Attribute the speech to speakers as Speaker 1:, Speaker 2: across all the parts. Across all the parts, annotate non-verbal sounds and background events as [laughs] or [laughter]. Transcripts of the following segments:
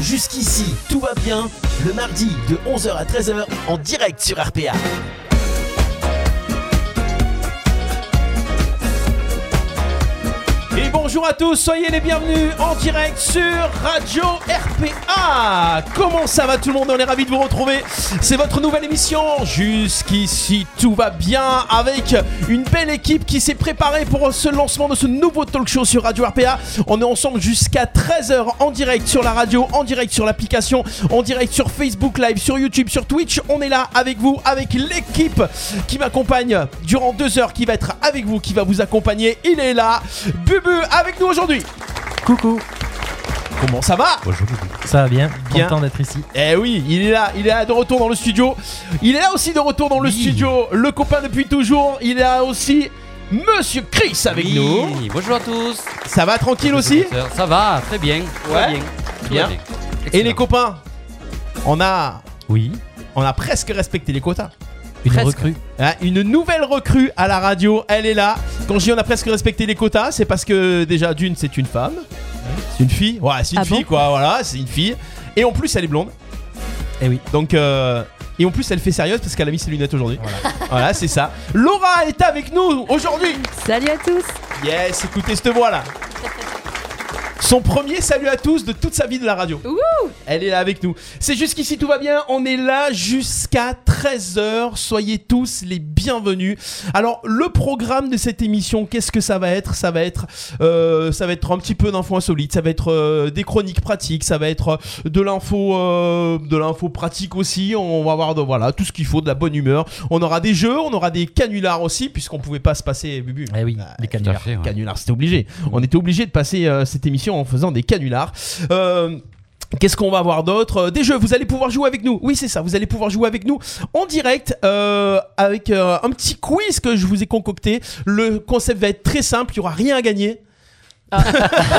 Speaker 1: Jusqu'ici, tout va bien. Le mardi de 11h à 13h en direct sur RPA.
Speaker 2: Et bonjour à tous, soyez les bienvenus en direct sur Radio RPA. Comment ça va tout le monde On est ravis de vous retrouver. C'est votre nouvelle émission. Jusqu'ici, tout va bien avec une belle équipe qui s'est préparée pour ce lancement de ce nouveau talk show sur Radio RPA. On est ensemble jusqu'à 13h en direct sur la radio, en direct sur l'application, en direct sur Facebook Live, sur YouTube, sur Twitch. On est là avec vous, avec l'équipe qui m'accompagne durant deux heures, qui va être avec vous, qui va vous accompagner. Il est là, Bubu, avec nous aujourd'hui.
Speaker 3: Coucou,
Speaker 2: Comment ça va
Speaker 3: ça va bien,
Speaker 2: Bien.
Speaker 3: content d'être ici.
Speaker 2: Eh oui, il est là, il est là de retour dans le studio. Il est là aussi de retour dans le studio, le copain depuis toujours. Il est là aussi, Monsieur Chris avec
Speaker 4: Oui,
Speaker 2: nous.
Speaker 4: Bonjour à tous.
Speaker 2: Ça va tranquille aussi
Speaker 4: Ça va, très bien. tout va
Speaker 2: Ouais.
Speaker 4: bien. tout
Speaker 2: Bien.
Speaker 4: va bien.
Speaker 2: Et les
Speaker 4: Excellent.
Speaker 2: copains, on a,
Speaker 3: Oui,
Speaker 2: on a presque respecté les quotas.
Speaker 3: une
Speaker 4: Presque.
Speaker 3: recrue.
Speaker 2: Hein, une nouvelle recrue à la radio, elle est là. Quand je dis on a presque respecté les quotas, c'est parce que déjà d'une c'est une femme, c'est une fille, ouais c'est une
Speaker 5: Ah
Speaker 2: fille
Speaker 5: bon
Speaker 2: quoi, voilà c'est une fille. Et en plus elle est blonde.
Speaker 3: Eh oui.
Speaker 2: Donc euh, et en plus elle fait sérieuse parce qu'elle a mis ses lunettes aujourd'hui. Voilà, c'est ça. Laura est avec nous aujourd'hui.
Speaker 5: Salut à tous
Speaker 2: Yes, écoutez cette voix là. Son premier salut à tous de toute sa vie de la radio. Elle est là avec nous. C'est jusqu'ici, tout va bien. On est là jusqu'à 13h. Soyez tous les bienvenus. Alors, le programme de cette émission, qu'est-ce que ça va être Ça va être euh, ça va être un petit peu d'infos insolites, ça va être euh, des chroniques pratiques, ça va être euh, de l'info euh, de l'info pratique aussi. On va avoir de, voilà, tout ce qu'il faut, de la bonne humeur. On aura des jeux, on aura des canulars aussi puisqu'on pouvait pas se passer bubu. Ah,
Speaker 3: Eh oui, les
Speaker 4: Tout à
Speaker 3: canulars.
Speaker 4: fait, ouais.
Speaker 2: Canulars, c'était obligé. On était obligé de passer euh, cette émission en faisant des canulars. Euh, Qu'est-ce qu'on va avoir d'autre Euh, Des jeux, vous allez pouvoir jouer avec nous. Oui, c'est ça, vous allez pouvoir jouer avec nous en direct euh, avec euh, un petit quiz que je vous ai concocté. Le concept va être très simple, il n'y aura rien à gagner.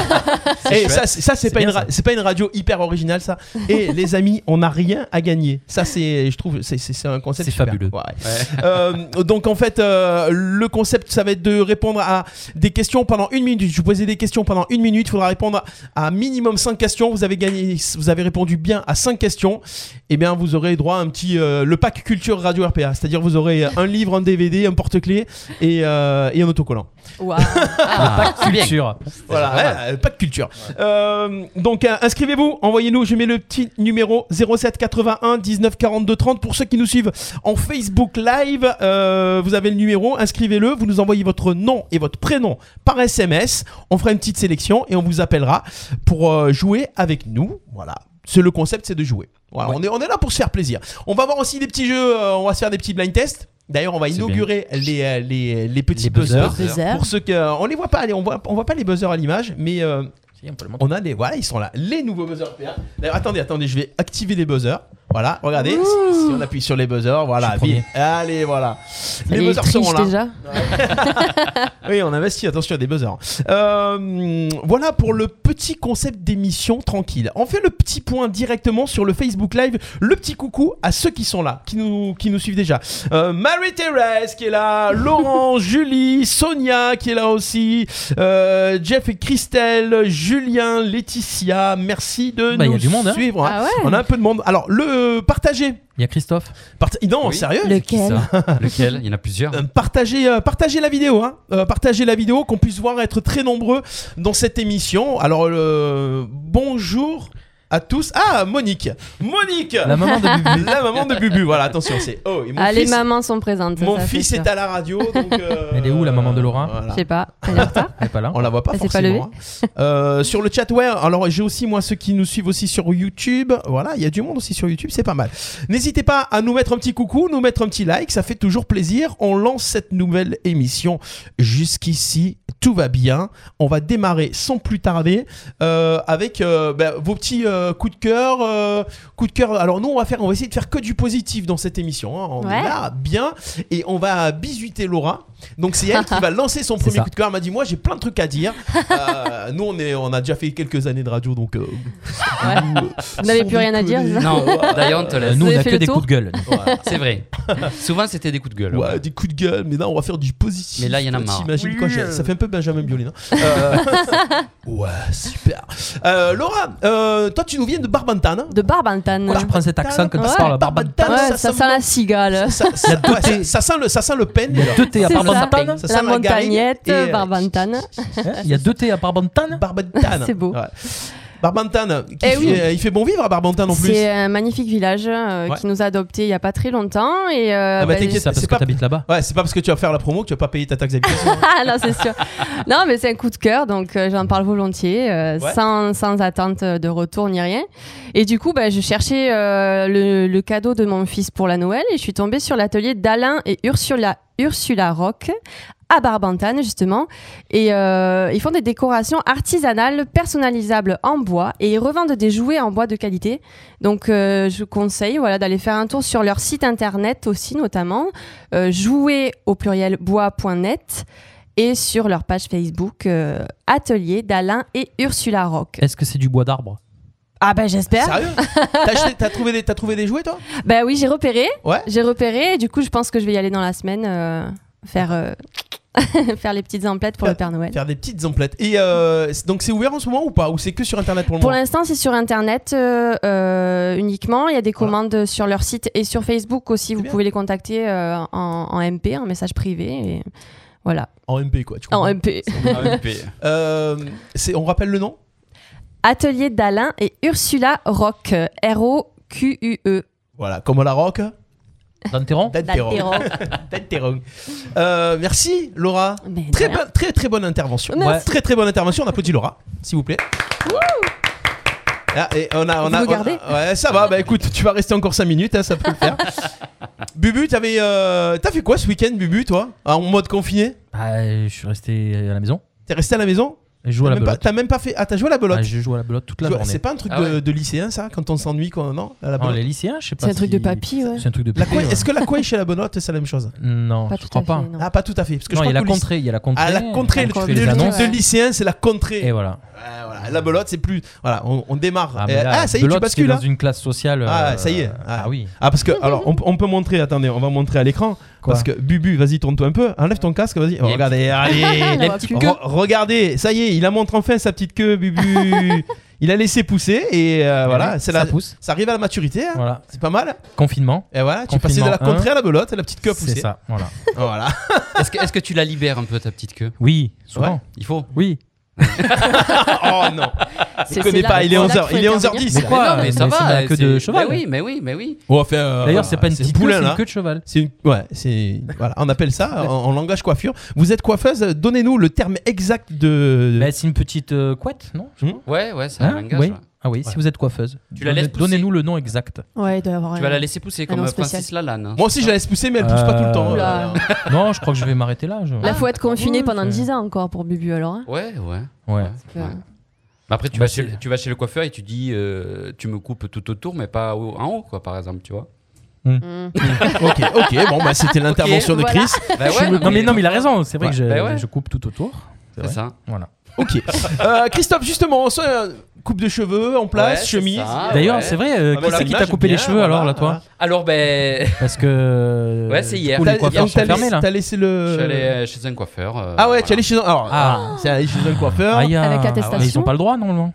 Speaker 2: [laughs] Et ça, c'est-
Speaker 3: Ah.
Speaker 2: ça, c'est
Speaker 3: C'est
Speaker 2: pas,
Speaker 3: bien,
Speaker 2: une ra-
Speaker 3: ça.
Speaker 2: c'est pas une radio hyper originale, ça. Et les amis, on n'a rien à gagner. Ça, c'est, je trouve, c'est- c'est c'est un concept
Speaker 3: C'est
Speaker 2: super.
Speaker 3: fabuleux.
Speaker 2: Ouais. Euh, donc en fait, euh, le concept, ça va être de répondre à des questions pendant une minute. Je vous posais des questions pendant une minute. Il faudra répondre à minimum 5 questions. Vous avez gagné, vous avez répondu bien à 5 questions. Et bien, vous aurez droit à un petit euh, le pack culture radio RPA. C'est-à-dire, vous aurez un livre, un DVD, un porte-clés et, euh, et un autocollant.
Speaker 5: Waouh
Speaker 4: Ah, c'est bien.
Speaker 3: Culture.
Speaker 4: pas mal.
Speaker 2: Voilà, ouais, euh, pas de culture. Euh, donc euh, inscrivez-vous, envoyez-nous, je mets le petit numéro 07 81 19 42 30 pour ceux qui nous suivent en Facebook Live. euh, vous avez le numéro, inscrivez-le, vous nous envoyez votre nom et votre prénom par SMS. On fera une petite sélection et on vous appellera pour euh, jouer avec nous. Voilà, c'est le concept, c'est de jouer. Voilà, on, est, on est là pour se faire plaisir. On va voir aussi des petits jeux, euh, on va se faire des petits blind tests. D'ailleurs, on va
Speaker 4: C'est
Speaker 2: inaugurer les, euh, les, les petits
Speaker 3: Les
Speaker 2: buzzers.
Speaker 3: buzzers.
Speaker 5: Buzzer.
Speaker 2: Pour ceux que euh, on les voit pas, allez, on voit, on voit pas les buzzers à l'image, mais euh, on a des voilà, ils sont là, les nouveaux buzzers PA. D'ailleurs, attendez, attendez, je vais activer les buzzers. Voilà, regardez, si, si on appuie sur les buzzers, voilà,
Speaker 3: Je suis
Speaker 2: bim. allez, voilà, les
Speaker 5: Allez,
Speaker 2: buzzers
Speaker 5: triche
Speaker 2: seront là.
Speaker 5: déjà.
Speaker 2: [laughs] Oui, on investit, attention, il y a des buzzers. Euh, voilà pour le petit concept d'émission tranquille. On fait le petit point directement sur le Facebook Live. Le petit coucou à ceux qui sont là, qui nous, qui nous suivent déjà. Euh, Marie-Thérèse qui
Speaker 3: [laughs]
Speaker 2: est là, Laurent, Julie, Sonia qui est là aussi, euh, Jeff et Christelle, Julien, Laetitia. Merci de
Speaker 3: Bah, il y a
Speaker 2: nous
Speaker 3: du monde, hein.
Speaker 2: suivre. hein.
Speaker 5: Ah ouais
Speaker 2: On a un peu de monde. Alors, le partager.
Speaker 3: Il y a Christophe.
Speaker 2: Parta- non,
Speaker 4: Oui.
Speaker 2: sérieux
Speaker 5: Lequel
Speaker 4: Lequel Il y en a plusieurs.
Speaker 2: euh, partagez, euh, partagez la vidéo, hein. Euh, partagez la vidéo, qu'on puisse voir être très nombreux dans cette émission. Alors, euh, bonjour à tous. Ah, Monique Monique
Speaker 3: La
Speaker 2: La,
Speaker 3: maman de Bubu.
Speaker 2: maman de Bubu, voilà, attention, c'est. Oh, [laughs] et mon
Speaker 5: Ah, les
Speaker 2: fils,
Speaker 5: mamans sont présentes. ça,
Speaker 2: mon
Speaker 5: ça,
Speaker 2: fils
Speaker 5: c'est
Speaker 2: est
Speaker 5: sûr.
Speaker 2: à la radio,
Speaker 5: [laughs]
Speaker 2: donc. euh,
Speaker 3: Elle est où, la maman de Laura
Speaker 2: voilà.
Speaker 5: Je sais pas. Elle est en retard
Speaker 3: Elle est pas là.
Speaker 2: On la voit pas
Speaker 5: Elle s'est pas
Speaker 2: forcément. hein. Euh, sur le chat, ouais. Alors j'ai aussi moi ceux qui nous suivent aussi sur YouTube. Voilà, il y a du monde aussi sur YouTube, c'est pas mal. N'hésitez pas à nous mettre un petit coucou, nous mettre un petit like, ça fait toujours plaisir. On lance cette nouvelle émission. Jusqu'ici, tout va bien. On va démarrer sans plus tarder euh, avec euh, bah, vos petits euh, coups de cœur, euh, coups de cœur. Alors nous, on va faire, on va essayer de faire que du positif dans cette émission. hein. On est
Speaker 5: Ouais.
Speaker 2: là, bien, et on va bisuiter Laura. Donc c'est elle qui va lancer
Speaker 5: [laughs]
Speaker 2: son premier
Speaker 3: ça.
Speaker 2: coup de cœur. Elle m'a dit moi j'ai plein de trucs à dire. Euh, nous on est on a déjà fait quelques années de radio donc euh,
Speaker 5: Vous n'avez plus rien à dire, c'est ça
Speaker 4: Non, d'ailleurs, on te
Speaker 3: Euh,
Speaker 4: laisse.
Speaker 3: nous,
Speaker 5: Vous
Speaker 3: on
Speaker 5: avez
Speaker 3: a
Speaker 5: fait
Speaker 3: que
Speaker 5: le
Speaker 3: des
Speaker 5: tour
Speaker 3: coups de
Speaker 2: [laughs]
Speaker 3: gueule.
Speaker 4: C'est vrai. Souvent, c'était des coups de gueule.
Speaker 2: Ouais, des coups de gueule, mais là on va faire du positif.
Speaker 4: Mais là, il y en a
Speaker 2: Toi,
Speaker 4: marre.
Speaker 2: T'imagines
Speaker 4: Oui.
Speaker 2: quoi j'ai- Ça fait un peu Benjamin Biolay, non [laughs]
Speaker 5: [laughs]
Speaker 2: Euh, Ouais, super. Euh, Laura, euh, toi tu nous viens de Barbantane.
Speaker 5: De Barbantane.
Speaker 3: Pourquoi tu prends cet accent quand tu
Speaker 5: Ouais.
Speaker 3: parles à Barbade
Speaker 2: Barbantane,
Speaker 5: ouais, ça,
Speaker 2: ça,
Speaker 5: sent la cigale.
Speaker 2: ça, ça- ouais, ça- ça sent le, ça sent le pen.
Speaker 3: Il y a deux T à
Speaker 5: C'est
Speaker 3: Barbantane.
Speaker 2: Ça sent
Speaker 5: La
Speaker 2: la garrigue
Speaker 5: montagnette,
Speaker 2: et, euh, [laughs]
Speaker 5: Barbantane.
Speaker 3: Hein Il y a deux T à Barbantane.
Speaker 2: Barbantane.
Speaker 5: [laughs] C'est beau.
Speaker 2: Ouais. Barbantane, qui
Speaker 5: Eh
Speaker 2: fait-
Speaker 5: oui.
Speaker 2: il fait bon vivre à Barbantane en plus.
Speaker 5: C'est un magnifique village euh,
Speaker 2: Ouais.
Speaker 5: qui nous a adoptés il n'y a pas très longtemps. Et, euh,
Speaker 2: Ah bah,
Speaker 5: bah,
Speaker 2: t'inquiète,
Speaker 5: les-
Speaker 3: C'est parce
Speaker 2: c'est
Speaker 3: que
Speaker 2: pas-
Speaker 3: t'habites là-bas.
Speaker 2: Ouais, c'est pas parce que tu vas faire la promo que tu vas pas payer ta taxe d'habitation.
Speaker 5: [laughs] Ah non, c'est sûr. Non, mais c'est un coup de cœur, donc euh, j'en parle volontiers, euh,
Speaker 2: Ouais.
Speaker 5: sans, sans attente de retour ni rien. Et du coup, bah, je cherchais euh, le, le cadeau de mon fils pour la Noël et je suis tombée sur l'atelier d'Alain et Ursula, Ursula Rock à Barbantane justement et euh, ils font des décorations artisanales personnalisables en bois et ils revendent des jouets en bois de qualité donc euh, je conseille voilà d'aller faire un tour sur leur site internet aussi notamment euh, jouets au pluriel bois.net et sur leur page Facebook euh, Atelier d'Alain et Ursula Rock.
Speaker 3: Est-ce que c'est du bois d'arbre
Speaker 5: Ah ben j'espère.
Speaker 2: Sérieux T'as acheté- T'as trouvé, des- t'as trouvé des jouets toi
Speaker 5: Ben oui, j'ai repéré.
Speaker 2: Ouais.
Speaker 5: J'ai repéré et du coup, je pense que je vais y aller dans la semaine euh, faire euh, [laughs] faire les petites emplettes pour le Père Noël.
Speaker 2: Faire des petites emplettes. Et euh, c'est- donc c'est ouvert en ce moment ou pas Ou c'est que sur internet pour le
Speaker 5: Pour
Speaker 2: moment
Speaker 5: l'instant, c'est sur internet euh, euh, uniquement. Il y a des
Speaker 2: Voilà.
Speaker 5: commandes sur leur site et sur Facebook aussi. Vous
Speaker 2: bien.
Speaker 5: pouvez les contacter euh, en, en MP, en message privé. et Voilà.
Speaker 2: En MP quoi, tu
Speaker 5: En
Speaker 2: comprends.
Speaker 5: MP.
Speaker 2: Euh, c'est- on rappelle le nom
Speaker 5: [laughs] Atelier d'Alain et Ursula Rock. R-O-Q-U-E.
Speaker 2: Voilà, comme la rock,
Speaker 3: Dans tes rangs
Speaker 2: [laughs] Danterong. Danterong. Euh, merci Laura.
Speaker 5: Mais
Speaker 2: Très,
Speaker 5: de rien.
Speaker 2: bonne- très très bonne intervention.
Speaker 3: Merci. Ouais.
Speaker 2: Très très bonne intervention. On applaudit Laura, s'il vous plaît. Ah, et on a, on
Speaker 5: Vous
Speaker 2: a,
Speaker 5: me
Speaker 2: on a-
Speaker 5: gardez
Speaker 2: ouais, ça va. Bah écoute, tu vas rester encore 5 minutes, hein, ça peut
Speaker 5: [laughs]
Speaker 2: le faire. Bubu, t'avais, euh, t'as fait quoi ce week-end, Bubu, toi En mode confiné
Speaker 3: Ah, Je suis resté à la maison.
Speaker 2: T'es resté à la maison
Speaker 3: Je joue
Speaker 2: T'as
Speaker 3: à la
Speaker 2: même, pas,
Speaker 3: belote.
Speaker 2: t'as même pas fait. Ah, t'as joué à la belote
Speaker 3: Ah, Je joue à la belote toute la
Speaker 2: Tu vois,
Speaker 3: journée.
Speaker 2: C'est pas un truc
Speaker 4: Ah
Speaker 2: de,
Speaker 4: ouais.
Speaker 2: de lycéen, ça Quand on s'ennuie, quoi, non à la
Speaker 3: Non,
Speaker 2: belote.
Speaker 3: les lycéens, je sais pas.
Speaker 5: C'est un truc
Speaker 3: si-
Speaker 5: de papy, ouais.
Speaker 3: C'est un truc de hein.
Speaker 2: La
Speaker 3: papy.
Speaker 2: couette-
Speaker 3: ouais.
Speaker 2: Est-ce que la couette chez la belote, c'est la même chose
Speaker 3: Non,
Speaker 5: Pas
Speaker 3: je
Speaker 5: tout
Speaker 3: crois
Speaker 5: à
Speaker 3: pas.
Speaker 5: fait, non.
Speaker 2: Ah, pas tout à fait. Parce que
Speaker 3: Non,
Speaker 2: je
Speaker 3: il y a la
Speaker 2: crois qu'au lycée-
Speaker 3: contrée. Il y a la contrée.
Speaker 2: Ah, la contrée, le,
Speaker 3: quand
Speaker 5: contrée,
Speaker 3: tu
Speaker 2: le,
Speaker 3: fais les
Speaker 5: le-
Speaker 3: annonces.
Speaker 2: le lycéen, c'est la contrée.
Speaker 3: Et voilà.
Speaker 2: Ah, voilà, La belote, c'est plus. Voilà, on, on démarre. Eh, Ah,
Speaker 3: mais là,
Speaker 2: ça y est, tu
Speaker 3: Belote,
Speaker 2: bascules.
Speaker 3: t'es
Speaker 2: hein
Speaker 3: dans une classe sociale.
Speaker 2: Ah,
Speaker 3: euh,
Speaker 2: ça y est.
Speaker 3: Ah, oui.
Speaker 2: Ah, parce que, alors, on, on peut montrer, attendez, on va montrer à l'écran.
Speaker 3: Quoi Eh ben,
Speaker 2: parce que, Bubu, vas-y, tourne-toi un peu, enlève ton casque, vas-y. Oh,
Speaker 4: Il y a
Speaker 2: regardez, [laughs]
Speaker 5: Ah,
Speaker 2: allez.
Speaker 5: la petite queue.
Speaker 2: Re- regardez, ça y est, il a montre enfin sa petite queue, Bubu.
Speaker 3: [laughs]
Speaker 2: il a laissé pousser et euh, voilà,
Speaker 3: Ouais,
Speaker 2: c'est
Speaker 3: ça
Speaker 2: la.
Speaker 3: pousse.
Speaker 2: Ça arrive à la maturité, hein.
Speaker 3: Voilà.
Speaker 2: c'est pas mal.
Speaker 3: Confinement.
Speaker 2: Et voilà, tu passais de la
Speaker 3: Confinement
Speaker 2: contrée à la belote, la petite queue poussée.
Speaker 3: C'est ça. Voilà.
Speaker 2: [laughs] Voilà.
Speaker 4: Est-ce que, est-ce que tu la libères un peu, ta petite queue
Speaker 3: Oui, souvent.
Speaker 4: Il faut.
Speaker 3: Oui.
Speaker 2: [laughs] oh non,
Speaker 5: C'est-
Speaker 2: il
Speaker 5: c'est
Speaker 2: connaît
Speaker 5: là-
Speaker 2: pas, il est
Speaker 5: c'est là qu'il
Speaker 2: 11h,
Speaker 5: faut
Speaker 2: il est
Speaker 5: intervenir.
Speaker 2: 11h10.
Speaker 3: Mais
Speaker 2: là.
Speaker 3: quoi
Speaker 4: mais non, mais ça
Speaker 3: Mais c'est de
Speaker 4: va.
Speaker 3: la queue
Speaker 4: c'est-
Speaker 3: de cheval.
Speaker 4: Mais oui, mais oui, mais oui.
Speaker 2: Ouais, enfin, euh,
Speaker 3: D'ailleurs, c'est pas une petite queue,
Speaker 2: poulain,
Speaker 3: c'est
Speaker 2: là.
Speaker 3: une queue de cheval.
Speaker 2: C'est une... Ouais, c'est... Voilà, on
Speaker 3: [laughs]
Speaker 2: appelle ça, en, en langage coiffure. Vous êtes coiffeuse, donnez-nous le terme exact de...
Speaker 3: Mais c'est une petite euh, couette, non je
Speaker 2: Hmm.
Speaker 3: crois.
Speaker 4: Ouais, ouais, c'est
Speaker 3: Hein
Speaker 4: un langage.
Speaker 3: Oui.
Speaker 4: ouais.
Speaker 3: Ah oui, si vous êtes coiffeuse.
Speaker 4: Tu la laisses
Speaker 3: Donnez- Donnez-nous le nom exact.
Speaker 5: Ouais, il doit y avoir
Speaker 4: Tu
Speaker 5: un-
Speaker 4: vas la laisser pousser comme
Speaker 5: non,
Speaker 4: euh,
Speaker 5: spécial.
Speaker 4: Francis Lalanne. hein.
Speaker 2: Moi aussi, je la laisse pousser, mais elle pousse pas tout le temps.
Speaker 5: Oula.
Speaker 2: Euh,
Speaker 3: [laughs] non, je crois que je vais m'arrêter là. je-
Speaker 5: Là, faut être confiné
Speaker 3: Ah, ouais,
Speaker 5: pendant
Speaker 3: c'est-
Speaker 5: 10 ans encore pour Bubu, alors. hein.
Speaker 4: Ouais, ouais.
Speaker 3: Ouais.
Speaker 5: Parce que-
Speaker 4: Ouais. Mais après, tu,
Speaker 3: Bah,
Speaker 4: vas chez,
Speaker 3: c'est-
Speaker 4: tu vas chez le coiffeur et tu dis euh, tu me coupes tout autour, mais pas au- en haut, quoi, par exemple, tu vois.
Speaker 5: Mm.
Speaker 2: [laughs] Hmm ok, ok, bon, bah, c'était l'intervention de
Speaker 5: voilà.
Speaker 2: Chris.
Speaker 4: Bah
Speaker 3: Je- non, mais, non, mais il a raison. C'est vrai
Speaker 2: Ouais.
Speaker 3: que je,
Speaker 4: Bah ouais.
Speaker 3: je coupe tout autour.
Speaker 4: C'est ça.
Speaker 3: Voilà.
Speaker 2: Ok. Euh, Christophe, justement, ça, euh, coupe de cheveux en place,
Speaker 4: Ouais, c'est
Speaker 2: chemise.
Speaker 4: ça. Ah
Speaker 3: D'ailleurs,
Speaker 4: ouais.
Speaker 3: c'est vrai, euh,
Speaker 2: Ah,
Speaker 3: qui
Speaker 2: voilà,
Speaker 3: c'est qui t'a
Speaker 2: l'image,
Speaker 3: coupé les
Speaker 2: bien,
Speaker 3: cheveux alors, bah,
Speaker 2: voilà.
Speaker 3: là, toi
Speaker 4: Alors, ben.
Speaker 3: Parce que.
Speaker 4: Ouais, c'est
Speaker 3: du
Speaker 4: hier.
Speaker 3: coup, les
Speaker 2: T'as-
Speaker 3: coiffeurs
Speaker 2: donc,
Speaker 3: sont
Speaker 2: t'as
Speaker 3: fermés
Speaker 2: laissé-
Speaker 3: là.
Speaker 2: T'as laissé
Speaker 4: Je suis allé
Speaker 2: le...
Speaker 4: euh, chez un coiffeur. euh,
Speaker 2: Ah ouais, tu es
Speaker 4: voilà.
Speaker 2: allé chez un... Alors, euh,
Speaker 3: Ah.
Speaker 2: c'est allé chez un coiffeur.
Speaker 3: Aïe,
Speaker 5: Avec
Speaker 3: ah,
Speaker 5: attestation.
Speaker 3: mais Ils ont pas le droit normalement.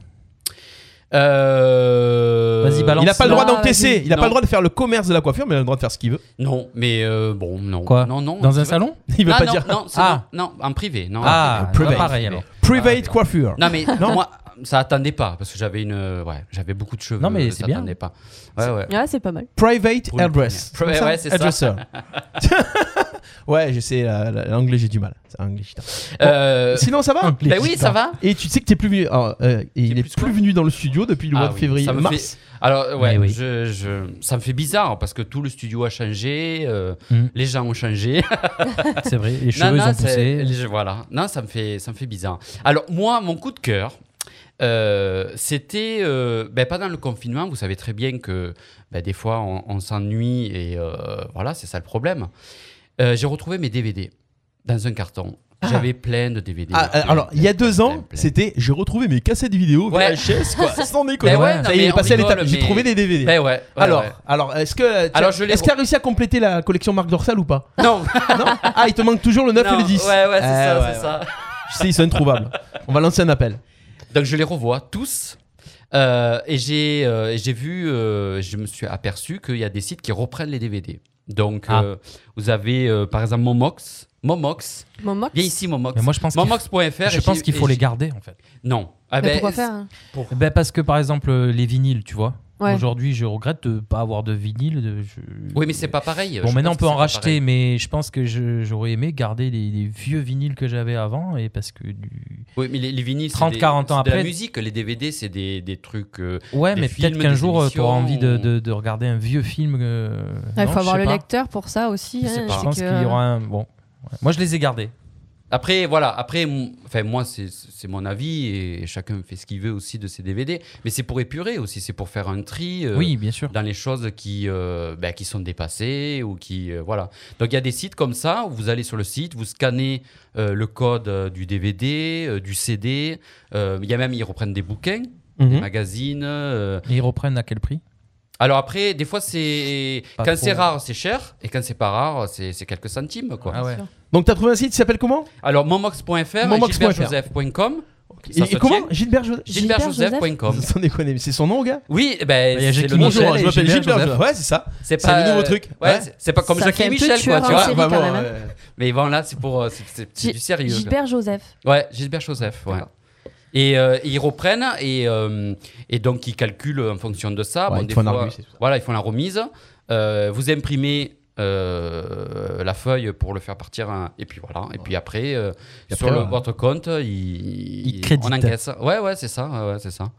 Speaker 4: Euh...
Speaker 3: Vas-y, balance.
Speaker 2: Il a pas le droit
Speaker 5: Non,
Speaker 2: d'encaisser,
Speaker 5: vas-y.
Speaker 2: il a pas
Speaker 4: Non.
Speaker 2: le droit de faire le commerce de la coiffure, mais il a le droit de faire ce qu'il veut.
Speaker 4: Non, mais euh, bon, non.
Speaker 3: Quoi
Speaker 4: Non, non.
Speaker 3: Dans un
Speaker 4: c'est vrai.
Speaker 3: salon
Speaker 2: [laughs] Il veut
Speaker 4: Ah,
Speaker 2: pas
Speaker 4: non,
Speaker 2: dire
Speaker 4: Non, c'est-
Speaker 3: Ah.
Speaker 4: non, en privé. Non,
Speaker 3: Ah,
Speaker 4: en privé.
Speaker 3: private.
Speaker 4: En
Speaker 3: pareil, alors.
Speaker 2: private
Speaker 4: Ah,
Speaker 2: coiffure.
Speaker 4: Non, mais
Speaker 2: Non.
Speaker 4: moi, ça attendait pas parce que j'avais une. euh, Ouais, j'avais beaucoup de cheveux. euh,
Speaker 3: Non, mais
Speaker 4: ça
Speaker 3: c'est bien.
Speaker 4: attendait pas. Ouais, ouais.
Speaker 5: Ouais, c'est pas mal.
Speaker 2: Private
Speaker 4: Pour le
Speaker 2: hairdress.
Speaker 4: premier. Ouais, ouais, c'est ça. [laughs]
Speaker 2: Hairdresser.
Speaker 3: [laughs]
Speaker 2: ouais, je sais, la- la- l'anglais, j'ai du mal. C'est un anglais chiant.
Speaker 4: Euh,
Speaker 2: Sinon, ça va
Speaker 4: bah oui, ça va.
Speaker 2: Et tu sais que t'es plus venu. alors, euh, et il
Speaker 4: T'es
Speaker 2: est
Speaker 4: plus
Speaker 2: plus,
Speaker 4: quoi
Speaker 2: venu dans le studio depuis le
Speaker 4: Ah
Speaker 2: mois de
Speaker 4: oui,
Speaker 2: février,
Speaker 4: ça me
Speaker 2: mars.
Speaker 4: Alors, ouais,
Speaker 3: Mais Eh oui.
Speaker 4: je, je- ça me fait bizarre parce que tout le studio a changé, euh,
Speaker 3: Mm.
Speaker 4: les gens ont changé.
Speaker 3: [laughs] C'est vrai, les
Speaker 4: Non,
Speaker 3: cheveux ils
Speaker 4: non,
Speaker 3: ont
Speaker 4: c'est-
Speaker 3: poussé.
Speaker 4: les- voilà. Non, ça me fait, ça me fait bizarre. Alors moi, mon coup de cœur. euh, c'était euh, ben, pendant le confinement, vous savez très bien que ben, des fois on, on s'ennuie et euh, voilà, c'est ça le problème. Euh, J'ai retrouvé mes DVD dans un carton
Speaker 3: Ah.
Speaker 4: J'avais plein de DVD.
Speaker 2: Ah, euh,
Speaker 4: plein,
Speaker 2: alors, il y a
Speaker 4: plein,
Speaker 2: deux
Speaker 4: plein,
Speaker 2: ans,
Speaker 4: plein, plein.
Speaker 2: c'était j'ai retrouvé mes cassettes vidéo
Speaker 4: Ouais.
Speaker 2: VHS, [laughs] quoi. Sans déconner.
Speaker 4: Ben ouais,
Speaker 3: Ouais.
Speaker 4: non,
Speaker 2: hein. Ça y est,
Speaker 4: mais
Speaker 2: il est
Speaker 4: on
Speaker 2: passé à l'étape.
Speaker 4: rigole,
Speaker 2: J'ai
Speaker 4: mais-
Speaker 2: trouvé des DVD.
Speaker 4: Ben ouais, ouais,
Speaker 2: alors,
Speaker 4: ouais.
Speaker 2: alors est-ce que tu-
Speaker 4: Alors, je l'ai
Speaker 2: est-ce qu'il a réussi à compléter la collection Marc Dorsal ou pas
Speaker 4: [laughs] Non,
Speaker 2: Non Ah, il te manque toujours le 9
Speaker 4: non,
Speaker 2: et le 10.
Speaker 4: Ouais, ouais, c'est
Speaker 2: Ah,
Speaker 4: ça,
Speaker 2: ouais,
Speaker 4: c'est
Speaker 2: ouais.
Speaker 4: ça.
Speaker 2: Je sais, ils
Speaker 4: [laughs]
Speaker 2: sont introuvables. On va lancer un appel.
Speaker 4: Donc je les revois tous. Euh, et j'ai euh, et j'ai vu, euh, je me suis aperçu qu'il y a des sites qui reprennent les DVD. Donc
Speaker 3: Ah.
Speaker 4: euh, vous avez euh, par exemple Momox. Momox.
Speaker 5: Momox
Speaker 4: Viens ici Momox.
Speaker 3: Mais moi, je pense qu'il
Speaker 4: Momox.fr.
Speaker 3: Je pense qu'il faut les
Speaker 4: gars.
Speaker 3: garder en fait.
Speaker 4: Non. Ah
Speaker 5: Mais
Speaker 4: ben,
Speaker 5: Pourquoi
Speaker 4: c'est-
Speaker 5: faire hein
Speaker 3: Ben, parce que par exemple euh, les vinyles, tu vois.
Speaker 5: Ouais.
Speaker 3: Aujourd'hui, je regrette de pas avoir de vinyle. de- je-
Speaker 4: Oui, mais c'est pas pareil.
Speaker 3: Bon,
Speaker 4: Je
Speaker 3: maintenant on
Speaker 4: pense
Speaker 3: peut
Speaker 4: que
Speaker 3: en
Speaker 4: c'est pas
Speaker 3: racheter,
Speaker 4: pareil.
Speaker 3: mais je pense que je- j'aurais aimé garder les, les vieux vinyles que j'avais avant et parce que du.
Speaker 4: Oui, mais les, les vinyles, c'est
Speaker 3: 30,
Speaker 4: des-
Speaker 3: 40 ans
Speaker 4: c'est de la
Speaker 3: après.
Speaker 4: musique. Les DVD, c'est des, des trucs. euh,
Speaker 3: Ouais,
Speaker 4: Des
Speaker 3: mais
Speaker 4: films,
Speaker 3: peut-être qu'un
Speaker 4: des
Speaker 3: jour tu auras
Speaker 4: émissions,
Speaker 3: envie de,
Speaker 4: ou-
Speaker 3: de- de regarder un vieux film. euh,
Speaker 5: Ah, Il
Speaker 3: non,
Speaker 5: faut
Speaker 3: je
Speaker 5: avoir
Speaker 3: sais
Speaker 5: le
Speaker 3: pas.
Speaker 5: lecteur pour ça aussi.
Speaker 4: Je sais
Speaker 5: hein,
Speaker 4: pas.
Speaker 5: c'est
Speaker 3: Je pense
Speaker 5: que-
Speaker 3: qu'il y aura un. Bon. Ouais. Moi, je les ai gardés.
Speaker 4: Après, voilà, après, mon- enfin, moi, c'est c'est mon avis et chacun fait ce qu'il veut aussi de ses DVD. Mais c'est pour épurer aussi, c'est pour faire un tri. euh,
Speaker 3: oui, bien sûr.
Speaker 4: dans les choses qui, euh, ben, qui sont dépassées ou qui. euh, voilà. Donc il y a des sites comme ça où vous allez sur le site, vous scannez euh, le code euh, du DVD, euh, du CD. euh, Il y a même, ils reprennent des bouquins,
Speaker 3: Mhm.
Speaker 4: des magazines. euh.
Speaker 3: Et ils reprennent à quel prix
Speaker 4: Alors après, des fois, c'est.
Speaker 3: Pas
Speaker 4: Quand
Speaker 3: trop.
Speaker 4: c'est rare, c'est cher. Et quand c'est pas rare, c'est c'est quelques centimes. Quoi.
Speaker 3: Ah ouais.
Speaker 2: Donc, t'as trouvé un site qui s'appelle comment
Speaker 4: Alors momox.fr,
Speaker 2: Momox.fr.
Speaker 4: gilbertjoseph.com.
Speaker 2: Et,
Speaker 4: Ça se
Speaker 2: et comment
Speaker 4: tient
Speaker 2: Gilbert Joseph
Speaker 4: gilbertjoseph.com.
Speaker 2: [laughs] Sans déconner, mais c'est son nom, gars
Speaker 4: Oui, eh ben,
Speaker 3: Il y a
Speaker 4: c'est
Speaker 3: Jackie
Speaker 4: le nom.
Speaker 3: Michel
Speaker 2: Bonjour, hein,
Speaker 3: et
Speaker 2: je m'appelle
Speaker 3: Gilbert
Speaker 2: Gilbert Joseph.
Speaker 3: Joseph.
Speaker 2: Ouais, c'est ça.
Speaker 4: C'est
Speaker 2: C'est le
Speaker 4: pas
Speaker 2: nouveau
Speaker 4: euh,
Speaker 2: truc.
Speaker 4: Ouais,
Speaker 2: Ouais.
Speaker 4: c'est- c'est pas comme
Speaker 5: Ça
Speaker 4: Jackie
Speaker 5: fait un peu
Speaker 4: Michel, quoi,
Speaker 5: tueur
Speaker 4: tu
Speaker 5: en
Speaker 4: vois.
Speaker 5: série.
Speaker 2: bah,
Speaker 5: quand
Speaker 2: bon,
Speaker 5: même, hein.
Speaker 2: euh,
Speaker 4: Mais bon, là, c'est pour euh, c'est- c'est c'est
Speaker 5: Gi-
Speaker 4: du sérieux.
Speaker 5: Gilbert Joseph.
Speaker 4: Ouais, Gilbert Joseph, voilà. Et euh, ils reprennent et, euh, et donc ils calculent en fonction de ça.
Speaker 2: Ouais,
Speaker 4: Bon,
Speaker 2: ils
Speaker 4: des
Speaker 2: font un
Speaker 4: fois,
Speaker 2: argus et tout ça.
Speaker 4: Voilà, ils font la remise. Euh, vous imprimez euh, la feuille pour le faire partir un- et puis voilà. Et puis après, euh,
Speaker 2: Et
Speaker 4: sur
Speaker 2: après,
Speaker 4: le-
Speaker 2: ouais.
Speaker 4: votre compte, ils,
Speaker 3: Ils créditent.
Speaker 4: on encaisse. Ouais, ouais, c'est ça, ouais, ouais, c'est ça.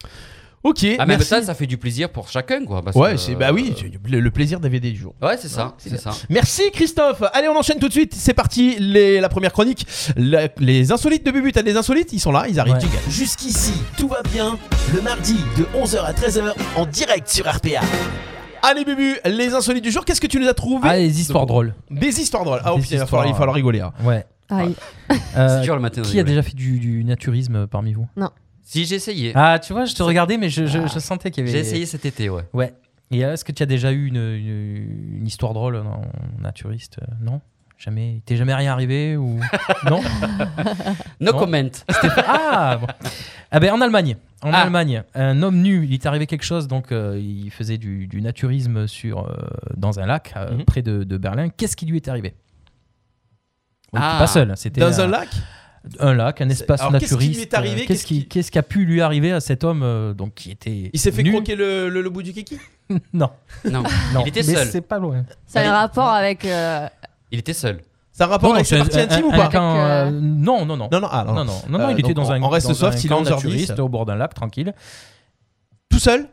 Speaker 2: Ok,
Speaker 4: En même
Speaker 2: merci.
Speaker 4: temps, Ah, ça fait du plaisir pour chacun, quoi. parce
Speaker 2: ouais,
Speaker 4: que- euh,
Speaker 2: c'est bah oui, c'est le, le plaisir DVD du jour.
Speaker 4: Ouais, c'est ça,
Speaker 2: c'est
Speaker 4: c'est
Speaker 2: bien.
Speaker 4: ça.
Speaker 2: Merci Christophe. Allez, on enchaîne tout de suite. C'est parti. Les- la première chronique, La- les insolites de Bubu. T'as des insolites Ils sont là, ils arrivent.
Speaker 3: Ouais.
Speaker 2: jingle.
Speaker 1: Jusqu'ici, tout va bien. Le mardi de 11h à 13h en direct sur RPA.
Speaker 2: Allez Bubu, les insolites du jour. Qu'est-ce que tu nous as trouvé
Speaker 3: Ah, les histoires drôles.
Speaker 2: Des histoires drôles. Ah, oh,
Speaker 3: Des
Speaker 2: putain, il va
Speaker 3: histoires,
Speaker 2: falloir, il va falloir rigoler. hein.
Speaker 3: Ouais.
Speaker 5: Aïe.
Speaker 4: Ah, C'est
Speaker 3: Euh,
Speaker 4: dur le matin. de
Speaker 3: qui a
Speaker 4: rigoler.
Speaker 3: déjà fait du, du naturisme euh, parmi vous
Speaker 4: Si j'ai essayé, Ah.
Speaker 3: Ah, tu vois, je te regardais, mais je, je- je sentais qu'il y avait.
Speaker 4: j'ai essayé cet été, ouais.
Speaker 3: Ouais. Et euh, est-ce que tu as déjà eu une, une- une histoire drôle en naturiste euh, Non Jamais Il t'est jamais rien arrivé ou Non
Speaker 4: No
Speaker 3: Non.
Speaker 4: comment.
Speaker 3: Ah bon. Ah ben, En Allemagne. En
Speaker 4: Ah.
Speaker 3: Allemagne, un homme nu, il est arrivé quelque chose, donc euh, il faisait du, du naturisme sur, euh, dans un lac euh,
Speaker 2: Mhm.
Speaker 3: près de, de Berlin. Qu'est-ce qui lui est arrivé Bon, il était
Speaker 4: Ah.
Speaker 3: Pas seul, c'était
Speaker 2: Dans
Speaker 3: euh,
Speaker 2: un lac
Speaker 3: un lac, un espace
Speaker 2: alors, qu'est-ce qui lui
Speaker 3: naturiste.
Speaker 2: est arrivé
Speaker 3: euh, Qu'est-ce qui,
Speaker 2: Qu'est-ce qui-
Speaker 3: qu'est-ce qui a pu lui arriver à cet homme euh, donc qui était
Speaker 2: Il s'est fait
Speaker 3: nu
Speaker 2: croquer le, le- le bout du kiki
Speaker 3: [laughs] Non,
Speaker 4: Non,
Speaker 3: non.
Speaker 4: il était
Speaker 3: mais
Speaker 4: seul.
Speaker 3: C'est pas loin.
Speaker 5: Ça a un rapport avec. euh,
Speaker 4: Il était seul.
Speaker 2: Ça a rapport avec ses
Speaker 3: un-
Speaker 2: parties
Speaker 3: un-
Speaker 2: intimes ou
Speaker 3: un-
Speaker 2: pas
Speaker 3: avec un-
Speaker 5: Avec, euh,
Speaker 3: Non, non, non.
Speaker 2: Non, non, ah, non,
Speaker 3: Non,
Speaker 2: non.
Speaker 3: non, non, non,
Speaker 2: Euh,
Speaker 3: il était
Speaker 2: donc,
Speaker 3: dans un
Speaker 2: on reste
Speaker 3: dans
Speaker 2: soft,
Speaker 3: un
Speaker 2: il est
Speaker 3: camp
Speaker 2: 11h10.
Speaker 3: naturiste au bord d'un lac, tranquille.
Speaker 2: Tout seul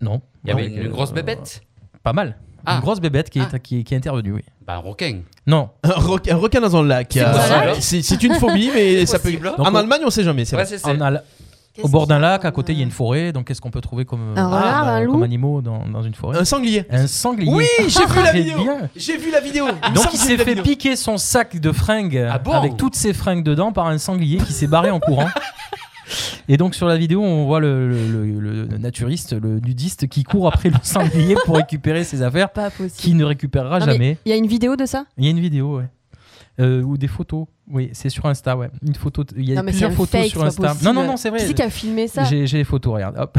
Speaker 3: Non.
Speaker 4: Il y avait
Speaker 3: Non,
Speaker 4: une,
Speaker 3: avec,
Speaker 4: grosse
Speaker 3: euh,
Speaker 4: bébête
Speaker 3: Pas mal.
Speaker 4: Ah.
Speaker 3: Une grosse bébête qui est,
Speaker 4: Ah.
Speaker 3: qui, est- qui est intervenue, oui.
Speaker 4: Bah, un requin.
Speaker 3: Non.
Speaker 2: [laughs] un requin, un requin dans un lac.
Speaker 4: C'est
Speaker 2: Euh,
Speaker 4: possible.
Speaker 2: C'est c'est une phobie, mais ça peut.
Speaker 4: possible. hein.
Speaker 2: En
Speaker 3: Donc, on-
Speaker 2: Allemagne, on sait jamais. C'est
Speaker 4: Ouais,
Speaker 2: vrai.
Speaker 4: c'est c'est-
Speaker 3: On a la- au bord d'un lac, à côté, il y
Speaker 4: euh,
Speaker 3: a une forêt. Donc, qu'est-ce qu'on peut trouver comme, euh,
Speaker 5: Un renard, un
Speaker 3: comme
Speaker 5: loup
Speaker 3: animaux dans, dans une forêt
Speaker 2: Un sanglier.
Speaker 3: Un sanglier.
Speaker 2: Oui, j'ai vu la
Speaker 3: Très
Speaker 2: vidéo.
Speaker 3: bien.
Speaker 2: J'ai vu la vidéo.
Speaker 4: [laughs]
Speaker 2: Il me semble
Speaker 3: Donc,
Speaker 2: que
Speaker 3: il
Speaker 2: j'ai
Speaker 3: s'est
Speaker 2: vu la
Speaker 3: fait
Speaker 2: vidéo.
Speaker 3: piquer son sac de fringues
Speaker 4: Ah bon
Speaker 3: avec toutes ses fringues dedans par un sanglier qui s'est barré
Speaker 4: [laughs]
Speaker 3: en courant. Et donc sur la vidéo, on voit le, le- le- le naturiste, le nudiste qui court après le sanglier pour récupérer ses affaires,
Speaker 5: Pas possible.
Speaker 3: qu'il ne récupérera
Speaker 5: Non, mais
Speaker 3: jamais.
Speaker 5: Il y a une vidéo de
Speaker 3: [laughs]
Speaker 5: ça
Speaker 3: Il y a une vidéo, ouais. Euh, ou des photos. Oui, c'est sur Insta, ouais. Une photo. Il y a
Speaker 5: Non, mais c'est
Speaker 3: plusieurs
Speaker 5: un
Speaker 3: photos
Speaker 5: fake,
Speaker 3: sur
Speaker 5: c'est pas
Speaker 3: Insta.
Speaker 5: possible.
Speaker 3: Non, non, non, c'est vrai.
Speaker 5: Qui c'est qui a filmé ça
Speaker 3: J'ai j'ai les photos, regarde.
Speaker 5: [laughs]
Speaker 3: hop.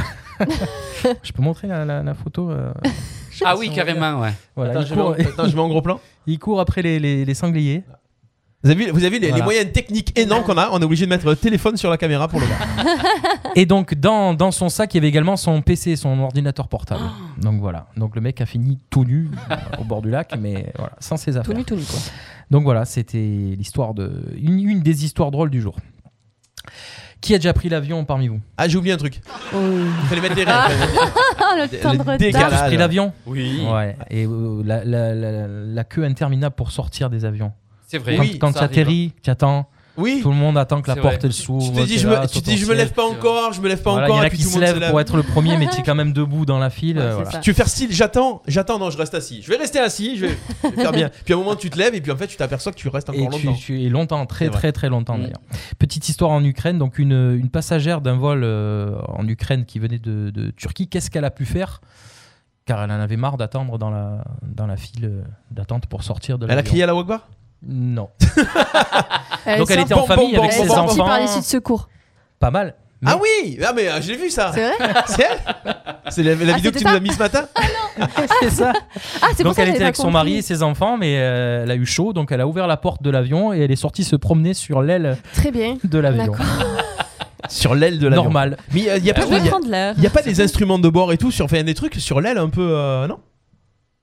Speaker 3: je peux montrer la, la- la photo euh,
Speaker 4: [laughs] Ah oui, carrément, ouais.
Speaker 3: voilà,
Speaker 2: Attends,
Speaker 3: il,
Speaker 2: je
Speaker 3: court,
Speaker 2: mets en- attends, je mets en gros plan.
Speaker 3: [laughs] il court après les, les- les sangliers.
Speaker 2: Vous avez vu, vous avez vu les, les
Speaker 3: Voilà.
Speaker 2: moyens techniques énormes qu'on a On est obligé de mettre le téléphone sur la caméra pour le voir.
Speaker 3: Et donc, dans, dans son sac, il y avait également son PC, son ordinateur portable.
Speaker 5: Ah.
Speaker 3: Donc voilà. Donc le mec a fini tout nu euh, au bord du lac, mais voilà, sans ses
Speaker 5: Tout
Speaker 3: affaires.
Speaker 5: nu, tout nu, quoi.
Speaker 3: Donc voilà, c'était l'histoire de une, une des histoires drôles du jour. Qui a déjà pris l'avion parmi vous
Speaker 2: Ah, j'ai oublié un truc. Il fallait mettre les rêves.
Speaker 5: Ah. Ah, [laughs] le temps de
Speaker 2: le
Speaker 5: retard.
Speaker 2: décalage.
Speaker 3: Qui a pris l'avion
Speaker 4: Oui,
Speaker 3: Ouais, et euh, la, la- la- la queue interminable pour sortir des avions.
Speaker 4: c'est vrai.
Speaker 3: quand quand
Speaker 4: ça
Speaker 3: tu atterris, tu attends.
Speaker 2: Oui.
Speaker 3: Tout le monde attend que la
Speaker 4: C'est
Speaker 3: porte
Speaker 4: vrai.
Speaker 3: elle s'ouvre.
Speaker 2: Tu te dis,
Speaker 3: t'es
Speaker 2: je
Speaker 3: là,
Speaker 2: me, tu
Speaker 3: toi,
Speaker 2: te dis,
Speaker 3: ton
Speaker 2: je me lève
Speaker 3: siège.
Speaker 2: pas
Speaker 4: c'est
Speaker 2: encore, je me lève pas
Speaker 3: Voilà,
Speaker 2: encore.
Speaker 3: il y en
Speaker 2: et
Speaker 3: a
Speaker 2: puis
Speaker 3: qui
Speaker 2: tout le
Speaker 3: se
Speaker 2: monde
Speaker 3: lèvent pour
Speaker 2: lève.
Speaker 3: être le premier,
Speaker 5: [laughs]
Speaker 3: mais tu es quand même debout dans la file.
Speaker 5: Ouais,
Speaker 3: euh,
Speaker 5: c'est
Speaker 3: voilà.
Speaker 5: ça.
Speaker 2: Tu veux faire style, j'attends, j'attends, non, je reste assis. Je vais rester assis, je vais, je vais faire bien. Puis à un moment, tu te lèves et puis en fait, tu t'aperçois que tu restes
Speaker 3: Et
Speaker 2: encore
Speaker 3: tu,
Speaker 2: longtemps.
Speaker 3: tu es longtemps,
Speaker 2: C'est
Speaker 3: très
Speaker 2: vrai.
Speaker 3: très très longtemps
Speaker 4: Mm.
Speaker 3: d'ailleurs. Petite histoire en Ukraine, donc une, une passagère d'un vol euh, en Ukraine qui venait de, de Turquie, qu'est-ce qu'elle a pu faire Car elle en avait marre d'attendre dans la, dans la file euh, d'attente pour sortir de
Speaker 2: Elle
Speaker 3: l'avion.
Speaker 2: a crié à la Wagbar [laughs]
Speaker 3: Non.
Speaker 5: Elle
Speaker 3: donc elle
Speaker 5: sort-
Speaker 3: était en
Speaker 2: bon,
Speaker 3: famille
Speaker 2: bon,
Speaker 3: avec
Speaker 5: elle est
Speaker 3: ses
Speaker 5: sortie
Speaker 3: enfants.
Speaker 5: par l'issue de secours.
Speaker 3: Pas mal. Mais-
Speaker 2: Ah oui Ah, mais euh, je l'ai vu ça
Speaker 5: C'est vrai
Speaker 2: [laughs] C'est elle C'est la, la
Speaker 5: Ah,
Speaker 2: vidéo
Speaker 5: c'était
Speaker 2: que tu
Speaker 5: ça
Speaker 2: nous as mise ce matin
Speaker 3: C'est ça.
Speaker 5: Ah, c'est pour
Speaker 3: Donc
Speaker 5: ça
Speaker 3: elle
Speaker 5: que j'avais
Speaker 3: était
Speaker 5: pas
Speaker 3: avec son
Speaker 5: compris.
Speaker 3: mari et ses enfants, mais euh, elle a eu chaud, donc elle a ouvert la porte de l'avion et elle est sortie se promener sur l'aile
Speaker 5: Très bien.
Speaker 3: de l'avion.
Speaker 2: Sur l'aile de
Speaker 3: Normal.
Speaker 2: Mais il n'y a, pas-
Speaker 5: Je vais
Speaker 2: y a-
Speaker 5: prendre l'air.
Speaker 2: y a
Speaker 5: [laughs]
Speaker 2: pas des instruments de bord et tout sur enfin, des trucs sur l'aile un peu. euh, non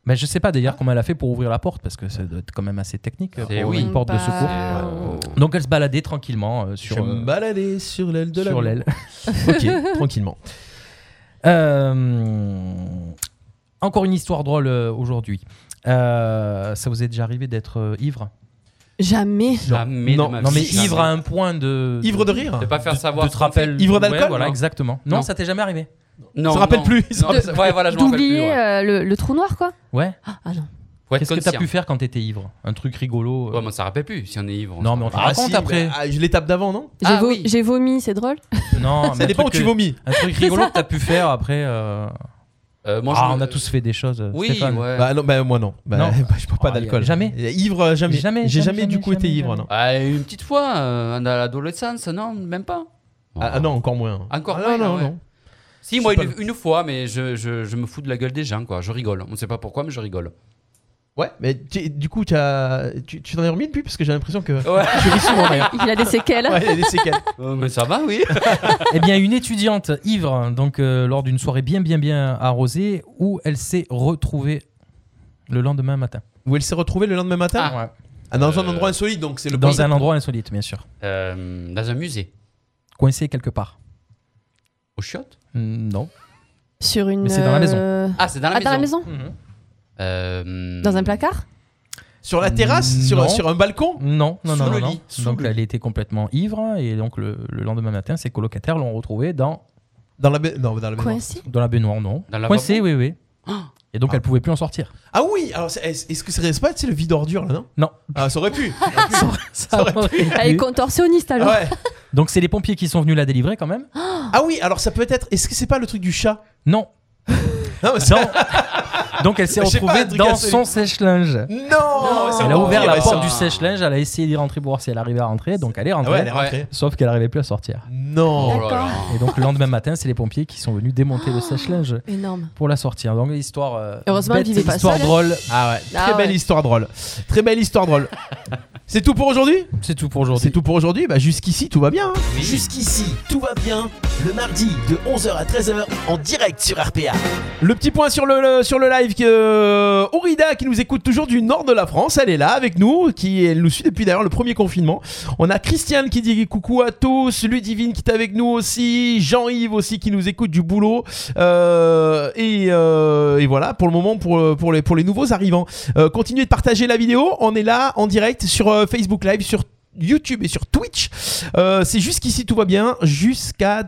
Speaker 3: Mais je sais pas d'ailleurs comment elle a fait pour ouvrir la porte, parce que ça doit être quand même assez technique euh, pour
Speaker 4: C'est-
Speaker 3: ouvrir
Speaker 4: oui.
Speaker 3: une porte de
Speaker 5: Bah,
Speaker 3: secours. Donc elle se baladait tranquillement euh, sur,
Speaker 2: Je vais
Speaker 3: euh,
Speaker 2: me balader sur l'aile de la
Speaker 3: sur
Speaker 5: [laughs]
Speaker 2: [laughs]
Speaker 3: l'aile.
Speaker 2: ok, [laughs] tranquillement.
Speaker 3: Euh, encore une histoire drôle euh, aujourd'hui. Euh, ça vous est déjà arrivé d'être euh, ivre
Speaker 5: Jamais.
Speaker 4: Jamais
Speaker 2: Non,
Speaker 4: de ma
Speaker 3: Non mais
Speaker 4: vie, jamais.
Speaker 3: ivre à un point de...
Speaker 2: Ivre de rire
Speaker 4: De pas faire savoir.
Speaker 3: de
Speaker 4: ce
Speaker 3: te
Speaker 4: qu'on fait.
Speaker 3: rappelles-
Speaker 2: Ivre
Speaker 3: ouais,
Speaker 2: d'alcool
Speaker 3: voilà,
Speaker 4: Non.
Speaker 3: exactement. Non,
Speaker 4: Non.
Speaker 3: ça t'est jamais arrivé
Speaker 4: Non,
Speaker 2: se rappelle
Speaker 4: non.
Speaker 2: plus, il
Speaker 3: [laughs]
Speaker 2: se
Speaker 4: Non,
Speaker 2: rappelle
Speaker 4: c'est- ouais, voilà, je me rappelle plus.
Speaker 5: D'oublier
Speaker 4: ouais.
Speaker 5: euh, le, le trou noir, quoi.
Speaker 3: Ouais.
Speaker 5: Ah non.
Speaker 4: Faut être
Speaker 3: Qu'est-ce que t'as
Speaker 4: conscient.
Speaker 3: pu faire quand t'étais ivre Un truc rigolo euh,
Speaker 4: Ouais, mais on s'en rappelle plus si on est ivre. on
Speaker 3: Non,
Speaker 4: s'en
Speaker 3: mais on
Speaker 4: rappelle
Speaker 3: Ah, raconte après.
Speaker 4: bah,
Speaker 2: mais, ah, je l'étape d'avant, non
Speaker 5: J'ai
Speaker 4: Ah
Speaker 5: vo-
Speaker 4: oui.
Speaker 5: j'ai vomi, c'est drôle.
Speaker 3: Non, mais
Speaker 2: Ça
Speaker 3: un
Speaker 2: dépend où
Speaker 3: truc
Speaker 2: tu
Speaker 3: que-
Speaker 2: vomis.
Speaker 3: Un truc rigolo que t'as pu faire après. euh,
Speaker 4: plus. Euh, moi, je
Speaker 3: Ah,
Speaker 4: me-
Speaker 3: on a tous fait des choses. euh,
Speaker 4: Oui,
Speaker 3: Stéphane.
Speaker 4: ouais.
Speaker 2: Bah, non, bah, moi non. Bah,
Speaker 3: Non.
Speaker 2: [laughs] bah, je bois
Speaker 3: Ah,
Speaker 2: pas
Speaker 3: y a-
Speaker 2: d'alcool.
Speaker 3: jamais
Speaker 2: Ivre, euh, jamais.
Speaker 3: Jamais,
Speaker 2: J'ai
Speaker 3: jamais,
Speaker 2: jamais, du
Speaker 3: jamais,
Speaker 2: coup été
Speaker 3: jamais,
Speaker 2: ivre,
Speaker 3: jamais.
Speaker 2: non.
Speaker 4: Ah, une petite fois, euh, à l'adolescence, non, même pas.
Speaker 2: Ah, ah non, encore moins.
Speaker 4: Encore
Speaker 2: Ah,
Speaker 4: moins,
Speaker 2: Non,
Speaker 4: ah
Speaker 2: non,
Speaker 4: ouais.
Speaker 2: non.
Speaker 4: Si, moi,
Speaker 2: C'est
Speaker 4: une,
Speaker 2: pas
Speaker 4: une fois, mais je, je, je me fous de la gueule des gens, quoi. Je rigole. On sait pas pourquoi, mais je rigole.
Speaker 2: Ouais, mais tu- du coup, tu as- tu tu t'en es remis depuis Parce que j'ai l'impression que.
Speaker 4: Ouais.
Speaker 2: Je ris souvent
Speaker 5: [laughs]
Speaker 2: d'ailleurs.
Speaker 5: Il a des séquelles.
Speaker 2: Ah, Ouais, il y a des
Speaker 4: [laughs]
Speaker 2: séquelles.
Speaker 4: Euh, mais ça va, oui.
Speaker 3: Eh bien, une étudiante ivre, donc euh, lors d'une soirée bien, bien, bien arrosée, où elle s'est retrouvée le lendemain matin.
Speaker 2: Où elle s'est retrouvée le lendemain matin
Speaker 3: Ouais.
Speaker 2: Ah, Dans un
Speaker 4: Euh,
Speaker 2: endroit insolite, donc c'est le
Speaker 3: Dans
Speaker 2: point.
Speaker 3: un endroit insolite, bien sûr.
Speaker 4: Euh, dans un musée.
Speaker 3: Coincée quelque part.
Speaker 4: Au chiottes
Speaker 3: Mm, Non.
Speaker 5: Sur une.
Speaker 3: Mais c'est dans la maison.
Speaker 5: euh,
Speaker 4: Ah, c'est dans la
Speaker 5: Ah,
Speaker 4: maison.
Speaker 5: dans la maison
Speaker 4: Euh,
Speaker 5: Dans un placard
Speaker 2: Sur la terrasse
Speaker 3: Hmm. Non.
Speaker 2: sur, sur un balcon
Speaker 3: Non, non,
Speaker 2: Sous
Speaker 3: non,
Speaker 2: le
Speaker 3: non. non.
Speaker 2: lit, sous
Speaker 3: Donc,
Speaker 2: le
Speaker 3: elle était complètement ivre, et donc le, le lendemain matin, ses colocataires l'ont retrouvée dans,
Speaker 2: Dans la, ba- non, dans la maison.
Speaker 5: Coincé
Speaker 3: dans la baignoire, non
Speaker 4: Dans le
Speaker 3: Coincée, oui, oui.
Speaker 5: Oh.
Speaker 3: Et donc,
Speaker 2: Ah.
Speaker 3: elle pouvait plus en sortir.
Speaker 2: Ah oui, alors c'est- est-ce est-ce que ça reste pas, tu sais, le vide ordure là, non
Speaker 3: Non.
Speaker 2: Ah, ça aurait pu.
Speaker 3: [laughs] Ça aurait pu.
Speaker 5: Elle est contorsionniste alors. [gasps]
Speaker 2: Ah ouais.
Speaker 3: Donc, c'est les pompiers qui sont venus la délivrer quand même
Speaker 2: Ah oui, alors ça peut être. Est-ce que c'est pas le truc du chat
Speaker 3: Non,
Speaker 2: Non, mais c'est-
Speaker 3: Dans- Donc elle s'est
Speaker 2: Je sais pas,
Speaker 3: retrouvée
Speaker 2: un truc
Speaker 3: dans
Speaker 2: assez-
Speaker 3: son sèche-linge.
Speaker 2: Non,
Speaker 5: Ah,
Speaker 3: Elle a
Speaker 5: bon,
Speaker 3: ouvert
Speaker 4: ok,
Speaker 3: la
Speaker 4: bah,
Speaker 3: porte
Speaker 4: ça-
Speaker 3: du sèche-linge, elle a essayé d'y rentrer pour voir si elle arrivait à rentrer, donc elle est
Speaker 2: Ah
Speaker 3: rentrée.
Speaker 2: ouais, elle est rentrée.
Speaker 3: Sauf qu'elle n'arrivait plus à sortir.
Speaker 2: Non.
Speaker 4: Oh là là.
Speaker 3: Et donc le lendemain matin, c'est les pompiers qui sont venus démonter le sèche-linge
Speaker 5: Ah, Énorme.
Speaker 3: pour la sortir. Donc l'histoire. euh,
Speaker 5: Heureusement,
Speaker 3: bête,
Speaker 5: elle vivait pas
Speaker 3: Histoire
Speaker 5: seule.
Speaker 3: drôle.
Speaker 2: Ah ouais, très
Speaker 5: Ah
Speaker 2: belle
Speaker 5: ouais.
Speaker 2: histoire drôle. Très belle histoire drôle. c'est tout pour aujourd'hui
Speaker 3: C'est tout pour
Speaker 2: C'est
Speaker 3: aujourd'hui.
Speaker 2: tout pour aujourd'hui. Bah jusqu'ici, tout va bien. hein.
Speaker 1: Jusqu'ici, tout va bien. Le mardi de 11h à 13h en direct sur RPA.
Speaker 2: Le petit point sur le, le- sur le live que Ourida qui nous écoute toujours du nord de la France, elle est là avec nous, qui elle nous suit depuis d'ailleurs le premier confinement. On a Christiane qui dit coucou à tous, Ludivine qui est avec nous aussi, Jean-Yves aussi qui nous écoute du boulot. Euh, et, euh, et voilà pour le moment pour, pour, les, pour les nouveaux arrivants. Euh, continuez de partager la vidéo, on est là en direct sur euh, Facebook Live, sur YouTube et sur Twitch. Euh, c'est jusqu'ici tout va bien jusqu'à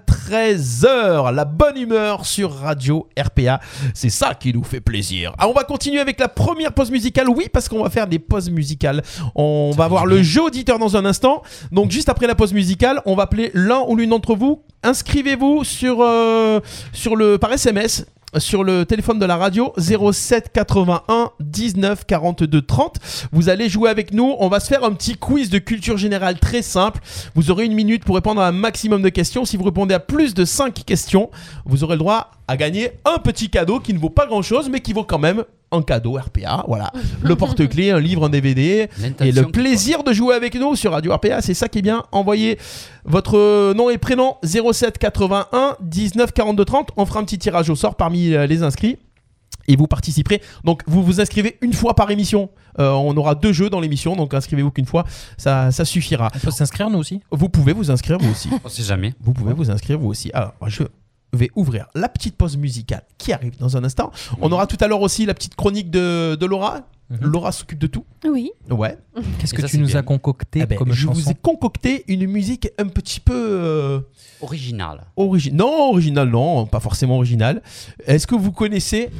Speaker 2: 13h. La bonne humeur sur Radio RPA. C'est ça qui nous fait plaisir. Ah, on va continuer avec la première pause musicale. Oui, parce qu'on va faire des pauses musicales. On va voir le jeu auditeur dans un instant. Donc, juste après la pause musicale, on va appeler l'un ou l'une d'entre vous. Inscrivez-vous sur, euh, sur le, par SMS sur le téléphone de la radio 07 81 19 42 30. Vous allez jouer avec nous. On va se faire un petit quiz de culture générale très simple. Vous aurez une minute pour répondre à un maximum de questions. Si vous répondez à plus de 5 questions, vous aurez le droit à gagner un petit cadeau qui ne vaut pas grand chose, mais qui vaut quand même un cadeau RPA. Voilà. Le porte-clés, un livre, un DVD.
Speaker 4: L'intention
Speaker 2: Et le
Speaker 4: qui compte.
Speaker 2: plaisir de jouer avec nous sur Radio RPA, c'est ça qui est bien. Envoyez votre nom et prénom 07 81 19 42 30. On fera un petit tirage au sort parmi euh, les inscrits. Et vous participerez. Donc, vous vous inscrivez une fois par émission. Euh, on aura deux jeux dans l'émission, donc inscrivez-vous qu'une fois. Ça, ça suffira.
Speaker 3: On peut s'inscrire nous aussi
Speaker 2: Vous pouvez vous inscrire vous aussi.
Speaker 4: [laughs] On sait jamais.
Speaker 2: Vous pouvez vous inscrire vous aussi. Alors, je vais ouvrir la petite pause musicale qui arrive dans un instant. On aura tout à l'heure aussi la petite chronique de, de Laura
Speaker 3: Mhm.
Speaker 2: Laura s'occupe de tout.
Speaker 5: Oui.
Speaker 2: Ouais.
Speaker 3: Qu'est-ce
Speaker 4: Et
Speaker 3: que
Speaker 4: ça,
Speaker 3: tu
Speaker 4: c'est
Speaker 3: nous
Speaker 4: bien.
Speaker 3: as concocté
Speaker 2: Eh ben,
Speaker 3: comme
Speaker 2: je
Speaker 3: chanson
Speaker 2: vous ai concocté une musique un petit peu euh,
Speaker 4: Original.
Speaker 2: origi- Non, originale, non, pas forcément originale. Est-ce que vous connaissez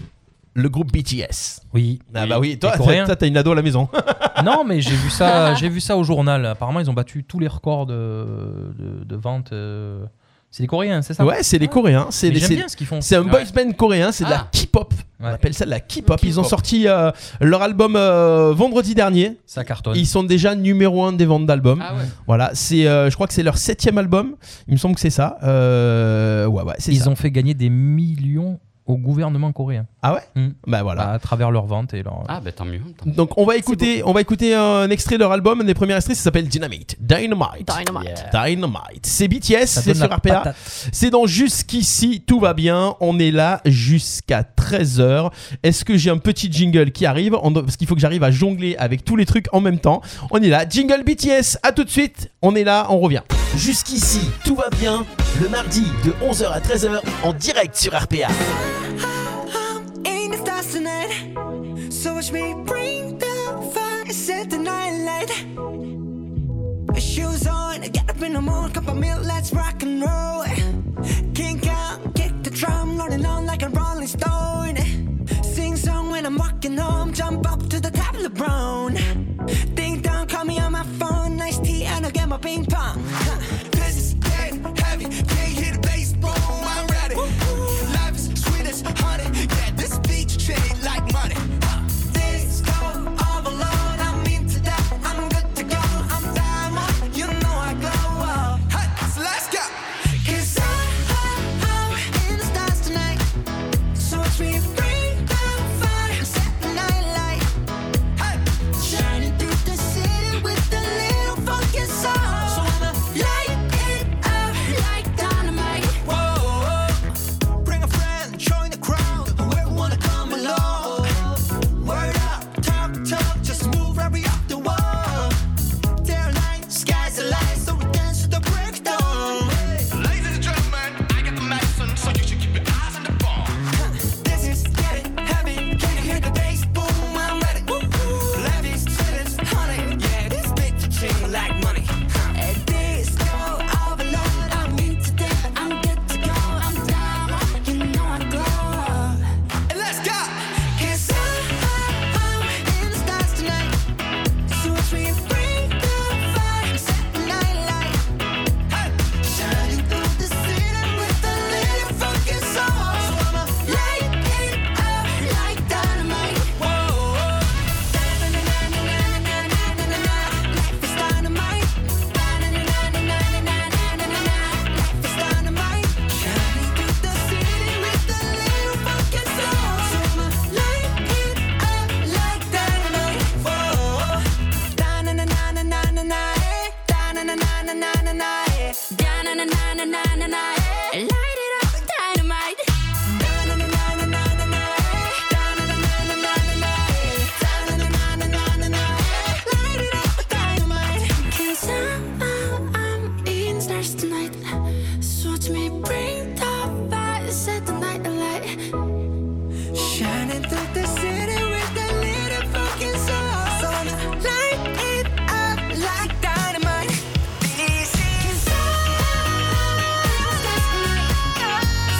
Speaker 2: le groupe BTS
Speaker 3: Oui.
Speaker 2: Ah
Speaker 4: Oui,
Speaker 2: bah oui, toi,
Speaker 3: les Coréens.
Speaker 2: toi, t'as une ado à la maison.
Speaker 3: [laughs] non, mais j'ai vu ça, j'ai vu ça au journal. Apparemment, ils ont battu tous les records de, de, de vente. euh, C'est les Coréens, c'est ça
Speaker 2: ouais, c'est les Coréens. C'est
Speaker 3: Mais
Speaker 2: les-
Speaker 3: J'aime
Speaker 2: c'est-
Speaker 3: bien ce qu'ils font.
Speaker 2: C'est un
Speaker 4: Ouais.
Speaker 2: boys band coréen, c'est de la
Speaker 4: Ah.
Speaker 2: K-pop. On
Speaker 3: Ouais.
Speaker 2: appelle ça de la K-pop. Ils ont
Speaker 4: K-pop.
Speaker 2: sorti euh, leur album euh, vendredi dernier.
Speaker 3: Ça cartonne.
Speaker 2: Ils sont déjà numéro un des ventes d'albums.
Speaker 4: Ah ouais.
Speaker 2: Voilà, c'est, euh, je crois que c'est leur septième album. Il me semble que c'est ça. Euh, ouais, ouais, c'est
Speaker 3: Ils
Speaker 2: ça.
Speaker 3: ont fait gagner des millions au gouvernement coréen
Speaker 2: Ah ouais
Speaker 3: Mm.
Speaker 2: Bah voilà.
Speaker 3: à travers leurs ventes et leur.
Speaker 4: Ah bah tant mieux. tant mieux.
Speaker 2: Euh, Donc on va écouter, on va écouter un extrait de leur album, un des premiers extraits, ça s'appelle Dynamite. Dynamite.
Speaker 5: Dynamite.
Speaker 4: Yeah.
Speaker 2: Dynamite. C'est BTS,
Speaker 3: Ça
Speaker 2: c'est
Speaker 3: donne la
Speaker 2: sur RPA.
Speaker 3: patate.
Speaker 2: C'est dans jusqu'ici, tout va bien. On est là jusqu'à 13h. Est-ce que j'ai un petit jingle qui arrive On doit- Parce qu'il faut que j'arrive à jongler avec tous les trucs en même temps. On est là. Jingle BTS, à tout de suite. On est là, on revient.
Speaker 1: Jusqu'ici, tout va bien. Le mardi de 11h à 13h en direct sur RPA.
Speaker 6: Ain't the stars tonight. So watch me bring the fire, set the night light. Shoes on, get up in the morning, cup of milk, let's rock and roll. Kink out, kick the drum, rolling on like a rolling stone. Sing song when I'm walking home, jump up to the top of LeBron. Ding dong, call me on my phone, nice tea, and I'll get my ping pong. Huh. This is dead heavy, can't hit a bass, boom, I'm ready. Life is sweet as honey, yeah, this beach treated like money. Huh. This go all alone, I'm into that, I'm good to go, I'm diamond, you know I glow up. Hey, so let's go. Cause I, I, I'm in the stars tonight, so watch me bring the fire, set the night light. Shining through the city with a little funky soul. So I'ma light it up like dynamite. Whoa, bring a friend, join the crowd. Whoever wanna come along. Word up, talk, talk, just move right we up the wall. Their night, skies alight, so we dance to the breakdown.
Speaker 7: Ladies and gentlemen, I got the medicine, so you should keep your eyes on the ball.
Speaker 6: This is getting heavy. Can you hear the bass? Boom, I'm ready. Levies, tennis, honey. Yeah, this bitch is chilling like money. At this go all alone. I'm into that. I'm good to go. I'm down. You know I glow. And let's go. Cause I, I'm in the stars tonight. So watch me bring the fire, set the night light. Shining through the city with a little funky soul. So I'ma light it up like dynamite. Whoa. Na na na na na na na na na. Life is dynamite. Na na na na na na na na na. Life is dynamite. Shining through the city with a little funky soul. So I'ma light it up like dynamite. Whoa. Na na na na na na na. Na na na na na na na.
Speaker 8: na na na na na na Light it up with dynamite.
Speaker 6: Cause I'm, I'm in stars tonight. So watch me bring the fire, set the night alight. Shining through the city with a little fucking soul. So I'ma light it up like dynamite. This is so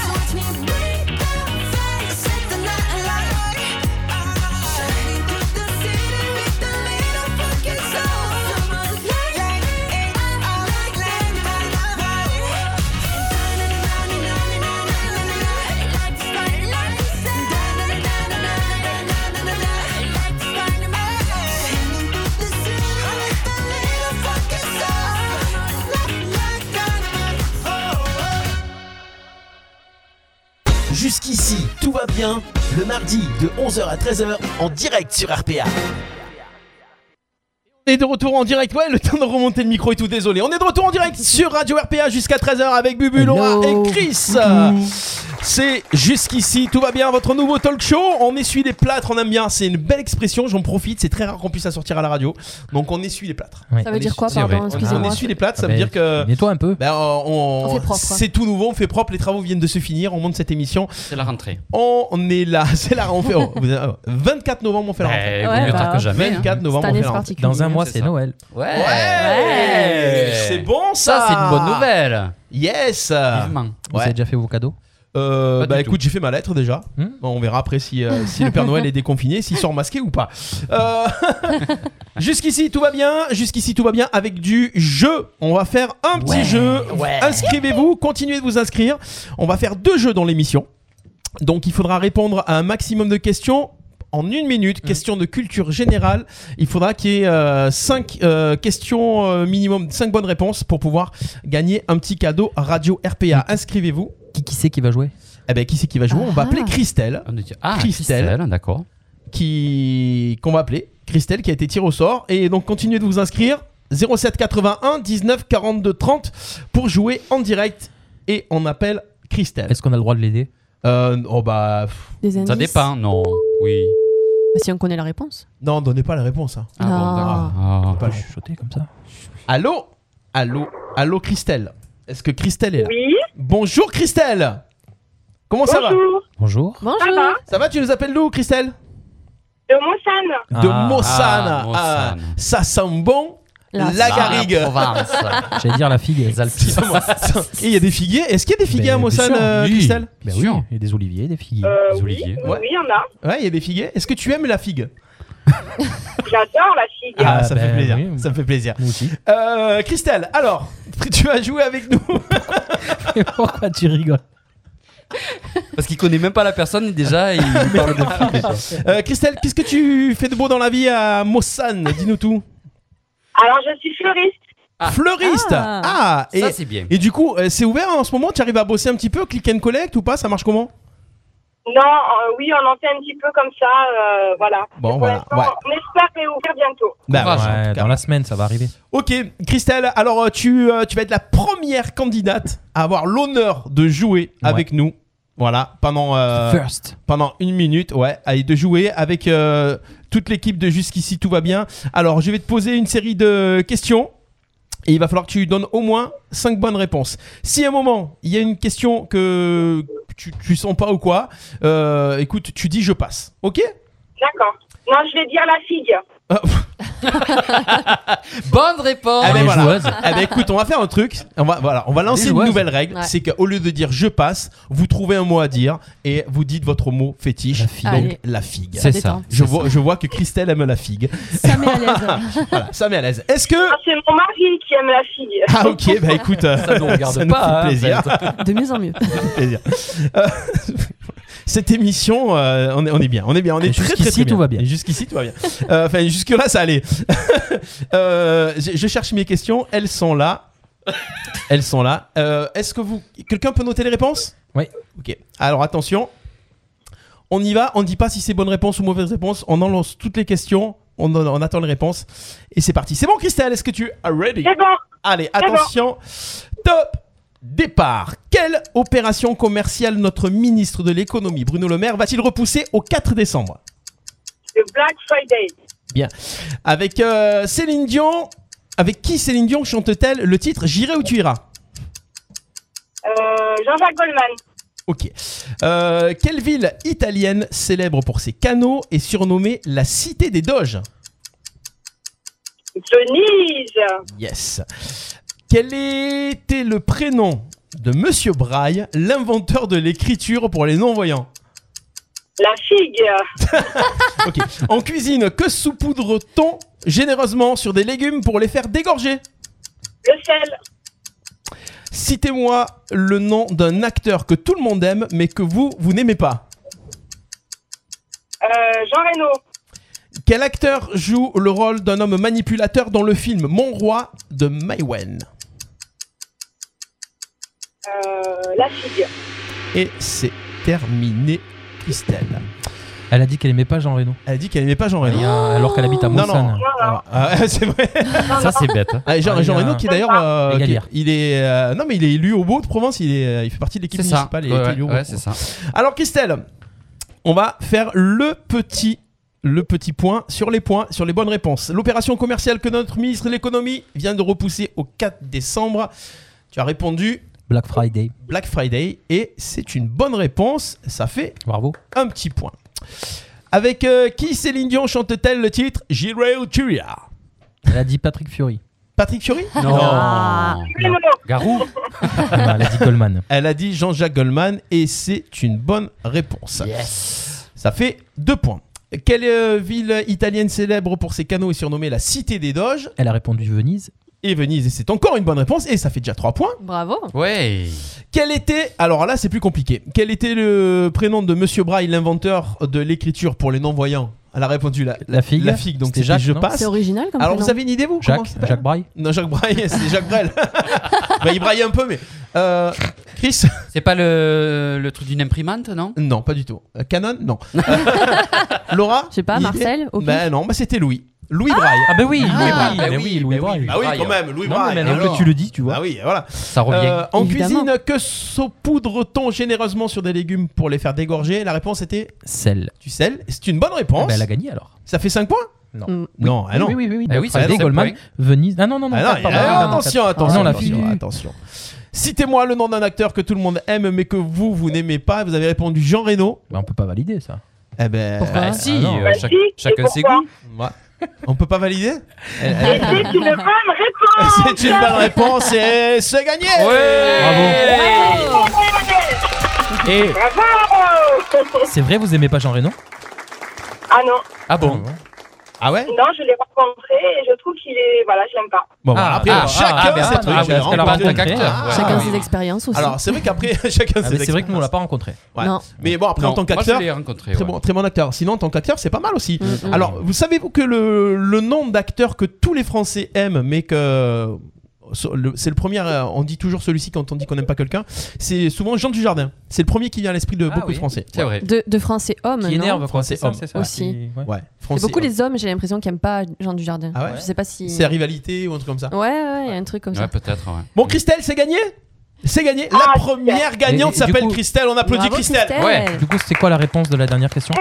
Speaker 6: watch me bring the fire, set the night alight. Shining through the city with a little fucking soul. So I'ma light it up like dynamite.
Speaker 1: Jusqu'ici, tout va bien. Le mardi de 11h à 13h en direct sur RPA.
Speaker 2: est de retour en direct. Ouais, le temps de remonter le micro et tout, désolé. On est de retour en direct sur Radio RPA jusqu'à 13h avec Bubu, Laura
Speaker 5: Hello.
Speaker 2: et Chris. C'est jusqu'ici, tout va bien, votre nouveau talk show. On essuie les plâtres, on aime bien. C'est une belle expression, j'en profite. C'est très rare qu'on puisse la sortir à la radio. Donc on essuie les plâtres.
Speaker 5: Ça
Speaker 2: On
Speaker 5: veut dire
Speaker 2: est-
Speaker 5: quoi,
Speaker 4: c'est
Speaker 5: pardon
Speaker 4: vrai.
Speaker 2: On- On
Speaker 5: Excusez-moi.
Speaker 2: essuie les plâtres, ça
Speaker 3: Ah
Speaker 2: veut
Speaker 3: ben,
Speaker 2: dire que.
Speaker 3: Nettoie un peu.
Speaker 2: Ben, on,
Speaker 5: On fait propre. hein.
Speaker 2: C'est tout nouveau, on fait propre, les travaux viennent de se finir, on monte cette émission.
Speaker 4: C'est la rentrée.
Speaker 2: On est là, [laughs] c'est la rentrée. Oh, vous avez- oh, 24 novembre, on fait la rentrée.
Speaker 4: Eh, vaut
Speaker 5: Ouais,
Speaker 4: mieux
Speaker 5: bah,
Speaker 4: tard que jamais. hein.
Speaker 2: 24
Speaker 5: Cette
Speaker 2: novembre, on
Speaker 5: année, c'est
Speaker 2: fait la rentrée.
Speaker 5: particulier.
Speaker 3: Dans un mois,
Speaker 4: c'est
Speaker 3: c'est
Speaker 4: ça.
Speaker 3: Noël.
Speaker 4: Ouais.
Speaker 5: Ouais.
Speaker 2: C'est bon ça.
Speaker 4: Ça, c'est une bonne nouvelle.
Speaker 2: Yes.
Speaker 4: Vivement.
Speaker 3: Vous
Speaker 2: Ouais.
Speaker 3: avez déjà fait vos cadeaux
Speaker 2: Euh,
Speaker 4: Pas
Speaker 2: bah
Speaker 4: du
Speaker 2: écoute, j'ai fait ma lettre déjà.
Speaker 3: Hmm.
Speaker 2: Bon, on verra après si, euh, si le Père Noël est déconfiné, s'il sort masqué ou pas.
Speaker 4: [laughs]
Speaker 2: Euh, Jusqu'ici tout va bien, jusqu'ici tout va bien avec du jeu. On va faire un petit jeu. Inscrivez-vous, continuez de vous inscrire. On va faire deux jeux dans l'émission. Donc il faudra répondre à un maximum de questions. En une minute,
Speaker 3: Mmh.
Speaker 2: question de culture générale. Il faudra qu'il y ait 5 questions euh, minimum, 5 bonnes réponses pour pouvoir gagner un petit cadeau Radio RPA. Inscrivez-vous.
Speaker 3: Qui, qui c'est qui va jouer
Speaker 2: Eh ben, qui c'est qui va jouer On
Speaker 5: Ah.
Speaker 2: va appeler Christelle,
Speaker 4: On est- Ah,
Speaker 2: Christelle.
Speaker 4: Christelle, d'accord.
Speaker 2: qui qu'on va appeler Christelle, qui a été tirée au sort. Et donc, continuez de vous inscrire 07 81 19 42 30 pour jouer en direct. Et on appelle Christelle.
Speaker 3: Est-ce qu'on a le droit de l'aider
Speaker 2: Euh, oh bah pff,
Speaker 5: Des indices
Speaker 4: Ça dépend, non. Oui.
Speaker 5: Bah, Si on connaît la réponse.
Speaker 2: non, donnez pas la réponse. hein.
Speaker 4: Ah, bon,
Speaker 5: Non.
Speaker 4: d'accord. Ah.
Speaker 2: Pas-
Speaker 3: chuchoter comme ça.
Speaker 2: Allô, allô, allô, Christelle. Est-ce que Christelle est là
Speaker 9: Oui,
Speaker 2: Bonjour Christelle. Comment ça va
Speaker 9: bonjour.
Speaker 3: Bonjour.
Speaker 9: Ça
Speaker 5: Bonjour.
Speaker 9: va
Speaker 2: Ça va Tu nous appelles d'où, Christelle
Speaker 9: De Monsanne.
Speaker 2: De
Speaker 3: Ah,
Speaker 2: Mossane.
Speaker 4: ah,
Speaker 2: Ah,
Speaker 4: Mossane.
Speaker 2: ça sent bon.
Speaker 5: La-
Speaker 2: la
Speaker 4: Ah,
Speaker 2: garrigue.
Speaker 4: La Provence.
Speaker 3: J'allais dire la figue.
Speaker 4: Les
Speaker 2: [laughs]
Speaker 4: Alpes.
Speaker 2: Et il y a des figuiers. Est-ce qu'il y a des figuiers à Mossane, euh, Christelle
Speaker 3: Ben
Speaker 4: Bien
Speaker 3: oui,
Speaker 4: sûr.
Speaker 3: il y a des oliviers, des figuiers.
Speaker 9: Euh,
Speaker 4: Les
Speaker 9: oui,
Speaker 4: oliviers.
Speaker 9: oui,
Speaker 2: Ouais.
Speaker 9: oui, il y en a.
Speaker 2: Ouais, il y a des figuiers. Est-ce que tu aimes la figue
Speaker 9: J'adore la figue.
Speaker 3: Ah,
Speaker 2: ça,
Speaker 3: ben
Speaker 2: fait plaisir.
Speaker 3: oui.
Speaker 2: ça me fait plaisir.
Speaker 3: Nous aussi.
Speaker 2: Euh, Christelle, alors, [laughs] tu as joué
Speaker 3: [laughs]
Speaker 2: avec nous.
Speaker 3: Pourquoi tu rigoles
Speaker 4: Parce qu'il connaît même pas la personne et déjà il
Speaker 3: [laughs]
Speaker 4: parle de flippé.
Speaker 2: Euh, Christelle, qu'est-ce que tu fais de beau dans la vie à Mossane Dis-nous tout.
Speaker 9: Alors, je suis fleuriste.
Speaker 4: Ah.
Speaker 2: Fleuriste
Speaker 5: Ah.
Speaker 2: Ah, et,
Speaker 4: Ça c'est bien.
Speaker 2: et du coup, euh, c'est ouvert en ce moment Tu arrives à bosser un petit peu Click and collect ou pas Ça marche comment
Speaker 9: Non, euh, oui, on en fait un petit peu comme ça. euh, voilà.
Speaker 2: Bon,
Speaker 9: Pour
Speaker 2: voilà.
Speaker 9: l'instant,
Speaker 2: Ouais.
Speaker 9: On espère réouvrir bientôt.
Speaker 2: Bah,
Speaker 4: Courage,
Speaker 2: voilà, en
Speaker 3: Ouais,
Speaker 2: tout cas.
Speaker 3: dans la semaine, ça va arriver.
Speaker 2: Ok, Christelle, alors euh, tu, euh, tu vas être la première candidate à avoir l'honneur de jouer
Speaker 3: Ouais.
Speaker 2: avec nous. Voilà, pendant, euh,
Speaker 3: First.
Speaker 2: pendant une minute, ouais, et de jouer avec euh, toute l'équipe de Jusqu'ici, tout va bien. Alors, je vais te poser une série de questions. Et il va falloir que tu donnes au moins 5 bonnes réponses. Si à un moment, il y a une question que tu, tu sens pas ou quoi, euh, écoute, tu dis je passe. Ok
Speaker 9: D'accord. Non, je vais dire la figue.
Speaker 2: Oh.
Speaker 5: [laughs]
Speaker 4: Bonne réponse.
Speaker 2: Ah ben
Speaker 3: Les
Speaker 2: voilà.
Speaker 3: joueuses.
Speaker 2: Eh ben écoute, on va faire un truc. On va, voilà, on va lancer
Speaker 3: Des
Speaker 2: une
Speaker 3: joueuses.
Speaker 2: nouvelle règle.
Speaker 5: Ouais.
Speaker 2: C'est qu'au lieu de dire je passe, vous trouvez un mot à dire et vous dites votre mot fétiche.
Speaker 3: La figue.
Speaker 2: Donc
Speaker 5: Allez.
Speaker 2: la figue.
Speaker 4: C'est
Speaker 5: détend.
Speaker 4: ça.
Speaker 2: Je vois, je vois que Christelle aime la figue. [laughs]
Speaker 5: Ça met à l'aise.
Speaker 2: Voilà, ça met à l'aise. Est-ce que.
Speaker 9: Ah, C'est mon mari qui aime la figue.
Speaker 2: Ah, ok,
Speaker 9: [laughs]
Speaker 2: bah écoute, euh,
Speaker 4: Ça nous regarde pas.
Speaker 2: ça fait
Speaker 4: hein,
Speaker 2: plaisir.
Speaker 4: en fait.
Speaker 5: De mieux en mieux.
Speaker 2: [laughs] plaisir. Euh, Cette émission, euh, on, est, on est bien, on est bien, on est
Speaker 3: Et
Speaker 2: très, très,
Speaker 3: jusqu'ici,
Speaker 2: très
Speaker 3: tout va bien.
Speaker 2: Et Jusqu'ici tout va bien. Euh, Enfin, jusque là, ça allait. [laughs] Euh, je, je cherche mes questions, elles sont là, elles sont là. Euh, Est-ce que vous, quelqu'un peut noter les réponses
Speaker 3: Oui.
Speaker 2: Ok. Alors attention, on y va. On ne dit pas si c'est bonne réponse ou mauvaise réponse. On en lance toutes les questions. On, en- on attend les réponses et c'est parti. C'est bon, Christelle. Est-ce que tu are ready
Speaker 9: C'est bon.
Speaker 2: Allez,
Speaker 9: bon.
Speaker 2: attention. Top départ. Quelle opération commerciale notre ministre de l'économie, Bruno Le Maire, va-t-il repousser au 4 décembre
Speaker 9: Le Black Friday.
Speaker 2: Avec euh, Céline Dion. Avec qui Céline Dion chante-t-elle le titre J'irai où tu iras
Speaker 9: Euh, Jean-Jacques Goldman.
Speaker 2: Ok. Euh, quelle ville italienne célèbre pour ses canaux est surnommée la cité des doges
Speaker 9: Denise.
Speaker 2: Yes. Quel était le prénom de Monsieur Braille, l'inventeur de l'écriture pour les non-voyants
Speaker 9: La figue.
Speaker 2: [laughs] Ok. En cuisine, que saupoudre-t-on généreusement sur des légumes pour les faire dégorger
Speaker 9: Le sel.
Speaker 2: Citez-moi le nom d'un acteur que tout le monde aime, mais que vous, vous n'aimez pas.
Speaker 9: Euh, Jean Reno.
Speaker 2: Quel acteur joue le rôle d'un homme manipulateur dans le film Mon Roi de Maïwen
Speaker 9: Euh, la figue.
Speaker 2: Et c'est terminé, Christelle.
Speaker 3: Elle a dit qu'elle aimait pas Jean Reno.
Speaker 2: Elle a dit qu'elle aimait pas Jean Reno.
Speaker 3: Et, euh, alors qu'elle habite à
Speaker 2: Non, non.
Speaker 3: Monsanne.
Speaker 2: Alors,
Speaker 3: [laughs]
Speaker 2: ah, c'est [laughs] vrai.
Speaker 4: Ça, c'est bête. hein.
Speaker 2: Ah, Jean,
Speaker 3: Ah,
Speaker 2: Jean
Speaker 3: il y a
Speaker 2: Reno
Speaker 3: un-
Speaker 2: qui est d'ailleurs, euh,
Speaker 3: Les
Speaker 2: qui-
Speaker 3: Galières.
Speaker 2: il est, euh, non mais il est élu au Beau de Provence. Il est, euh, il fait partie de l'équipe
Speaker 4: C'est ça.
Speaker 2: municipale. et il a été
Speaker 4: Ouais,
Speaker 2: élu au Beau
Speaker 4: ouais,
Speaker 2: de
Speaker 4: c'est ça.
Speaker 2: Alors Christelle, on va faire le petit le petit point sur les points, sur les bonnes réponses. L'opération commerciale que notre ministre de l'économie vient de repousser au 4 décembre. Tu as répondu
Speaker 3: Black Friday.
Speaker 2: Black Friday et c'est une bonne réponse. Ça fait
Speaker 3: Bravo.
Speaker 2: un petit point. Avec euh, qui Céline Dion chante-t-elle le titre Giro Turia
Speaker 3: Elle a dit Patrick Fury.
Speaker 2: Patrick
Speaker 3: [laughs]
Speaker 2: Fiori
Speaker 5: Ah.
Speaker 4: Non. Garou
Speaker 3: Ah, elle a dit Coleman.
Speaker 2: Elle a dit Jean-Jacques Goldman et c'est une bonne réponse.
Speaker 4: Yes
Speaker 2: Ça fait deux points. Quelle euh, ville italienne célèbre pour ses canaux est surnommée la Cité des Doges
Speaker 3: Elle a répondu Venise.
Speaker 2: Et Venise, et c'est encore une bonne réponse, et ça fait déjà trois points.
Speaker 5: Bravo.
Speaker 4: Ouais
Speaker 2: Quel était, alors là c'est plus compliqué, quel était le prénom de Monsieur Braille, l'inventeur de l'écriture pour les non-voyants Elle a répondu la,
Speaker 3: La figue.
Speaker 2: la figue, donc
Speaker 3: C'était
Speaker 2: c'était
Speaker 3: Jacques,
Speaker 2: Je
Speaker 3: non
Speaker 2: passe.
Speaker 5: C'est original comme
Speaker 2: Alors
Speaker 5: prénom.
Speaker 2: vous avez une idée vous comment
Speaker 3: Jacques,
Speaker 2: ça s'appelle
Speaker 3: Jacques Braille.
Speaker 2: Non, Jacques Braille, [laughs] c'est Jacques Brel. Bah, il braille un peu, mais. Euh,
Speaker 3: [laughs]
Speaker 2: Chris
Speaker 4: C'est pas le, le truc d'une imprimante, non
Speaker 2: Non, pas du tout. Euh, Canon
Speaker 5: [laughs]
Speaker 2: Non. Euh, Laura
Speaker 5: Je sais pas,
Speaker 2: une idée
Speaker 5: Marcel, au pif.
Speaker 2: Bah non, bah, c'était Louis. Louis Braille.
Speaker 3: Ah, ben oui,
Speaker 4: Ah,
Speaker 3: Louis Braille.
Speaker 4: ben
Speaker 3: Ben
Speaker 4: oui,
Speaker 3: oui, Louis
Speaker 4: ben oui.
Speaker 3: Braille.
Speaker 2: Ah oui,
Speaker 4: Braille.
Speaker 2: quand même,
Speaker 3: Non,
Speaker 2: Louis
Speaker 3: mais
Speaker 2: Braille.
Speaker 3: maintenant
Speaker 2: alors.
Speaker 3: que tu le dis, tu vois.
Speaker 2: Ah oui, voilà.
Speaker 4: Ça revient.
Speaker 2: Euh, en
Speaker 5: Évidemment.
Speaker 2: cuisine, que saupoudre-t-on généreusement sur des légumes pour les faire dégorger La réponse était
Speaker 3: Celle.
Speaker 2: du sel. C'est une bonne réponse.
Speaker 3: Ben, elle a gagné alors.
Speaker 2: Ça fait 5 points
Speaker 3: Non.
Speaker 5: Mm.
Speaker 2: Non, ah non.
Speaker 3: Oui, oui, oui. oui.
Speaker 4: Eh oui, ça
Speaker 3: Friday,
Speaker 4: fait
Speaker 3: Goldman,
Speaker 4: sept
Speaker 3: Venise. Ah non, non, non.
Speaker 2: Ah non,
Speaker 3: pas- pas- pas-
Speaker 2: ah,
Speaker 3: pas-
Speaker 2: attention,
Speaker 3: Ah
Speaker 2: attention,
Speaker 3: non, la
Speaker 2: attention,
Speaker 3: figue.
Speaker 2: attention. Citez-moi le nom d'un acteur que tout le monde aime mais que vous, vous n'aimez pas. Vous avez répondu Jean Reno.
Speaker 3: Ben, on peut pas valider ça.
Speaker 2: Eh ben,
Speaker 5: Pourquoi
Speaker 4: Bah,
Speaker 5: Ah,
Speaker 4: si,
Speaker 3: non.
Speaker 4: euh,
Speaker 9: Bah,
Speaker 4: chac-
Speaker 9: si, et
Speaker 4: chacun ses
Speaker 9: pourquoi
Speaker 4: goûts.
Speaker 2: ouais. on peut pas valider Elle-
Speaker 9: Et
Speaker 2: elle-
Speaker 9: c'est une bonne réponse
Speaker 2: C'est une bonne réponse et c'est gagné
Speaker 4: Ouais Bravo
Speaker 3: Et
Speaker 9: Bravo
Speaker 3: c'est vrai, vous aimez pas Jean Reno
Speaker 9: Ah non,
Speaker 4: Ah bon
Speaker 2: Ah ouais
Speaker 9: non, je l'ai rencontré et je trouve qu'il est... Voilà, je l'aime pas.
Speaker 2: Bon, voilà,
Speaker 3: Ah,
Speaker 2: après,
Speaker 4: ah,
Speaker 2: chacun
Speaker 4: ah,
Speaker 2: ses
Speaker 4: ah, ah,
Speaker 2: trucs. hein. j'ai
Speaker 4: parce qu'elle a
Speaker 2: rencontré-
Speaker 4: rencontré un acteur.
Speaker 5: Chacun
Speaker 4: Ah,
Speaker 5: ses
Speaker 4: oui.
Speaker 5: expériences aussi.
Speaker 2: Alors, c'est vrai qu'après, [laughs] chacun
Speaker 3: Ah,
Speaker 2: ses
Speaker 3: mais C'est vrai que nous, on l'a
Speaker 2: expériences.
Speaker 3: pas rencontré.
Speaker 2: Ouais.
Speaker 5: Non.
Speaker 2: Mais bon, après, en
Speaker 4: Non,
Speaker 2: tant
Speaker 4: Moi,
Speaker 2: qu'acteur,
Speaker 4: je l'ai rencontré.
Speaker 2: très
Speaker 4: ouais.
Speaker 2: bon, très bon acteur. Sinon, en tant qu'acteur, c'est pas mal aussi.
Speaker 5: Mm, mm.
Speaker 2: Alors, vous savez-vous que le, le nom d'acteur que tous les Français aiment, mais que euh, so- le- c'est le premier, euh, on dit toujours celui-ci quand on dit qu'on n'aime pas quelqu'un, c'est souvent Jean Dujardin. C'est le premier qui vient à l'esprit de
Speaker 3: Ah
Speaker 2: beaucoup
Speaker 3: oui,
Speaker 2: de Français.
Speaker 4: C'est vrai.
Speaker 5: De, de français hommes.
Speaker 3: Qui énerve, quoi.
Speaker 2: Français
Speaker 3: C'est ça,
Speaker 2: homme.
Speaker 3: c'est ça.
Speaker 5: Aussi.
Speaker 3: Ouais.
Speaker 2: Ouais,
Speaker 5: C'est
Speaker 2: Français.
Speaker 5: beaucoup les hommes, j'ai l'impression, qui aiment pas Jean Dujardin.
Speaker 2: Ah ouais
Speaker 5: Je sais pas si.
Speaker 2: C'est la rivalité ou un truc comme ça.
Speaker 5: Ouais, ouais, il y a un truc comme
Speaker 4: Ouais,
Speaker 5: ça.
Speaker 4: peut-être, ouais.
Speaker 2: Bon, Christelle, c'est gagné C'est gagné. La
Speaker 9: Ah,
Speaker 2: première gagnante
Speaker 3: Et- et du
Speaker 2: s'appelle
Speaker 3: coup-
Speaker 2: Christelle. On applaudit
Speaker 5: Bravo,
Speaker 2: Christelle.
Speaker 4: Ouais.
Speaker 3: Du coup, c'était quoi la réponse de la dernière question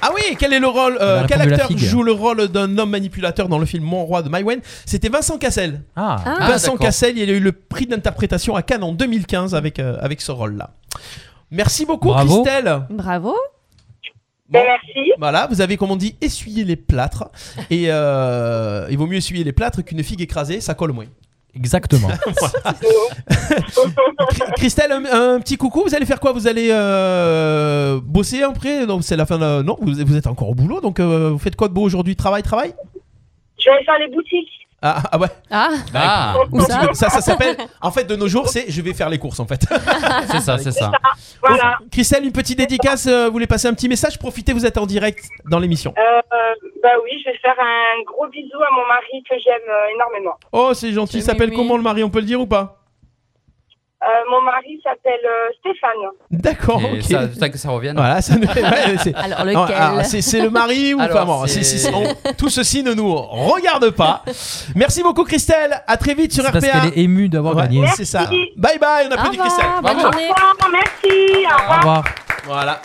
Speaker 2: Ah oui, quel est le rôle euh,
Speaker 3: On a répondu Eh
Speaker 2: Quel
Speaker 3: ben, la
Speaker 2: acteur
Speaker 3: figue.
Speaker 2: joue le rôle d'un homme manipulateur dans le film Mon roi de Maïwen C'était Vincent Cassel.
Speaker 3: Ah,
Speaker 5: Ah,
Speaker 2: Vincent
Speaker 4: d'accord.
Speaker 2: Cassel, il a eu le prix d'interprétation à Cannes en 2015 avec, euh, avec ce rôle-là. Merci beaucoup,
Speaker 3: Bravo.
Speaker 2: Christelle.
Speaker 5: Bravo.
Speaker 2: Bon,
Speaker 9: Ben, merci.
Speaker 2: voilà, vous avez, comme on dit, essuyé les plâtres. Et euh, il vaut mieux essuyer les plâtres qu'une figue écrasée, ça colle moins. [laughs]
Speaker 3: exactement.
Speaker 2: Cri- Christelle, un, un petit coucou. Vous allez faire quoi Vous allez euh, bosser après Non, c'est la fin. de- Non, vous, vous êtes encore au boulot. Donc, euh, vous faites quoi de beau aujourd'hui Travail, travail
Speaker 9: Je vais aller faire les boutiques.
Speaker 2: ah, ah ouais.
Speaker 5: Ah,
Speaker 4: Ah,
Speaker 5: où ça
Speaker 2: Ça, ça s'appelle. En fait, de nos jours, c'est je vais faire les courses en fait.
Speaker 4: c'est ça, c'est ça.
Speaker 9: Voilà.
Speaker 2: Oh, Christelle, une petite dédicace. euh, vous voulez passer un petit message Profitez, vous êtes en direct dans l'émission.
Speaker 9: Euh, bah oui, je vais faire un gros bisou à mon mari que j'aime euh, énormément.
Speaker 2: Oh, c'est gentil. Il
Speaker 5: Oui,
Speaker 2: s'appelle
Speaker 5: oui.
Speaker 2: comment le mari On peut le dire ou pas
Speaker 9: Euh, mon mari s'appelle euh, Stéphane.
Speaker 2: D'accord.
Speaker 4: Et
Speaker 2: ok. [laughs]
Speaker 4: ça, tant que ça revienne.
Speaker 2: Voilà, ça ne- ouais,
Speaker 5: [laughs]
Speaker 2: c'est-
Speaker 5: Alors
Speaker 2: Non, ah,
Speaker 5: lequel
Speaker 2: c'est c'est le mari ou
Speaker 4: Alors,
Speaker 2: pas moi
Speaker 4: c'est-
Speaker 2: C'est- c'est- on- Tout ceci ne nous regarde pas. Merci beaucoup Christelle. À très vite sur
Speaker 3: C'est parce
Speaker 2: RPA.
Speaker 3: qu'elle est émue d'avoir
Speaker 2: Ouais,
Speaker 3: gagné.
Speaker 2: c'est ça.
Speaker 9: Merci.
Speaker 2: Bye bye. On
Speaker 5: Au
Speaker 2: applaudit Christelle.
Speaker 5: revoir, bonne
Speaker 4: Bravo.
Speaker 5: journée.
Speaker 9: Oh, merci. Au
Speaker 3: Au
Speaker 9: revoir.
Speaker 3: revoir.
Speaker 2: Voilà.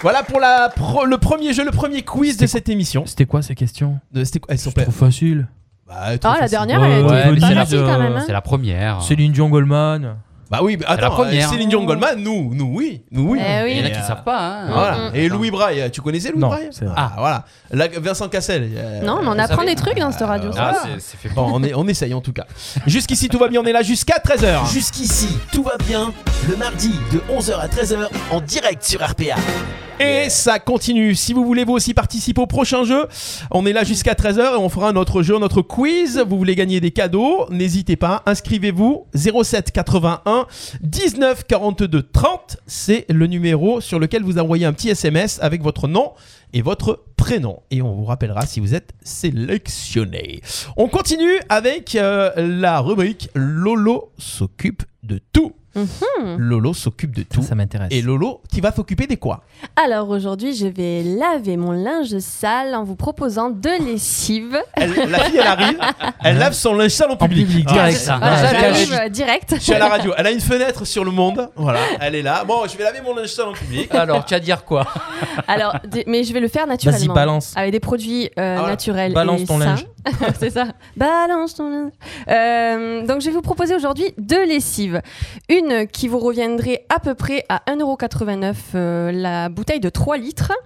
Speaker 2: Voilà pour la pro- le premier jeu, le premier quiz de cette émission.
Speaker 3: C'était quoi ces questions
Speaker 2: De- c'était quoi- Elles sont
Speaker 3: C'est trop facile.
Speaker 2: Bah, trop
Speaker 5: Ah, la
Speaker 2: facile.
Speaker 5: dernière, elle
Speaker 3: Ouais,
Speaker 5: a
Speaker 3: mais
Speaker 5: été pas
Speaker 3: c'est la-
Speaker 5: facile quand même. hein.
Speaker 4: C'est la première.
Speaker 3: Céline Dion Goldman.
Speaker 2: Bah oui, mais
Speaker 4: la
Speaker 2: attends,
Speaker 4: première.
Speaker 2: euh, Céline Dion Goldman, nous, nous oui, nous oui.
Speaker 5: Eh oui. Mm,
Speaker 4: Il y en a
Speaker 2: Et,
Speaker 4: qui
Speaker 2: euh,
Speaker 4: savent pas. hein.
Speaker 2: Voilà.
Speaker 4: Attends.
Speaker 2: Et Louis Braille, tu connaissais Louis
Speaker 3: Non,
Speaker 2: Braille
Speaker 3: c'est vrai.
Speaker 2: Ah voilà. La- Vincent Cassel. euh,
Speaker 5: Non, mais on
Speaker 4: vous
Speaker 5: apprend des
Speaker 4: savez.
Speaker 5: trucs dans cette radio. ça
Speaker 4: Ah,
Speaker 5: va.
Speaker 4: c'est- c'est fait
Speaker 2: Bon, on, est, on essaye en tout cas. Jusqu'ici tout va bien, on est là jusqu'à 13h.
Speaker 1: Jusqu'ici, tout va bien. Le mardi de 11h à 13h en direct sur RPA.
Speaker 2: Et ça continue. Si vous voulez vous aussi participer au prochain jeu, on est là jusqu'à 13h et on fera notre jeu, notre quiz. Vous voulez gagner des cadeaux, n'hésitez pas, inscrivez-vous 07 81 19 42 30, c'est le numéro sur lequel vous envoyez un petit SMS avec votre nom et votre prénom et on vous rappellera si vous êtes sélectionné. On continue avec euh, la rubrique Lolo s'occupe de tout. Lolo s'occupe de tout.
Speaker 3: Mm-hmm. Ça, ça m'intéresse.
Speaker 2: Et Lolo, tu vas t'occuper des quoi
Speaker 5: Alors aujourd'hui, je vais laver mon linge sale en vous proposant deux lessives.
Speaker 2: Elle- La
Speaker 5: [laughs]
Speaker 2: fille, elle arrive, elle lave son linge sale en
Speaker 3: En
Speaker 2: public.
Speaker 3: public,
Speaker 2: Ah,
Speaker 3: direct.
Speaker 4: c'est ça.
Speaker 5: Voilà,
Speaker 2: Ah,
Speaker 5: J'arrive
Speaker 2: cache.
Speaker 5: euh, direct.
Speaker 2: Je suis à la radio. Elle a une fenêtre sur le monde. Voilà, elle est là. Bon, je vais laver mon linge sale en public.
Speaker 4: Alors, tu vas dire quoi
Speaker 5: Alors, des- mais je vais le faire
Speaker 3: Vas-y,
Speaker 5: naturellement.
Speaker 3: balance.
Speaker 5: Avec des produits euh,
Speaker 2: voilà.
Speaker 5: naturels.
Speaker 3: Balance
Speaker 5: et
Speaker 3: ton
Speaker 5: sains.
Speaker 3: linge.
Speaker 5: [laughs] C'est ça. Balance ton linge. Euh, donc, je vais vous proposer aujourd'hui deux lessives. Une qui vous reviendrait à peu près à 1,89€ euh, la bouteille de 3 litres
Speaker 3: Mhm.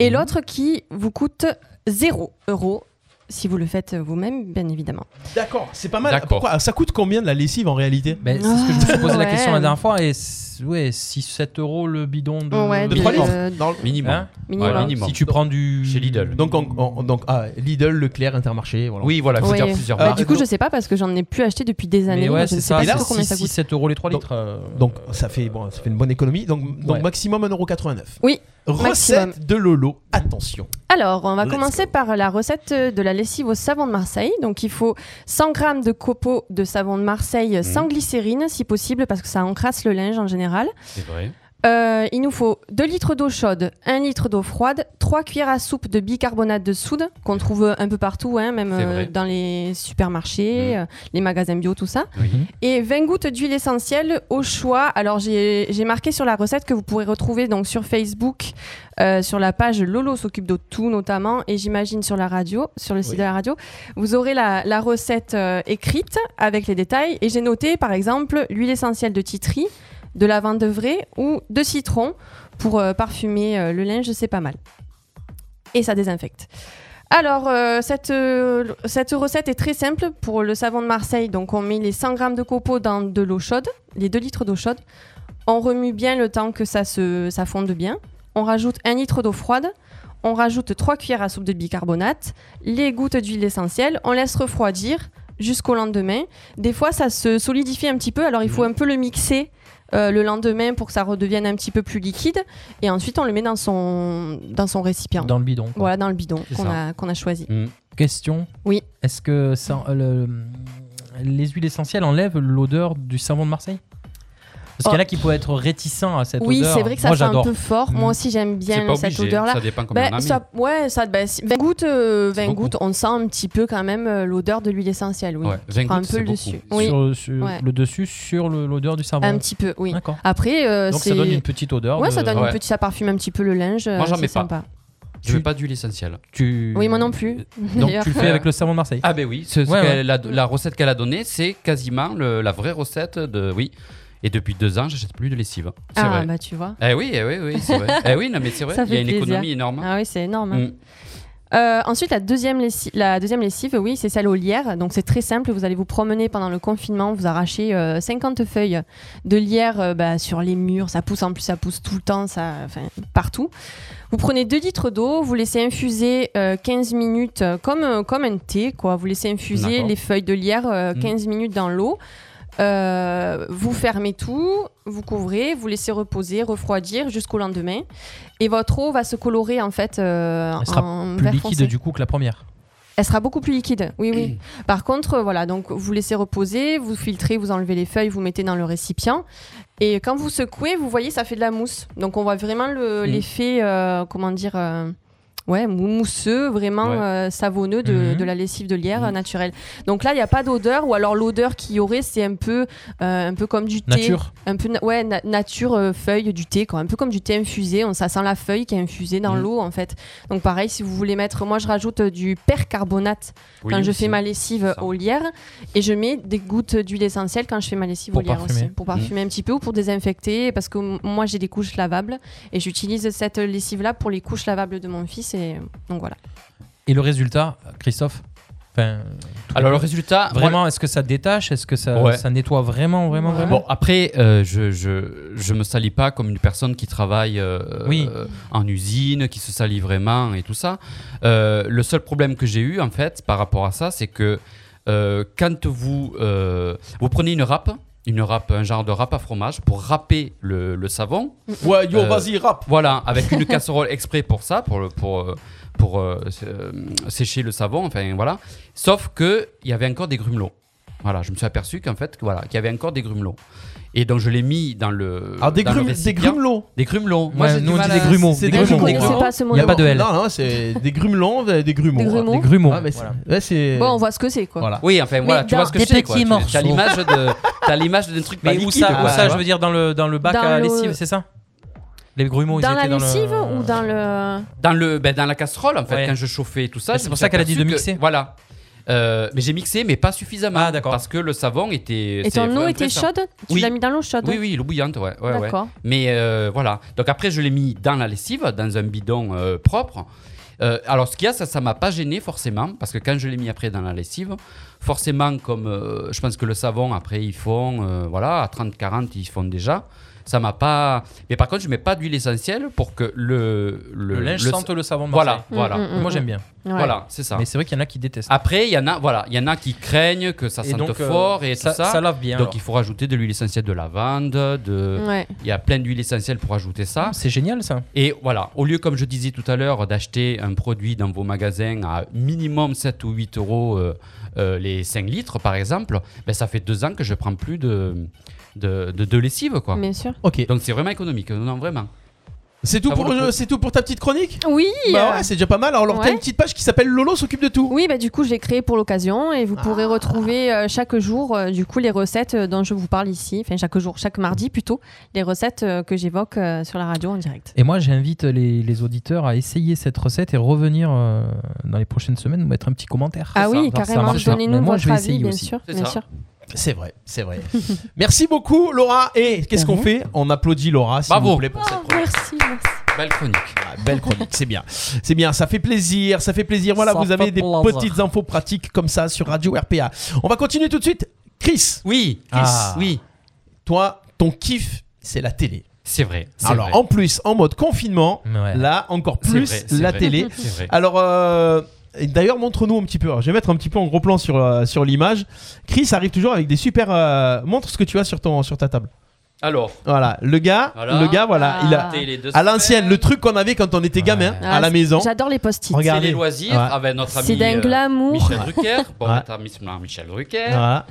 Speaker 5: et l'autre qui vous coûte 0 euros si vous le faites vous-même, bien évidemment.
Speaker 2: D'accord, c'est pas mal.
Speaker 4: D'accord.
Speaker 2: Pourquoi Ça coûte combien de la lessive en réalité
Speaker 3: Ben, c'est ce que je me suis posé
Speaker 5: Ah,
Speaker 3: la
Speaker 5: Ouais.
Speaker 3: question la dernière fois. Et c'est- ouais, 6-7 euros le bidon de,
Speaker 5: Ouais,
Speaker 2: De
Speaker 5: puis,
Speaker 2: trois litres
Speaker 5: euh,
Speaker 2: Dans le-
Speaker 4: Minimum.
Speaker 3: Hein
Speaker 5: minimum.
Speaker 4: Voilà. minimum.
Speaker 3: Si tu prends du.
Speaker 4: Chez Lidl.
Speaker 2: Donc, on- on- donc ah, Lidl, Leclerc, Intermarché. Voilà.
Speaker 4: Oui, voilà, il faut
Speaker 5: Ouais.
Speaker 4: dire plusieurs
Speaker 5: Bah,
Speaker 2: Ah,
Speaker 5: du coup,
Speaker 2: donc-
Speaker 5: je sais pas parce que j'en ai plus acheté depuis des années.
Speaker 3: Mais
Speaker 5: donc
Speaker 3: ouais,
Speaker 5: je
Speaker 3: c'est
Speaker 5: ne sais
Speaker 3: ça.
Speaker 5: pas
Speaker 2: là,
Speaker 5: trop combien ça coûte.
Speaker 3: 6-7 euros les 3
Speaker 2: Donc-
Speaker 3: litres. euh,
Speaker 2: Donc ça fait bon, ça fait une bonne économie. Donc, donc
Speaker 3: Ouais.
Speaker 2: maximum 1,89€.
Speaker 5: Oui,
Speaker 2: Recette
Speaker 5: maximum.
Speaker 2: de Lolo. Attention.
Speaker 5: Alors, on va
Speaker 2: Let's
Speaker 5: commencer par la recette euh, de la lessive au savon de Marseille. Donc, il faut 100 g de copeaux de savon de Marseille
Speaker 4: Mhm.
Speaker 5: sans glycérine, si possible, parce que ça encrasse le linge en général.
Speaker 4: C'est vrai.
Speaker 5: Euh, il nous faut 2 litres d'eau chaude, 1 litre d'eau froide, 3 cuillères à soupe de bicarbonate de soude, qu'on trouve un peu partout, hein, même
Speaker 4: C'est
Speaker 5: euh,
Speaker 4: vrai.
Speaker 5: dans les supermarchés,
Speaker 4: Mhm.
Speaker 5: euh, les magasins bio, tout ça.
Speaker 4: Oui.
Speaker 10: Mhm.
Speaker 5: Et 20 gouttes d'huile essentielle au choix. Alors, j'ai j'ai marqué sur la recette que vous pourrez retrouver donc sur Facebook, euh, sur la page Lolo s'occupe de tout notamment, et j'imagine sur la radio, sur le site
Speaker 2: Oui.
Speaker 5: de la radio. Vous aurez la, la recette euh, écrite avec les détails. Et j'ai noté, par exemple, l'huile essentielle de titri, de lavande de vrai ou de citron pour euh, parfumer euh, le linge, c'est pas mal. Et ça désinfecte. Alors, euh, cette, euh, cette recette est très simple pour le savon de Marseille. Donc, on met les 100 g de copeaux dans de l'eau chaude, les 2 litres d'eau chaude. On remue bien le temps que ça, se, ça fonde bien. On rajoute 1 litre d'eau froide. On rajoute 3 cuillères à soupe de bicarbonate, les gouttes d'huile essentielle. On laisse refroidir jusqu'au lendemain. Des fois, ça se solidifie un petit peu. Alors, il faut un peu le mixer euh, le lendemain pour que ça redevienne un petit peu plus liquide. Et ensuite, on le met dans son, dans son récipient.
Speaker 3: Dans le bidon. quoi.
Speaker 5: Voilà, dans le bidon
Speaker 4: C'est
Speaker 5: qu'on
Speaker 4: ça. Mmh. Mm.
Speaker 5: a, qu'on a choisi.
Speaker 3: Question.
Speaker 5: Oui.
Speaker 3: Est-ce que ça- euh, le- les huiles essentielles enlèvent l'odeur du savon de Marseille Parce qu'il y en a qui peuvent être réticents à cette
Speaker 5: Oui,
Speaker 3: odeur.
Speaker 5: c'est vrai que ça
Speaker 3: Moi,
Speaker 5: sent un
Speaker 3: j'adore.
Speaker 5: peu fort. Moi
Speaker 3: Mm.
Speaker 5: aussi, j'aime
Speaker 4: Mmh. C'est
Speaker 5: bien
Speaker 4: pas
Speaker 5: cette
Speaker 4: obligé,
Speaker 5: odeur-là.
Speaker 4: ça dépend comment
Speaker 5: Ben,
Speaker 4: on a mis.
Speaker 5: ça, ouais, ça, ben, si- 20 gouttes, euh, 20
Speaker 4: beaucoup.
Speaker 5: gouttes, on sent un petit peu quand même euh, l'odeur de l'huile essentielle, oui.
Speaker 4: Ouais,
Speaker 5: Tu
Speaker 4: 20
Speaker 5: prends un
Speaker 4: gouttes,
Speaker 5: peu
Speaker 4: c'est
Speaker 5: le
Speaker 4: beaucoup.
Speaker 5: dessus. Oui,
Speaker 3: Sur, sur
Speaker 5: Ouais.
Speaker 3: le dessus, sur le- l'odeur du savon.
Speaker 5: un petit peu, oui.
Speaker 3: D'accord.
Speaker 5: Après, euh,
Speaker 3: Donc
Speaker 5: c'est.
Speaker 3: ça donne une petite odeur.
Speaker 5: Ouais,
Speaker 3: de-
Speaker 5: ça donne
Speaker 4: Ouais.
Speaker 5: une petite, ça parfume un petit peu le linge.
Speaker 4: Moi,
Speaker 5: euh,
Speaker 4: j'en
Speaker 5: c'est
Speaker 4: mets pas.
Speaker 5: sympa.
Speaker 4: Je mets pas d'huile essentielle.
Speaker 3: Tu-
Speaker 5: Oui, moi non plus.
Speaker 3: [laughs] Donc
Speaker 5: D'ailleurs.
Speaker 3: tu le fais avec le savon de Marseille.
Speaker 4: Ah ben oui, ce- ce
Speaker 3: Ouais,
Speaker 4: qu'elle-
Speaker 3: ouais.
Speaker 4: La, la recette qu'elle a donnée, c'est quasiment le- la vraie recette de... Oui, et depuis deux ans, j'achète plus de lessive. hein. C'est
Speaker 5: Ah,
Speaker 4: vrai.
Speaker 5: bah tu vois.
Speaker 4: Eh oui, eh oui, oui
Speaker 5: [laughs]
Speaker 4: c'est vrai. eh oui, non, mais c'est vrai,
Speaker 5: Ça
Speaker 4: il y a
Speaker 5: fait
Speaker 4: une
Speaker 5: plaisir.
Speaker 4: économie énorme.
Speaker 5: Ah oui, c'est énorme. hein.
Speaker 4: Mm.
Speaker 5: Euh, ensuite, la deuxième, lessi- la deuxième lessive, oui, c'est celle aux lierre. Donc, c'est très simple. Vous allez vous promener pendant le confinement, vous arrachez euh, 50 feuilles de lierre euh, bah, sur les murs. Ça pousse en plus, ça pousse tout le temps, ça, enfin, partout. Vous prenez 2 litres d'eau, vous laissez infuser euh, 15 minutes, euh, comme, euh, comme un thé, quoi. Vous laissez infuser
Speaker 4: D'accord.
Speaker 5: les feuilles de lierre euh,
Speaker 4: Mm.
Speaker 5: 15 minutes dans l'eau. Euh, vous fermez tout, vous couvrez, vous laissez reposer, refroidir jusqu'au lendemain. Et votre eau va se colorer en fait euh,
Speaker 3: Elle sera
Speaker 5: en
Speaker 3: Plus
Speaker 5: vert
Speaker 3: liquide
Speaker 5: foncé.
Speaker 3: du coup que la première.
Speaker 5: Elle sera beaucoup plus liquide, oui,
Speaker 3: [clears throat]
Speaker 5: oui. Par contre, euh, voilà, donc vous laissez reposer, vous filtrez, vous enlevez les feuilles, vous mettez dans le récipient. Et quand vous secouez, vous voyez, ça fait de la mousse. Donc on voit vraiment le-
Speaker 4: Mm.
Speaker 5: l'effet, euh, comment dire, euh, ouais, mou- mousseux, vraiment
Speaker 4: Ouais.
Speaker 5: euh, savonneux de,
Speaker 3: Mhm.
Speaker 5: de la lessive de lierre
Speaker 4: Mm.
Speaker 5: euh, naturelle. Donc là, il n'y a pas d'odeur, ou alors l'odeur qu'il y aurait, c'est un peu, euh, un peu comme du thé.
Speaker 3: Nature.
Speaker 5: Un peu, na- ouais, na- nature, euh, feuille, du thé, quoi. Un peu comme du thé infusé. On, ça sent la feuille qui est infusée dans
Speaker 4: Mm.
Speaker 5: l'eau, en fait. Donc, pareil, si vous voulez mettre. Moi, je rajoute euh, du percarbonate
Speaker 4: Oui,
Speaker 5: quand je
Speaker 4: aussi.
Speaker 5: fais ma lessive
Speaker 4: Ça.
Speaker 5: au lierre. Et je mets des gouttes d'huile essentielle quand je fais ma lessive
Speaker 3: Pour
Speaker 5: au lierre
Speaker 3: parfumer.
Speaker 5: aussi. Pour
Speaker 4: Mm.
Speaker 5: parfumer un petit peu ou pour désinfecter. Parce que m- moi, j'ai des couches lavables. Et j'utilise cette lessive-là pour les couches lavables de mon fils. Et donc, voilà.
Speaker 3: Et le résultat, Christophe Enfin,
Speaker 4: Alors le résultat, vraiment...
Speaker 3: Vraiment, est-ce que ça détache Est-ce que ça,
Speaker 4: Ouais.
Speaker 3: ça nettoie vraiment, vraiment,
Speaker 5: Ouais.
Speaker 3: vraiment
Speaker 4: Bon, après, euh, je, je, je me salis pas comme une personne qui travaille euh,
Speaker 3: Oui.
Speaker 4: euh, en usine, qui se salit vraiment et tout ça. Euh, le seul problème que j'ai eu, en fait, par rapport à ça, c'est que euh, quand vous, euh, vous prenez une râpe, une râpe, un genre de râpe à fromage pour râper le, le savon,
Speaker 2: Ouais, yo,
Speaker 4: Euh,
Speaker 2: vas-y, rap.
Speaker 4: voilà, avec
Speaker 3: [laughs]
Speaker 4: une casserole exprès pour ça, pour, le- pour, euh, pour euh, sé- euh, sécher le savon, enfin voilà. Sauf que il y avait encore des grumelots. Voilà, je me suis aperçu qu'en fait, que voilà, qu'il y avait encore des grumelots. Et donc je l'ai mis dans le.
Speaker 2: Alors Ah, des,
Speaker 4: dans le
Speaker 2: grumes, des
Speaker 4: récipient.
Speaker 2: grumelots.
Speaker 4: Des grumelots. Moi,
Speaker 3: Ouais,
Speaker 4: j'ai
Speaker 3: nous,
Speaker 4: du
Speaker 3: on dit
Speaker 4: mal
Speaker 3: des
Speaker 4: à-
Speaker 3: grumeaux.
Speaker 2: C'est
Speaker 3: Des
Speaker 5: Je
Speaker 3: grumeaux.
Speaker 2: grumeaux.
Speaker 4: hein.
Speaker 5: connaissais pas ce mot.
Speaker 3: Il y a pas de L.
Speaker 2: Non, non,
Speaker 5: [laughs]
Speaker 2: c'est des grumelants, des grumeaux.
Speaker 5: Des grumeaux.
Speaker 3: Des grumeaux.
Speaker 2: Ah, mais c'est-
Speaker 3: Voilà.
Speaker 2: ouais, c'est.
Speaker 5: Bon, on voit ce que c'est quoi.
Speaker 2: Voilà.
Speaker 4: Oui, enfin voilà, tu
Speaker 8: dans
Speaker 4: vois ce que
Speaker 8: des
Speaker 4: c'est. quoi.
Speaker 8: petits
Speaker 4: Tu- T'as
Speaker 8: morceaux.
Speaker 4: l'image de, t'as l'image d'un truc pas
Speaker 3: Mais où
Speaker 4: liquide.
Speaker 3: ça, où
Speaker 4: quoi,
Speaker 3: ça,
Speaker 4: tu
Speaker 3: je
Speaker 4: vois.
Speaker 3: veux dire dans le, dans le bac
Speaker 5: Dans
Speaker 3: à
Speaker 5: le-
Speaker 3: lessive, c'est ça Les grumeaux,
Speaker 5: dans
Speaker 3: ils
Speaker 5: la
Speaker 3: étaient dans
Speaker 5: lessive
Speaker 3: le...
Speaker 5: ou dans le.
Speaker 4: dans le, ben, dans la casserole en fait,
Speaker 3: Ouais.
Speaker 4: quand je chauffais et tout ça.
Speaker 3: Mais
Speaker 4: je
Speaker 3: c'est
Speaker 4: me
Speaker 3: pour
Speaker 4: suis
Speaker 3: ça qu'elle a dit de
Speaker 4: aperçu que-
Speaker 3: mixer.
Speaker 4: Voilà. Euh, mais j'ai mixé, mais pas suffisamment.
Speaker 3: Ah, d'accord.
Speaker 4: Parce que le savon était.
Speaker 5: Et
Speaker 4: c'est
Speaker 5: ton eau
Speaker 4: vraiment
Speaker 5: était
Speaker 4: ça.
Speaker 5: chaude Tu
Speaker 4: Oui.
Speaker 5: l'as mis dans l'eau chaude
Speaker 4: Oui, oui, l'eau bouillante, ouais. ouais, ouais.
Speaker 5: D'accord.
Speaker 4: Mais euh, voilà. Donc après, je l'ai mis dans la lessive, dans un bidon euh, propre. Euh, alors, ce qu'il y a, ça ça m'a pas gêné forcément, parce que quand je l'ai mis après dans la lessive, forcément, comme euh, je pense que le savon, après, ils font, euh, voilà, à 30-40, ils font déjà. Ça m'a pas. Mais par contre, je mets pas d'huile essentielle pour que le.
Speaker 3: Le linge sente le savon de
Speaker 4: Voilà,
Speaker 3: Marseille.
Speaker 4: voilà.
Speaker 5: Mm, mm, mm,
Speaker 3: Moi, j'aime bien.
Speaker 5: Ouais.
Speaker 4: Voilà, c'est ça.
Speaker 3: Mais c'est vrai qu'il y en a qui détestent.
Speaker 4: Après, il y en a, voilà, il y en a qui craignent que ça
Speaker 3: Et
Speaker 4: sente
Speaker 3: euh,
Speaker 4: fort et tout ça.
Speaker 3: ça lave bien.
Speaker 4: donc,
Speaker 3: alors.
Speaker 4: il faut rajouter de l'huile essentielle de lavande, de...
Speaker 5: Ouais.
Speaker 4: il y a plein d'huiles essentielles pour ajouter ça.
Speaker 3: C'est génial ça.
Speaker 4: Et voilà, au lieu, comme je disais tout à l'heure, d'acheter un produit dans vos magasins à minimum 7 ou 8 euros euh, euh, les 5 litres, par exemple, ben, ça fait deux ans que je prends plus de, de, de, de lessive. Quoi.
Speaker 5: Bien sûr.
Speaker 2: Ok.
Speaker 4: Donc, c'est vraiment économique. Non, vraiment.
Speaker 2: C'est tout,
Speaker 4: Ça
Speaker 2: pour
Speaker 4: vaut le
Speaker 2: le-
Speaker 4: coup.
Speaker 2: c'est tout pour ta petite chronique
Speaker 5: Oui.
Speaker 2: Bah
Speaker 5: euh,
Speaker 2: ouais, c'est déjà pas mal. Alors, t'as
Speaker 5: ouais.
Speaker 2: une petite page qui s'appelle Lolo s'occupe de tout. Ah.
Speaker 5: Oui, bah du coup, je l'ai créé pour l'occasion et vous pourrez retrouver euh, chaque jour euh, du coup les recettes euh, dont je vous parle ici, enfin chaque jour, chaque mardi plutôt, les recettes euh, que j'évoque euh, sur la radio en direct.
Speaker 3: Et moi, j'invite les, les auditeurs à essayer cette recette et revenir euh, dans les prochaines semaines nous mettre un petit commentaire.
Speaker 5: Ah
Speaker 4: ça,
Speaker 5: oui,
Speaker 4: ça
Speaker 5: carrément,
Speaker 3: marche, ça.
Speaker 5: donnez-nous
Speaker 3: Mais moi, je
Speaker 5: votre
Speaker 3: vais
Speaker 5: avis
Speaker 3: essayer
Speaker 5: bien
Speaker 3: aussi.
Speaker 5: sûr,
Speaker 4: C'est
Speaker 5: bien
Speaker 4: ça.
Speaker 5: sûr.
Speaker 2: C'est vrai, c'est vrai. Merci beaucoup, Laura. Et qu'est-ce
Speaker 5: Bah
Speaker 2: qu'on fait On applaudit Laura, s'il
Speaker 4: Bravo.
Speaker 2: vous plaît, pour cette chronique.
Speaker 5: Oh, merci, merci.
Speaker 4: Belle chronique.
Speaker 2: Ah, belle chronique, c'est bien. C'est bien, ça fait plaisir, ça fait plaisir. Voilà,
Speaker 8: Ça
Speaker 2: vous avez
Speaker 8: fait
Speaker 2: des
Speaker 8: plaisir.
Speaker 2: petites infos pratiques comme ça sur Radio RPA. On va continuer tout de suite. Chris,
Speaker 4: Oui,
Speaker 2: Ah.
Speaker 4: oui,
Speaker 2: toi, ton kiff, c'est la télé.
Speaker 4: c'est vrai. c'est
Speaker 2: Alors,
Speaker 4: vrai.
Speaker 2: en plus, en mode confinement,
Speaker 3: Ouais.
Speaker 2: là, encore
Speaker 4: C'est
Speaker 2: plus
Speaker 4: vrai, c'est
Speaker 2: la
Speaker 4: vrai.
Speaker 2: télé.
Speaker 4: C'est vrai.
Speaker 2: Alors, euh, et d'ailleurs, montre-nous un petit peu. Alors, je vais mettre un petit peu en gros plan sur, euh, sur l'image. Chris arrive toujours avec des super. euh, montre ce que tu as sur, ton, sur ta table.
Speaker 4: Alors,
Speaker 2: Voilà, le gars,
Speaker 4: Voilà.
Speaker 2: le gars, voilà,
Speaker 5: Ah.
Speaker 2: il a.
Speaker 4: télé de
Speaker 2: À l'ancienne,
Speaker 4: semaine,
Speaker 2: le truc qu'on avait quand on était gamin
Speaker 5: Ah,
Speaker 2: à la
Speaker 5: c'est-
Speaker 2: maison.
Speaker 5: J'adore les post-it.
Speaker 2: Regarde.
Speaker 4: C'est
Speaker 2: Regardez.
Speaker 4: les loisirs
Speaker 2: Ouais.
Speaker 4: avec notre ami
Speaker 5: C'est d'un
Speaker 4: euh,
Speaker 5: glamour.
Speaker 4: Michel
Speaker 2: [laughs]
Speaker 4: Drucker. Bon,
Speaker 2: Ouais.
Speaker 4: attends, Miss- non, Michel Drucker.
Speaker 2: Voilà.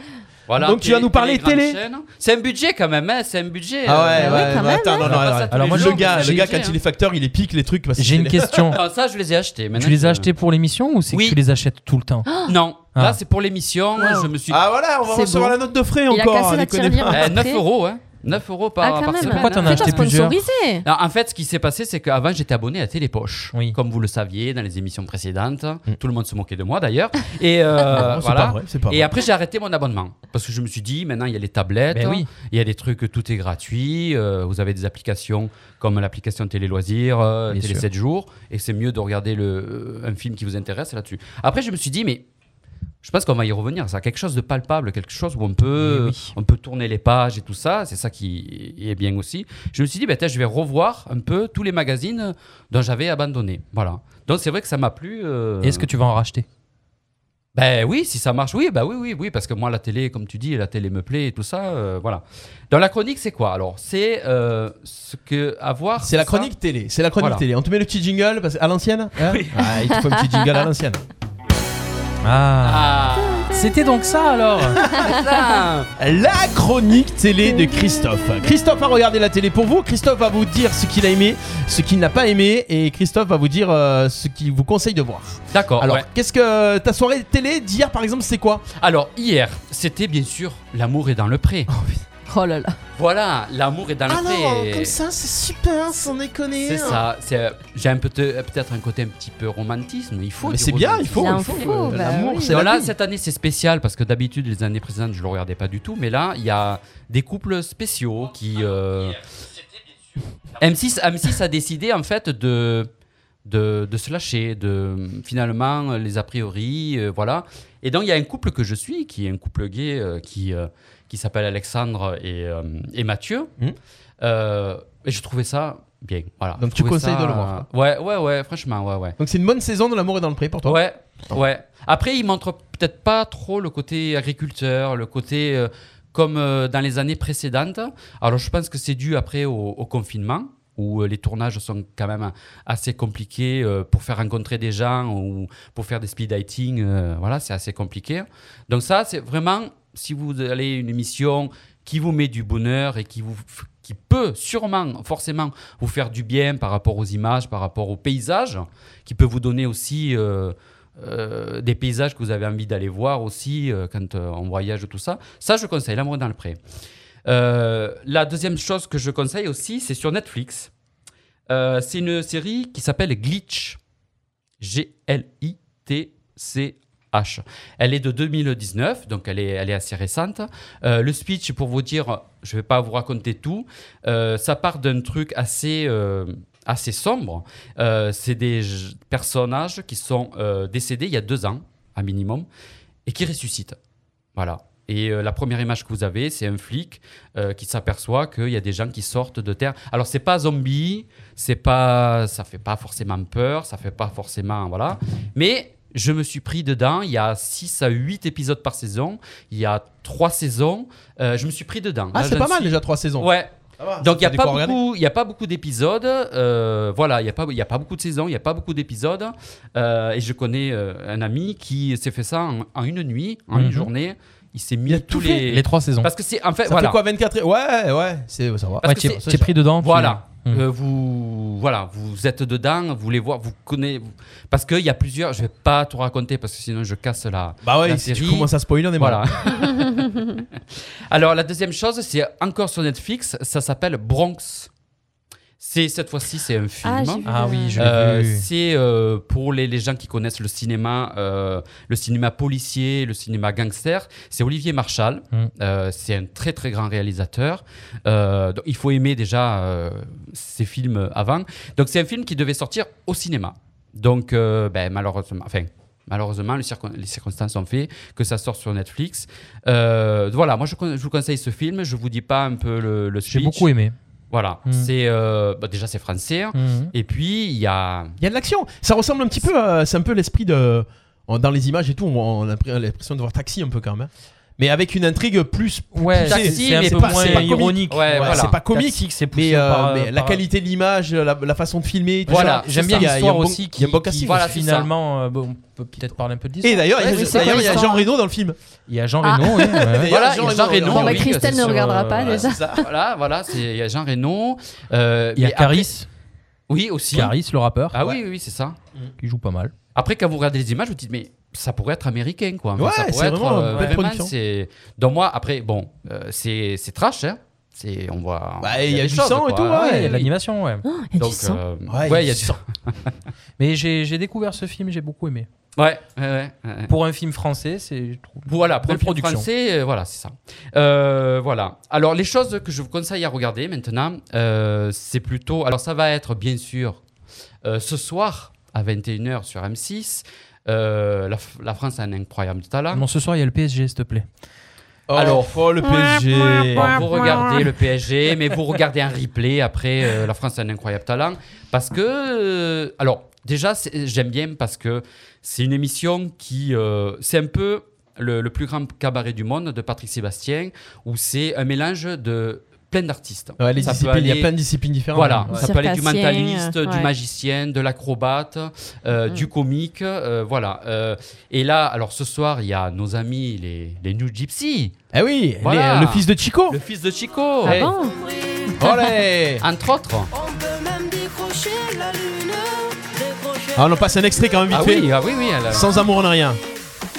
Speaker 4: Voilà,
Speaker 2: Donc, tu vas nous parler
Speaker 4: grande
Speaker 2: télé.
Speaker 4: chaîne. C'est un budget quand même, hein, c'est un budget.
Speaker 2: Ah ouais,
Speaker 4: euh,
Speaker 5: bah oui,
Speaker 2: ouais,
Speaker 5: quand
Speaker 2: bah
Speaker 5: même,
Speaker 2: attends,
Speaker 5: hein.
Speaker 2: non, non,
Speaker 4: Alors,
Speaker 2: attends.
Speaker 4: ça, tous
Speaker 2: Alors,
Speaker 4: les
Speaker 2: moi,
Speaker 4: jours,
Speaker 2: le gars,
Speaker 4: mais ça,
Speaker 2: le gars,
Speaker 4: j'ai
Speaker 2: quand
Speaker 4: dit,
Speaker 2: il est facteur, il est pique les trucs. parce que
Speaker 3: J'ai
Speaker 4: [laughs]
Speaker 2: c'est
Speaker 3: une
Speaker 2: les-
Speaker 3: question.
Speaker 4: Alors Ah, ça, je les ai achetés.
Speaker 3: Tu
Speaker 4: Maintenant,
Speaker 3: les as
Speaker 4: je-
Speaker 3: achetés pour l'émission ou c'est
Speaker 4: Oui.
Speaker 3: que tu les achètes tout le temps
Speaker 4: Non,
Speaker 3: Ah.
Speaker 4: là c'est pour l'émission. Je me suis.
Speaker 2: Ah voilà, on va
Speaker 5: C'est
Speaker 2: recevoir
Speaker 5: beau.
Speaker 2: la note de frais
Speaker 5: Il a
Speaker 2: encore. hein,
Speaker 5: cassé la
Speaker 2: déconnez
Speaker 5: tirelire.
Speaker 2: pas.
Speaker 4: Eh, 9
Speaker 5: Après-
Speaker 4: euros, hein. 9 euros par,
Speaker 5: Ah, quand
Speaker 4: par
Speaker 5: même.
Speaker 4: semaine.
Speaker 3: Pourquoi t'en
Speaker 4: hein.
Speaker 3: as
Speaker 5: Fais-toi
Speaker 3: acheté plusieurs
Speaker 5: sponsoriser.
Speaker 4: Non, en fait, ce qui s'est passé, c'est qu'avant, j'étais abonné à Télépoche.
Speaker 3: Oui.
Speaker 4: Comme vous le saviez dans les émissions précédentes. Tout le monde se moquait de moi d'ailleurs. Et euh,
Speaker 2: Non, c'est
Speaker 4: voilà.
Speaker 2: pas vrai, c'est pas
Speaker 4: Et
Speaker 2: vrai.
Speaker 4: après, j'ai arrêté mon abonnement. Parce que je me suis dit, maintenant, il y a les tablettes,
Speaker 3: Ben oui.
Speaker 4: il y a des trucs, tout est gratuit. euh, vous avez des applications comme l'application Télé Loisirs, euh,
Speaker 3: Bien
Speaker 4: Télé
Speaker 3: sûr.
Speaker 4: 7 jours. Et c'est mieux de regarder le, euh, un film qui vous intéresse là-dessus. Après, je me suis dit, mais. Je pense qu'on va y revenir. Ça, quelque chose de palpable, quelque chose où on peut,
Speaker 3: Mais oui.
Speaker 4: on peut tourner les pages et tout ça. C'est ça qui est bien aussi. Je me suis dit, bah, tiens, je vais revoir un peu tous les magazines dont j'avais abandonné. Voilà. Donc c'est vrai que ça m'a plu. euh,
Speaker 3: Et est-ce que tu vas en racheter
Speaker 4: ben oui, si ça marche, oui, bah oui, oui, oui, parce que moi, la télé, comme tu dis, la télé me plaît et tout ça, euh, voilà. Dans la chronique, c'est quoi alors C'est euh, ce que avoir.
Speaker 2: C'est la
Speaker 4: ça-
Speaker 2: chronique télé, c'est la chronique
Speaker 4: Voilà.
Speaker 2: télé. On te met le petit jingle parce que- à l'ancienne hein Ah, il te faut un petit jingle à l'ancienne.
Speaker 3: Ah,
Speaker 4: Ah,
Speaker 3: C'était donc ça
Speaker 4: [laughs]
Speaker 3: alors
Speaker 4: ça
Speaker 2: La chronique télé de Christophe. Christophe a regardé la télé pour vous, Christophe va vous dire ce qu'il a aimé, ce qu'il n'a pas aimé et Christophe va vous dire euh, ce qu'il vous conseille de voir.
Speaker 4: D'accord. ouais.
Speaker 2: Alors,
Speaker 4: Alors,
Speaker 2: qu'est-ce que euh, ta soirée télé d'hier par exemple, c'est quoi
Speaker 4: hier, c'était bien sûr L'amour est dans le pré.
Speaker 5: Oh là là.
Speaker 4: Voilà, l'amour est dans le
Speaker 2: Ah
Speaker 5: Ah
Speaker 4: pré.
Speaker 2: c'est super, sans déconner. hein.
Speaker 4: C'est ça. c'est- euh, J'ai un peu te- peut-être un côté un petit peu romantisme. Il faut.
Speaker 2: Mais
Speaker 4: du
Speaker 2: c'est bien, il
Speaker 4: romantisme.
Speaker 2: faut,
Speaker 5: Il en
Speaker 2: il faut,
Speaker 5: faut, bah
Speaker 2: euh, l'amour,
Speaker 5: oui.
Speaker 2: c'est
Speaker 4: Alors
Speaker 2: la
Speaker 4: là,
Speaker 2: vie.
Speaker 4: cette année, c'est spécial parce que d'habitude, les années précédentes, je le regardais pas du tout. Mais là, il y a des couples spéciaux qui. euh, M6, M6 a décidé en fait de, de, de se lâcher, de finalement les a priori, euh, voilà. Et donc il y a un couple que je suis, qui est un couple gay, euh, qui, euh, qui s'appelle Alexandre et, euh, et Mathieu.
Speaker 2: Mhm.
Speaker 4: Euh, et je trouvais ça bien, voilà.
Speaker 2: Donc,
Speaker 4: Je
Speaker 2: tu
Speaker 4: trouvais
Speaker 2: conseilles
Speaker 4: ça,
Speaker 2: de le voir,
Speaker 4: euh, Ouais, ouais, ouais, franchement, ouais, ouais.
Speaker 2: Donc c'est une bonne saison de l'amour est dans le pré pour toi.
Speaker 4: Ouais, ouais. Après, il montre peut-être pas trop le côté agriculteur, le côté euh, comme euh, dans les années précédentes. Alors, je pense que c'est dû après au, au confinement où euh, les tournages sont quand même assez compliqués euh, pour faire rencontrer des gens ou pour faire des speed dating. euh, voilà, c'est assez compliqué. Donc ça, c'est vraiment si vous allez à une émission qui vous met du bonheur et qui vous f- qui peut sûrement, forcément, vous faire du bien par rapport aux images, par rapport aux paysages, qui peut vous donner aussi euh, euh, des paysages que vous avez envie d'aller voir aussi euh, quand euh, on voyage, tout ça. Ça, je conseille, L'amour dans le pré. Euh, la deuxième chose que je conseille aussi, c'est sur Netflix. Euh, c'est une série qui s'appelle Glitch. G-L-I-T-C-H. Elle est de 2019, donc elle est, elle est assez récente. Euh, le speech, pour vous dire, je ne vais pas vous raconter tout, euh, ça part d'un truc assez, euh, assez sombre. Euh, c'est des j- personnages qui sont euh, décédés il y a deux ans, un minimum, et qui ressuscitent. Voilà. Et euh, la première image que vous avez, c'est un flic euh, qui s'aperçoit qu'il y a des gens qui sortent de terre. Alors c'est pas zombie, c'est pas, ça fait pas forcément peur, ça fait pas forcément voilà. Mais je me suis pris dedans. Il y a 6 à 8 épisodes par saison. Il y a 3 saisons. Euh, je me suis pris dedans.
Speaker 2: Ah,
Speaker 4: Là,
Speaker 2: c'est
Speaker 4: je
Speaker 2: pas
Speaker 4: ne
Speaker 2: mal
Speaker 4: suis-
Speaker 2: déjà trois saisons.
Speaker 4: Ouais.
Speaker 2: Ça va,
Speaker 4: Donc il
Speaker 2: ça
Speaker 4: n'y a,
Speaker 2: fait du quoi
Speaker 4: pas
Speaker 2: regarder.
Speaker 4: beaucoup- il y a pas beaucoup d'épisodes. euh, voilà, il n'y a, pas- il y a pas beaucoup de saisons, il n'y a pas beaucoup d'épisodes. Euh, et je connais euh, un ami qui s'est fait ça en, en une nuit, en
Speaker 3: Mhm.
Speaker 4: une journée. Il s'est mis
Speaker 2: a tout
Speaker 4: tous
Speaker 2: fait.
Speaker 4: les...
Speaker 3: Les trois saisons.
Speaker 4: Parce que c'est en fait...
Speaker 2: Ça
Speaker 4: voilà.
Speaker 2: fait quoi 24 et- Ouais, ouais, c'est euh, ça va.
Speaker 4: Parce
Speaker 3: Ouais,
Speaker 4: que
Speaker 3: tu
Speaker 4: c'est-
Speaker 3: es, pris dedans. tu-
Speaker 4: Voilà.
Speaker 3: Hmm.
Speaker 2: Mhm.
Speaker 4: Euh, vous voilà, vous êtes dedans, vous les voir, vous connaissez vous- parce qu'il y a plusieurs. Je vais pas tout raconter parce que sinon je casse la.
Speaker 2: Bah ouais,
Speaker 4: la
Speaker 2: si tu
Speaker 4: série.
Speaker 2: commences à spoiler, on est
Speaker 4: Voilà.
Speaker 2: mal. [laughs]
Speaker 4: Alors la deuxième chose, c'est encore sur Netflix, ça s'appelle Bronx. C'est cette fois-ci, c'est un film.
Speaker 5: Ah, j'ai vu
Speaker 3: Ah
Speaker 5: le-
Speaker 3: oui, je l'ai
Speaker 4: Euh,
Speaker 3: vu.
Speaker 4: c'est euh, pour les, les gens qui connaissent le cinéma, euh, le cinéma policier, le cinéma gangster. C'est Olivier Marshall.
Speaker 3: Mm.
Speaker 4: Euh, c'est un très très grand réalisateur. Euh, donc, il faut aimer déjà euh, ses films avant. Donc c'est un film qui devait sortir au cinéma. Donc euh, ben, malheureusement, enfin. Malheureusement, les, circon- les circonstances ont fait que ça sort sur Netflix. Euh, voilà, moi je, con- je vous conseille ce film. Je vous dis pas un peu le, le
Speaker 3: J'ai
Speaker 4: speech.
Speaker 3: beaucoup aimé.
Speaker 4: Voilà,
Speaker 3: Mm.
Speaker 4: c'est euh, bah, déjà c'est français.
Speaker 3: Mhm.
Speaker 4: Et puis il y a
Speaker 2: Il y a de l'action. Ça ressemble un petit peu à. C'est un peu l'esprit de. en- Dans les images et tout, on a pris l'impression de voir Taxi un peu quand même. hein. Mais avec une intrigue plus.
Speaker 3: Ouais, c'est-
Speaker 2: Taxi,
Speaker 3: c'est un
Speaker 4: mais
Speaker 3: peu
Speaker 4: pas-
Speaker 3: moins
Speaker 4: c'est pas
Speaker 2: comique.
Speaker 3: ironique.
Speaker 4: Ouais,
Speaker 2: Ouais,
Speaker 4: voilà.
Speaker 2: C'est pas comique,
Speaker 3: Taxi, c'est poussé
Speaker 2: mais, euh,
Speaker 3: par-
Speaker 2: mais la
Speaker 3: par-
Speaker 2: qualité de l'image, la, la façon de filmer, tout
Speaker 4: Voilà,
Speaker 2: ça.
Speaker 3: J'aime bien
Speaker 2: Il y a- il y a
Speaker 3: l'histoire
Speaker 2: un bon-
Speaker 3: aussi
Speaker 2: il y
Speaker 3: qui,
Speaker 2: a un bon
Speaker 3: qui
Speaker 2: casting.
Speaker 4: Voilà, c'est
Speaker 3: finalement, euh, bon, on peut peut-être parler un peu de
Speaker 2: Et
Speaker 3: l'histoire.
Speaker 2: d'ailleurs,
Speaker 5: Ouais,
Speaker 2: il y a-
Speaker 5: oui, c'est
Speaker 2: d'ailleurs,
Speaker 5: quoi
Speaker 2: il y a
Speaker 5: l'histoire
Speaker 2: Jean Reno dans le film.
Speaker 3: Il y a Jean Reno. ouais, ouais.
Speaker 2: D'ailleurs,
Speaker 4: Voilà,
Speaker 2: Jean
Speaker 4: il y a
Speaker 2: Reno,
Speaker 4: Ah. Jean Reno.
Speaker 5: Bon, bah,
Speaker 4: oui,
Speaker 5: Christelle
Speaker 4: c'est
Speaker 5: ne
Speaker 4: sur,
Speaker 5: regardera pas,
Speaker 4: euh,
Speaker 5: déjà.
Speaker 4: c'est ça. voilà, voilà, c'est- il y a Jean Reno. euh,
Speaker 3: Il y a
Speaker 4: mais après-
Speaker 3: Caris,
Speaker 4: Oui, aussi.
Speaker 3: Caris, le rappeur,
Speaker 4: Ah oui, oui, oui, c'est ça.
Speaker 3: qui joue pas mal.
Speaker 4: Après, quand vous regardez les images, vous dites, mais ça pourrait être américain, quoi. Enfin,
Speaker 2: Ouais,
Speaker 4: ça pourrait
Speaker 2: c'est
Speaker 4: être, euh,
Speaker 2: vraiment une belle production.
Speaker 4: c'est- Dans moi, après, bon, euh, c'est c'est trash, hein. C'est- On voit.
Speaker 2: Bah,
Speaker 4: on-
Speaker 2: il y a
Speaker 4: des
Speaker 2: du
Speaker 4: choses,
Speaker 2: sang et
Speaker 4: quoi.
Speaker 2: tout, ouais,
Speaker 3: Ouais, il y a de
Speaker 4: oui.
Speaker 3: l'animation, ouais.
Speaker 5: Oh, Il y a
Speaker 4: Donc,
Speaker 5: du sang.
Speaker 4: euh,
Speaker 2: Ouais, il y a
Speaker 4: ouais, il y a
Speaker 2: du
Speaker 4: du sang.
Speaker 3: Mais j'ai j'ai découvert ce film, j'ai beaucoup aimé.
Speaker 4: Ouais, ouais, ouais, ouais.
Speaker 3: Pour un film français, c'est je trouve,
Speaker 4: Voilà, pour
Speaker 3: belle
Speaker 4: le film
Speaker 3: production.
Speaker 4: français, euh, voilà, c'est ça. Euh, voilà. Alors, les choses que je vous conseille à regarder maintenant, euh, c'est plutôt. Alors, ça va être, bien sûr, euh, ce soir, à 21h sur M6. euh, la, F- la France a un incroyable talent.
Speaker 3: Non, ce soir, il y a le PSG, s'il te plaît.
Speaker 2: Alors, oh, le PSG.
Speaker 4: Bon, vous regardez le PSG, mais vous regardez un replay après euh, La France a un incroyable talent. Parce que. euh, alors, déjà, c'est- j'aime bien parce que c'est une émission qui. euh, c'est un peu le, le plus grand cabaret du monde de Patrick Sébastien, où c'est un mélange de plein d'artistes.
Speaker 2: Ouais, les
Speaker 4: Ça peut
Speaker 2: disciplines, il y
Speaker 4: aller-
Speaker 2: a plein de disciplines différentes.
Speaker 4: Voilà,
Speaker 2: Ouais.
Speaker 4: ça peut aller du
Speaker 5: Circassien,
Speaker 4: mentaliste,
Speaker 5: euh,
Speaker 4: du
Speaker 5: ouais.
Speaker 4: magicien, de l'acrobate, euh,
Speaker 5: Mm.
Speaker 4: du comique, euh, voilà. Euh, et là, alors ce soir, il y a nos amis les, les New Gypsy,
Speaker 2: Eh oui,
Speaker 4: Voilà.
Speaker 2: les- le fils de Chico.
Speaker 4: le fils de Chico,
Speaker 5: Ah
Speaker 4: Hey.
Speaker 5: bon
Speaker 2: Olé.
Speaker 4: [laughs] entre autres.
Speaker 2: Ah, on en passe un extrait quand même vite
Speaker 4: Ah
Speaker 2: fait.
Speaker 4: oui, ah oui, oui, elle a-
Speaker 2: Sans amour, on n'a rien.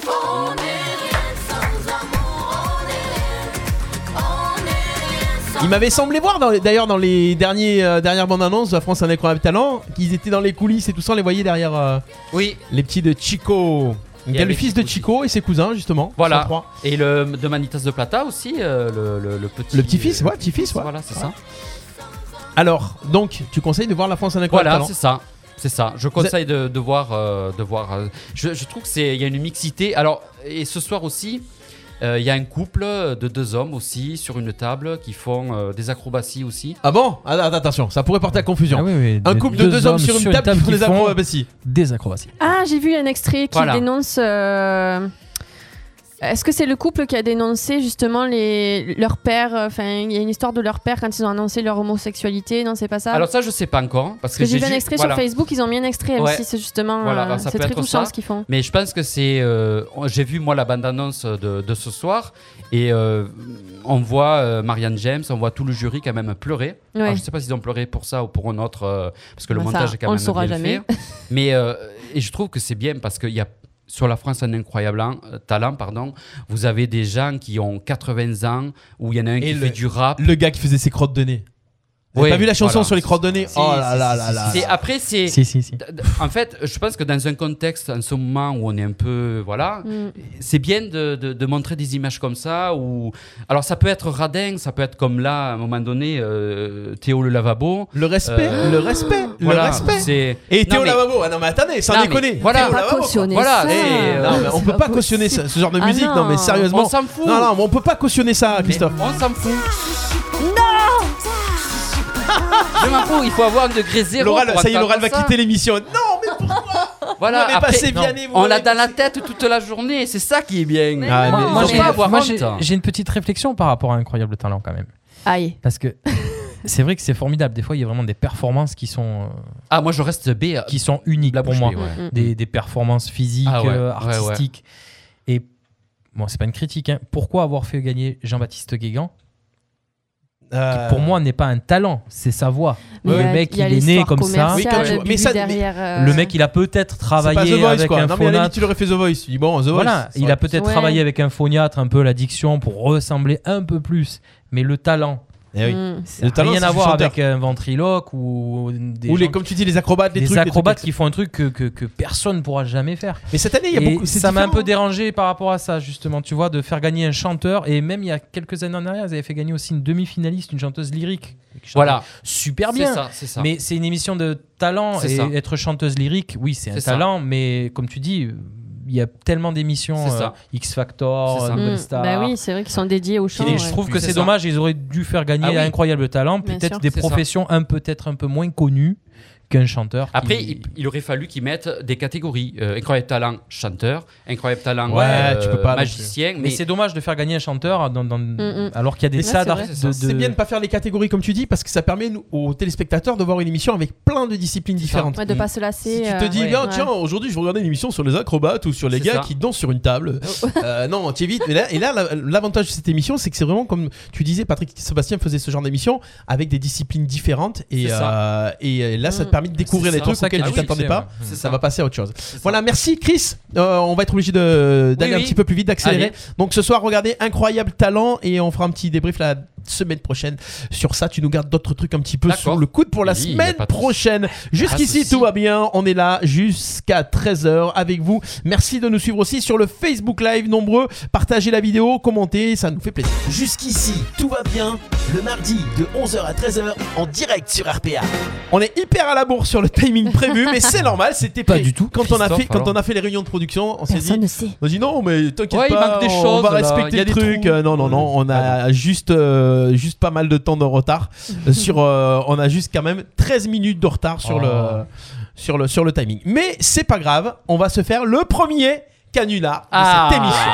Speaker 8: On est rien sans amour, on est rien, on est rien
Speaker 2: Il m'avait semblé voir dans les- d'ailleurs dans les derniers, euh, dernières bandes annonces de la France a un incroyable talent qu'ils étaient dans les coulisses et tout ça, on les voyait derrière euh,
Speaker 4: Oui,
Speaker 2: les petits de Chico. Il y a le
Speaker 4: avec
Speaker 2: fils
Speaker 4: ses
Speaker 2: de Chico et ses cousins justement.
Speaker 4: Voilà.
Speaker 2: ils sont trois.
Speaker 4: et le de Manitas de Plata aussi, euh, le, le- le petit.
Speaker 2: Le petit-fils,
Speaker 4: euh,
Speaker 2: ouais, petit-fils, ouais.
Speaker 4: Voilà, c'est ça.
Speaker 2: Alors, donc, tu conseilles de voir la France a un incroyable
Speaker 4: Voilà, c'est
Speaker 2: talent.
Speaker 4: ça. C'est ça. Je conseille de, de voir. euh, de voir euh, je, je trouve qu'il y a une mixité. Alors, et ce soir aussi, euh, il y a un couple de deux hommes aussi sur une table qui font euh, des acrobaties aussi.
Speaker 2: Ah bon Ah, att- Attention, ça pourrait porter à confusion.
Speaker 3: Ah oui, oui,
Speaker 2: Un
Speaker 3: des-
Speaker 2: couple de deux, hommes sur une table, qui font des euh,
Speaker 3: font euh,
Speaker 2: acrobaties.
Speaker 3: des acrobaties.
Speaker 5: Ah, j'ai vu un extrait qui
Speaker 4: Voilà.
Speaker 5: dénonce euh, Est-ce que c'est le couple qui a dénoncé justement les... leur père euh, Enfin, il y a une histoire de leur père quand ils ont annoncé leur homosexualité. Non, c'est pas ça
Speaker 4: Alors ça, je sais pas encore. Parce
Speaker 5: Parce
Speaker 4: que,
Speaker 5: que j'ai vu
Speaker 4: ju-
Speaker 5: un extrait
Speaker 4: voilà.
Speaker 5: sur Facebook, ils ont mis un extrait M6,
Speaker 4: Ouais.
Speaker 5: c'est justement.
Speaker 4: Voilà,
Speaker 5: euh,
Speaker 4: bah, ça
Speaker 5: c'est
Speaker 4: peut
Speaker 5: très
Speaker 4: être
Speaker 5: touchant
Speaker 4: ça.
Speaker 5: ce qu'ils font.
Speaker 4: Mais je pense que c'est. euh, J'ai vu moi la bande-annonce de, de ce soir et euh, on voit euh, Marianne James, on voit tout le jury quand même pleurer.
Speaker 5: Ouais.
Speaker 4: Alors, je sais pas s'ils ont pleuré pour ça ou pour un autre, euh, parce que le
Speaker 5: Bah, ça,
Speaker 4: montage est quand
Speaker 5: on
Speaker 4: même
Speaker 5: le saura
Speaker 4: bien
Speaker 5: jamais. [laughs]
Speaker 4: fait. Mais euh, et je trouve que c'est bien parce qu'il y a sur la France un incroyable an- euh, talent, pardon. Vous avez des gens qui ont 80 ans où il y en a un
Speaker 2: Et
Speaker 4: qui
Speaker 2: le-
Speaker 4: fait du rap.
Speaker 2: Le gars qui faisait ses crottes de nez. Vous avez
Speaker 4: Ouais,
Speaker 2: pas vu la chanson
Speaker 4: voilà.
Speaker 2: sur les crottes de nez
Speaker 4: Si,
Speaker 2: Oh là
Speaker 4: si,
Speaker 2: là
Speaker 4: si,
Speaker 2: là
Speaker 4: si,
Speaker 2: là.
Speaker 4: si. C'est- Après, c'est.
Speaker 3: Si, si, si.
Speaker 4: d- d- Euh, En fait, je pense que dans un contexte, en ce moment où on est un peu. Voilà,
Speaker 5: Mm.
Speaker 4: c'est bien de, de- de montrer des images comme ça. Ou alors ça peut être radin, ça peut être comme là à un moment donné euh, Théo le lavabo.
Speaker 2: Le respect,
Speaker 4: Euh,
Speaker 2: le respect,
Speaker 4: Voilà,
Speaker 2: le respect.
Speaker 4: c'est-
Speaker 2: Et
Speaker 4: Non,
Speaker 2: Théo
Speaker 4: mais-
Speaker 2: Lavabo, ah non mais attendez, sans
Speaker 4: Non, mais
Speaker 2: déconner.
Speaker 4: voilà.
Speaker 2: Théo
Speaker 4: Pas
Speaker 2: Lavabo, quoi.
Speaker 5: cautionner
Speaker 4: Voilà, euh,
Speaker 5: ça.
Speaker 4: c'est-
Speaker 2: Non, mais on peut pas
Speaker 5: possible.
Speaker 2: cautionner ce, ce genre de
Speaker 5: Ah
Speaker 2: musique, non,
Speaker 5: non.
Speaker 2: mais sérieusement.
Speaker 4: On s'en fout.
Speaker 2: Non, non, mais on peut pas cautionner ça,
Speaker 4: Mais
Speaker 2: Christophe.
Speaker 4: on s'en fout. Je m'en fous, il faut avoir un degré zéro.
Speaker 2: Laura,
Speaker 4: pour
Speaker 2: ça y est, Laura elle
Speaker 4: entendre
Speaker 2: va
Speaker 4: ça.
Speaker 2: quitter l'émission. Non, mais
Speaker 4: Voilà,
Speaker 2: Vous l'avez
Speaker 4: après,
Speaker 2: passé bien
Speaker 4: non,
Speaker 2: et vous
Speaker 4: on l'a
Speaker 2: l'avez
Speaker 4: dans la tête toute la journée, c'est ça qui est bien.
Speaker 2: Ah,
Speaker 4: Moi,
Speaker 2: mais-
Speaker 4: moi,
Speaker 2: Ils
Speaker 4: j'ai-
Speaker 2: ont pas à
Speaker 3: j'ai-
Speaker 4: avoir
Speaker 3: moi,
Speaker 4: honte.
Speaker 3: j'ai- j'ai une petite réflexion par rapport à Incroyable Talent quand même.
Speaker 5: Aïe.
Speaker 3: Parce que [laughs] c'est vrai que c'est formidable. Des fois, il y a vraiment des performances qui sont, euh,
Speaker 4: Ah, moi je reste B. euh,
Speaker 3: qui sont uniques
Speaker 4: la
Speaker 3: pour
Speaker 4: bouche
Speaker 3: moi.
Speaker 4: bée, ouais.
Speaker 5: Mm, mm.
Speaker 3: des, des performances physiques,
Speaker 4: Ah ouais,
Speaker 3: euh,
Speaker 4: ouais, ouais.
Speaker 3: artistiques. Et bon, c'est pas une critique. hein. Pourquoi avoir fait gagner Jean-Baptiste Guégan qui
Speaker 2: Euh,
Speaker 3: Pour moi, n'est pas un talent, c'est sa voix.
Speaker 5: Mais
Speaker 3: le
Speaker 5: ouais,
Speaker 3: mec,
Speaker 5: il y a
Speaker 3: il est né
Speaker 5: l'histoire
Speaker 3: comme ça.
Speaker 5: commerciale,
Speaker 2: Oui, quand tu
Speaker 5: le
Speaker 2: vois- mais ça-
Speaker 5: but derrière, euh,
Speaker 3: Le mec, il a peut-être
Speaker 2: c'est pas The
Speaker 3: travaillé
Speaker 2: Voice
Speaker 3: avec
Speaker 2: quoi.
Speaker 3: un
Speaker 2: Non, mais à la limite,
Speaker 3: phonatre.
Speaker 2: tu l'aurais fait The Voice. Tu dis bon, The Voice.
Speaker 3: Voilà,
Speaker 2: ça
Speaker 3: il
Speaker 2: aurait-
Speaker 3: a peut-être
Speaker 5: Ouais.
Speaker 3: travaillé avec un phoniatre, un peu la diction pour ressembler un peu plus. Mais le talent,
Speaker 2: Eh oui.
Speaker 5: Mm.
Speaker 3: ça n'a
Speaker 2: talent,
Speaker 3: rien
Speaker 2: c'est
Speaker 3: à
Speaker 2: du
Speaker 3: voir
Speaker 2: chanteur.
Speaker 3: avec un ventriloque ou des,
Speaker 2: Ou
Speaker 3: gens-
Speaker 2: les, comme tu dis, les acrobates, les
Speaker 3: des
Speaker 2: trucs. les trucs
Speaker 3: acrobates
Speaker 2: comme
Speaker 3: qui font un truc que, que, que personne ne pourra jamais faire.
Speaker 2: ça. Mais cette année, il y a
Speaker 3: Et
Speaker 2: beaucoup. c'est
Speaker 3: ça m'a un peu
Speaker 2: différent.
Speaker 3: dérangé par rapport à ça, justement, tu vois, de faire gagner un chanteur. Et même il y a quelques années en arrière, ils avaient fait gagner aussi une demi-finaliste, une chanteuse lyrique. qui chantait
Speaker 4: Voilà,
Speaker 3: Super
Speaker 4: c'est
Speaker 3: bien.
Speaker 4: ça, c'est ça.
Speaker 3: Mais c'est une émission de talent.
Speaker 4: C'est
Speaker 3: Et
Speaker 4: ça.
Speaker 3: être chanteuse lyrique, oui, c'est un
Speaker 4: C'est ça.
Speaker 3: talent. Mais comme tu dis, euh, il y a tellement d'émissions
Speaker 4: C'est
Speaker 3: euh,
Speaker 4: ça.
Speaker 3: X
Speaker 4: C'est
Speaker 3: Factor,
Speaker 4: ça.
Speaker 5: Mm.
Speaker 3: Nouvelle Star.
Speaker 5: Bah oui, c'est vrai qu'ils sont dédiés au chant.
Speaker 3: Et je
Speaker 5: ouais.
Speaker 3: trouve que
Speaker 4: C'est
Speaker 3: c'est
Speaker 4: ça.
Speaker 3: dommage, ils auraient dû faire gagner
Speaker 4: Ah oui.
Speaker 3: un incroyable talent,
Speaker 5: Bien
Speaker 3: peut-être
Speaker 5: sûr.
Speaker 3: des
Speaker 4: C'est ça.
Speaker 3: professions un peut-être un peu moins connues qu'un chanteur. qui-
Speaker 4: Après, il, il aurait fallu qu'ils mettent des catégories. euh, incroyable talent chanteur, incroyable talent
Speaker 2: Ouais,
Speaker 4: euh,
Speaker 2: tu peux pas non
Speaker 4: magicien.
Speaker 3: Mais, c'est dommage de faire gagner un chanteur dans- dans-
Speaker 5: mm.
Speaker 3: alors qu'il y a des
Speaker 5: Mais
Speaker 3: salles
Speaker 5: c'est vrai.
Speaker 3: d'art-
Speaker 4: C'est
Speaker 3: de-
Speaker 2: C'est
Speaker 3: de-
Speaker 2: bien de pas faire les catégories comme tu dis parce que ça permet nous- aux téléspectateurs de voir une émission avec plein de disciplines
Speaker 4: ça.
Speaker 2: différentes.
Speaker 3: Mm.
Speaker 5: Ouais, de pas se lasser.
Speaker 2: Si tu te
Speaker 5: euh,
Speaker 2: dis,
Speaker 5: ouais.
Speaker 2: bien,
Speaker 5: Ouais.
Speaker 2: tiens, aujourd'hui je vais regarder une émission sur les acrobates ou sur les
Speaker 4: C'est
Speaker 2: gars
Speaker 4: ça.
Speaker 2: qui dansent sur
Speaker 5: [laughs]
Speaker 2: une table. Euh, non, tu évites. Et là, et là, la- l'avantage de cette émission, c'est que c'est vraiment comme tu disais, Patrick Sébastien faisait ce genre d'émission avec des disciplines différentes. Et,
Speaker 4: C'est
Speaker 2: euh, et euh, là, ça te
Speaker 5: Mm.
Speaker 2: permet de découvrir
Speaker 4: C'est
Speaker 2: les
Speaker 4: ça.
Speaker 3: pour
Speaker 2: trucs
Speaker 3: ça qu'il
Speaker 2: auxquels
Speaker 3: y a
Speaker 2: tu
Speaker 3: du succès,
Speaker 2: t'attendais pas.
Speaker 3: ouais. Mm.
Speaker 4: C'est
Speaker 2: Ça va passer à autre chose.
Speaker 4: C'est ça.
Speaker 2: Voilà, merci Chris. Euh, on va être obligé de- d'aller
Speaker 4: Oui,
Speaker 2: un
Speaker 4: oui.
Speaker 2: petit peu plus vite, d'accélérer.
Speaker 4: Allez.
Speaker 2: Donc ce soir, regardez Incroyable Talent et on fera un petit débrief la semaine prochaine sur ça. Tu nous gardes d'autres trucs un petit peu
Speaker 4: D'accord.
Speaker 2: sous le coude pour la
Speaker 4: Oui, y a
Speaker 2: semaine
Speaker 4: pas de souci.
Speaker 2: prochaine. Jusqu'ici,
Speaker 4: souci.
Speaker 2: tout va bien. On est là jusqu'à 13h avec vous. Merci de nous suivre aussi sur le Facebook Live, nombreux. Partagez la vidéo, commentez, ça nous fait plaisir.
Speaker 1: Jusqu'ici, tout va bien. Le mardi de 11h à 13h en direct sur RPA.
Speaker 2: On est hyper à la bourre sur le timing prévu, mais c'est normal, [laughs] c'était
Speaker 3: Pas
Speaker 2: prévu.
Speaker 3: du tout,
Speaker 2: Quand on, a
Speaker 4: Christophe,
Speaker 2: fait, quand
Speaker 4: alors.
Speaker 2: on a fait les réunions de production, on s'est dit
Speaker 5: Personne ne sait.
Speaker 2: On a dit non, mais t'inquiète
Speaker 4: Ouais, il
Speaker 2: pas,
Speaker 4: manque des
Speaker 2: on
Speaker 4: choses,
Speaker 2: va
Speaker 4: là,
Speaker 2: respecter
Speaker 4: il y a
Speaker 2: les
Speaker 4: des
Speaker 2: trucs.
Speaker 4: trous. Ah
Speaker 2: Euh, non, non, non, on a juste, euh, juste pas mal de temps
Speaker 4: [laughs]
Speaker 2: de retard. Euh, sur, euh, on a juste quand même 13 minutes de retard sur,
Speaker 3: Oh.
Speaker 2: le, sur, le, sur le timing. Mais c'est pas grave, on va se faire le premier canular de
Speaker 4: Ah.
Speaker 2: cette émission.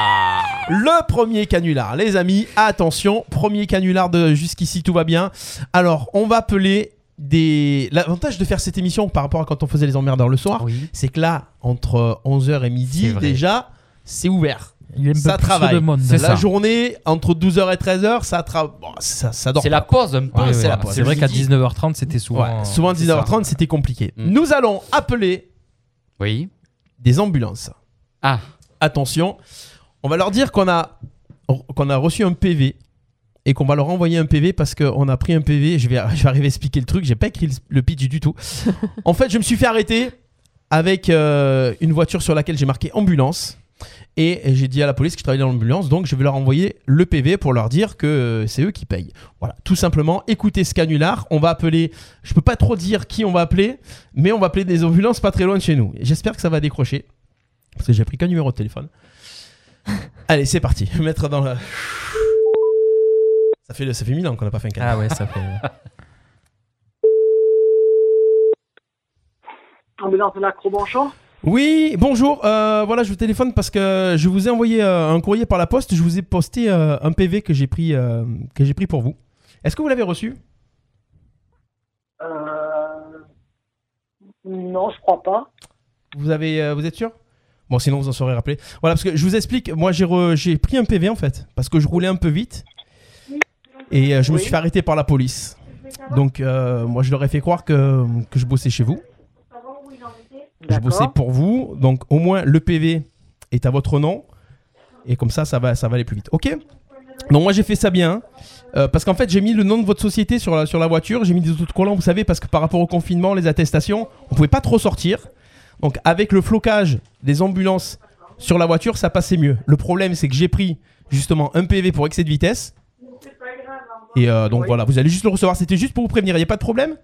Speaker 2: Le premier canular, les amis, attention, premier canular de jusqu'ici, tout va bien. Alors, on va appeler des. L'avantage de faire cette émission par rapport à quand on faisait les emmerdeurs le soir,
Speaker 4: Oui.
Speaker 2: c'est que là, entre 11h et midi,
Speaker 4: C'est vrai.
Speaker 2: déjà, c'est ouvert.
Speaker 3: Il aime
Speaker 2: Ça
Speaker 3: pas plus
Speaker 2: travaille.
Speaker 3: le monde.
Speaker 4: C'est
Speaker 2: La
Speaker 4: ça.
Speaker 2: journée, entre 12h et 13h, ça, tra... bon, ça, ça dort.
Speaker 4: C'est la pause un peu.
Speaker 2: Ouais, c'est
Speaker 4: quoi.
Speaker 2: la pause.
Speaker 3: C'est vrai
Speaker 4: le
Speaker 3: qu'à
Speaker 4: midi.
Speaker 3: 19h30, c'était souvent.
Speaker 2: Ouais, souvent 19h30, c'était compliqué.
Speaker 4: Mm.
Speaker 2: Nous allons appeler
Speaker 4: Oui.
Speaker 2: des ambulances.
Speaker 4: Ah,
Speaker 2: Attention, on va leur dire qu'on a, qu'on a reçu un PV et qu'on va leur envoyer un PV parce qu'on a pris un PV. Je vais, je vais arriver à expliquer le truc, j'ai pas écrit le, le pitch du tout. en fait, je me suis fait arrêter avec euh, une voiture sur laquelle j'ai marqué ambulance. Et j'ai dit à la police que je travaillais dans l'ambulance, donc je vais leur envoyer le PV pour leur dire que euh, c'est eux qui payent. Voilà, tout simplement, écoutez ce canular. On va appeler, je peux pas trop dire qui on va appeler, mais on va appeler des ambulances pas très loin de chez nous. Et J'espère que ça va décrocher, parce que j'ai pris qu'un numéro de téléphone. Allez, c'est parti. [laughs] Je vais Mettre dans le. Ça fait, ça fait mille ans qu'on n'a pas fait un canular.
Speaker 3: Ah ouais, ça fait.
Speaker 11: [laughs] ambulance de l'Acrobanchamp
Speaker 2: [laughs] Oui, bonjour. euh, voilà, je vous téléphone parce que je vous ai envoyé euh, un courrier par la poste. Je vous ai posté euh, un PV que j'ai pris, euh, que j'ai pris pour vous. Est-ce que vous l'avez reçu
Speaker 11: Euh... Non, je crois pas.
Speaker 2: Vous avez, euh, vous êtes sûr Bon, sinon vous en serez rappelé. Voilà, parce que je vous explique. Moi, j'ai re- j'ai pris un PV en fait parce que je roulais un peu vite et euh, je me
Speaker 11: Oui.
Speaker 2: suis fait arrêter par la police. Donc, euh, moi, je leur ai fait croire que, que je bossais chez vous. Je bossais pour vous, donc au moins le PV est à votre nom et comme ça, ça va, ça va aller plus vite. Ok Donc moi j'ai fait ça bien euh, parce qu'en fait j'ai mis le nom de votre société sur la, sur la voiture, j'ai mis des autocollants, vous savez, parce que par rapport au confinement, les attestations, on pouvait pas trop sortir. Donc avec le flocage des ambulances sur la voiture, ça passait mieux. Le problème, c'est que j'ai pris justement un PV pour excès de vitesse. Et euh, donc voilà, vous allez juste le recevoir. C'était juste pour vous prévenir. Il n'y a pas de problème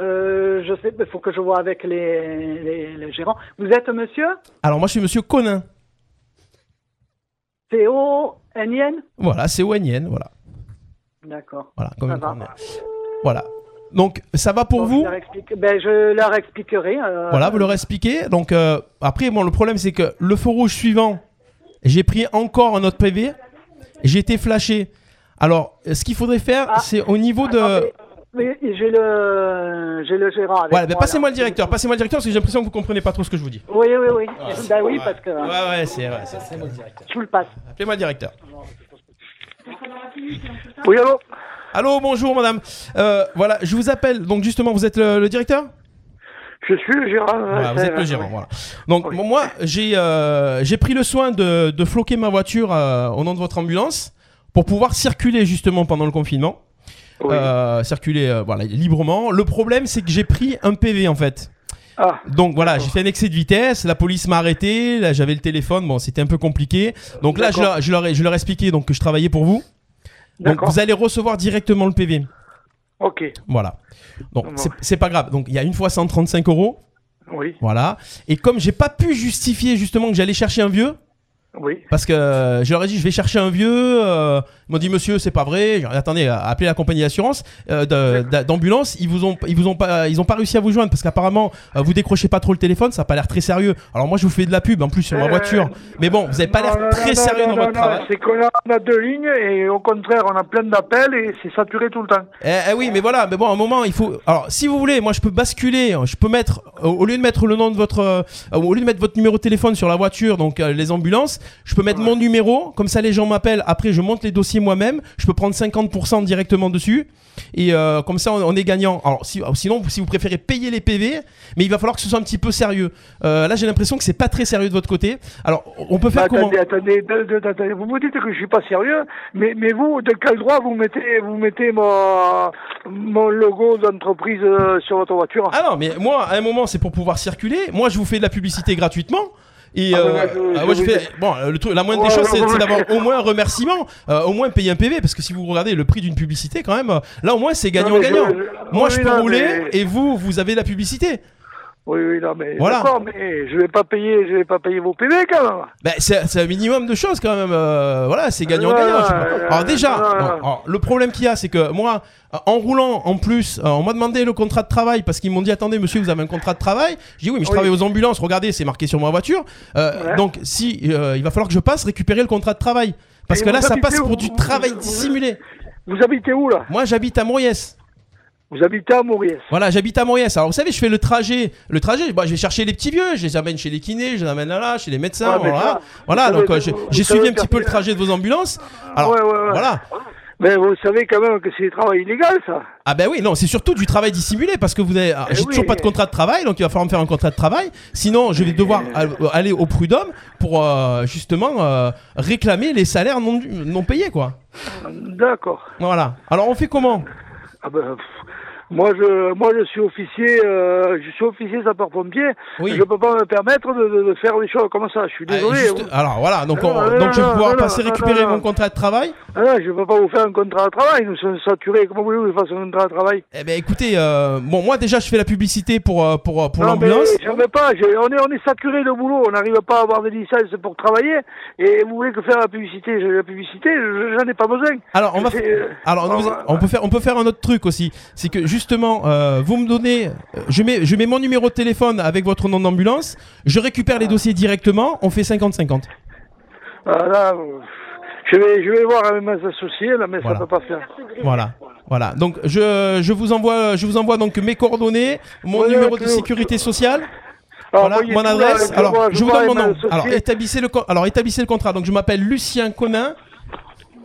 Speaker 11: Euh, je sais, mais faut que je vois avec les, les, les gérants. Vous êtes monsieur
Speaker 2: Alors moi je suis Monsieur Conin.
Speaker 11: T-O-N-I-N
Speaker 2: Voilà, c'est ONN, voilà.
Speaker 11: D'accord.
Speaker 2: Voilà,
Speaker 11: Ça
Speaker 2: comme
Speaker 11: va.
Speaker 2: Voilà. Donc ça va pour
Speaker 11: Bon,
Speaker 2: vous
Speaker 11: Ah je leur, explique- ben, je leur expliquerai. euh,
Speaker 2: Voilà, vous leur expliquez. Donc euh, après, bon, le problème c'est que le feu rouge suivant, j'ai pris encore un autre PV, j'ai été flashé. Alors, euh, ce qu'il faudrait faire,
Speaker 11: Ah.
Speaker 2: c'est au niveau de.
Speaker 11: Attendez, mais j'ai le, j'ai le gérant avec
Speaker 2: voilà, ben,
Speaker 11: moi,
Speaker 2: passez-moi
Speaker 11: là.
Speaker 2: le directeur, passez-moi le directeur parce que j'ai l'impression que vous comprenez pas trop ce que je vous dis.
Speaker 11: Oui, oui, oui. ben oui, parce que
Speaker 2: Ouais, ouais, c'est vrai. c'est- c'est-
Speaker 11: je vous le passe.
Speaker 2: Appelez-moi le directeur.
Speaker 11: Oui, allô
Speaker 2: Allô, bonjour madame. Euh, voilà, je vous appelle. Donc justement, vous êtes le, le directeur
Speaker 11: Je suis le gérant.
Speaker 2: Voilà,
Speaker 11: ouais,
Speaker 2: vous
Speaker 11: c'est-
Speaker 2: êtes le gérant, voilà. Donc mo- moi, j'ai euh, j'ai pris le soin de, de floquer ma voiture euh, au nom de votre ambulance pour pouvoir circuler justement pendant le confinement, Euh, circuler euh, voilà librement. Le problème, c'est que j'ai pris un PV en fait.
Speaker 11: Ah.
Speaker 2: Donc voilà, j'ai fait un excès de vitesse, la police m'a arrêté, là j'avais le téléphone, bon c'était un peu compliqué. Donc là je
Speaker 11: D'accord.
Speaker 2: leur, je leur ai, je leur ai expliqué donc, que je travaillais pour vous. Donc
Speaker 11: D'accord.
Speaker 2: vous allez recevoir directement le PV.
Speaker 11: Ok,
Speaker 2: Voilà. Donc
Speaker 11: Bon.
Speaker 2: c'est- c'est pas grave. Donc il y a une fois 135 euros.
Speaker 11: oui,
Speaker 2: Voilà. Et comme j'ai pas pu justifier justement que j'allais chercher un vieux,
Speaker 11: oui.
Speaker 2: parce que euh, je leur ai dit je vais chercher un vieux, euh, ils m'ont dit monsieur c'est pas vrai. J'ai dit, attendez, euh, appelez la compagnie d'assurance euh, de- d'a- d'ambulance. Ils vous ont, ils vous ont pas, ils ont pas réussi à vous joindre parce qu'apparemment euh, vous décrochez pas trop le téléphone, ça a pas l'air très sérieux. Alors moi je vous fais de la pub en plus sur ma
Speaker 11: Euh,
Speaker 2: voiture, mais bon vous avez pas
Speaker 11: Non, non,
Speaker 2: l'air très
Speaker 11: non,
Speaker 2: sérieux dans
Speaker 11: non, non,
Speaker 2: votre
Speaker 11: non,
Speaker 2: travail.
Speaker 11: C'est qu'on a, on a deux lignes et au contraire, on a plein d'appels et c'est saturé tout le temps.
Speaker 2: Eh, eh oui, mais voilà, mais bon, à un moment, il faut. Alors, si vous voulez, moi, je peux basculer. Je peux mettre, au- au lieu de mettre le nom de votre, euh, au lieu de mettre votre numéro de téléphone sur la voiture, donc euh, les ambulances, je peux mettre mon numéro. Comme ça, les gens m'appellent. Après, je monte les dossiers moi-même. Je peux prendre 50% directement dessus. Et euh, comme ça, on, on est gagnant. Alors, si, alors, sinon, si vous préférez payer les PV, mais il va falloir que ce soit un petit peu sérieux. Euh, là, j'ai l'impression que c'est pas très sérieux de votre côté. Alors, on peut faire
Speaker 11: Bah,
Speaker 2: comment
Speaker 11: attendez, attendez, de- de- de- attendez, vous me dites que je suis pas sérieux, mais, mais vous, de quel droit vous mettez, vous mettez mon, mon logo d'entreprise euh, sur votre voiture
Speaker 2: Ah non, mais moi, à un moment, c'est pour pouvoir circuler. Moi, je vous fais de la publicité gratuitement. Et
Speaker 11: Ah,
Speaker 2: euh,
Speaker 11: bah, je-
Speaker 2: ah,
Speaker 11: je
Speaker 2: moi, je
Speaker 11: vous Oh,
Speaker 2: fais.
Speaker 11: dis-
Speaker 2: Bon, euh, le truc, la moindre des
Speaker 11: Ouais,
Speaker 2: choses,
Speaker 11: ouais,
Speaker 2: c'est
Speaker 11: ouais.
Speaker 2: c'est d'avoir au moins un remerciement, euh, au moins payer un PV, parce que si vous regardez le prix d'une publicité, quand même, euh, là, au moins, c'est
Speaker 11: Non, mais je-
Speaker 2: gagnant-gagnant.
Speaker 11: je-
Speaker 2: Moi,
Speaker 11: oui,
Speaker 2: je peux
Speaker 11: non,
Speaker 2: rouler
Speaker 11: mais-
Speaker 2: et vous, vous avez la publicité.
Speaker 11: Oui, oui, non, mais
Speaker 2: Voilà.
Speaker 11: d'accord, mais je vais pas payer, je vais pas payer vos PV quand même.
Speaker 2: Ben, c'est c'est un minimum de choses quand même. euh, voilà, c'est gagnant-gagnant.
Speaker 11: Ouais,
Speaker 2: je sais pas.
Speaker 11: ouais,
Speaker 2: Alors déjà,
Speaker 11: ouais, ouais.
Speaker 2: bon, alors, le problème qu'il y a, c'est que moi, euh, en roulant, en plus, euh, on m'a demandé le contrat de travail parce qu'ils m'ont dit attendez monsieur, vous avez un contrat de travail. J'ai dit oui, mais je
Speaker 11: Oui.
Speaker 2: travaille aux ambulances. Regardez, c'est marqué sur ma voiture. Euh,
Speaker 11: Ouais.
Speaker 2: Donc si euh, il va falloir que je passe récupérer le contrat de travail parce
Speaker 11: Et
Speaker 2: que
Speaker 11: vous
Speaker 2: là, ça
Speaker 11: habitez
Speaker 2: passe
Speaker 11: où
Speaker 2: pour du
Speaker 11: Vous-
Speaker 2: travail
Speaker 11: vous-
Speaker 2: dissimulé.
Speaker 11: Vous habitez où là
Speaker 2: Moi, j'habite à Moriès.
Speaker 11: Vous habitez à Mauriès.
Speaker 2: Voilà, j'habite à Moriès. Alors vous savez, je fais le trajet. Le trajet, bah, je vais chercher les petits vieux, je les amène chez les kinés, je les amène là-là, chez les médecins.
Speaker 11: Ouais, mais
Speaker 2: voilà,
Speaker 11: ça,
Speaker 2: voilà
Speaker 11: vous
Speaker 2: donc
Speaker 11: savez-
Speaker 2: euh, j'ai-
Speaker 11: vous
Speaker 2: j'ai
Speaker 11: savez
Speaker 2: suivi un petit peu le
Speaker 11: faire-
Speaker 2: trajet de vos ambulances. Alors
Speaker 11: Ouais, ouais, ouais.
Speaker 2: voilà.
Speaker 11: Mais vous savez quand même que c'est du travail illégal ça.
Speaker 2: Ah ben oui, non, c'est surtout du travail dissimulé parce que vous avez. ah,
Speaker 11: Eh
Speaker 2: J'ai
Speaker 11: oui.
Speaker 2: toujours pas de contrat de travail, donc il va falloir me faire un contrat de travail. Sinon, je vais devoir
Speaker 11: Eh.
Speaker 2: al- euh, aller au prud'homme pour euh, justement euh, réclamer les salaires non, dus- non payés, quoi.
Speaker 11: D'accord.
Speaker 2: Voilà. Alors on fait comment
Speaker 11: Ah ben, pff, moi je moi je suis officier euh, je suis officier sapeur-pompier.
Speaker 2: Oui.
Speaker 11: Je peux pas me permettre de, de- de faire des choses comme ça. Je suis
Speaker 2: Ah,
Speaker 11: désolé. hein. Ah,
Speaker 2: juste- Alors voilà, donc, on-
Speaker 11: Non, non,
Speaker 2: donc je vais
Speaker 11: non,
Speaker 2: pouvoir
Speaker 11: non,
Speaker 2: passer
Speaker 11: non,
Speaker 2: récupérer
Speaker 11: non, non.
Speaker 2: mon contrat de travail.
Speaker 11: Ah non, je peux pas vous faire un contrat de travail. Nous sommes saturés. Comment voulez-vous que je fasse un contrat de travail
Speaker 2: Eh ben écoutez, euh, bon moi déjà je fais la publicité pour euh, pour euh, pour
Speaker 11: Non, mais
Speaker 2: l'ambulance.
Speaker 11: j'en veux pas. Je- on est on est saturé de boulot. On n'arrive pas à avoir des licences pour travailler. Et vous voulez que faire la publicité je- La publicité, je- j'en ai pas besoin.
Speaker 2: Alors on va
Speaker 11: C'est- euh,
Speaker 2: alors on,
Speaker 11: on
Speaker 2: vous-
Speaker 11: va-
Speaker 2: on peut faire on peut faire un autre truc aussi, c'est que justement, euh, vous me donnez, euh, je mets, je mets mon numéro de téléphone avec votre nom d'ambulance, je récupère les dossiers directement, on fait 50-50.
Speaker 11: Ah, là, euh, je vais, je vais voir avec mes associés, là, mais
Speaker 2: Voilà.
Speaker 11: ça peut pas faire.
Speaker 2: Voilà. Voilà. Donc je, je vous envoie je vous envoie donc mes coordonnées, mon
Speaker 11: Voilà,
Speaker 2: numéro de
Speaker 11: Claude.
Speaker 2: sécurité sociale.
Speaker 11: Alors,
Speaker 2: voilà,
Speaker 11: voyez
Speaker 2: mon
Speaker 11: tout, Ah, là,
Speaker 2: adresse.
Speaker 11: je
Speaker 2: Alors,
Speaker 11: vois- je
Speaker 2: je vous
Speaker 11: vois
Speaker 2: donne mon
Speaker 11: Emma
Speaker 2: nom.
Speaker 11: Sophie.
Speaker 2: Alors établissez le co- alors établissez le contrat. Donc je m'appelle Lucien Conin.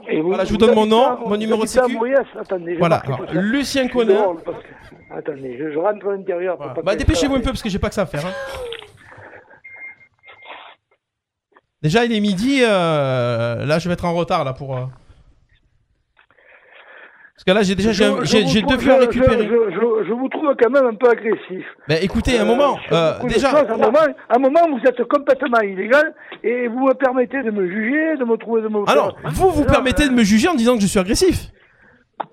Speaker 11: Et
Speaker 2: voilà, je vous donne mon
Speaker 11: habitez à-
Speaker 2: nom, mon numéro de
Speaker 11: habitez à
Speaker 2: sécu.
Speaker 11: Mourias Attendez, je
Speaker 2: Voilà,
Speaker 11: marque
Speaker 2: alors,
Speaker 11: tout ça.
Speaker 2: Lucien
Speaker 11: Je suis
Speaker 2: Conin.
Speaker 11: dehors, parce que- Attendez, je, je rentre à l'intérieur. pour pas
Speaker 2: Bah
Speaker 11: que-
Speaker 2: dépêchez-vous un peu parce que j'ai pas que ça à faire. hein. Déjà, il est midi. euh, là, je vais être en retard là pour. euh, Parce que là, j'ai déjà j'ai un-
Speaker 11: Je- je
Speaker 2: j'ai
Speaker 11: vous
Speaker 2: j'ai deux
Speaker 11: trouve-
Speaker 2: feux à
Speaker 11: je-
Speaker 2: récupérer.
Speaker 11: Je, je- je vous trouve quand même un peu agressif.
Speaker 2: Bah écoutez, un
Speaker 11: Euh,
Speaker 2: moment.
Speaker 11: sur
Speaker 2: euh,
Speaker 11: beaucoup de
Speaker 2: déjà,
Speaker 11: choses, à, un moment, à un moment, vous êtes complètement illégal et vous me permettez de me juger, de me trouver de me.
Speaker 2: Ah non, vous vous permettez de me juger en disant que je suis agressif.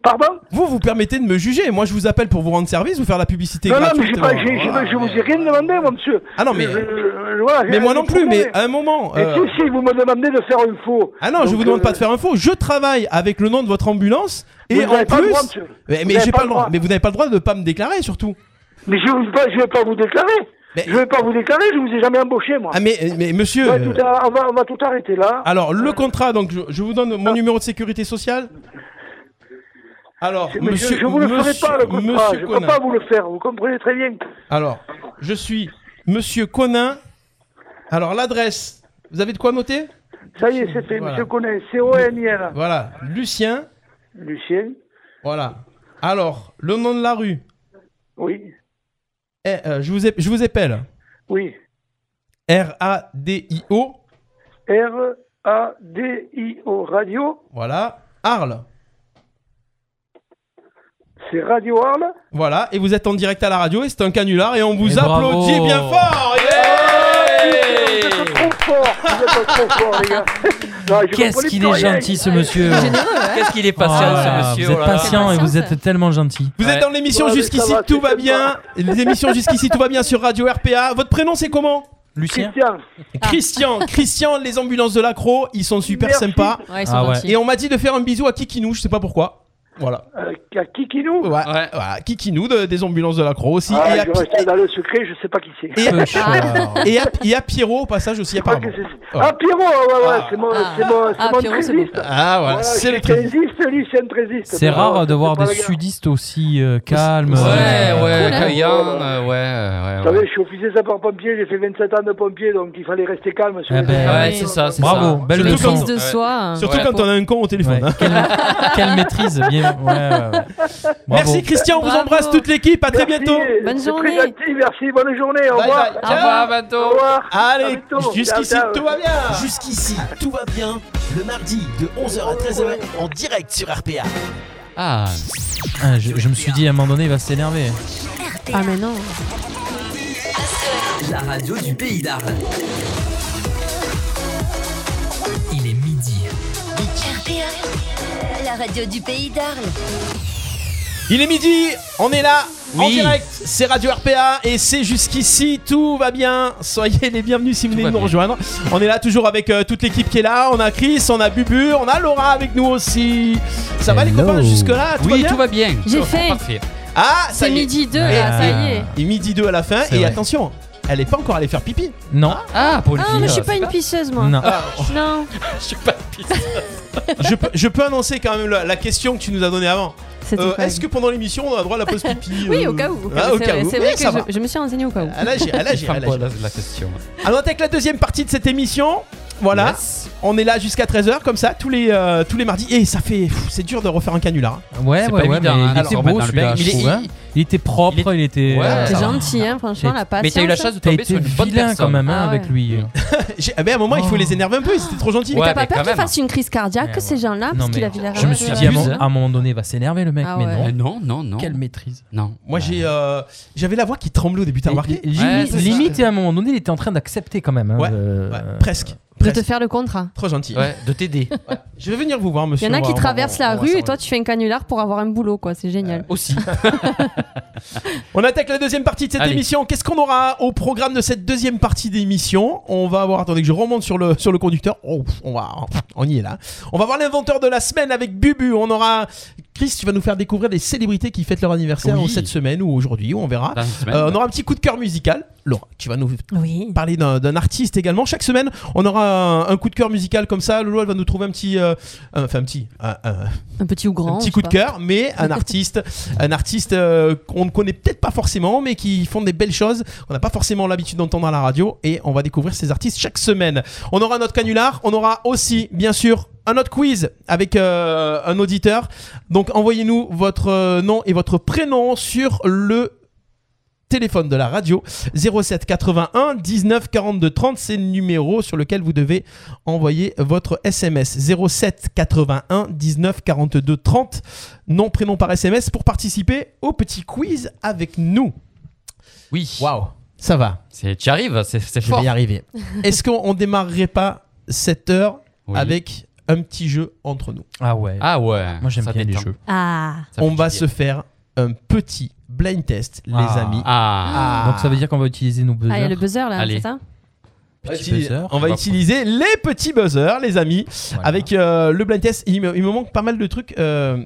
Speaker 11: Pardon
Speaker 2: Vous vous permettez de me juger. Moi, je vous appelle pour vous rendre service, vous faire la publicité
Speaker 11: Non, non, mais
Speaker 2: gratuite.
Speaker 11: j'ai pas-
Speaker 2: euh,
Speaker 11: j'ai- j'ai-
Speaker 2: voilà.
Speaker 11: je vous ai rien demandé, mon monsieur.
Speaker 2: Ah non, mais-
Speaker 11: Je- je- Euh, voilà,
Speaker 2: Mais
Speaker 11: j'ai-
Speaker 2: moi non plus.
Speaker 11: je-
Speaker 2: Mais à un moment.
Speaker 11: Mais
Speaker 2: euh,
Speaker 11: si, si, vous me demandez de faire un faux. euh,
Speaker 2: Ah non, je vous demande pas de faire un faux. Je travaille avec le nom de votre ambulance
Speaker 11: Vous
Speaker 2: et
Speaker 11: n'avez
Speaker 2: en
Speaker 11: pas le
Speaker 2: plus.
Speaker 11: droit, monsieur.
Speaker 2: mais
Speaker 11: Vous
Speaker 2: mais
Speaker 11: n'avez
Speaker 2: j'ai pas le droit. Mais vous n'avez pas le droit de pas me déclarer surtout.
Speaker 11: Mais je ne vais pas vous déclarer.
Speaker 2: Mais-
Speaker 11: Je ne vais pas vous déclarer, je vous ai jamais embauché, moi.
Speaker 2: Ah mais mais
Speaker 11: On
Speaker 2: monsieur.
Speaker 11: va
Speaker 2: euh,
Speaker 11: tout ar- on, va, on va tout arrêter là. Euh, Ah.
Speaker 2: Alors le contrat. Donc je, je vous donne mon numéro de sécurité sociale. Alors
Speaker 11: Mais je-
Speaker 2: monsieur.
Speaker 11: je ne vous le ferai
Speaker 2: monsieur-
Speaker 11: pas, le contrat.
Speaker 2: monsieur
Speaker 11: Je ne peux
Speaker 2: Conin.
Speaker 11: pas vous le faire, vous comprenez très bien.
Speaker 2: Alors je suis Monsieur Conin. Alors l'adresse. Vous avez de quoi noter
Speaker 11: Ça y est, c'est fait.
Speaker 2: Voilà.
Speaker 11: Monsieur Conin, C-O-N-I-N.
Speaker 2: Voilà, Lucien.
Speaker 11: Lucien,
Speaker 2: Voilà. Alors, le nom de la rue.
Speaker 11: oui,
Speaker 2: Eh, euh, je vous ai- je vous appelle.
Speaker 11: oui.
Speaker 2: R A D I O.
Speaker 11: R-A-D-I-O, radio.
Speaker 2: Voilà, Arles.
Speaker 11: C'est Radio Arles.
Speaker 2: Voilà, et vous êtes en direct à la radio et c'est un canular et on vous
Speaker 3: Et
Speaker 2: applaudit
Speaker 3: bravo.
Speaker 2: bien fort. Yeah
Speaker 11: Vous êtes trop fort, vous êtes trop fort, les gars. Non, je
Speaker 3: Qu'est-ce
Speaker 11: comprenais
Speaker 3: qu'il
Speaker 11: plus
Speaker 3: est
Speaker 11: rien.
Speaker 3: gentil, ce monsieur
Speaker 2: hein.
Speaker 5: hein.
Speaker 4: Qu'est-ce qu'il est patient,
Speaker 3: Ah,
Speaker 4: ce monsieur
Speaker 3: Vous
Speaker 4: oh
Speaker 3: êtes
Speaker 4: là là.
Speaker 3: patient et vous êtes tellement gentil.
Speaker 2: Vous êtes
Speaker 4: Ouais.
Speaker 2: dans l'émission
Speaker 11: Ouais, mais ça
Speaker 2: Jusqu'ici
Speaker 11: va,
Speaker 2: tout
Speaker 11: c'est
Speaker 2: va bien. Les émissions Jusqu'ici tout va bien sur Radio RPA. Votre prénom c'est comment
Speaker 3: Lucien
Speaker 11: Tiens,
Speaker 2: Christian. Christian, les ambulances de l'accro, ils sont super
Speaker 11: Merci.
Speaker 2: sympas.
Speaker 5: Ouais, ils
Speaker 3: Ah ouais.
Speaker 5: gentils.
Speaker 2: Et on m'a dit de faire un bisou à Kikinou, je sais pas pourquoi. Voilà.
Speaker 11: euh, à Kikinou.
Speaker 2: Ouais, ouais. Kikinou de- des ambulances de l'accro aussi.
Speaker 11: Ah,
Speaker 2: et, à,
Speaker 11: je reste dans le secret, je sais pas qui c'est.
Speaker 2: et, Ah.
Speaker 3: Peu
Speaker 5: Ah.
Speaker 3: cher.
Speaker 2: et à- et à Pierrot au passage aussi
Speaker 11: Je crois
Speaker 2: apparemment.
Speaker 11: que c'est-
Speaker 2: Oh.
Speaker 11: Ah, Pierrot, ouais, ouais,
Speaker 2: Ah.
Speaker 11: c'est mon,
Speaker 5: Ah.
Speaker 11: c'est mon,
Speaker 5: Ah,
Speaker 11: c'est mon
Speaker 5: Pierrot, c'est
Speaker 11: trésiste.
Speaker 2: Ah voilà,
Speaker 11: Voilà,
Speaker 2: c'est
Speaker 11: je
Speaker 2: le
Speaker 11: suis
Speaker 2: truc.
Speaker 11: trésiste, lui, c'est un trésiste.
Speaker 3: C'est rare
Speaker 11: Voilà,
Speaker 3: de voir
Speaker 11: c'est pas
Speaker 3: des
Speaker 11: le gars.
Speaker 3: sudistes aussi euh, calmes.
Speaker 4: Ouais,
Speaker 3: euh,
Speaker 4: ouais,
Speaker 5: Cool, hein.
Speaker 4: Kayan, euh, ouais,
Speaker 11: Vous
Speaker 4: ouais, ouais.
Speaker 11: savez, je suis officier sapeur-pompier, j'ai fait 27 ans de pompier, donc il fallait rester calme sur
Speaker 2: Eh
Speaker 3: Ah
Speaker 11: les
Speaker 3: ben,
Speaker 11: événements.
Speaker 4: Ouais, c'est ça, c'est
Speaker 3: Bravo,
Speaker 4: ça.
Speaker 3: belle
Speaker 5: Le
Speaker 2: Surtout
Speaker 5: fils
Speaker 2: quand,
Speaker 5: de soi.
Speaker 2: surtout
Speaker 4: Ouais.
Speaker 2: quand on a un con au téléphone.
Speaker 3: ouais.
Speaker 2: hein.
Speaker 3: Quelle, quelle maîtrise. Bien, ouais, ouais,
Speaker 11: [laughs]
Speaker 3: ouais. Bravo.
Speaker 2: Merci Christian, on vous
Speaker 5: Bravo.
Speaker 2: embrasse toute l'équipe, à très
Speaker 11: Merci,
Speaker 2: bientôt.
Speaker 5: Bonne
Speaker 11: c'est
Speaker 5: journée.
Speaker 11: Très gentil, merci, bonne journée, au
Speaker 2: Bye
Speaker 11: revoir.
Speaker 2: bye.
Speaker 5: Au
Speaker 2: Ciao.
Speaker 5: revoir,
Speaker 11: Au
Speaker 4: bientôt.
Speaker 11: revoir.
Speaker 2: Allez,
Speaker 11: À bientôt.
Speaker 2: jusqu'ici
Speaker 11: Ciao, ciao.
Speaker 2: tout va bien.
Speaker 1: Jusqu'ici, tout va bien. Le mardi de 11h à 13h en direct sur RPA.
Speaker 4: Ah,
Speaker 3: Ah, je, je me suis dit à un moment donné, il va s'énerver.
Speaker 5: Ah, mais non.
Speaker 12: La radio du pays d'Arles. Il est midi.
Speaker 8: RPA, la radio du pays d'Arles.
Speaker 2: Il est midi, on est là, en
Speaker 4: Oui.
Speaker 2: direct. C'est Radio RPA et c'est jusqu'ici, tout va bien. Soyez les bienvenus si vous venez
Speaker 4: va
Speaker 2: nous
Speaker 4: bien.
Speaker 2: rejoindre. On est là toujours avec euh, toute l'équipe qui est là. On a Chris, on a Bubu, on a Laura avec nous aussi. Ça va les
Speaker 3: Hello.
Speaker 2: copains jusque-là tout va
Speaker 4: oui,
Speaker 2: bien
Speaker 4: tout va bien.
Speaker 5: J'ai
Speaker 4: Oh,
Speaker 5: fait.
Speaker 4: Parfait.
Speaker 2: Ah, ça
Speaker 5: C'est
Speaker 2: y est.
Speaker 5: midi 2,
Speaker 3: Ah.
Speaker 5: là, ça y est.
Speaker 2: Et midi 2 à la fin.
Speaker 3: C'est
Speaker 2: Et
Speaker 3: vrai.
Speaker 2: attention, elle est pas encore allée faire pipi.
Speaker 3: Non,
Speaker 4: Ah, Pauline.
Speaker 5: Ah, mais je suis pas une pisseuse, moi.
Speaker 3: non.
Speaker 5: Non.
Speaker 4: Je suis pas une piste.
Speaker 2: je, peux, je peux annoncer quand même la, la question que tu nous as donnée avant.
Speaker 5: C'était
Speaker 2: Euh,
Speaker 5: quoi
Speaker 2: Est-ce que pendant l'émission on a droit à
Speaker 5: [laughs]
Speaker 2: la pause pipi
Speaker 5: Oui,
Speaker 2: euh,
Speaker 5: au cas où. au
Speaker 2: ah,
Speaker 5: cas où,
Speaker 2: au
Speaker 5: c'est
Speaker 2: cas
Speaker 5: vrai,
Speaker 2: où.
Speaker 5: C'est
Speaker 2: Oui,
Speaker 5: vrai que
Speaker 2: ça va.
Speaker 5: je, je me suis renseignée au cas où.
Speaker 2: Ah,
Speaker 5: [laughs]
Speaker 2: là,
Speaker 4: [laughs]
Speaker 2: j'ai- ah, là, j'ai- ah,
Speaker 4: Enfin,
Speaker 2: là,
Speaker 4: quoi,
Speaker 2: j'ai-
Speaker 4: la, la question
Speaker 2: Alors, on attaque la deuxième partie de cette émission. Voilà,
Speaker 4: Yes.
Speaker 2: on est là jusqu'à 13h comme ça, tous les, euh, tous les mardis. Et ça fait. pff, C'est dur de refaire un canular. hein.
Speaker 3: Ouais,
Speaker 4: C'est
Speaker 3: ouais,
Speaker 4: pas
Speaker 3: ouais,
Speaker 4: évident,
Speaker 3: mais
Speaker 4: hein, de
Speaker 3: il
Speaker 4: se
Speaker 3: était
Speaker 4: remettre
Speaker 3: beau
Speaker 4: dans le
Speaker 3: celui-là,
Speaker 4: bain.
Speaker 3: je
Speaker 4: Il est-
Speaker 3: trouve. hein. Il était propre, il était.
Speaker 4: Ouais,
Speaker 3: euh,
Speaker 5: T'es
Speaker 4: ça va.
Speaker 5: gentil, hein, franchement,
Speaker 3: J'ai-
Speaker 5: la patience.
Speaker 4: Mais t'as eu la chance de
Speaker 3: T'as
Speaker 4: tomber
Speaker 3: été
Speaker 4: sur une bonne
Speaker 3: vilain
Speaker 4: personne.
Speaker 3: quand même hein,
Speaker 5: Ah ouais.
Speaker 3: avec lui.
Speaker 2: J'ai- ah, Mais à un moment, il faut
Speaker 3: Oh.
Speaker 2: les énerver un peu, ils étaient trop gentils.
Speaker 5: Mais
Speaker 4: Ouais,
Speaker 5: t'as pas
Speaker 4: mais
Speaker 5: peur
Speaker 4: quand
Speaker 5: qu'il
Speaker 4: même.
Speaker 5: fasse une crise cardiaque,
Speaker 3: Ouais,
Speaker 5: ces gens-là, parce
Speaker 3: mais
Speaker 5: qu'il a vu la
Speaker 3: Je me suis dit à,
Speaker 5: rage.
Speaker 4: Abuse,
Speaker 3: mon-
Speaker 4: hein.
Speaker 3: à un moment donné, il va s'énerver le mec,
Speaker 5: Ah
Speaker 3: mais
Speaker 5: ouais.
Speaker 3: non.
Speaker 4: Mais Euh, non, non, non.
Speaker 3: Quelle maîtrise.
Speaker 4: Non.
Speaker 2: Moi, j'ai, euh, j'avais la voix qui tremblait au début, t'as remarqué
Speaker 3: Li-
Speaker 4: Ouais, c'est ça.
Speaker 3: limite, et à un moment donné, il était en train d'accepter quand même. hein,
Speaker 2: Ouais,
Speaker 3: euh,
Speaker 2: Ouais, Presque.
Speaker 5: de te faire le contrat.
Speaker 2: Trop gentil.
Speaker 4: Ouais, de t'aider.
Speaker 2: Je vais venir vous voir,
Speaker 5: Il y
Speaker 2: monsieur.
Speaker 5: en a
Speaker 2: on
Speaker 5: qui
Speaker 2: va- on-
Speaker 5: traversent la
Speaker 2: on va
Speaker 5: rue et
Speaker 2: s'arranger.
Speaker 5: toi tu fais un canular pour avoir un boulot quoi, c'est génial.
Speaker 4: aussi.
Speaker 2: On attaque la deuxième partie de cette
Speaker 4: Allez.
Speaker 2: émission. Qu'est-ce qu'on aura au programme de cette deuxième partie d'émission On va avoir, attendez que je remonte sur le, sur le conducteur. Oh, on va, on y est là. On va voir l'inventeur de la semaine avec Bubu. On aura Chris, tu vas nous faire découvrir des célébrités qui fêtent leur anniversaire
Speaker 4: Oui.
Speaker 2: ou cette semaine ou aujourd'hui, on verra.
Speaker 4: Dans une semaine,
Speaker 2: Euh, on
Speaker 4: ouais.
Speaker 2: aura un petit coup de cœur musical. Laura, tu vas nous parler d'un d'un artiste également. Chaque semaine, on aura un, un coup de cœur musical comme ça. Lolo, elle va nous trouver un petit, euh, un- enfin un petit, un- un-
Speaker 5: Un petit ou grand.
Speaker 2: un
Speaker 5: je
Speaker 2: petit
Speaker 5: sais
Speaker 2: coup de
Speaker 5: pas.
Speaker 2: cœur,
Speaker 5: [laughs]
Speaker 2: mais un artiste, un artiste euh, qu'on ne connaît peut-être pas forcément, mais qui font des belles choses. On n'a pas forcément l'habitude d'entendre à la radio, et on va découvrir ces artistes chaque semaine. On aura notre canular, on aura aussi, bien sûr, un autre quiz avec euh, un auditeur. Donc envoyez-nous votre euh, nom et votre prénom sur le téléphone de la radio 07 81 19 42 30 c'est le numéro sur lequel vous devez envoyer votre SMS 07 81 19 42 30 nom prénom par SMS pour participer au petit quiz avec nous
Speaker 4: oui
Speaker 2: waouh ça va
Speaker 4: C'est- Tu arrives, c'est c'est
Speaker 2: je
Speaker 4: fort.
Speaker 2: vais y arriver [laughs] est-ce qu'on on démarrerait pas cette heure
Speaker 4: Oui.
Speaker 2: avec un petit jeu entre nous
Speaker 3: Ah ouais.
Speaker 4: Ah ouais.
Speaker 3: Moi j'aime
Speaker 4: ça
Speaker 3: bien les
Speaker 4: détend.
Speaker 3: jeux.
Speaker 5: Ah.
Speaker 4: Ça fait
Speaker 2: on
Speaker 4: du
Speaker 2: va
Speaker 4: bien.
Speaker 2: se faire un petit blind test les
Speaker 3: Ah.
Speaker 2: amis
Speaker 4: Ah.
Speaker 3: Donc ça veut dire qu'on va utiliser nos buzzers.
Speaker 5: Ah, il y a le buzzer là,
Speaker 4: Allez.
Speaker 5: c'est ça
Speaker 2: On va
Speaker 3: Petit
Speaker 2: utiliser-
Speaker 3: buzzer.
Speaker 2: on va utiliser les petits buzzers, les amis,
Speaker 3: Voilà.
Speaker 2: avec euh, le blind test. Il me, il me manque pas mal de trucs. euh,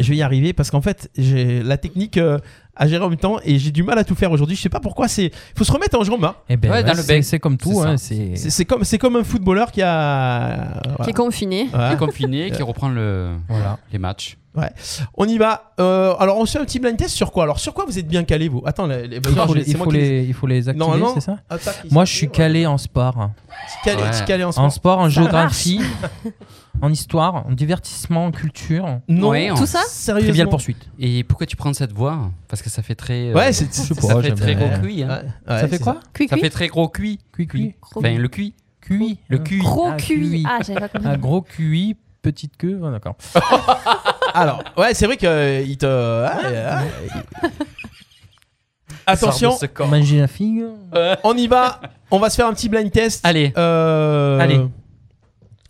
Speaker 2: je vais y arriver parce qu'en fait, j'ai la technique euh, à gérer en même temps et j'ai du mal à tout faire aujourd'hui. Je sais pas pourquoi. C'est faut se remettre en jambe. hein.
Speaker 3: Eh ben,
Speaker 4: Ouais, dans
Speaker 3: ouais,
Speaker 4: le
Speaker 3: c'est-
Speaker 4: bec.
Speaker 3: c'est comme tout.
Speaker 4: C'est
Speaker 3: hein,
Speaker 4: ça.
Speaker 3: C'est
Speaker 2: C'est c'est comme c'est comme un footballeur qui a.
Speaker 5: Qui est
Speaker 2: voilà.
Speaker 5: confiné.
Speaker 4: Qui
Speaker 2: Ouais.
Speaker 4: est confiné,
Speaker 2: Euh,
Speaker 4: qui reprend le,
Speaker 3: voilà.
Speaker 4: les matchs.
Speaker 2: Ouais. On y va. Euh, alors on se fait un petit blind test sur quoi Alors sur quoi vous êtes bien calé vous Attends, les, les
Speaker 3: Il
Speaker 2: buzzers,
Speaker 3: faut,
Speaker 2: je les-
Speaker 3: les,
Speaker 2: c'est
Speaker 3: il
Speaker 2: moi
Speaker 3: faut
Speaker 2: qui les-
Speaker 3: les, il faut les activer,
Speaker 2: Normalement,
Speaker 3: c'est ça
Speaker 2: Attaque, ils
Speaker 3: Moi
Speaker 2: sont
Speaker 3: je suis
Speaker 2: nuls,
Speaker 3: calé en sport.
Speaker 2: ouais. Calé,
Speaker 4: Ouais.
Speaker 2: t'es calé en sport.
Speaker 3: En sport, en géographie, en histoire, en divertissement, en culture.
Speaker 2: Non.
Speaker 4: Ouais, en-
Speaker 5: Tout ça
Speaker 2: Sérieusement.
Speaker 3: Trivial poursuite.
Speaker 4: Et pourquoi tu prends cette voix Parce que ça fait très. euh,
Speaker 2: Ouais, c'est je sais
Speaker 4: ça
Speaker 2: pas,
Speaker 4: fait
Speaker 2: j'aime
Speaker 4: très
Speaker 2: bien.
Speaker 4: gros cuit. hein.
Speaker 2: Ouais, ouais,
Speaker 3: ça fait
Speaker 2: c'est
Speaker 3: quoi
Speaker 5: Cui,
Speaker 4: Ça
Speaker 5: cui.
Speaker 4: fait très gros cuit.
Speaker 3: Cui, cui.
Speaker 4: Enfin, le cuit.
Speaker 3: QI.
Speaker 4: Le cuit.
Speaker 5: Gros
Speaker 3: Ah,
Speaker 5: QI.
Speaker 3: QI.
Speaker 5: Ah, j'avais pas compris.
Speaker 3: Un gros QI, petite queue. Ah, D'accord.
Speaker 2: Alors, ouais, c'est vrai que euh, il te. ah, ah, [laughs] Attention,
Speaker 4: Sors de ce corps.
Speaker 3: Manger la figue.
Speaker 2: on y va. On va se faire un petit blind test.
Speaker 4: Allez.
Speaker 2: Euh,
Speaker 4: Allez.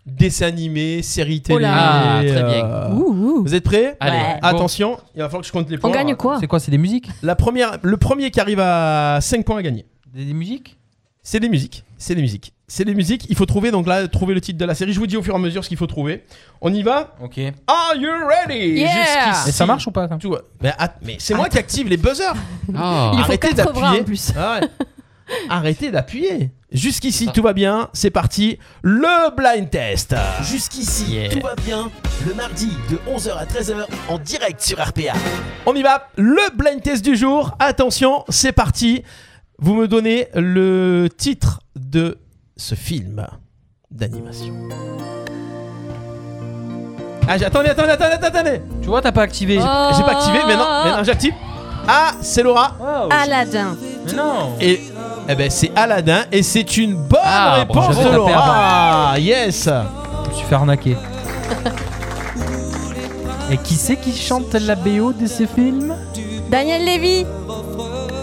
Speaker 2: Dessin animé, série télé.
Speaker 5: Oh là.
Speaker 4: Ah, très bien.
Speaker 2: euh,
Speaker 5: Ouh, ouh.
Speaker 2: Vous êtes prêts
Speaker 4: Allez.
Speaker 5: Ouais.
Speaker 4: go.
Speaker 2: Attention, il va falloir que je compte les points.
Speaker 5: On gagne quoi
Speaker 3: hein. C'est quoi C'est des musiques
Speaker 2: La première, le premier qui arrive à 5 points à gagner.
Speaker 3: des, des musiques
Speaker 2: C'est des musiques. C'est des musiques. C'est des musiques. Il faut trouver donc là trouver le titre de la série. Je vous dis au fur et à mesure ce qu'il faut trouver. On y va.
Speaker 3: Ok. Et
Speaker 2: Are you ready
Speaker 5: Yeah.
Speaker 2: Jusqu'ici.
Speaker 3: ça marche ou pas ça
Speaker 2: Tout- Mais, att- mais c'est moi qui active les buzzers.
Speaker 4: Ah.
Speaker 5: Il faut
Speaker 2: Arrêtez
Speaker 5: quatre bras,
Speaker 2: d'appuyer.
Speaker 5: en plus.
Speaker 2: Ah ouais. Arrêtez d'appuyer. Jusqu'ici, tout va bien. C'est parti. Le blind test.
Speaker 1: Jusqu'ici,
Speaker 4: Yeah.
Speaker 1: tout va bien. Le mardi de 11h à 13h en direct sur RPA.
Speaker 2: On y va. Le blind test du jour. Attention, c'est parti. Vous me donnez le titre de ce film d'animation. Ah, j'ai- attendez, attendez, attendez, attendez.
Speaker 3: Tu vois, t'as pas activé.
Speaker 2: J'ai
Speaker 3: Oh.
Speaker 2: pas activé, mais non, mais non, j'active. Ah, c'est Laura.
Speaker 3: Wow.
Speaker 5: Aladdin.
Speaker 3: Mais non.
Speaker 2: Et eh ben, c'est Aladdin. Et c'est une bonne
Speaker 4: Ah,
Speaker 2: réponse
Speaker 4: bravo.
Speaker 2: de Laura. Ah, yes.
Speaker 3: Je me suis fait arnaquer. Et qui c'est qui chante la BO de ces films
Speaker 5: Daniel Lévy.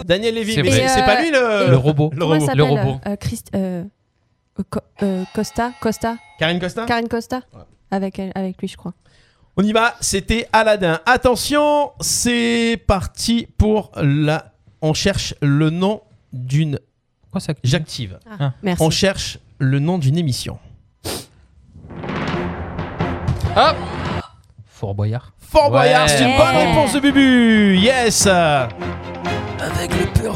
Speaker 2: Daniel Lévy,
Speaker 4: C'est
Speaker 2: mais
Speaker 4: vrai.
Speaker 2: c'est
Speaker 5: Et,
Speaker 2: c'est
Speaker 5: euh,
Speaker 2: pas lui le,
Speaker 5: et-
Speaker 3: Le robot.
Speaker 2: le
Speaker 5: Comment il
Speaker 2: robot.
Speaker 5: s'appelle
Speaker 4: Le robot.
Speaker 5: Euh, Christ, euh, euh, Co- euh, Costa, Costa,
Speaker 2: Karine Costa
Speaker 5: Karine Costa. Avec, elle, avec lui, je crois.
Speaker 2: On y va, c'était Aladdin. Attention, c'est parti pour la. On cherche le nom d'une.
Speaker 3: Quoi ça Ah,
Speaker 2: J'active.
Speaker 5: Merci.
Speaker 2: On cherche le nom d'une émission.
Speaker 4: Hop.
Speaker 3: Fort Boyard.
Speaker 2: Fort
Speaker 4: Ouais.
Speaker 2: Boyard, c'est une bonne
Speaker 5: Ouais.
Speaker 2: réponse de Bubu. Yes.
Speaker 12: Avec le peur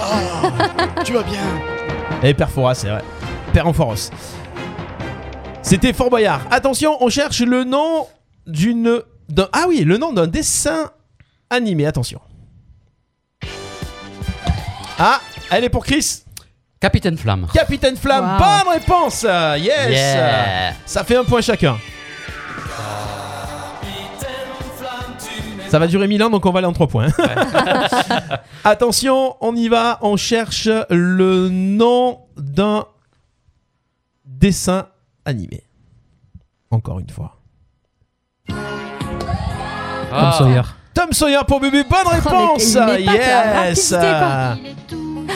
Speaker 1: Ah,
Speaker 2: tu vas bien. Et Perfora, c'est vrai. Perenforos. C'était Fort Boyard. Attention, on cherche le nom d'une. d'un- Ah oui, le nom d'un dessin animé. Attention. Ah, elle est pour Chris.
Speaker 4: Capitaine Flamme.
Speaker 2: Capitaine Flamme,
Speaker 5: Wow.
Speaker 2: bonne réponse Yes
Speaker 4: Yeah.
Speaker 2: Ça fait un point chacun. Ça va durer 1000 ans, donc on va aller en
Speaker 4: [laughs]
Speaker 2: 3 points. Attention, on y va, on cherche le nom d'un dessin animé. Encore une fois.
Speaker 4: Ah.
Speaker 3: Tom Sawyer.
Speaker 2: Tom Sawyer pour Bubu,
Speaker 5: [laughs]
Speaker 2: bonne
Speaker 5: mais
Speaker 2: réponse
Speaker 5: il met pas ta
Speaker 2: Yes
Speaker 5: rapidité, quoi.
Speaker 3: Ah.
Speaker 8: Il est tout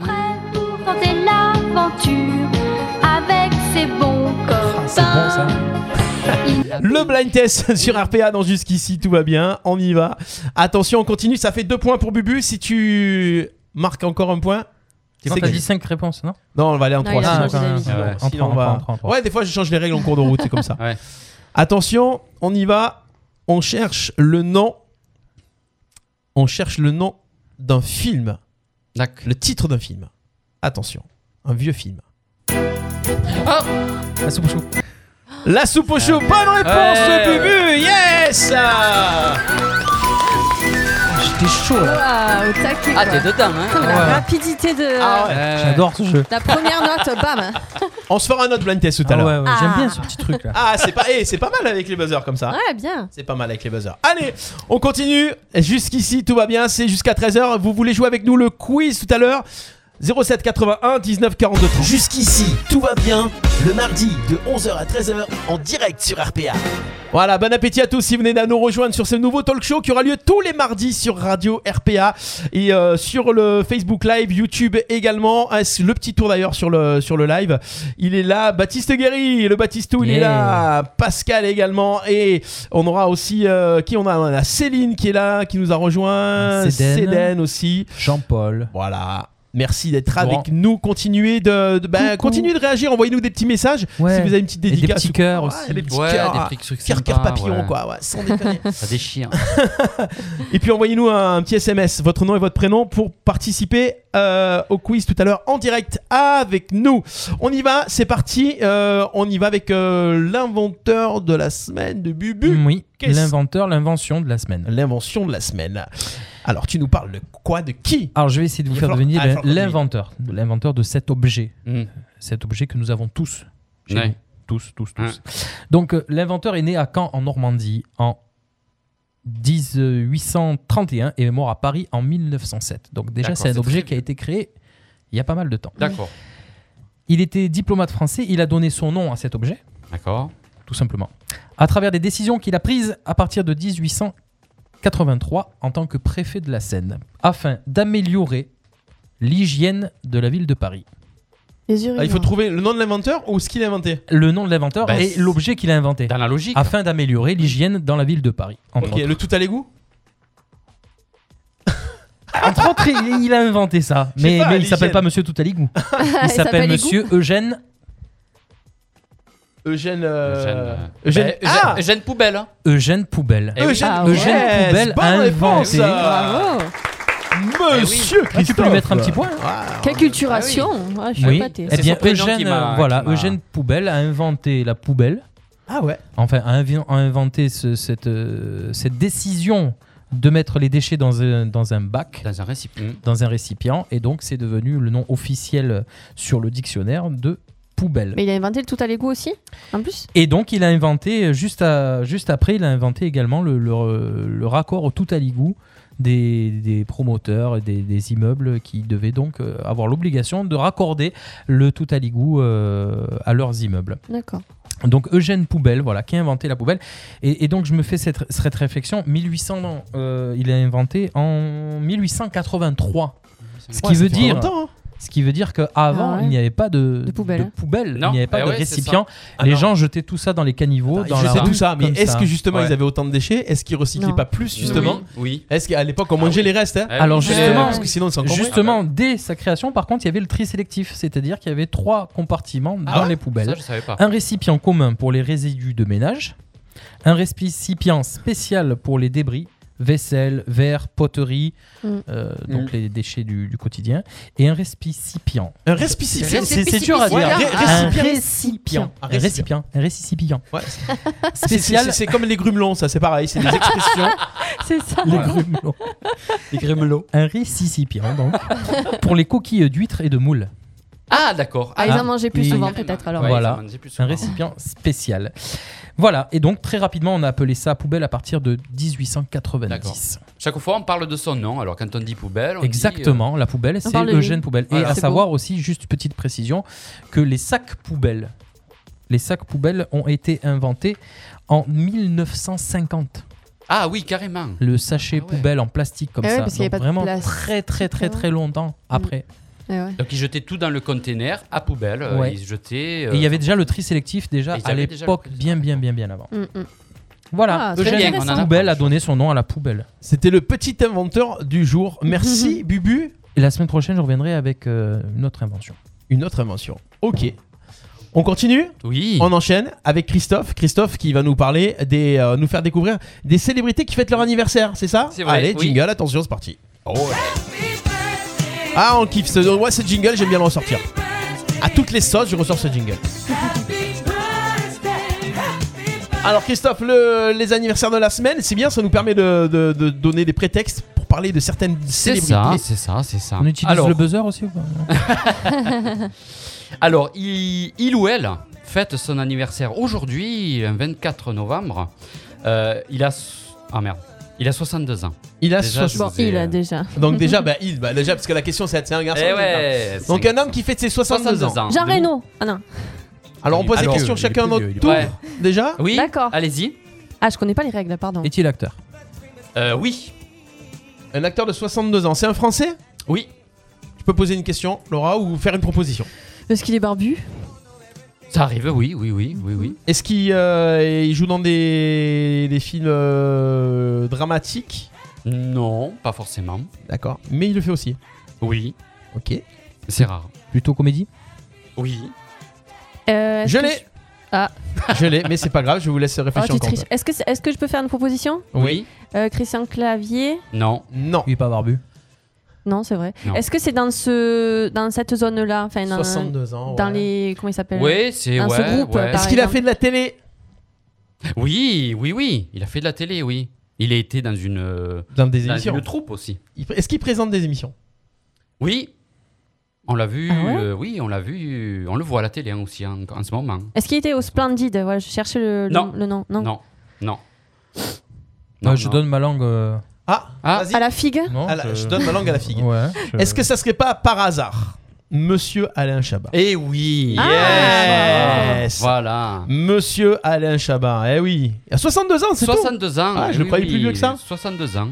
Speaker 8: prêt pour tenter l'aventure avec
Speaker 3: Ah,
Speaker 2: [laughs] Le blind test [laughs] sur RPA dans jusqu'ici, tout va bien, on y va. Attention, on continue, ça fait deux points pour Bubu. Si tu marques encore un point,
Speaker 3: Non,
Speaker 2: c'est
Speaker 3: t'as
Speaker 2: gagné.
Speaker 3: dit 5 réponses, non
Speaker 2: Non, on va aller en
Speaker 3: Non,
Speaker 2: 3.
Speaker 3: il a changé d'avis. Ah ouais. En trois, en trois, en trois, en trois.
Speaker 2: Ouais, des fois, je change les règles en cours de route, c'est
Speaker 3: [laughs]
Speaker 2: comme ça.
Speaker 4: Ouais.
Speaker 2: Attention, on y va. On cherche le nom. On cherche le nom d'un film. Le titre d'un film. Attention, un vieux film.
Speaker 4: Ah
Speaker 2: La soupe au chou. La soupe au chou, bonne réponse,
Speaker 8: Ouais.
Speaker 2: Bubu, yes J'étais chaud
Speaker 5: Waouh, au taquet,
Speaker 4: Ah,
Speaker 5: quoi.
Speaker 4: t'es dedans, hein.
Speaker 5: Putain, mais la
Speaker 2: Ouais.
Speaker 5: rapidité de.
Speaker 2: Ah J'adore ce jeu.
Speaker 5: La première note, bam.
Speaker 2: On se fera un autre blind test tout à l'heure.
Speaker 5: ouais, j'aime Ah. bien
Speaker 3: ce petit truc là.
Speaker 2: Ah, c'est pas, eh, c'est pas mal avec les buzzers comme ça.
Speaker 1: Ah.
Speaker 5: Ouais, bien.
Speaker 2: C'est pas mal avec les buzzers. Allez, on continue. Jusqu'ici, tout va bien. C'est jusqu'à 13h. Vous voulez jouer avec nous le quiz tout à l'heure 07 81 19 42 30.
Speaker 1: Jusqu'ici, tout va bien. Le mardi de 11h à 13h en direct sur RPA.
Speaker 5: [laughs]
Speaker 2: Voilà, bon appétit à tous si vous venez à nous rejoindre sur ce nouveau talk show qui aura lieu tous les mardis sur Radio RPA et euh, sur le Facebook Live, YouTube également. Ah, c'est le petit tour d'ailleurs sur le, sur le live. Il est là, Baptiste Guéry, le Batistou, il est
Speaker 3: Yeah.
Speaker 2: là, Pascal également. Et on aura aussi, euh, qui on a On a Céline qui est là, qui nous a rejoint,
Speaker 3: Cédène.
Speaker 2: Cédène aussi.
Speaker 3: Jean-Paul.
Speaker 2: Voilà. Merci d'être
Speaker 3: Laurent.
Speaker 2: avec nous. Continuez de, de- ben, continuez de réagir. Envoyez-nous des petits messages
Speaker 3: Ouais.
Speaker 2: si vous avez une petite
Speaker 3: Et des
Speaker 2: dédicace.
Speaker 3: petits cœurs
Speaker 2: Ouais,
Speaker 3: aussi.
Speaker 2: Des petits
Speaker 3: Ouais,
Speaker 2: cœurs.
Speaker 3: des petits trucs
Speaker 2: Cœur, cœur
Speaker 3: sympas,
Speaker 2: papillon,
Speaker 3: ouais.
Speaker 2: quoi. Ouais,
Speaker 3: [laughs]
Speaker 2: sans déconner.
Speaker 4: Ça déchire.
Speaker 2: [laughs] Et puis envoyez-nous un petit SMS, votre nom et votre prénom pour participer euh, au quiz tout à l'heure en direct avec nous. On y va, c'est parti. Euh, on y va avec euh, l'inventeur de la semaine de Bubu.
Speaker 3: Mm, Oui,
Speaker 2: Qu'est-ce-
Speaker 3: l'inventeur, l'invention de la semaine.
Speaker 2: L'invention de la semaine. Alors, tu nous parles de quoi, de qui
Speaker 3: Alors, je vais essayer de vous
Speaker 2: Il va
Speaker 3: faire
Speaker 2: falloir-
Speaker 3: devenir
Speaker 2: ah, il va falloir
Speaker 3: l'inventeur, l'inventeur de cet objet,
Speaker 4: Mm.
Speaker 3: cet objet que nous avons tous. chez
Speaker 4: Ouais.
Speaker 3: nous. Tous, tous, tous.
Speaker 2: Hein.
Speaker 4: Ouais.
Speaker 3: Donc, euh, l'inventeur est né à Caen, en Normandie, en 1831 et est mort à Paris en 1907. Donc, déjà,
Speaker 4: D'accord,
Speaker 3: c'est un
Speaker 4: c'est
Speaker 3: objet
Speaker 4: très
Speaker 3: qui a été créé il y a pas mal de temps.
Speaker 4: D'accord.
Speaker 3: Il était diplomate français, il a donné son nom à cet objet.
Speaker 4: D'accord.
Speaker 3: Tout simplement. À travers des décisions qu'il a prises à partir de 1883 en tant que préfet de la Seine, afin d'améliorer l'hygiène de la ville de Paris.
Speaker 5: Les
Speaker 2: Ah, il faut trouver le nom de l'inventeur ou ce qu'il a inventé
Speaker 3: Le nom de l'inventeur
Speaker 2: Bah,
Speaker 3: et
Speaker 2: c'est-
Speaker 3: l'objet qu'il a inventé. Dans
Speaker 4: Ben, la logique.
Speaker 3: Afin d'améliorer l'hygiène dans la ville de Paris. entre
Speaker 2: Ok,
Speaker 3: autres.
Speaker 2: le tout à l'égout
Speaker 3: [laughs] Entre autres, il, il a inventé ça.
Speaker 2: Je sais
Speaker 3: Mais,
Speaker 2: pas,
Speaker 3: mais il
Speaker 2: l'hygiène.
Speaker 3: s'appelle pas Monsieur Toutaligou.
Speaker 2: [laughs] Il
Speaker 3: il s'appelle
Speaker 2: s'appelle
Speaker 3: Monsieur Eugène.
Speaker 4: Eugène,
Speaker 2: Eugène. euh,
Speaker 4: euh,
Speaker 2: Eugène.
Speaker 4: bah, Eugène- Eugène Poubelle. hein.
Speaker 3: Eugène Poubelle.
Speaker 4: Eh oui.
Speaker 3: Eugène,
Speaker 4: Ah ouais.
Speaker 3: Eugène Poubelle
Speaker 2: Bonne
Speaker 3: a
Speaker 2: réponse.
Speaker 3: inventé.
Speaker 2: Bravo. Monsieur
Speaker 3: Ah, tu peux lui mettre un petit point.
Speaker 5: Quelle culturation Ah, Je suis
Speaker 3: Oui.
Speaker 5: épatée.
Speaker 3: Eh bien,
Speaker 4: son prénom qui
Speaker 3: Eugène,
Speaker 4: m'a-
Speaker 3: euh, voilà,
Speaker 4: qui m'a-
Speaker 3: Eugène Poubelle a inventé la poubelle.
Speaker 2: Ah ouais.
Speaker 3: Enfin, a, invi- a inventé ce- cette, euh, cette décision de mettre les déchets dans un, dans un bac. Mm.
Speaker 4: Dans un récipient.
Speaker 3: Dans un récipient. Et donc, c'est devenu le nom officiel sur le dictionnaire de poubelle.
Speaker 5: Mais il a inventé le tout à l'égout aussi, en plus.
Speaker 3: Et donc, il a inventé, euh, juste, à- juste après, il a inventé également le, le- le raccord au tout à l'égout des, des promoteurs et des, des immeubles qui devaient donc euh, avoir l'obligation de raccorder le tout à l'égout euh, à leurs immeubles.
Speaker 5: D'accord.
Speaker 3: Donc Eugène Poubelle, voilà, qui a inventé la poubelle. Et, et donc je me fais cette, cette réflexion. 1800, non, euh, il a inventé en 1883. Ce qui
Speaker 2: Ouais, ça
Speaker 3: veut
Speaker 2: fait
Speaker 3: dire,
Speaker 2: longtemps, hein.
Speaker 3: ce qui veut dire qu'avant
Speaker 2: Ah ouais.
Speaker 3: il n'y avait pas de,
Speaker 2: De poubelle.
Speaker 3: de poubelle.
Speaker 2: Non,
Speaker 3: il n'y avait pas
Speaker 2: eh
Speaker 3: de
Speaker 2: ouais, c'est ça.
Speaker 3: récipient.
Speaker 2: Ah
Speaker 3: Les
Speaker 2: non.
Speaker 3: gens jetaient tout ça dans les caniveaux.
Speaker 2: Ils
Speaker 3: dans la
Speaker 2: jetaient
Speaker 3: rue,
Speaker 2: tout ça, mais
Speaker 3: comme
Speaker 2: est-ce
Speaker 3: ça.
Speaker 2: que justement
Speaker 3: Ouais.
Speaker 2: ils avaient autant de déchets Est-ce qu'ils recyclaient
Speaker 3: Non.
Speaker 2: pas plus justement
Speaker 4: Ah Oui.
Speaker 2: Est-ce qu'à l'époque on mangeait les restes hein
Speaker 3: Alors
Speaker 2: Parce que-
Speaker 3: justement,
Speaker 2: parce que sinon c'est encore
Speaker 3: justement dès sa création, par contre, il y avait le tri sélectif, c'est-à-dire qu'il y avait trois compartiments
Speaker 4: Ah
Speaker 3: dans
Speaker 4: ouais
Speaker 3: les poubelles.
Speaker 4: Ça, je savais pas.
Speaker 3: Un récipient commun pour les résidus de ménage, un récipient spécial pour les débris, vaisselle, verre, poterie,
Speaker 2: Mm.
Speaker 3: euh,
Speaker 2: Mm.
Speaker 3: donc les déchets du, du quotidien, et un récipient.
Speaker 2: Un récipient.
Speaker 3: C'est- c'est c'est dur à dire.
Speaker 2: Ouais, un ré-
Speaker 3: un
Speaker 2: récipient.
Speaker 3: récipient. Un récipient. Un récipient.
Speaker 2: C'est- c'est-
Speaker 3: [laughs] Spécial.
Speaker 2: c'est- C'est comme les grumelons, ça c'est pareil,
Speaker 3: [laughs]
Speaker 2: c'est des expressions.
Speaker 5: [laughs] C'est ça.
Speaker 3: Les grumelots. Un récipient, donc, pour les coquilles d'huîtres et de moules.
Speaker 4: Ah, d'accord.
Speaker 5: Ah, ils
Speaker 3: Ah,
Speaker 5: en mangeaient plus
Speaker 3: oui.
Speaker 5: souvent, peut-être, alors.
Speaker 3: voilà, un récipient spécial. Voilà, et donc très rapidement, on a appelé ça poubelle à partir de 1890.
Speaker 4: Chaque fois, on parle de son nom. Alors, quand on dit poubelle, on dit, euh,
Speaker 3: Exactement, la poubelle, c'est
Speaker 4: parle de lui.
Speaker 3: Eugène Poubelle.
Speaker 4: Voilà.
Speaker 3: Et à
Speaker 4: C'est
Speaker 3: savoir
Speaker 4: beau.
Speaker 3: aussi, juste petite précision, que les sacs poubelles, les sacs poubelles ont été inventés en 1950.
Speaker 4: Ah oui, carrément.
Speaker 3: Le sachet poubelle en plastique comme
Speaker 4: Ah ouais,
Speaker 3: ça,
Speaker 4: parce qu'il y
Speaker 3: donc
Speaker 4: avait pas de
Speaker 3: vraiment
Speaker 4: plastique
Speaker 3: très très très très longtemps après.
Speaker 5: Eh ouais.
Speaker 4: Donc ils jetaient tout dans le container à poubelle. euh,
Speaker 3: Ouais.
Speaker 4: Ils jetaient.
Speaker 3: Et
Speaker 4: euh,
Speaker 3: il y avait déjà le tri sélectif déjà
Speaker 4: Et ils
Speaker 3: à
Speaker 4: avaient déjà
Speaker 3: l'époque, bien, bien, bien, bien avant.
Speaker 5: Mm,
Speaker 2: Voilà,
Speaker 3: Ah, Eugène Poubelle a donné son nom à la poubelle.
Speaker 4: Ah.
Speaker 2: C'était le petit inventeur du jour.
Speaker 3: [laughs]
Speaker 2: Merci Bubu.
Speaker 3: Et la semaine prochaine, je reviendrai avec euh, une autre invention.
Speaker 2: Une autre invention. Ok. On continue
Speaker 4: Oui.
Speaker 2: On enchaîne avec Christophe. Christophe qui va nous parler des, euh, nous faire découvrir des célébrités qui fêtent leur anniversaire, c'est ça
Speaker 4: C'est vrai,
Speaker 2: Allez,
Speaker 4: oui.
Speaker 2: jingle, attention, c'est parti. Oh Ah, on kiffe ce. Moi, ce jingle, j'aime bien le ressortir. À toutes les sauces, je ressors ce jingle. Alors Christophe, le- les anniversaires de la semaine, c'est bien, ça nous permet de, de- de donner des prétextes pour parler de certaines
Speaker 4: C'est
Speaker 2: célébrités.
Speaker 4: ça, c'est ça, c'est ça.
Speaker 3: On utilise
Speaker 4: Alors-
Speaker 3: le [laughs] buzzer aussi ou pas
Speaker 4: Alors, il, il ou elle fête son anniversaire aujourd'hui, un 24 novembre. Euh, il a. s- Ah merde. Il a 62 ans.
Speaker 2: Il a
Speaker 4: Déjà, je
Speaker 2: 60
Speaker 4: vous ai-
Speaker 2: Donc déjà, bah, il, bah, déjà, parce que la question c'est
Speaker 4: [laughs]
Speaker 2: c'est un garçon.
Speaker 4: Eh
Speaker 2: ou une
Speaker 4: ouais,
Speaker 2: femme
Speaker 4: c'est
Speaker 2: Donc
Speaker 4: un
Speaker 2: un homme qui fête ses 62,
Speaker 4: 62 ans.
Speaker 5: Jean Reno. Ah non.
Speaker 2: Alors on pose des
Speaker 4: Alors,
Speaker 2: questions
Speaker 4: il est
Speaker 2: chacun à
Speaker 4: plus
Speaker 2: notre
Speaker 4: vieux, il est
Speaker 2: tour,
Speaker 4: plus
Speaker 2: déjà
Speaker 4: Oui.
Speaker 5: D'accord.
Speaker 4: Allez-y.
Speaker 5: Ah, je connais pas les règles, pardon.
Speaker 3: Est-il acteur
Speaker 4: Euh, oui.
Speaker 2: Un acteur de 62 ans, c'est un Français
Speaker 4: Oui.
Speaker 2: Je peux poser une question, Laura, ou faire une proposition
Speaker 5: Est-ce qu'il est barbu
Speaker 4: Ça arrive, oui, oui, oui, oui, oui.
Speaker 2: Mm. Est-ce qu'il euh, il joue dans des, des films euh, dramatiques
Speaker 4: Non, pas forcément.
Speaker 2: D'accord. Mais il le fait aussi.
Speaker 4: Oui.
Speaker 2: Ok.
Speaker 4: C'est rare.
Speaker 3: Plutôt comédie
Speaker 4: Oui.
Speaker 5: Euh, est-ce
Speaker 2: Je
Speaker 5: que
Speaker 2: l'ai.
Speaker 5: Ah,
Speaker 2: [laughs] Je l'ai, mais c'est pas grave, je vous laisse
Speaker 5: Oh,
Speaker 2: réfléchir
Speaker 5: tu
Speaker 2: encore.
Speaker 5: triches. Est-ce que, c'est- est-ce que je peux faire une proposition
Speaker 4: Oui.
Speaker 5: Euh, Christian Clavier
Speaker 4: Non.
Speaker 2: Non.
Speaker 3: Il est pas barbu.
Speaker 5: Non, c'est vrai.
Speaker 4: Non.
Speaker 5: Est-ce que c'est dans, ce, dans cette zone-là enfin, dans,
Speaker 2: 62 ans,
Speaker 5: Dans
Speaker 2: ouais.
Speaker 5: les. Comment il s'appelle
Speaker 4: Oui, c'est-
Speaker 5: Dans
Speaker 4: ouais,
Speaker 5: ce groupe,
Speaker 4: ouais.
Speaker 5: par
Speaker 2: Est-ce qu'il a
Speaker 5: exemple.
Speaker 2: fait de la télé
Speaker 4: Oui, oui, oui. Il a fait de la télé, oui. Il a été dans une. euh,
Speaker 2: Dans des émissions.
Speaker 4: une troupe aussi.
Speaker 2: Il- Est-ce qu'il présente des émissions
Speaker 4: Oui. On l'a
Speaker 5: Ah
Speaker 4: vu, euh, oui, on l'a vu, on le voit à la télé hein, aussi hein, en ce moment.
Speaker 5: Est-ce qu'il était au Splendide Voilà, je cherchais le, le-
Speaker 4: Non.
Speaker 5: le nom. Non.
Speaker 4: Non, non.
Speaker 3: Ah, je donne ma langue. euh,
Speaker 2: Ah,
Speaker 4: Ah.
Speaker 2: vas-y.
Speaker 5: À la figue
Speaker 3: non,
Speaker 2: À la- Je donne ma langue à la figue.
Speaker 3: Ouais. je-
Speaker 2: Est-ce que ça serait pas par hasard Monsieur Alain Chabat
Speaker 4: Eh oui
Speaker 5: Ah.
Speaker 2: Yes.
Speaker 4: Voilà
Speaker 2: Monsieur Alain Chabat, eh oui. Il a 62 ans, c'est tout
Speaker 4: 62 ans
Speaker 2: Ah, je
Speaker 4: eh
Speaker 2: le
Speaker 4: oui,
Speaker 2: croyais plus
Speaker 4: oui,
Speaker 2: vieux que ça.
Speaker 4: 62 ans.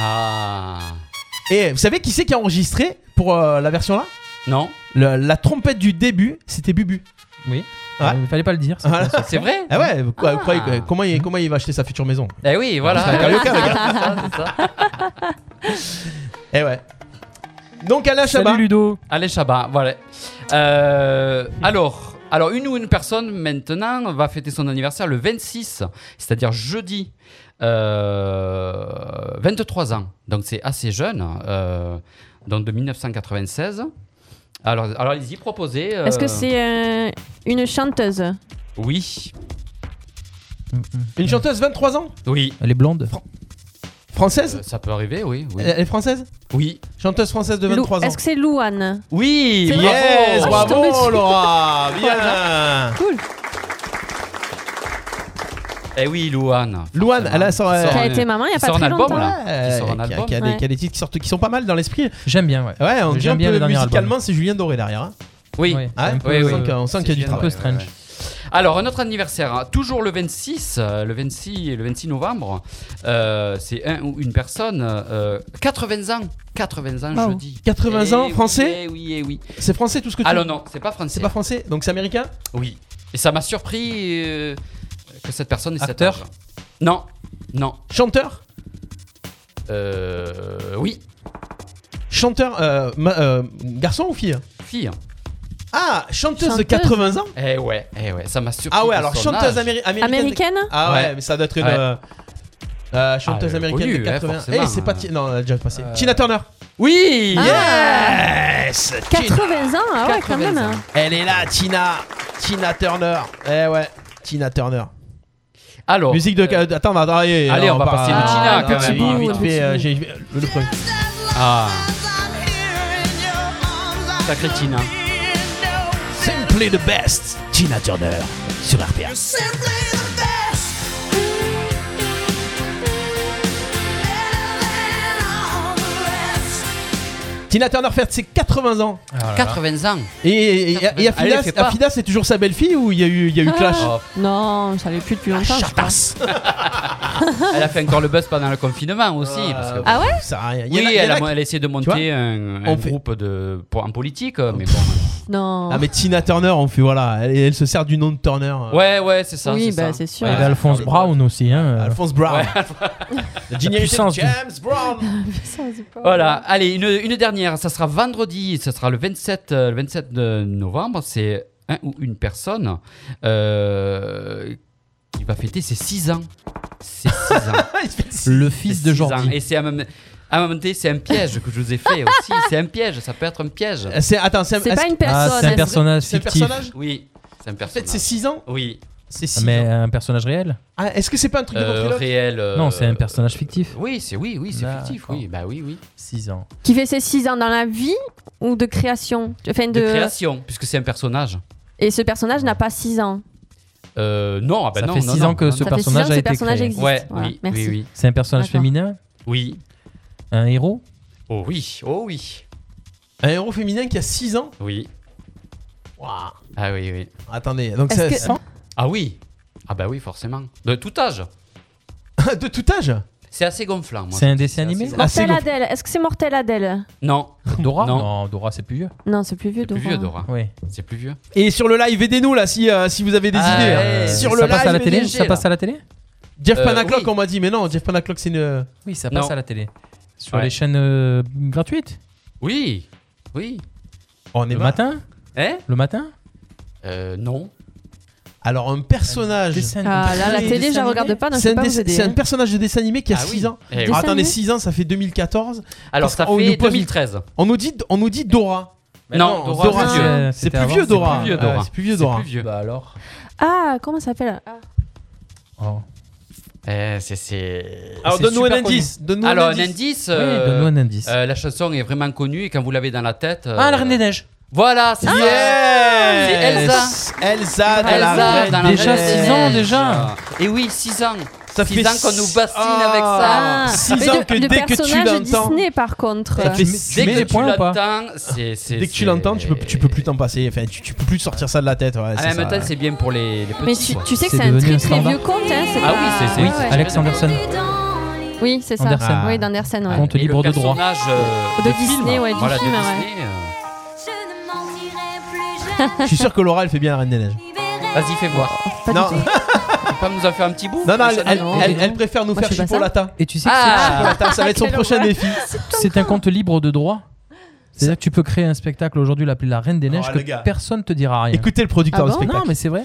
Speaker 4: Ah
Speaker 2: Et vous savez qui c'est qui a enregistré pour euh, la version là
Speaker 4: Non
Speaker 2: Le- La trompette du début, c'était Bubu.
Speaker 3: Oui. Ah,
Speaker 2: Ouais.
Speaker 3: Il fallait pas le dire. c'est
Speaker 2: Voilà.
Speaker 3: pas-
Speaker 4: C'est vrai
Speaker 2: Ah ouais, vous croyez- vous croyez que- comment, il, comment il va acheter sa future maison
Speaker 4: Eh oui, voilà
Speaker 2: C'est un
Speaker 4: [laughs]
Speaker 2: carioca, le gars.
Speaker 4: C'est ça, c'est ça.
Speaker 2: Eh ouais. Donc Alain Chabat.
Speaker 3: Salut Ludo.
Speaker 4: Allez Chabat, voilà. Euh, alors, alors, une ou une personne maintenant va fêter son anniversaire le 26, c'est-à-dire jeudi. Euh, 23 ans, donc c'est assez jeune, euh, donc de 1996. Alors, alors allez-y, proposez. euh,
Speaker 5: Est-ce que c'est euh, une chanteuse
Speaker 4: Oui,
Speaker 2: Une chanteuse 23 ans
Speaker 4: oui.
Speaker 3: Elle est blonde.
Speaker 2: Française
Speaker 4: Euh, ça peut arriver, oui. Oui.
Speaker 2: Elle est française
Speaker 4: oui.
Speaker 2: Chanteuse française de
Speaker 5: Lou-
Speaker 2: 23 ans.
Speaker 5: Est-ce que c'est Louane
Speaker 4: Oui, bravo.
Speaker 2: Yes,
Speaker 5: Oh,
Speaker 2: bravo,
Speaker 5: je suis tombée
Speaker 2: Laura Bien
Speaker 4: Eh oui, Louane.
Speaker 2: Louane, elle a son-
Speaker 4: Qui sort
Speaker 5: Qui a
Speaker 4: un-
Speaker 5: été maman il y a
Speaker 4: qui
Speaker 5: pas
Speaker 4: sort
Speaker 5: très
Speaker 4: un album,
Speaker 5: longtemps.
Speaker 4: là. Qui sort un
Speaker 2: Euh, a-
Speaker 4: album.
Speaker 2: qui a des,
Speaker 5: Ouais.
Speaker 2: qui a des titres qui sortent, qui sont pas mal dans l'esprit.
Speaker 3: J'aime bien, ouais.
Speaker 2: Ouais, on dirait un
Speaker 3: J'aime bien
Speaker 2: peu
Speaker 3: le dernier album.
Speaker 2: musicalement, c'est Julien Doré derrière. hein.
Speaker 4: Oui.
Speaker 3: Ouais.
Speaker 2: Ah,
Speaker 3: un peu-
Speaker 4: Oui, oui,
Speaker 2: on sent qu'il y a- on sent qu'il y a du
Speaker 4: C'est
Speaker 3: un
Speaker 2: travail.
Speaker 3: peu strange.
Speaker 4: Alors, un autre anniversaire, hein, toujours le 26, euh, le 26, le 26 novembre, euh, c'est un ou une personne, euh, 80 ans, 80 ans
Speaker 3: Ah,
Speaker 5: Oh.
Speaker 4: jeudi.
Speaker 2: 80
Speaker 4: Eh
Speaker 2: ans,
Speaker 4: oui,
Speaker 2: français
Speaker 4: Eh oui, eh oui.
Speaker 2: C'est français tout ce que tu
Speaker 4: Alors non, c'est pas français.
Speaker 2: C'est pas français, donc c'est américain
Speaker 4: Oui. Et ça m'a surpris euh, que cette personne ait cet
Speaker 3: Acteur
Speaker 4: âge. Non, non.
Speaker 2: Chanteur
Speaker 4: Euh, oui,
Speaker 2: Chanteur, euh, ma- euh, garçon ou fille
Speaker 4: fille.
Speaker 2: Ah, chanteuse, de
Speaker 5: Chanteuse. Eh,
Speaker 2: 80 ans
Speaker 4: Eh ouais, eh ouais, ça m'a surpris.
Speaker 2: Ah ouais,
Speaker 4: que
Speaker 2: alors
Speaker 4: son
Speaker 2: chanteuse
Speaker 4: âge-
Speaker 2: améri- américaine.
Speaker 5: Américaine
Speaker 2: Ah ouais,
Speaker 4: Ouais.
Speaker 2: mais ça doit être une.
Speaker 4: Ouais.
Speaker 2: euh, euh, chanteuse
Speaker 4: Ah, elle
Speaker 2: américaine de
Speaker 4: évolue, hein,
Speaker 2: 80. Eh,
Speaker 4: forcément. Euh.
Speaker 2: c'est pas. Ti- Non, elle a déjà passé. Tina Turner.
Speaker 4: Oui.
Speaker 2: Yes Tina-
Speaker 5: 80 ans, ah ouais, quand
Speaker 4: 80
Speaker 5: même.
Speaker 4: ans.
Speaker 5: hein.
Speaker 2: Elle est là, Tina Tina Turner. Eh ouais, Tina Turner.
Speaker 4: Alors.
Speaker 2: Musique de.
Speaker 4: euh,
Speaker 2: attends, on va travailler.
Speaker 4: allez, on va passer
Speaker 5: de Tina,
Speaker 2: quand
Speaker 5: quand même, hein.
Speaker 2: Vite fait, euh,
Speaker 5: Petit
Speaker 2: j'ai- le premier. [laughs]
Speaker 4: ah. Sacré Tina.
Speaker 1: hein. Simply the best, Tina Turner sur RPA.
Speaker 2: Tina Turner fête ses 80 ans.
Speaker 3: Ah
Speaker 4: là là. 80 ans.
Speaker 2: Et, et, et- et
Speaker 4: Elle les
Speaker 2: Afidas,
Speaker 4: fait pas.
Speaker 2: Afidas, c'est toujours sa belle-fille ou il y a eu, il y a eu clash
Speaker 4: Oh.
Speaker 5: Ah. Non, ça allait plus depuis longtemps. je crois.
Speaker 4: Elle a fait encore le buzz pendant le confinement aussi. parce que-
Speaker 5: Ah ouais
Speaker 2: Euh, Ça a rien. Il y
Speaker 4: Oui,
Speaker 2: en a- il y en
Speaker 4: elle,
Speaker 2: a
Speaker 4: a,
Speaker 2: qui-
Speaker 4: elle a essayé de
Speaker 2: Tu
Speaker 4: monter
Speaker 2: vois
Speaker 4: un, un
Speaker 2: On fait-
Speaker 4: groupe de, pour, en politique, mais bon.
Speaker 5: Non.
Speaker 2: Ah mais Tina Turner, on fait voilà, elle, elle se sert du nom de Turner. euh.
Speaker 4: Ouais, ouais, c'est ça.
Speaker 5: Oui,
Speaker 4: c'est
Speaker 5: bah,
Speaker 4: ça.
Speaker 5: c'est sûr.
Speaker 3: Il y avait Alphonse Brown aussi. Hein.
Speaker 2: Alphonse Brown. La génialité de
Speaker 3: puissance du-
Speaker 2: James Brown.
Speaker 5: [laughs]
Speaker 4: Voilà, allez, une, une dernière. Ça sera vendredi, ça sera le 27, euh, le 27 de novembre. C'est un ou une personne euh, qui va fêter ses 6 ans. Ses 6
Speaker 2: [laughs]
Speaker 4: ans.
Speaker 3: Le fils de Jordi.
Speaker 4: Et c'est à même. À même temps, c'est un piège que je vous ai fait
Speaker 2: [laughs]
Speaker 4: aussi. C'est un piège, ça peut être un piège.
Speaker 2: Euh, C'est- attends, c'est un- C'est est-ce- pas une personne,
Speaker 3: Ah, c'est un
Speaker 2: est-ce-
Speaker 3: personnage
Speaker 2: c'est un
Speaker 3: fictif.
Speaker 2: personnage
Speaker 4: Oui, c'est un personnage.
Speaker 2: c'est six ans
Speaker 4: Oui.
Speaker 2: C'est
Speaker 3: Ah, Mais un personnage réel
Speaker 2: Ah, est-ce que c'est pas un truc de
Speaker 4: Euh,
Speaker 2: ventriloque
Speaker 4: réel. euh,
Speaker 3: Non, c'est un personnage fictif.
Speaker 4: Oui, c'est oui, oui, c'est fictif, oui, bah oui, oui.
Speaker 3: 6 ans.
Speaker 5: Qui fait ses 6 ans dans la vie ou de création enfin, de...
Speaker 4: De création, puisque c'est un personnage.
Speaker 5: Et ce personnage n'a pas 6 ans.
Speaker 4: Euh, non, ah bah
Speaker 3: Ça
Speaker 4: non,
Speaker 3: fait
Speaker 4: non,
Speaker 3: six
Speaker 4: non,
Speaker 3: ans que
Speaker 4: non,
Speaker 3: ce
Speaker 4: non.
Speaker 5: fait six
Speaker 3: personnage
Speaker 5: ans que
Speaker 3: a
Speaker 5: ce
Speaker 3: été
Speaker 5: personnage
Speaker 3: créé.
Speaker 5: existe. Ouais, Voilà, oui,
Speaker 4: oui, merci. oui.
Speaker 3: C'est un personnage
Speaker 4: D'accord.
Speaker 3: féminin
Speaker 4: Oui.
Speaker 3: Un héros
Speaker 4: Oh oui, oh oui.
Speaker 2: Un héros féminin qui a 6 ans
Speaker 4: Oui.
Speaker 2: Waouh.
Speaker 4: Ah oui, oui.
Speaker 2: Attendez, donc Est-ce ça- que- ça-
Speaker 4: Ah oui. Ah bah oui, forcément. De tout âge.
Speaker 2: [laughs] De tout âge
Speaker 4: C'est assez gonflant, moi.
Speaker 3: C'est un dessin animé
Speaker 4: assez gonflant.
Speaker 5: Mortel Adèle. Est-ce que c'est Mortel Adèle
Speaker 4: Non.
Speaker 3: Dora
Speaker 4: Non.
Speaker 3: non. Dora, c'est plus vieux.
Speaker 5: Non, c'est plus vieux, Dora.
Speaker 4: Plus vieux, Dora.
Speaker 3: Oui.
Speaker 4: C'est plus vieux.
Speaker 2: Et sur le live, aidez-nous là si, euh, si vous avez des
Speaker 4: Ah,
Speaker 2: idées. hein.
Speaker 4: ouais.
Speaker 2: Sur
Speaker 4: Ça
Speaker 2: le
Speaker 4: passe à
Speaker 2: live,
Speaker 4: la télé,
Speaker 2: aidez-nous.
Speaker 4: ça passe à la télé
Speaker 2: Jeff
Speaker 4: Euh,
Speaker 2: Panaclock,
Speaker 4: oui.
Speaker 2: on m'a dit, mais non, Jeff Panaclock, c'est une. euh,
Speaker 3: Oui, ça
Speaker 4: Non.
Speaker 3: passe à la télé. Sur
Speaker 4: Ouais.
Speaker 3: les chaînes euh, gratuites
Speaker 4: Oui. Oui.
Speaker 2: On est
Speaker 3: Le
Speaker 2: bas.
Speaker 3: matin
Speaker 4: Hein
Speaker 3: Le matin
Speaker 4: Euh, non.
Speaker 2: Alors, un personnage.
Speaker 5: Ah, là, la télé, je la regarde pas, donc je
Speaker 2: C'est
Speaker 5: peux pas
Speaker 2: un, des-
Speaker 5: vous aider,
Speaker 2: c'est un
Speaker 5: hein.
Speaker 2: personnage de dessin animé qui a
Speaker 4: Ah oui.
Speaker 2: 6 ans.
Speaker 4: Eh oui.
Speaker 2: Alors,
Speaker 4: Dessin
Speaker 2: attendez,
Speaker 4: animé
Speaker 2: 6 ans, ça fait 2014.
Speaker 4: Alors,
Speaker 2: Parce
Speaker 4: ça
Speaker 2: qu'on nous
Speaker 4: fait
Speaker 2: pose-
Speaker 4: 2013.
Speaker 2: On nous dit, on nous dit Dora. Mais
Speaker 4: Non, Dora, c'est vieux.
Speaker 2: c'est-
Speaker 4: C'était
Speaker 2: c'est plus
Speaker 4: avant,
Speaker 2: vieux
Speaker 4: c'est
Speaker 2: Dora.
Speaker 4: plus vieux,
Speaker 2: Ouais,
Speaker 4: Dora.
Speaker 2: C'est plus vieux
Speaker 4: C'est
Speaker 2: Dora.
Speaker 4: plus vieux.
Speaker 3: Bah alors.
Speaker 5: Ah, comment ça s'appelle Ah.
Speaker 4: Eh, c'est- c'est.
Speaker 2: Alors,
Speaker 4: c'est
Speaker 2: donne-nous
Speaker 4: super
Speaker 2: un
Speaker 4: connu.
Speaker 2: indice, donne-nous un
Speaker 4: Alors,
Speaker 2: indice.
Speaker 3: Oui,
Speaker 4: euh,
Speaker 3: donne-nous un indice.
Speaker 4: euh, la chanson est vraiment connue et quand vous l'avez dans la tête. euh,
Speaker 3: Ah, la Reine des Neiges. Ah
Speaker 4: Voilà, c'est ça.
Speaker 2: Yeah
Speaker 4: C'est Elsa.
Speaker 2: Elsa Ah, dans
Speaker 4: Elsa
Speaker 2: la
Speaker 4: dans
Speaker 2: Reine
Speaker 3: Déjà
Speaker 2: des
Speaker 3: 6 ans,
Speaker 2: Neiges.
Speaker 3: déjà.
Speaker 4: Et oui, 6 ans.
Speaker 2: Ça
Speaker 4: Six
Speaker 2: fait
Speaker 4: ans qu'on nous bassine
Speaker 2: Ah.
Speaker 4: avec ça.
Speaker 2: Ah. Six
Speaker 5: Mais
Speaker 2: ans
Speaker 5: de,
Speaker 2: que
Speaker 5: de
Speaker 2: dès que tu
Speaker 5: personnage
Speaker 2: l'entends- Ah,
Speaker 5: Disney, par contre.
Speaker 2: Ça fait-
Speaker 4: Dès
Speaker 2: mets
Speaker 4: que
Speaker 2: les
Speaker 4: tu
Speaker 2: points ou pas
Speaker 4: l'entends, c'est. c'est-
Speaker 2: Dès que tu
Speaker 4: c'est-
Speaker 2: l'entends, tu peux, tu peux plus t'en passer. Enfin, tu, tu peux plus sortir ça de la tête. Ouais,
Speaker 4: En
Speaker 2: c'est
Speaker 4: même
Speaker 2: ça.
Speaker 4: temps, Ah, c'est bien pour les, les petits.
Speaker 5: Mais tu,
Speaker 4: quoi.
Speaker 5: tu sais que
Speaker 2: C'est
Speaker 5: c'est un
Speaker 2: devenu
Speaker 5: très
Speaker 2: un
Speaker 5: très
Speaker 2: standard.
Speaker 5: vieux conte, hein c'est
Speaker 4: Ah
Speaker 5: pas-
Speaker 4: oui, c'est- c'est-
Speaker 5: Ouais,
Speaker 4: c'est-
Speaker 5: ouais.
Speaker 3: Alex Anderson.
Speaker 5: Oui, c'est ça.
Speaker 3: Anderson.
Speaker 5: Oui, d'Anderson, ouais.
Speaker 3: Compte
Speaker 4: Et
Speaker 3: libre
Speaker 4: le
Speaker 3: de droit.
Speaker 4: personnage, euh,
Speaker 5: De
Speaker 4: de film.
Speaker 5: Disney, ouais, du
Speaker 4: Voilà,
Speaker 5: film,
Speaker 4: de
Speaker 5: ouais.
Speaker 4: Disney. euh. [laughs]
Speaker 2: Je suis sûr que Laura, elle fait bien la Reine des Neiges.
Speaker 4: Vas-y, fais voir.
Speaker 2: non,
Speaker 4: Tu peux pas nous en faire un petit bout
Speaker 2: non, non,
Speaker 4: ça,
Speaker 2: elle, elle,
Speaker 4: non.
Speaker 2: elle- elle préfère nous
Speaker 5: Moi,
Speaker 2: faire
Speaker 5: je fais pas ça.
Speaker 2: Chipolata.
Speaker 3: Et tu sais que
Speaker 4: Ah.
Speaker 2: Chipolata, ça va être
Speaker 5: [laughs]
Speaker 2: son
Speaker 5: Quelle
Speaker 2: prochain
Speaker 5: horreur.
Speaker 2: défi.
Speaker 3: c'est- c'est un compte libre de droit c'est-à-dire que tu peux créer un spectacle aujourd'hui l'appeler la Reine des Neiges
Speaker 2: Oh, le gars.
Speaker 3: que personne te dira rien.
Speaker 2: Écoutez le producteur
Speaker 5: Ah
Speaker 2: de
Speaker 5: bon
Speaker 2: spectacle.
Speaker 3: non mais c'est vrai.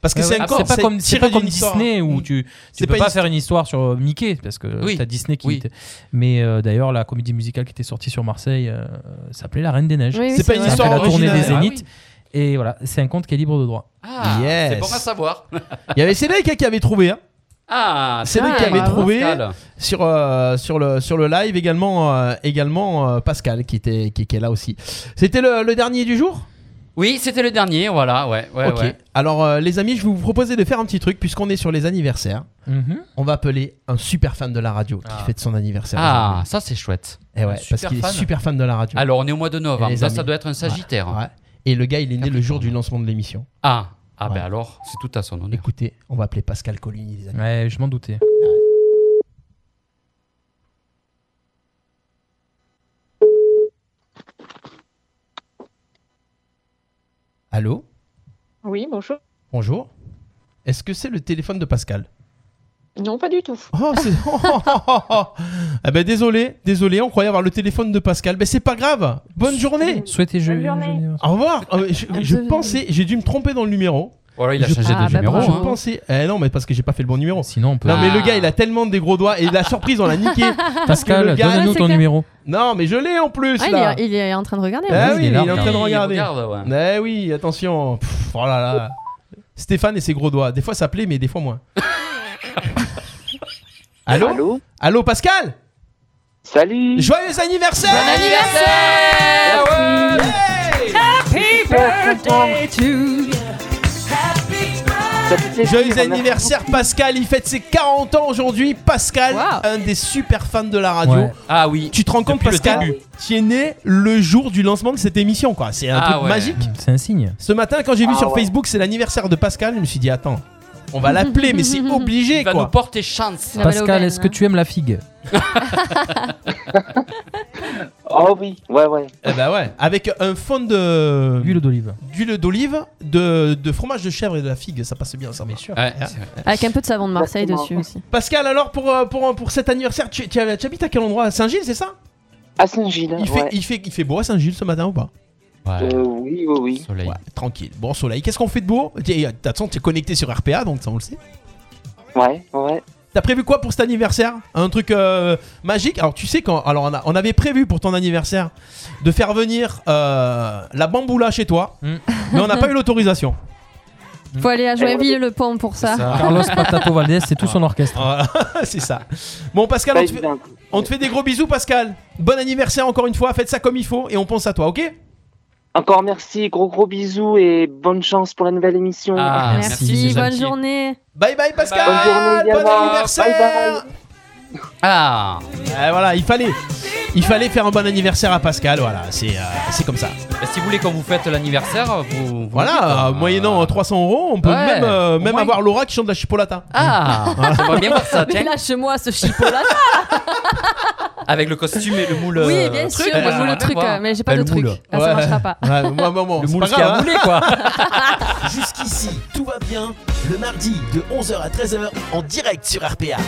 Speaker 2: Parce que
Speaker 3: Ouais,
Speaker 2: c'est
Speaker 3: ouais.
Speaker 2: un
Speaker 3: Ah, c'est
Speaker 2: corps,
Speaker 3: pas comme, c'est
Speaker 2: tiré
Speaker 3: pas comme
Speaker 2: d'une histoire. Mm.
Speaker 3: Disney où tu,
Speaker 2: C'est
Speaker 3: tu peux
Speaker 2: pas
Speaker 3: pas,
Speaker 2: une-
Speaker 3: faire une histoire sur euh, Mickey parce que
Speaker 4: Oui.
Speaker 3: t'as Disney qui.
Speaker 4: Oui.
Speaker 3: te- Mais euh, d'ailleurs, la comédie musicale qui était sortie sur Marseille euh, s'appelait La Reine des Neiges.
Speaker 5: Oui, oui,
Speaker 2: C'est pas
Speaker 5: c'est
Speaker 2: une
Speaker 5: vrai.
Speaker 3: Ça
Speaker 2: histoire
Speaker 3: fait la tournée des
Speaker 2: originale.
Speaker 4: Ah oui.
Speaker 3: Zéniths. Et voilà, c'est un compte qui est libre de droit.
Speaker 4: Ah,
Speaker 2: Yes.
Speaker 4: c'est bon à savoir.
Speaker 2: [laughs] Il y avait Cédric hein, qui avait trouvé. hein.
Speaker 4: Ah,
Speaker 2: C'est lui
Speaker 5: Ah,
Speaker 2: qui avait
Speaker 5: bravo.
Speaker 2: trouvé
Speaker 4: Pascal.
Speaker 2: sur euh, sur le sur le live également euh, également euh, Pascal qui était qui, qui est là aussi. C'était le, le dernier du jour.
Speaker 4: Oui, c'était le dernier, voilà, ouais, ouais,
Speaker 2: ok.
Speaker 4: ouais.
Speaker 2: Alors euh, les amis, je vais vous proposer de faire un petit truc puisqu'on est sur les anniversaires.
Speaker 3: Mhm.
Speaker 2: On va appeler un super fan de la radio
Speaker 3: Ah.
Speaker 2: qui fête son anniversaire.
Speaker 4: Ah, ça c'est chouette.
Speaker 2: Et ouais,
Speaker 3: super
Speaker 2: parce qu'il est
Speaker 3: fan.
Speaker 2: super fan de la radio.
Speaker 4: Alors, on est au mois de novembre,
Speaker 2: les
Speaker 4: ça,
Speaker 2: amis.
Speaker 4: ça doit être un Sagittaire.
Speaker 2: Ouais. Et le gars, Eh, il est né le jour
Speaker 4: Capricorne.
Speaker 2: du lancement de l'émission.
Speaker 4: Ah, ah
Speaker 2: Ouais.
Speaker 4: ben alors, c'est tout à son honneur.
Speaker 2: Écoutez, on va appeler Pascal Coligny les amis.
Speaker 3: Ouais, je m'en doutais.
Speaker 2: Allô.
Speaker 13: Oui, bonjour.
Speaker 2: Bonjour. Est-ce que c'est le téléphone de Pascal
Speaker 13: Non, pas du tout.
Speaker 2: Oh, c'est. [laughs] oh, oh, oh, oh. Eh ben, désolé, désolé, on croyait avoir le téléphone de Pascal. Ben, c'est pas grave. Bonne journée.
Speaker 3: Souhaitez je.
Speaker 13: Bonne journée.
Speaker 3: je-
Speaker 2: Au revoir. Euh, Je, je pensais, j'ai dû me tromper dans le numéro.
Speaker 4: Ou
Speaker 3: Oh
Speaker 4: alors, il a
Speaker 2: Je-
Speaker 4: changé
Speaker 5: Ah,
Speaker 4: de
Speaker 5: bah,
Speaker 4: numéro.
Speaker 2: Je
Speaker 5: bravo.
Speaker 4: hein.
Speaker 2: pensais. Eh non, mais parce que j'ai pas fait le bon numéro.
Speaker 3: Sinon, on peut.
Speaker 2: Non, mais le
Speaker 4: Ah.
Speaker 2: gars, il a tellement des gros doigts. Et la surprise, on l'a niqué. Parce que le
Speaker 3: [laughs] Pascal,
Speaker 2: gars-
Speaker 3: donne-nous
Speaker 5: c'est
Speaker 3: ton
Speaker 5: clair.
Speaker 3: numéro.
Speaker 2: Non, mais je l'ai en plus,
Speaker 5: Ah, il,
Speaker 2: là.
Speaker 5: est, il est en train de regarder.
Speaker 2: Eh
Speaker 5: ouais.
Speaker 3: Ah
Speaker 2: oui, il est en train de
Speaker 4: Il
Speaker 2: regarder.
Speaker 4: regarde, ouais.
Speaker 2: Eh oui, attention. Pff, oh là là. Stéphane et ses gros doigts. Des fois, ça plaît, mais des
Speaker 4: [laughs]
Speaker 2: fois moins. Allô
Speaker 13: Allô
Speaker 2: Allô, Pascal
Speaker 13: Salut
Speaker 2: Joyeux anniversaire
Speaker 4: Bon anniversaire ouais
Speaker 2: Hey
Speaker 5: Happy birthday to you.
Speaker 8: Happy birthday.
Speaker 2: Joyeux anniversaire Pascal, il fête ses 40 ans aujourd'hui. Pascal, un des super fans de la radio.
Speaker 4: Ouais. Ah oui.
Speaker 2: Tu te rends compte
Speaker 4: Depuis le
Speaker 2: Pascal,
Speaker 4: début.
Speaker 2: tu es né le jour du lancement de cette émission quoi. C'est un
Speaker 4: Ah
Speaker 2: truc
Speaker 4: ouais.
Speaker 2: magique.
Speaker 3: Mm, C'est un signe.
Speaker 2: Ce matin quand j'ai vu
Speaker 4: Ah
Speaker 2: sur
Speaker 4: ouais.
Speaker 2: Facebook c'est l'anniversaire de Pascal, je me suis dit attends, on va l'appeler mais c'est obligé
Speaker 4: Il va
Speaker 2: quoi.
Speaker 4: nous porter chance.
Speaker 3: Pascal, est-ce que tu aimes la figue
Speaker 2: Oh oui, ouais, ouais. bah ouais, avec un fond de. D'huile
Speaker 3: d'olive.
Speaker 2: D'huile d'olive, de, de fromage de chèvre et de la figue, ça passe bien, ça. Bien sûr.
Speaker 5: Avec un peu de savon de Marseille dessus
Speaker 2: Exactement.
Speaker 5: aussi.
Speaker 2: Pascal, alors pour, euh, pour, pour cet anniversaire, tu, tu habites à quel endroit À Saint-Gilles, c'est ça
Speaker 13: À Saint-Gilles.
Speaker 2: Il, fait,
Speaker 13: ouais.
Speaker 2: il, fait, il fait beau à Saint-Gilles ce matin ou pas
Speaker 13: Euh, oui, oui, oui.
Speaker 2: Ouais, tranquille. Bon soleil. Qu'est-ce qu'on fait de beau T'es- De toute façon, t'es connecté sur RPA, donc ça on le sait.
Speaker 13: Ouais, ouais.
Speaker 2: T'as prévu quoi pour cet anniversaire Un truc euh, magique Alors tu sais quand alors on, a- on avait prévu pour ton anniversaire de faire venir euh, la bamboula chez toi, [laughs] mais on n'a pas eu l'autorisation. [laughs]
Speaker 5: Faut aller à Joinville-le-Pont pour Eh, ça.
Speaker 3: Carlos Patato Valdés, c'est tout
Speaker 4: Ah.
Speaker 3: son orchestre.
Speaker 2: Ah. c'est ça. Bon Pascal, on te, fait, on te fait des gros bisous Pascal. Bon anniversaire encore une fois. Faites ça comme il faut et on pense à toi, ok
Speaker 13: Encore merci, gros gros bisous et bonne chance pour la nouvelle émission.
Speaker 2: Ah,
Speaker 5: Merci, [laughs]
Speaker 2: merci,
Speaker 5: bonne journée.
Speaker 2: Bye bye Pascal.
Speaker 13: Bonne journée également.
Speaker 2: Bon anniversaire.
Speaker 13: Bye
Speaker 4: Ah.
Speaker 2: Eh, voilà, il fallait, il fallait faire un bon anniversaire à Pascal. Voilà, c'est euh, c'est comme ça.
Speaker 4: Bah, si vous voulez, quand vous faites l'anniversaire, vous. vous dites,
Speaker 2: Voilà,
Speaker 4: euh,
Speaker 2: euh, moyennant euh, 300 euros, on peut
Speaker 4: Ouais,
Speaker 2: même, euh,
Speaker 4: au
Speaker 2: même
Speaker 4: moins.
Speaker 2: avoir Laura qui chante de la chipolata.
Speaker 4: Ah, j'aimerais bien voir ça,
Speaker 5: Mais
Speaker 4: tiens.
Speaker 5: lâche-moi ce chipolat.
Speaker 4: [laughs] Avec le costume et le moule.
Speaker 5: oui,
Speaker 4: euh,
Speaker 5: bien
Speaker 4: truc,
Speaker 5: sûr,
Speaker 4: moi,
Speaker 5: le
Speaker 4: j'aimerais
Speaker 5: truc,
Speaker 4: bien
Speaker 5: euh,
Speaker 4: voir.
Speaker 5: mais j'ai pas
Speaker 4: Bah,
Speaker 5: de
Speaker 4: le
Speaker 5: truc.
Speaker 4: moule.
Speaker 5: Ah, Ça marchera pas.
Speaker 2: [laughs] Ouais, moi, maman,
Speaker 1: Le
Speaker 2: c'est
Speaker 1: moule
Speaker 2: pas
Speaker 1: qui a
Speaker 2: grave, hein.
Speaker 1: moulé, quoi.
Speaker 2: [laughs]
Speaker 1: Jusqu'ici, tout va bien. Le mardi de 11h à 13h en direct sur RPA.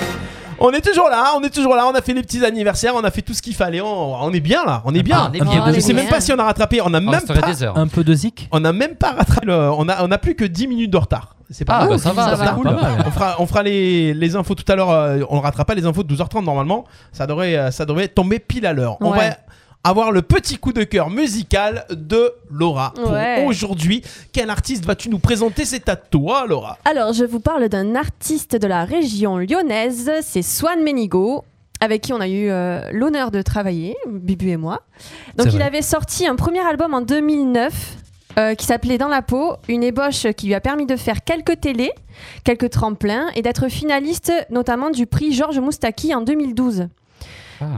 Speaker 2: On est toujours là, hein, on est toujours là, on a fait les petits anniversaires, on a fait tout ce qu'il fallait, on, on est bien là, on est bien.
Speaker 3: Ah, on est bien.
Speaker 2: Je sais
Speaker 3: On est
Speaker 2: même
Speaker 3: bien.
Speaker 2: pas si on a rattrapé, on a même
Speaker 3: resterait
Speaker 2: pas,
Speaker 3: des heures. Un peu de zik.
Speaker 2: On a même pas rattrapé, le- on a, on a plus que 10 minutes de retard. C'est pas
Speaker 3: Ah,
Speaker 2: mal.
Speaker 3: bah, ça va,
Speaker 2: c'est
Speaker 3: ça va,
Speaker 2: cool.
Speaker 3: pas mal.
Speaker 2: On fera, on fera les, les infos tout à l'heure, euh, on rattrapera les infos de 12h30 normalement, ça devrait, euh, ça devrait tomber pile à l'heure. On
Speaker 3: Ouais.
Speaker 2: va avoir le petit coup de cœur musical de Laura pour
Speaker 5: Ouais.
Speaker 2: aujourd'hui. Quel artiste vas-tu nous présenter C'est à toi Laura.
Speaker 5: [laughs] Alors, je vous parle d'un artiste de la région lyonnaise, c'est Swan Menigo, avec qui on a eu euh, l'honneur de travailler, Bibu et moi. Donc,
Speaker 14: C'est
Speaker 5: il
Speaker 14: vrai.
Speaker 5: avait sorti un premier album en 2009 euh, qui s'appelait Dans la peau, une ébauche qui lui a permis de faire quelques télés, quelques tremplins et d'être finaliste notamment du prix Georges Moustaki en 2012.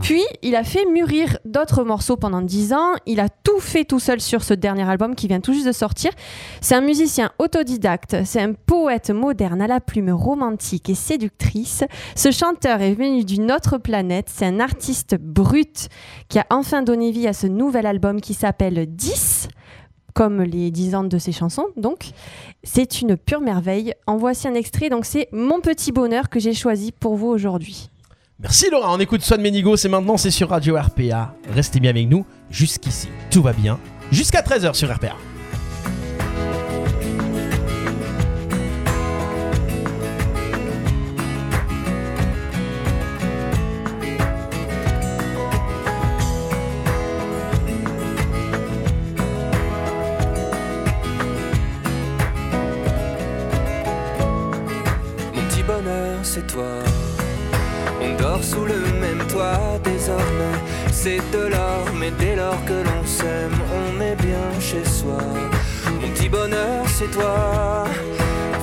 Speaker 5: Puis, il a fait mûrir d'autres morceaux pendant 10 ans. Il a tout fait tout seul sur ce dernier album qui vient tout juste de sortir. C'est un musicien autodidacte, c'est un poète moderne à la plume romantique et séductrice. Ce chanteur est venu d'une autre planète. C'est un artiste brut qui a enfin donné vie à ce nouvel album qui s'appelle 10 comme les 10 ans de ses chansons, donc. C'est une pure merveille. En voici un extrait, donc c'est Mon petit bonheur que j'ai choisi pour vous aujourd'hui.
Speaker 2: Merci Laura, on écoute Swan Ménigo, c'est maintenant, c'est sur Radio RPA. Restez bien avec nous, jusqu'ici, tout va bien. Jusqu'à 13h sur RPA.
Speaker 12: Mon petit bonheur, c'est toi. On dort sous le même toit désormais. C'est de l'or, mais dès lors que l'on s'aime, on est bien chez soi. Mon petit bonheur, c'est toi.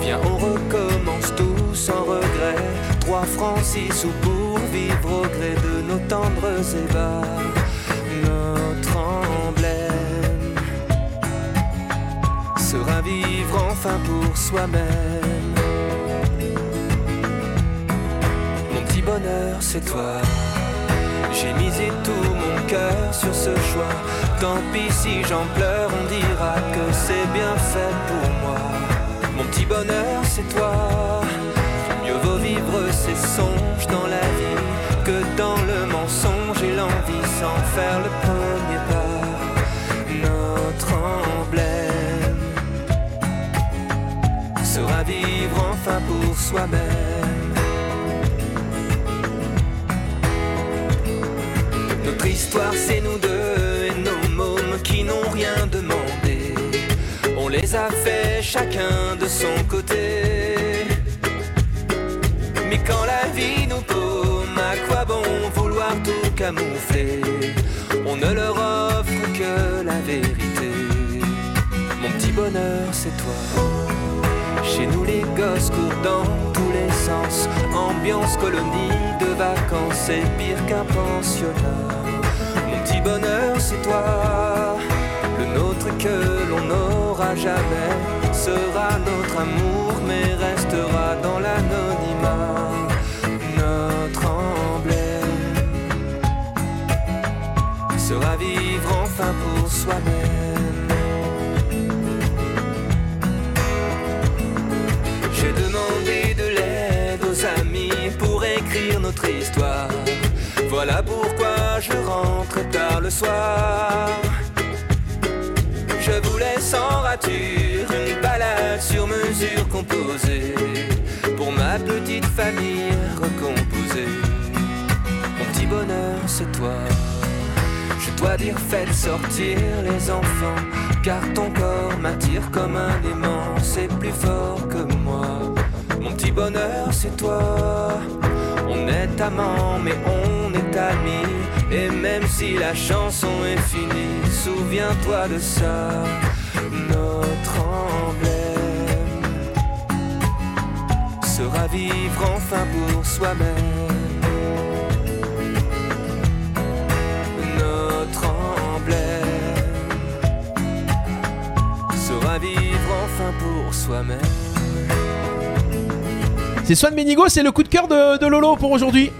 Speaker 12: Viens, on recommence tout sans regret. Trois francs, six sous pour vivre au gré de nos tendres ébats. Notre emblème sera vivre enfin pour soi-même. Mon petit bonheur, c'est toi. J'ai misé tout mon cœur sur ce choix. Tant pis si j'en pleure, on dira que c'est bien fait pour moi. Mon petit bonheur, c'est toi. Mieux vaut vivre ses songes dans la vie que dans le mensonge et l'envie sans faire le premier pas. Notre emblème sera vivre enfin pour soi-même. Notre histoire, c'est nous deux et nos mômes qui n'ont rien demandé. On les a fait chacun de son côté. Mais quand la vie nous paume, à quoi bon vouloir tout camoufler On ne leur offre que la vérité. Mon petit bonheur, c'est toi. Chez nous les gosses courent dans tous les sens. Ambiance colonie de vacances, c'est pire qu'un pensionnat. Mon petit bonheur, c'est toi. Le nôtre que l'on n'aura jamais sera notre amour, mais restera dans l'anonymat. Notre emblème sera vivre enfin pour soi-même. J'ai demandé de l'aide aux amis pour écrire notre histoire. Voilà pourquoi je rentre tard le soir. Je voulais sans rature une balade sur mesure composée pour ma petite famille recomposée. Mon petit bonheur, c'est toi. Je dois dire faites sortir les enfants Car ton corps m'attire comme un aimant C'est plus fort que moi Mon petit bonheur c'est toi On est amants mais on est amis Et même si la chanson est finie Souviens-toi de ça Notre emblème Sera vivre enfin pour soi-même notre emblème sera vivre enfin
Speaker 15: [laughs]
Speaker 12: pour soi-même.
Speaker 2: C'est Swan Benigo, c'est le coup de cœur de, de Lolo pour aujourd'hui.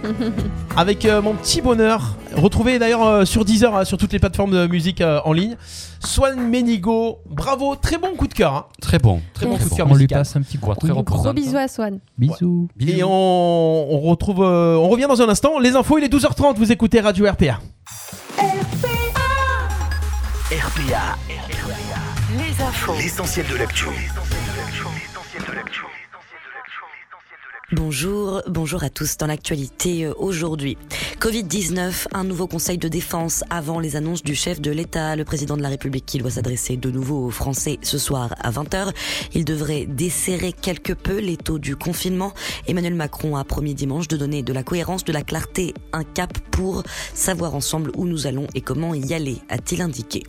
Speaker 15: Ah
Speaker 2: Avec euh, mon petit bonheur. Retrouvez d'ailleurs euh, sur Deezer, hein, sur toutes les plateformes de musique euh, en ligne. Swan Menigo, bravo, très bon coup de cœur. hein.
Speaker 4: Très bon,
Speaker 2: très bon coup de cœur.
Speaker 3: On lui
Speaker 2: musical.
Speaker 3: passe un petit coup.
Speaker 5: Gros bisous à Swan.
Speaker 3: Bisous.
Speaker 2: Et on, on retrouve, euh, on revient dans un instant. Les infos, il est 12h30, vous écoutez Radio RPA.
Speaker 1: RPA. Les infos. L'essentiel de l'actu.
Speaker 14: Bonjour, bonjour à tous dans l'actualité euh, aujourd'hui. Covid-19, un nouveau conseil de défense avant les annonces du chef de l'État, le président de la République qui doit s'adresser de nouveau aux Français ce soir à 20h. Il devrait desserrer quelque peu les taux du confinement. Emmanuel Macron a promis dimanche de donner de la cohérence, de la clarté, un cap pour savoir ensemble où nous allons et comment y aller, a-t-il indiqué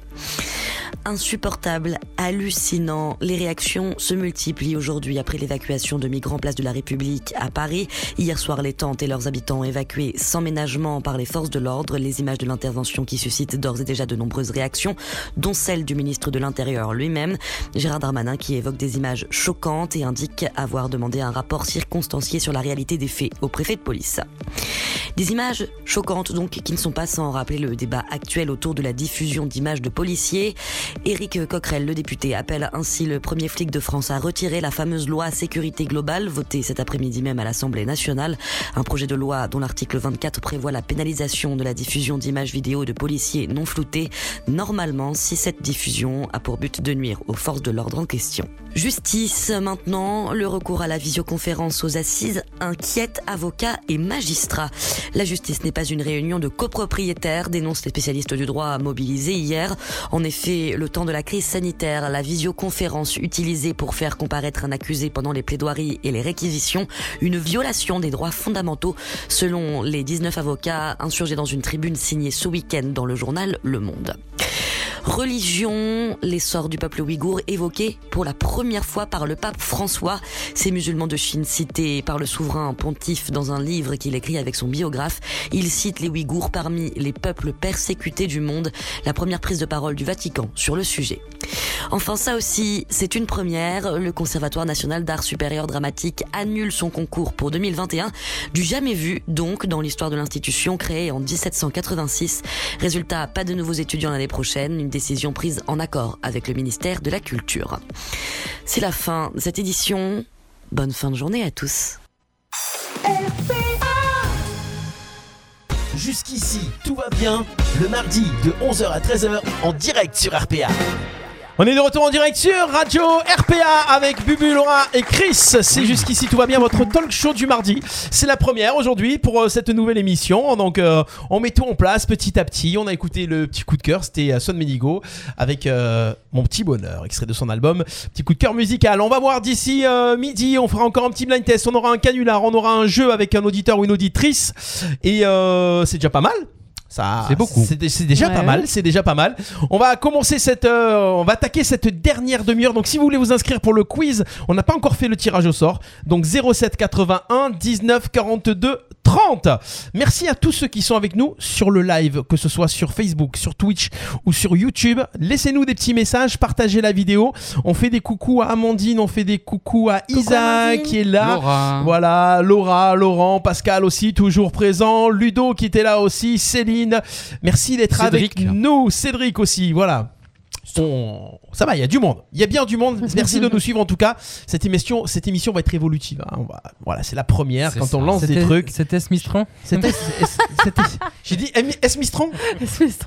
Speaker 14: insupportable, hallucinant. Les réactions se multiplient aujourd'hui après l'évacuation de migrants place de la République à Paris. Hier soir, les tentes et leurs habitants ont évacué sans ménagement par les forces de l'ordre. Les images de l'intervention qui suscitent d'ores et déjà de nombreuses réactions, dont celle du ministre de l'Intérieur lui-même, Gérard Darmanin, qui évoque des images choquantes et indique avoir demandé un rapport circonstancié sur la réalité des faits au préfet de police. Des images choquantes donc qui ne sont pas sans rappeler le débat actuel autour de la diffusion d'images de policiers. Éric Coquerel, le député, appelle ainsi le premier flic de France à retirer la fameuse loi sécurité globale votée cet après-midi même à l'Assemblée nationale. Un projet de loi dont l'article 24 prévoit la pénalisation de la diffusion d'images vidéo de policiers non floutés, normalement si cette diffusion a pour but de nuire aux forces de l'ordre en question. Justice maintenant, le recours à la visioconférence aux assises inquiète avocats et magistrats. La justice n'est pas une réunion de copropriétaires, dénoncent les spécialistes du droit mobilisés hier. En effet, le temps de la crise sanitaire, la visioconférence utilisée pour faire comparaître un accusé pendant les plaidoiries et les réquisitions, une violation des droits fondamentaux, selon les 19 avocats insurgés dans une tribune signée ce week-end dans le journal Le Monde. Religion, l'essor du peuple ouïghour évoqué pour la première fois par le pape François. Ces musulmans de Chine cités par le souverain pontife dans un livre qu'il écrit avec son biographe, il cite les Ouïghours parmi les peuples persécutés du monde. La première prise de parole du Vatican sur le sujet. Enfin, ça aussi, c'est une première. Le Conservatoire national d'art supérieur dramatique annule son concours pour 2021, du jamais vu donc dans l'histoire de l'institution créée en 1786. Résultat, pas de nouveaux étudiants l'année prochaine, une décision prise en accord avec le ministère de la Culture. C'est la fin de cette édition. Bonne fin de journée à tous.
Speaker 1: Jusqu'ici, tout va bien. Le mardi de 11h à 13h en direct sur RPA.
Speaker 2: On est de retour en direct sur Radio RPA avec Bubu, Laura et Chris. C'est jusqu'ici tout va bien votre talk show du mardi. C'est la première aujourd'hui pour euh, cette nouvelle émission. Donc euh, on met tout en place petit à petit. On a écouté le petit coup de cœur, c'était euh, Son Menigo avec euh, Mon petit bonheur, extrait de son album. Petit coup de cœur musical. On va voir d'ici euh, midi, on fera encore un petit blind test. On aura un canular, on aura un jeu avec un auditeur ou une auditrice. Et euh, c'est déjà pas mal. Ça,
Speaker 3: C'est beaucoup.
Speaker 2: C'est dé- c'est déjà
Speaker 3: Ouais,
Speaker 2: pas
Speaker 3: ouais.
Speaker 2: mal. C'est déjà pas mal. On va commencer cette, euh, on va attaquer cette dernière demi-heure. Donc, si vous voulez vous inscrire pour le quiz, on n'a pas encore fait le tirage au sort. Donc, 07 81 19 42 30. Merci à tous ceux qui sont avec nous sur le live, que ce soit sur Facebook, sur Twitch ou sur YouTube. Laissez-nous des petits messages, partagez la vidéo. On fait des coucous à Amandine, on fait des coucous à Isa
Speaker 4: Amandine.
Speaker 2: qui est là.
Speaker 4: Laura.
Speaker 2: Voilà, Laura, Laurent, Pascal aussi toujours présent, Ludo qui était là aussi, Céline. Merci d'être avec nous, Cédric aussi. Voilà. On- Ça va, il y a du monde. Il y a bien du [laughs] monde. Merci de nous suivre en tout cas. Cette émission, cette émission va être évolutive. hein. On va- Voilà, c'est la première.
Speaker 3: C'est
Speaker 2: Quand on
Speaker 3: ça.
Speaker 2: lance des
Speaker 3: C'était-
Speaker 2: trucs.
Speaker 3: C'était Smistron
Speaker 2: C'était. c'était- J'ai dit M- S. Mistron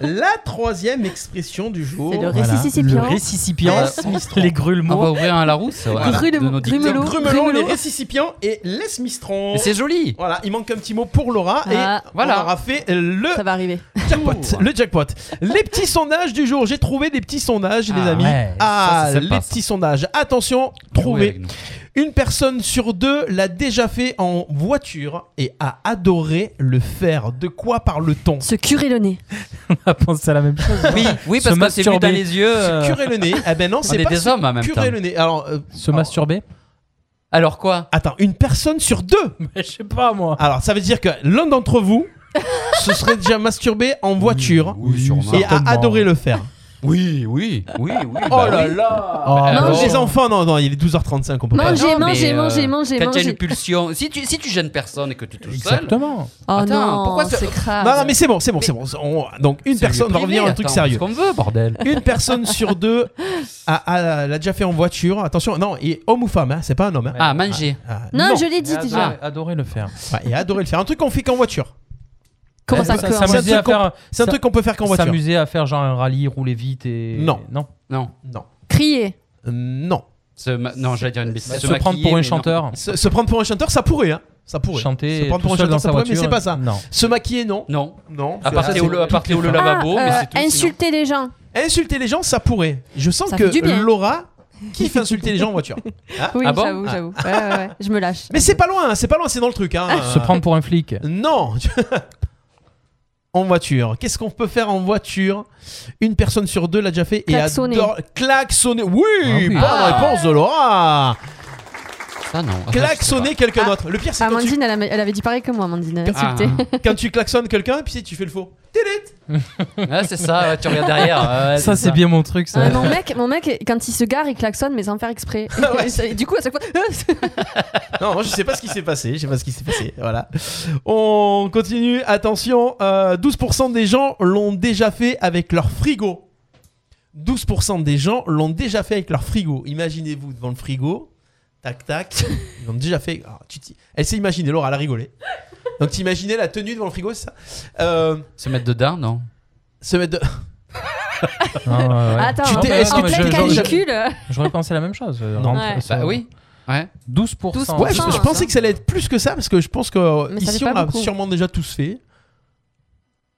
Speaker 2: La troisième expression du jour.
Speaker 3: C'est le Voilà. récissipient.
Speaker 2: Le récissipient.
Speaker 4: Voilà.
Speaker 2: S. Mistron.
Speaker 4: Les grumelots. On va ouvrir un Larousse, ouais, Grumelo- de nos dictées. grumelot,
Speaker 2: Le grumelot, les
Speaker 4: grumelot.
Speaker 2: récipients et les mistrons.
Speaker 4: Mais c'est joli.
Speaker 2: Voilà, il manque un petit mot pour Laura
Speaker 4: Ah,
Speaker 2: et
Speaker 4: voilà.
Speaker 2: on aura fait le. Ça va arriver. Jackpot.
Speaker 4: [laughs]
Speaker 2: le jackpot. Les petits sondages du jour. J'ai trouvé des petits sondages, les
Speaker 3: Ah
Speaker 2: amis.
Speaker 3: ouais, ça,
Speaker 2: ah,
Speaker 3: c'est sympa,
Speaker 2: les
Speaker 3: ça.
Speaker 2: petits sondages. Attention,
Speaker 3: avec
Speaker 2: trouver.
Speaker 3: nous.
Speaker 2: Une personne sur deux l'a déjà fait en voiture et a adoré le faire. De quoi parle-t-on
Speaker 5: Se curer le nez.
Speaker 3: [laughs] On a pensé à la même chose.
Speaker 4: Oui, oui,
Speaker 3: Se
Speaker 4: parce que c'est vu
Speaker 3: masturber.
Speaker 4: dans les yeux. euh,
Speaker 2: Se curer le nez. Ah ben non,
Speaker 4: on
Speaker 2: c'est
Speaker 4: est
Speaker 2: pas
Speaker 4: des
Speaker 2: se
Speaker 4: hommes en même
Speaker 2: curer
Speaker 4: temps.
Speaker 2: le nez. Alors, euh,
Speaker 3: Se masturber
Speaker 4: Alors quoi
Speaker 2: Attends, une personne
Speaker 4: [laughs]
Speaker 2: sur deux
Speaker 3: Je sais pas moi.
Speaker 2: Alors, ça veut dire que l'un d'entre vous se serait déjà masturbé en voiture et a
Speaker 3: certainement.
Speaker 2: adoré le faire.
Speaker 4: Oui, oui, oui, oui.
Speaker 2: Oh
Speaker 4: bah
Speaker 2: là
Speaker 4: oui.
Speaker 2: là
Speaker 4: Oh,
Speaker 2: Non,
Speaker 4: bon.
Speaker 2: Les enfants, non, non, il est 12h35, on peut pas.
Speaker 5: Mangez,
Speaker 4: Non, mais,
Speaker 5: mangez,
Speaker 4: euh,
Speaker 5: mangez, mangez,
Speaker 4: Quand il y a
Speaker 5: mangez.
Speaker 4: une pulsion, si tu, si tu gênes personne et que tu es tout seul.
Speaker 2: Exactement.
Speaker 5: Oh
Speaker 4: Attends,
Speaker 5: non,
Speaker 4: pourquoi ce-
Speaker 5: c'est crade.
Speaker 2: Non, non, mais c'est bon, c'est bon, c'est bon. On- Donc, une
Speaker 4: C'est
Speaker 2: personne
Speaker 4: lieu
Speaker 2: va
Speaker 4: privé,
Speaker 2: revenir à un truc
Speaker 4: attends,
Speaker 2: sérieux.
Speaker 4: on fait ce qu'on veut, bordel.
Speaker 2: [laughs] Une personne sur deux a- a- l'a déjà fait en voiture. Attention, non, et homme ou femme, hein, c'est pas un homme. hein.
Speaker 4: Ah, manger. Ah,
Speaker 5: Non, je l'ai dit
Speaker 3: Adoré-
Speaker 5: déjà.
Speaker 3: Adoré le faire.
Speaker 2: Ouais, et adoré le faire. Un truc qu'on fait qu'en voiture.
Speaker 5: Comment
Speaker 3: Ça-
Speaker 5: ça,
Speaker 3: ça-
Speaker 5: comment
Speaker 3: ça
Speaker 2: C'est un
Speaker 3: S'amuser à
Speaker 2: truc qu'on-
Speaker 3: faire.
Speaker 2: c'est un
Speaker 3: ça-
Speaker 2: truc qu'on peut faire qu'en voiture.
Speaker 3: S'amuser à faire genre un rallye, rouler vite et.
Speaker 2: Non.
Speaker 3: Non.
Speaker 4: Non.
Speaker 2: Non.
Speaker 5: Crier.
Speaker 2: Euh, Non.
Speaker 4: Se ma- Non, j'allais dire une bêtise.
Speaker 3: Se prendre
Speaker 4: maquiller,
Speaker 3: pour un
Speaker 4: mais non.
Speaker 3: chanteur.
Speaker 2: Se, se prendre pour un chanteur, ça pourrait, hein. Ça pourrait.
Speaker 3: Chanter
Speaker 2: Se prendre
Speaker 3: tout
Speaker 2: pour un
Speaker 3: seul
Speaker 2: chanteur,
Speaker 3: dans
Speaker 2: ça
Speaker 3: sa
Speaker 2: pourrait, mais c'est
Speaker 3: voiture,
Speaker 2: pas ça.
Speaker 3: non.
Speaker 2: Se maquiller, non.
Speaker 4: Non.
Speaker 2: Non.
Speaker 4: À
Speaker 2: c'est-
Speaker 4: partir
Speaker 2: ça,
Speaker 4: au-
Speaker 2: c'est
Speaker 4: à partir au
Speaker 2: toutes les femmes.
Speaker 4: lavabo, mais c'est tout. sinon.
Speaker 5: Ah, euh, Insulter les gens.
Speaker 2: Insulter les gens, ça pourrait. Je sens
Speaker 5: Ça fait du
Speaker 2: que
Speaker 5: bien.
Speaker 2: Laura kiffe insulter les gens
Speaker 5: [laughs]
Speaker 2: en voiture. Hein
Speaker 5: Oui,
Speaker 2: Ah bon
Speaker 5: j'avoue,
Speaker 2: Ah.
Speaker 5: j'avoue. Ouais, ouais, ouais. Je me lâche.
Speaker 2: Mais c'est pas loin, hein, c'est pas loin, c'est dans le truc. Hein.
Speaker 3: Ah, Se prendre pour un flic.
Speaker 2: Non [laughs] En voiture. Qu'est-ce qu'on peut faire en voiture Une personne sur deux l'a déjà fait et
Speaker 5: Klaxonner.
Speaker 2: adore. Klaxonner. Oui,
Speaker 4: oui.
Speaker 2: bonne
Speaker 4: Ah.
Speaker 2: réponse de Laura
Speaker 4: Ça, non. Ah, ça, je sais
Speaker 2: Klaxonner
Speaker 4: pas.
Speaker 2: quelqu'un d'autre. Le pire, c'est quand, tu-
Speaker 5: Amandine, Ah, elle, avait- elle avait dit pareil que moi, Amandine. Elle
Speaker 4: Ah.
Speaker 5: insultait. [laughs]
Speaker 2: quand tu klaxonnes quelqu'un, puis tu fais le faux.
Speaker 4: Ah, c'est ça, ouais, tu regardes
Speaker 3: [laughs]
Speaker 4: derrière. ouais,
Speaker 3: Ça, c'est bien mon truc, ça.
Speaker 5: Ah, mon, mec, mon mec, quand il se gare, il klaxonne, mais sans faire
Speaker 2: [laughs]
Speaker 5: exprès.
Speaker 2: Ah
Speaker 5: Et ça- et du coup, à chaque fois. [laughs]
Speaker 2: Non, je sais pas ce qui s'est passé. Je sais pas ce qui s'est passé. Voilà. On continue. Attention, euh, 12% des gens l'ont déjà fait avec leur frigo. 12% des gens l'ont déjà fait avec leur frigo. Imaginez-vous devant le frigo. Tac, tac. Ils l'ont déjà fait. Ah, tu t'y- elle s'est imaginée, Laura, elle a rigolé. Donc t'imaginais la tenue devant le frigo, c'est ça Euh,
Speaker 4: Se mettre dedans, non
Speaker 2: Se mettre de...
Speaker 3: Non, ouais, ouais.
Speaker 5: Attends,
Speaker 2: Tu t'es-
Speaker 5: en
Speaker 2: est-ce que tu
Speaker 5: pleine
Speaker 2: t'es-
Speaker 5: canicule.
Speaker 3: J'aurais pensé la même chose. euh,
Speaker 2: Non.
Speaker 3: rentrer-
Speaker 5: euh. Ouais.
Speaker 3: ça-
Speaker 4: Bah oui. Ouais.
Speaker 3: 12%.
Speaker 2: Ouais, je, je pensais que ça allait être plus que ça parce que je pense que
Speaker 5: Mais ça
Speaker 2: ici
Speaker 5: fait
Speaker 2: on
Speaker 5: pas
Speaker 2: l'a
Speaker 5: beaucoup.
Speaker 2: sûrement déjà tous fait.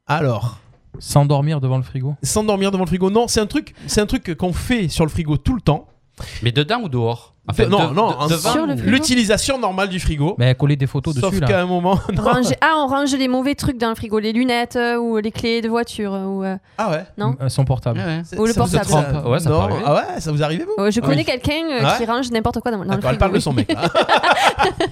Speaker 2: Alors,
Speaker 3: S'endormir devant le frigo.
Speaker 2: s'endormir devant le frigo, non, c'est un truc, c'est un truc qu'on fait sur le frigo tout le temps.
Speaker 4: Mais dedans ou dehors Ah, Enfin,
Speaker 2: De- non,
Speaker 4: de-
Speaker 2: non,
Speaker 4: de-
Speaker 2: un-
Speaker 4: devant
Speaker 5: Sur le
Speaker 4: ou-
Speaker 5: frigo.
Speaker 2: l'utilisation normale du frigo.
Speaker 3: Mais coller des photos
Speaker 2: Sauf
Speaker 3: dessus là.
Speaker 2: qu'à un moment, [laughs] non.
Speaker 5: Ranger- Ah, on range les mauvais trucs dans le frigo, les lunettes euh, ou les clés de voiture. euh, Ou, euh,
Speaker 2: ah ouais,
Speaker 5: non
Speaker 3: Euh, Son portable.
Speaker 4: Ouais, ouais.
Speaker 2: C'est-
Speaker 5: Ou le
Speaker 2: ça vous est
Speaker 5: portable.
Speaker 2: trempé.
Speaker 4: Ça- ouais, ça peut
Speaker 2: Non.
Speaker 4: arriver. Ah
Speaker 2: ah ouais, ça vous arrive vous
Speaker 5: Euh, Je connais
Speaker 4: Oui.
Speaker 5: quelqu'un euh,
Speaker 2: Ouais.
Speaker 5: qui range n'importe quoi dans, dans le
Speaker 2: D'accord,
Speaker 5: frigo.
Speaker 2: elle parle de son
Speaker 5: oui. [laughs]
Speaker 2: mec. Ah. là.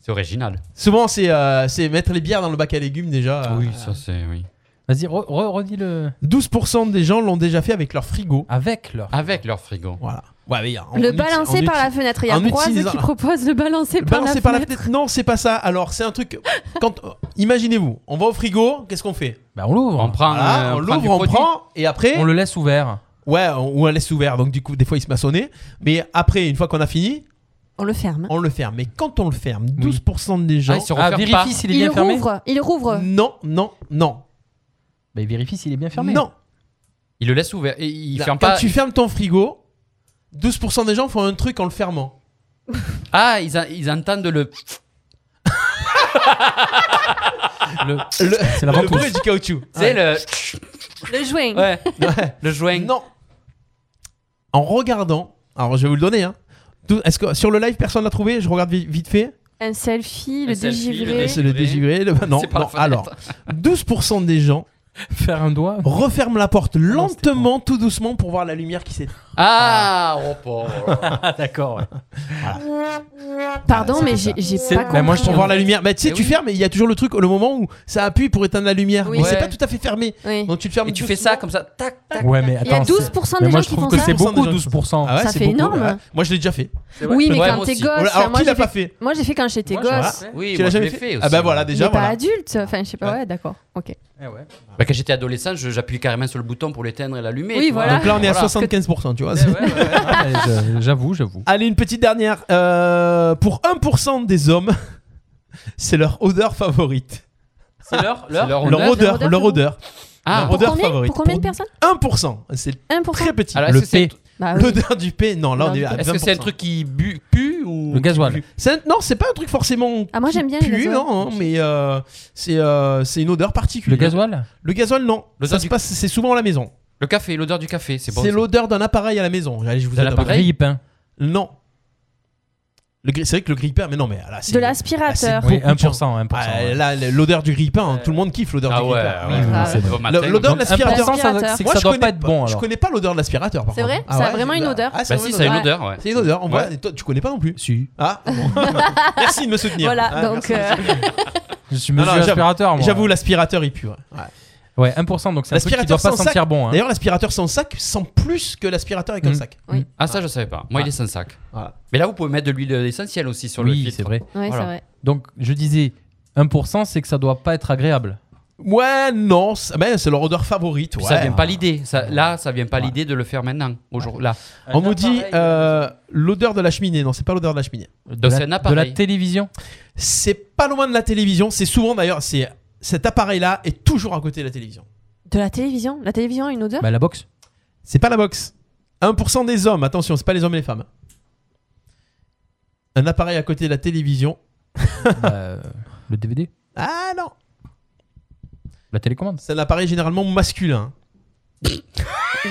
Speaker 4: C'est original.
Speaker 2: Souvent, c'est euh, c'est mettre les bières dans le bac à légumes déjà. Euh,
Speaker 4: Oui, ça c'est oui.
Speaker 3: Vas-y, re- re- redis le.
Speaker 2: 12% des gens l'ont déjà fait avec leur frigo.
Speaker 3: Avec leur.
Speaker 4: Avec leur frigo.
Speaker 2: Voilà. Ouais, mais en-
Speaker 5: Le
Speaker 2: en uti-
Speaker 5: balancer
Speaker 2: en
Speaker 5: par
Speaker 2: uti-
Speaker 5: la fenêtre. Il y a
Speaker 2: en
Speaker 5: Broise
Speaker 2: utilisant-
Speaker 5: qui propose le balancer
Speaker 2: Le
Speaker 5: par la
Speaker 2: balancer par la
Speaker 5: fenêtre.
Speaker 2: fenêtre. Non, c'est pas ça. Alors, c'est un truc. Quand euh, imaginez-vous, on va au frigo, qu'est-ce qu'on fait
Speaker 3: Bah, on l'ouvre.
Speaker 4: On prend,
Speaker 2: Voilà,
Speaker 4: euh,
Speaker 2: on
Speaker 4: prend du
Speaker 2: l'ouvre, on
Speaker 4: produit.
Speaker 2: prend, et après,
Speaker 3: On le laisse ouvert.
Speaker 2: ouais, on, ou on laisse ouvert. Donc du coup, des fois, il se maçonnait. Mais après, une fois qu'on a fini,
Speaker 5: On le ferme.
Speaker 2: on le ferme. Mais quand on le ferme, 12% des gens.
Speaker 4: Ah, ils se
Speaker 3: Ah,
Speaker 4: referment pas.
Speaker 3: vérifie s'il est
Speaker 5: Il
Speaker 3: bien fermé.
Speaker 5: rouvre. Il rouvre.
Speaker 2: non, non, non,
Speaker 3: Bah, il vérifie s'il est bien fermé.
Speaker 2: non.
Speaker 4: Il le laisse ouvert. Et Il
Speaker 2: Non,
Speaker 4: ferme
Speaker 2: quand
Speaker 4: pas.
Speaker 2: tu fermes ton frigo, 12% des gens font un truc en le fermant.
Speaker 4: Ah, ils, a- ils entendent le.
Speaker 3: Le-
Speaker 2: [laughs] Le-
Speaker 3: C'est la
Speaker 2: le
Speaker 3: ventouse.
Speaker 2: bruit du caoutchouc.
Speaker 4: Tu sais,
Speaker 2: Ouais.
Speaker 4: le.
Speaker 5: Le joint.
Speaker 4: Ouais.
Speaker 2: Ouais.
Speaker 4: Le joint.
Speaker 2: Non. En regardant, alors je vais vous le donner. Hein. Dou- Est-ce que sur le live personne l'a trouvé Je regarde vi- vite fait.
Speaker 5: Un selfie,
Speaker 4: Un
Speaker 5: le
Speaker 4: selfie, le
Speaker 5: dégivré.
Speaker 2: C'est le dégivré. le- Non,
Speaker 4: C'est par la
Speaker 2: non,
Speaker 4: fenêtre.
Speaker 2: alors, 12% des gens
Speaker 3: faire un doigt
Speaker 2: referment la porte lentement, tout doucement pour voir la lumière qui s'éteint.
Speaker 4: Ah, oh, pauvre.
Speaker 2: Ah,
Speaker 3: D'accord.
Speaker 4: Ah,
Speaker 5: Pardon, mais j'ai j'ai pas compris.
Speaker 2: moi je t'en voir la lumière. Bah, tu sais,
Speaker 4: Eh
Speaker 2: tu fermes, mais il y a toujours le truc, le moment où ça appuie pour éteindre la lumière.
Speaker 5: Oui.
Speaker 2: Mais c'est
Speaker 5: Ouais.
Speaker 2: pas tout à fait fermé.
Speaker 5: Oui.
Speaker 2: Donc tu le fermes.
Speaker 4: Et tu fais ça comme ça, tac, tac.
Speaker 3: Ouais, mais attends.
Speaker 5: Il y a
Speaker 3: c'est-
Speaker 5: 12% des
Speaker 3: mais moi,
Speaker 5: gens
Speaker 3: je
Speaker 5: qui
Speaker 3: trouve
Speaker 5: font
Speaker 3: que
Speaker 5: ça.
Speaker 3: c'est beaucoup,
Speaker 2: des gens qui
Speaker 3: 12%.
Speaker 2: Ah ouais,
Speaker 5: Ça
Speaker 2: c'est
Speaker 5: fait
Speaker 2: beaucoup,
Speaker 5: énorme. hein.
Speaker 2: ouais. Moi je l'ai déjà fait.
Speaker 5: Oui, mais
Speaker 2: Ouais,
Speaker 5: quand
Speaker 2: moi
Speaker 5: t'es
Speaker 2: aussi. Oh
Speaker 5: gosse.
Speaker 2: Alors,
Speaker 5: enfin, moi,
Speaker 2: qui l'a
Speaker 5: j'ai fait-
Speaker 2: pas fait
Speaker 5: Moi, j'ai fait quand j'étais
Speaker 2: Moi, je
Speaker 5: gosse.
Speaker 2: l'ai fait.
Speaker 4: Oui,
Speaker 2: Tu
Speaker 4: moi,
Speaker 2: l'as
Speaker 4: je
Speaker 2: jamais
Speaker 4: l'ai fait aussi.
Speaker 2: Ah bah voilà,
Speaker 5: Mais
Speaker 2: déjà.
Speaker 5: pas
Speaker 2: voilà.
Speaker 5: adulte. Enfin, je sais pas. Ouais, d'accord. Ok.
Speaker 3: Eh
Speaker 2: Ah,
Speaker 4: Bah, quand j'étais adolescent, je- j'appuyais carrément sur le bouton pour l'éteindre et l'allumer.
Speaker 5: Oui,
Speaker 4: tu vois.
Speaker 5: voilà.
Speaker 2: Donc là on est à
Speaker 4: Voilà.
Speaker 2: 75%, tu vois.
Speaker 3: J'avoue, j'avoue.
Speaker 2: Allez, une petite dernière. Euh, pour 1% des hommes, [laughs] c'est leur odeur favorite.
Speaker 4: C'est leur, leur,
Speaker 2: Leur odeur, leur odeur.
Speaker 4: Ah.
Speaker 2: leur
Speaker 4: Pour
Speaker 2: odeur
Speaker 5: combien-
Speaker 2: favorite.
Speaker 5: pour combien de personnes
Speaker 2: 1%. C'est
Speaker 5: 1%.
Speaker 2: très petit.
Speaker 4: Alors, est-ce que Ah, c'est
Speaker 5: Bah oui.
Speaker 2: L'odeur du P, non, là on
Speaker 5: Non,
Speaker 2: est
Speaker 5: du
Speaker 2: à 20%.
Speaker 4: Est-ce que c'est un truc qui bu- pue ou
Speaker 3: Le gasoil.
Speaker 2: C'est un- Non, c'est pas un truc forcément.
Speaker 5: Ah, moi,
Speaker 2: qui
Speaker 5: j'aime bien les
Speaker 2: pue,
Speaker 5: gasoils.
Speaker 2: non, hein, mais euh, c'est euh, c'est une odeur
Speaker 3: Le
Speaker 2: particulière.
Speaker 3: gasoil
Speaker 2: Le gasoil, non.
Speaker 4: L'odeur
Speaker 2: Ça se
Speaker 4: du-
Speaker 2: passe, c'est souvent à la maison.
Speaker 4: Le café, l'odeur du café, c'est bon.
Speaker 2: c'est
Speaker 4: ça.
Speaker 2: l'odeur d'un appareil à la maison. Allez, je vous
Speaker 4: D'un
Speaker 2: aide un peu.
Speaker 4: appareil hein.
Speaker 3: Grille-pain.
Speaker 2: Non. Le gri- C'est vrai que le grille-pain, mais non, mais là, c'est.
Speaker 5: De
Speaker 2: là, c'est
Speaker 5: l'aspirateur.
Speaker 3: Oui,
Speaker 2: beaucoup de gens.
Speaker 3: 1%, 1%,
Speaker 2: Ah,
Speaker 3: ouais.
Speaker 2: Là, l'odeur du grille-pain, hein,
Speaker 3: Euh.
Speaker 2: tout le monde kiffe l'odeur
Speaker 4: Ah
Speaker 2: du
Speaker 4: ouais,
Speaker 2: grille-pain.
Speaker 4: ouais,
Speaker 5: Ah,
Speaker 4: c'est
Speaker 5: ouais.
Speaker 4: bon matin.
Speaker 2: Le- L'odeur de
Speaker 3: Donc,
Speaker 2: l'aspirateur.
Speaker 3: 1%, ça doit- c'est que
Speaker 2: Moi,
Speaker 3: ça
Speaker 2: je
Speaker 3: doit
Speaker 2: connais
Speaker 3: pas être bon
Speaker 2: Je
Speaker 3: alors.
Speaker 2: connais pas l'odeur de l'aspirateur, par
Speaker 5: C'est
Speaker 2: contre.
Speaker 5: vrai
Speaker 2: Ah
Speaker 5: Ça a
Speaker 2: ouais,
Speaker 5: vraiment
Speaker 2: c'est
Speaker 5: une
Speaker 2: de la-
Speaker 5: odeur.
Speaker 2: Ah,
Speaker 4: Bah
Speaker 2: c'est
Speaker 4: si,
Speaker 2: vraiment
Speaker 4: c'est
Speaker 2: une
Speaker 4: une
Speaker 2: odeur.
Speaker 4: odeur, ouais.
Speaker 2: C'est une odeur, on voit.
Speaker 5: Ouais.
Speaker 2: Et Toi, tu connais pas non plus
Speaker 3: Si.
Speaker 2: Ah bon. [laughs] Merci de me soutenir. Ah,
Speaker 5: Voilà, donc.
Speaker 2: merci.
Speaker 5: euh,
Speaker 3: Je suis
Speaker 2: Non,
Speaker 3: monsieur
Speaker 2: non, j'avoue-
Speaker 3: aspirateur, moi.
Speaker 2: J'avoue, l'aspirateur, il pue. ouais. Ouais.
Speaker 3: Ouais, 1%, donc c'est un truc qui doit
Speaker 2: L'aspirateur
Speaker 3: pas
Speaker 2: sans sac.
Speaker 3: sentir bon. hein.
Speaker 2: D'ailleurs, l'aspirateur sans sac sent plus que l'aspirateur avec un
Speaker 3: Mm.
Speaker 2: sac.
Speaker 4: Ah, ça, je savais pas. Moi, il est sans sac.
Speaker 2: Voilà.
Speaker 4: Mais là, vous pouvez mettre de l'huile essentielle aussi sur le
Speaker 3: Oui,
Speaker 4: filtre.
Speaker 3: c'est vrai.
Speaker 5: Ouais, c'est
Speaker 4: Voilà.
Speaker 5: vrai.
Speaker 3: Donc, je disais, 1%, c'est que ça doit pas être agréable.
Speaker 2: Ouais, non, c'est ben, c'est leur odeur favorite.
Speaker 4: Puis
Speaker 2: ouais. Ah.
Speaker 4: Ça vient pas l'idée. Ça- Là, ça vient pas l'idée de le faire maintenant, aujourd'hui. Là.
Speaker 2: On nous dit euh, l'odeur de la cheminée. Non, c'est pas l'odeur de la cheminée.
Speaker 3: De
Speaker 4: Donc,
Speaker 3: la,
Speaker 4: c'est un
Speaker 3: de la
Speaker 4: appareil.
Speaker 3: télévision.
Speaker 2: C'est pas loin de la télévision. C'est souvent d'ailleurs, c'est cet appareil-là est toujours à côté de la télévision.
Speaker 5: De la télévision La télévision a une odeur
Speaker 3: Bah, la box.
Speaker 2: C'est pas la box. 1% des hommes, attention, c'est pas les hommes et les femmes. Un appareil à côté de la télévision.
Speaker 3: [laughs] Bah, euh, le DVD.
Speaker 2: Ah non,
Speaker 3: La télécommande.
Speaker 2: c'est un appareil généralement masculin.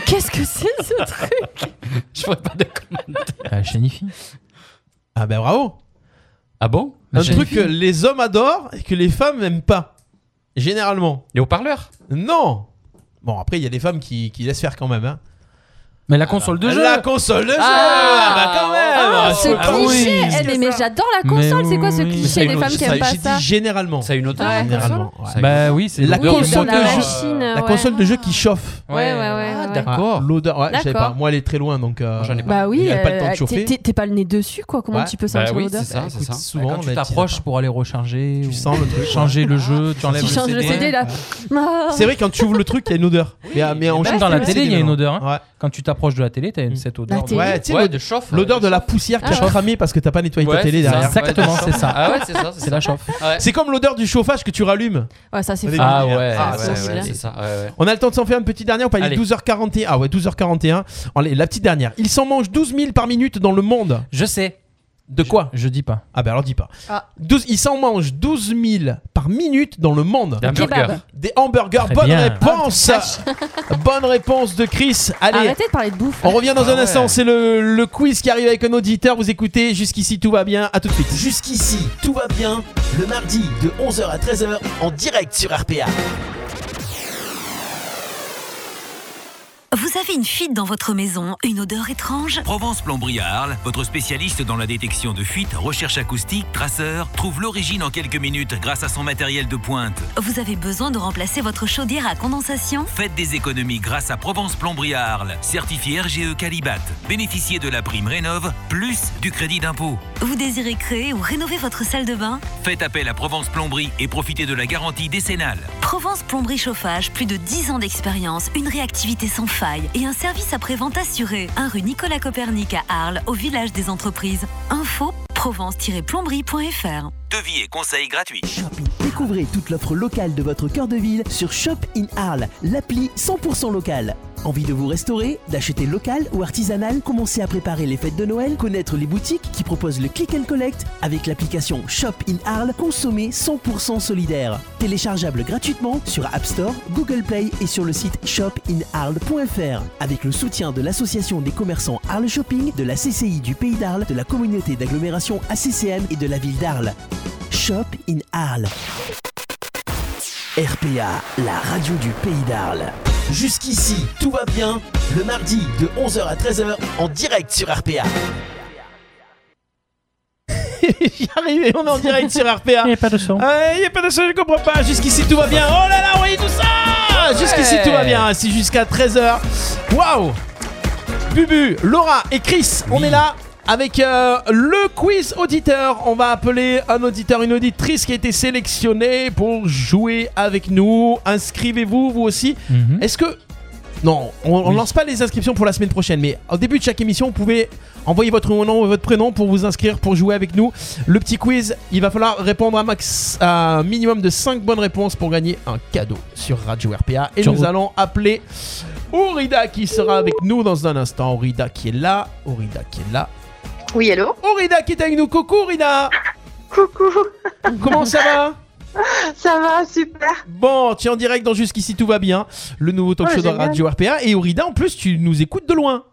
Speaker 5: Qu'est-ce que c'est ce truc
Speaker 3: [laughs]
Speaker 4: Je ferai pas de commande.
Speaker 3: La chaîne IFI.
Speaker 2: Ah ben bravo.
Speaker 4: Ah bon
Speaker 3: La
Speaker 2: un
Speaker 3: chaîne
Speaker 2: truc
Speaker 3: IFI.
Speaker 2: que les hommes adorent et que les femmes n'aiment pas. Généralement.
Speaker 4: Les haut-parleurs
Speaker 2: Non. Bon, après, il y a des femmes qui, qui laissent faire quand même. hein.
Speaker 3: Mais la console de jeu.
Speaker 2: La console de Oh, jeu
Speaker 4: Ah,
Speaker 2: bah, quand même
Speaker 5: Ah, Ce
Speaker 2: Ah,
Speaker 3: oui,
Speaker 5: cliché
Speaker 3: qu'est-ce
Speaker 5: Eh, mais, mais j'adore la
Speaker 3: Mais
Speaker 5: console, c'est quoi ce
Speaker 3: oui. Mais
Speaker 5: cliché des
Speaker 4: une-
Speaker 5: femmes qui aiment pas
Speaker 2: J'ai
Speaker 5: ça
Speaker 2: dit généralement.
Speaker 4: Ça a une odeur
Speaker 5: Ouais.
Speaker 2: Généralement. ouais.
Speaker 4: Ça a une-
Speaker 3: Bah oui, c'est
Speaker 2: La
Speaker 3: l'odeur du
Speaker 2: console
Speaker 5: dans la
Speaker 2: de jeu.
Speaker 5: machine,
Speaker 4: La
Speaker 2: La
Speaker 5: ouais.
Speaker 2: console de jeu qui chauffe.
Speaker 5: Ouais, ouais, ouais. ouais, ouais.
Speaker 4: D'accord.
Speaker 2: Ah, L'odeur, ouais, je savais
Speaker 5: D'accord.
Speaker 2: pas. Moi, elle est très loin, donc. euh,
Speaker 4: J'en ai
Speaker 5: Bah oui,
Speaker 2: Elle a pas le temps de
Speaker 5: euh,
Speaker 2: chauffer.
Speaker 5: t'es- t'es- t'es pas le nez dessus, quoi. Comment
Speaker 2: Ouais.
Speaker 5: tu peux
Speaker 4: Bah
Speaker 5: sentir
Speaker 4: oui,
Speaker 5: l'odeur
Speaker 4: c'est ça,
Speaker 2: écoute,
Speaker 4: c'est ça.
Speaker 2: Souvent,
Speaker 3: Quand
Speaker 2: on
Speaker 3: tu
Speaker 2: la
Speaker 3: t'approches
Speaker 2: tire.
Speaker 3: pour aller recharger,
Speaker 2: tu
Speaker 3: ou
Speaker 2: sens le truc.
Speaker 3: changer le jeu, tu enlèves
Speaker 5: Tu changes le CD là. Ah.
Speaker 2: C'est vrai, quand tu ouvres le truc, il y a une odeur. Mais, ah, mais en
Speaker 3: Même
Speaker 2: général,
Speaker 3: dans la
Speaker 2: c'est
Speaker 3: télé, il y a une
Speaker 2: dégueulasse.
Speaker 3: odeur. hein.
Speaker 2: Ouais. Mm.
Speaker 3: Quand tu t'approches de la télé, t'as une- cette
Speaker 5: La
Speaker 3: odeur.
Speaker 5: télé.
Speaker 2: Ouais, tu sais,
Speaker 4: Ouais,
Speaker 2: l'odeur-
Speaker 4: de chauffe.
Speaker 2: l'odeur de euh, la poussière qui
Speaker 5: Ah
Speaker 2: a
Speaker 5: ouais.
Speaker 2: cramé parce que t'as pas nettoyé
Speaker 4: Ouais,
Speaker 2: ta télé
Speaker 4: c'est ça.
Speaker 2: derrière.
Speaker 3: Exactement,
Speaker 4: Ouais, de
Speaker 3: c'est
Speaker 4: chauffe.
Speaker 3: ça.
Speaker 4: Ah ouais, c'est ça.
Speaker 3: C'est la chauffe.
Speaker 4: Ouais.
Speaker 2: C'est comme l'odeur du chauffage que tu rallumes.
Speaker 5: Ouais, ça c'est
Speaker 2: Au
Speaker 5: fou.
Speaker 2: début.
Speaker 4: Ah ouais,
Speaker 2: Ah,
Speaker 4: ouais,
Speaker 5: ça,
Speaker 4: ouais,
Speaker 5: c'est
Speaker 4: ouais,
Speaker 5: là.
Speaker 4: c'est ça. ouais, ouais.
Speaker 2: On a le temps de s'en faire une petite dernière ou pas Il est
Speaker 4: Allez.
Speaker 2: 12h41. Ah ouais, 12h41. Allez, la petite dernière. Il s'en mange 12 000 par minute dans le monde.
Speaker 3: Je sais.
Speaker 2: De quoi
Speaker 3: Je dis pas.
Speaker 2: Ah bah alors dis pas.
Speaker 5: Ah.
Speaker 2: 12 il s'en mange 12 000 par minute dans le monde.
Speaker 4: D'un
Speaker 5: Kebab.
Speaker 4: burger.
Speaker 2: Des hamburgers.
Speaker 3: Très
Speaker 2: Bonne
Speaker 3: bien.
Speaker 2: réponse. Bonne réponse de Chris. Allez.
Speaker 5: Ah, Arrêtez de parler de bouffe.
Speaker 2: On revient dans
Speaker 4: Ah
Speaker 2: un
Speaker 4: ouais.
Speaker 2: instant, c'est le, le quiz qui arrive avec un auditeur. Vous écoutez, jusqu'ici tout va bien, à tout de suite.
Speaker 1: Jusqu'ici, tout va bien. Le mardi de 11h à 13h en direct sur RPA.
Speaker 14: Vous avez une fuite dans votre maison, une odeur étrange
Speaker 16: Provence Plomberie à Arles, votre spécialiste dans la détection de fuites, recherche acoustique, traceur, trouve l'origine en quelques minutes grâce à son matériel de pointe.
Speaker 14: Vous avez besoin de remplacer votre chaudière à condensation
Speaker 16: Faites des économies grâce à Provence Plomberie à Arles, certifié RGE Calibat. Bénéficiez de la prime Rénov, plus du crédit d'impôt.
Speaker 14: Vous désirez créer ou rénover votre salle de bain
Speaker 16: Faites appel à Provence Plomberie et profitez de la garantie décennale.
Speaker 14: Provence Plomberie Chauffage, plus de 10 ans d'expérience, une réactivité sans faille et un service après-vente assuré. Un rue Nicolas Copernic à Arles, au village des entreprises. Info provence-plomberie.fr
Speaker 16: Devis et conseils gratuits.
Speaker 7: Shopping
Speaker 1: Découvrez toute l'offre locale de votre cœur de ville sur Shop in Arles, l'appli 100% locale. Envie de vous restaurer, d'acheter local ou artisanal, commencez à préparer les fêtes de Noël, connaître les boutiques qui proposent le click and collect avec l'application Shop in Arles, consommez 100% solidaire. Téléchargeable gratuitement sur App Store, Google Play et sur le site shopinarles.fr. Avec le soutien de l'association des commerçants Arles Shopping, de la CCI du Pays d'Arles, de la communauté d'agglomération ACCM et de la ville d'Arles. Shop in Arles. RPA, la radio du Pays d'Arles. Jusqu'ici, tout va bien. Le mardi de 11h à 13h en direct sur RPA.
Speaker 2: J'y arrivais, on est en direct sur RPA. Il n'y a pas de son. Il n'y a pas de son, je comprends pas. Jusqu'ici tout va bien. Oh là là, voyez tout ça Ah, Jusqu'ici tout va bien. C'est jusqu'à 13h. Waouh Bubu, Laura et Chris, on est là. Avec euh, le quiz auditeur, on va appeler un auditeur, une auditrice qui a été sélectionnée pour jouer avec nous. Inscrivez-vous, vous aussi. Est-ce que non, on, on lance pas les inscriptions pour la semaine prochaine, mais au début de chaque émission, vous pouvez envoyer votre nom et votre prénom pour vous inscrire, pour jouer avec nous. Le petit quiz, il va falloir répondre à, max, à un minimum de 5 bonnes réponses pour gagner un cadeau sur Radio RPA. Et
Speaker 3: Sur
Speaker 2: nous
Speaker 3: route.
Speaker 2: allons appeler Aurida qui sera avec nous dans un instant. Aurida qui est là, Aurida qui est là.
Speaker 15: Oui, allô
Speaker 2: Aurida qui est avec nous. Coucou Aurida
Speaker 15: Coucou
Speaker 2: Comment ça va
Speaker 15: [laughs] Ça va, super
Speaker 2: Bon, tu es en direct dans Jusqu'ici tout va bien, le nouveau talk
Speaker 15: Oh,
Speaker 2: show de
Speaker 15: génial.
Speaker 2: Radio RPA. Et Aurida, en plus, tu nous écoutes de loin.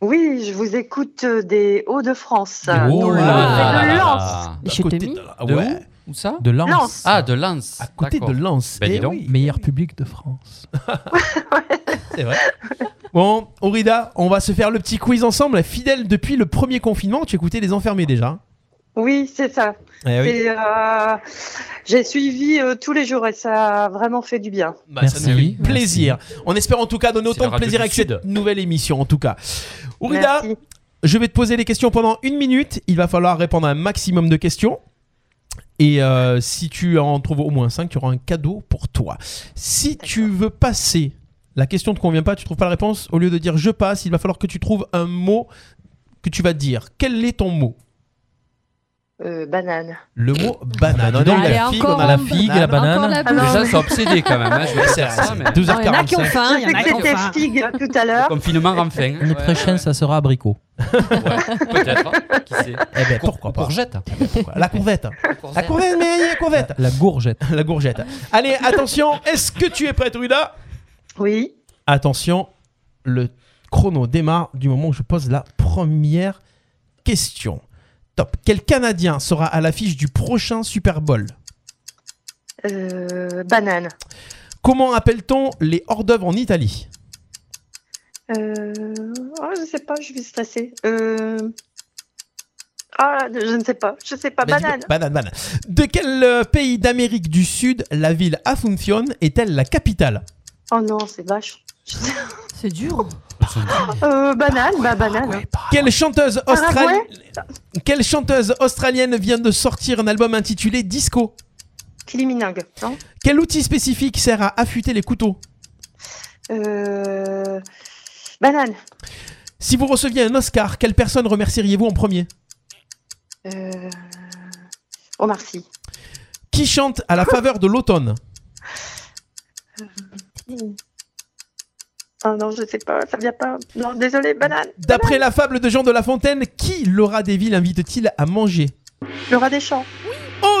Speaker 15: Oui, je vous écoute euh, des Hauts-de-France.
Speaker 5: Ah
Speaker 2: Oh
Speaker 15: Euh,
Speaker 2: là
Speaker 15: de
Speaker 2: là
Speaker 15: Lens.
Speaker 4: Ah.
Speaker 3: Je t'ai mis.
Speaker 4: De
Speaker 2: ouais.
Speaker 4: où Où ça
Speaker 3: De Bah, Lens. Lens.
Speaker 4: Ah, de Lens. À
Speaker 2: côté de Lens.
Speaker 4: Ben,
Speaker 2: Eh
Speaker 4: dis donc.
Speaker 2: oui.
Speaker 3: Meilleure public de France.
Speaker 2: C'est vrai. Bon, Aurida, on va se faire le petit quiz ensemble. Fidèle depuis le premier confinement, tu écoutais Les Enfermés déjà. hein
Speaker 15: Oui, c'est ça.
Speaker 2: Eh oui.
Speaker 15: C'est, euh, J'ai suivi euh, tous les jours et ça a vraiment fait du bien.
Speaker 2: Bah, ça nous fait plaisir. On espère en tout cas donner autant de
Speaker 4: radio
Speaker 2: plaisir
Speaker 4: du
Speaker 2: avec
Speaker 4: Sud.
Speaker 2: cette nouvelle émission en tout cas. Aurida, je vais te poser les questions pendant une minute. Il va falloir répondre à un maximum de questions. Et euh, si tu en trouves au moins 5, tu auras un cadeau pour toi. Si tu veux passer, la question ne te convient pas, tu trouves pas la réponse, au lieu de dire je passe, il va falloir que tu trouves un mot que tu vas dire. Quel est ton mot
Speaker 15: Euh, banane.
Speaker 2: Le mot banane.
Speaker 3: Ah bah, dis donc,
Speaker 2: Allez,
Speaker 3: la
Speaker 2: encore
Speaker 3: figue, on a la
Speaker 2: un
Speaker 3: figue, la
Speaker 2: banane.
Speaker 3: banane.
Speaker 4: Ah
Speaker 15: Encore la bouffe.
Speaker 4: Déjà, sont obsédés quand même. hein, je vais
Speaker 2: C'est
Speaker 4: faire
Speaker 2: vrai,
Speaker 4: ça,
Speaker 2: c'est
Speaker 4: mais-
Speaker 3: 12h45.
Speaker 15: Il y en a Ah qui ont faim, il y en a
Speaker 4: Je sais
Speaker 15: qui
Speaker 4: que
Speaker 15: ont faim. figue tout à
Speaker 5: Ah.
Speaker 15: l'heure.
Speaker 4: Confinement renfin.
Speaker 3: L'année prochaine, ça sera abricot.
Speaker 4: Peut-être. hein, Qui sait
Speaker 2: Eh ben, pourquoi pas
Speaker 4: Courgette.
Speaker 2: La courvette. La courvette, mais la courvette.
Speaker 3: La gourgette.
Speaker 2: [laughs] la gourgette. Allez, attention, est-ce que tu es prête, Ruda
Speaker 15: Oui.
Speaker 2: Attention, le chrono démarre du moment où je pose la première question. Top. Quel Canadien sera à l'affiche du prochain Super Bowl
Speaker 15: Euh, banane.
Speaker 2: Comment appelle-t-on les hors-d'œuvre en Italie
Speaker 15: Euh, oh, je sais pas, je vais stresser. Euh... Ah, je ne sais pas, je sais pas,
Speaker 2: Bah, dis-
Speaker 15: banane.
Speaker 2: Banane, banane. De quel euh, pays d'Amérique du Sud la ville Asunción est-elle la capitale
Speaker 15: Oh non, c'est vache. [laughs] C'est dur.
Speaker 4: Elles sont
Speaker 15: Euh, banane, bah banane. hein.
Speaker 2: Quelle chanteuse,
Speaker 15: Paraguay
Speaker 2: australienne Quelle chanteuse australienne vient de sortir un album intitulé Disco
Speaker 15: Kiliminang, non
Speaker 2: Quel outil spécifique sert à affûter les couteaux
Speaker 15: euh... Banane.
Speaker 2: Si vous receviez un Oscar, quelle personne remercieriez-vous en premier
Speaker 15: Euh... Omar Sy.
Speaker 2: Qui chante
Speaker 15: [laughs]
Speaker 2: à la faveur de l'automne
Speaker 15: Oh non, je sais pas, ça vient pas. Non, désolé, banane.
Speaker 2: D'après la fable de Jean de La Fontaine, qui Laura Deville invite-t-il à manger
Speaker 15: Le rat des champs.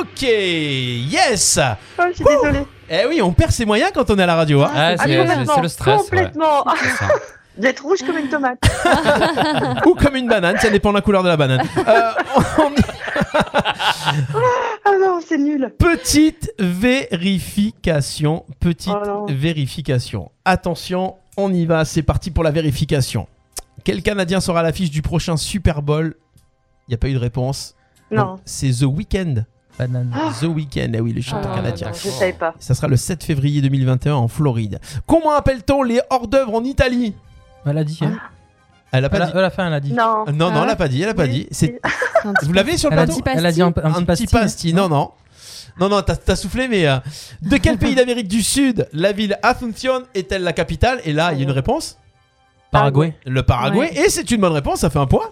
Speaker 2: Ok, yes
Speaker 15: Oh, je suis désolée.
Speaker 2: Eh oui, on perd ses moyens quand on est à la radio. hein.
Speaker 15: Ah, complètement, Complètement. [laughs] D'être rouge comme une tomate.
Speaker 2: Ou comme une banane, ça dépend de la couleur de
Speaker 15: [laughs]
Speaker 2: la banane. Euh,
Speaker 15: Ah non, c'est nul.
Speaker 2: Petite vérification, petite
Speaker 15: Oh non.
Speaker 2: vérification. Attention, on y va, c'est parti pour la vérification. Quel Canadien sera à l'affiche du prochain Super Bowl Il n'y a pas eu de réponse.
Speaker 15: Non.
Speaker 2: Donc, C'est The Weeknd.
Speaker 15: Ah.
Speaker 2: The Weeknd, eh oui, le chanteur
Speaker 15: Ah,
Speaker 2: canadien.
Speaker 15: d'accord. Je savais pas.
Speaker 2: Ça sera le 7 février 2021 en Floride. Comment appelle-t-on les hors-d'œuvre en Italie
Speaker 3: Elle a dit.
Speaker 15: Ah.
Speaker 3: hein.
Speaker 2: Elle a pas
Speaker 3: Elle a-
Speaker 2: dit.
Speaker 3: elle a fait, elle a dit.
Speaker 15: Non.
Speaker 2: Non, non, elle
Speaker 5: Hein
Speaker 2: a pas dit, elle a pas dit.
Speaker 3: [laughs]
Speaker 2: C'est- Vous l'avez sur le
Speaker 3: Elle a
Speaker 2: plateau
Speaker 3: dit pastille. Elle a dit un- un petit
Speaker 2: petit pastille. Non, non. Non, non, t'as t'as soufflé, mais euh,
Speaker 3: [laughs]
Speaker 2: de quel pays d'Amérique du Sud la ville Asunción est-elle la capitale Et là, il y a une réponse
Speaker 3: Paraguay.
Speaker 2: Le Paraguay.
Speaker 3: Ouais.
Speaker 2: Et c'est une bonne réponse, ça fait un point.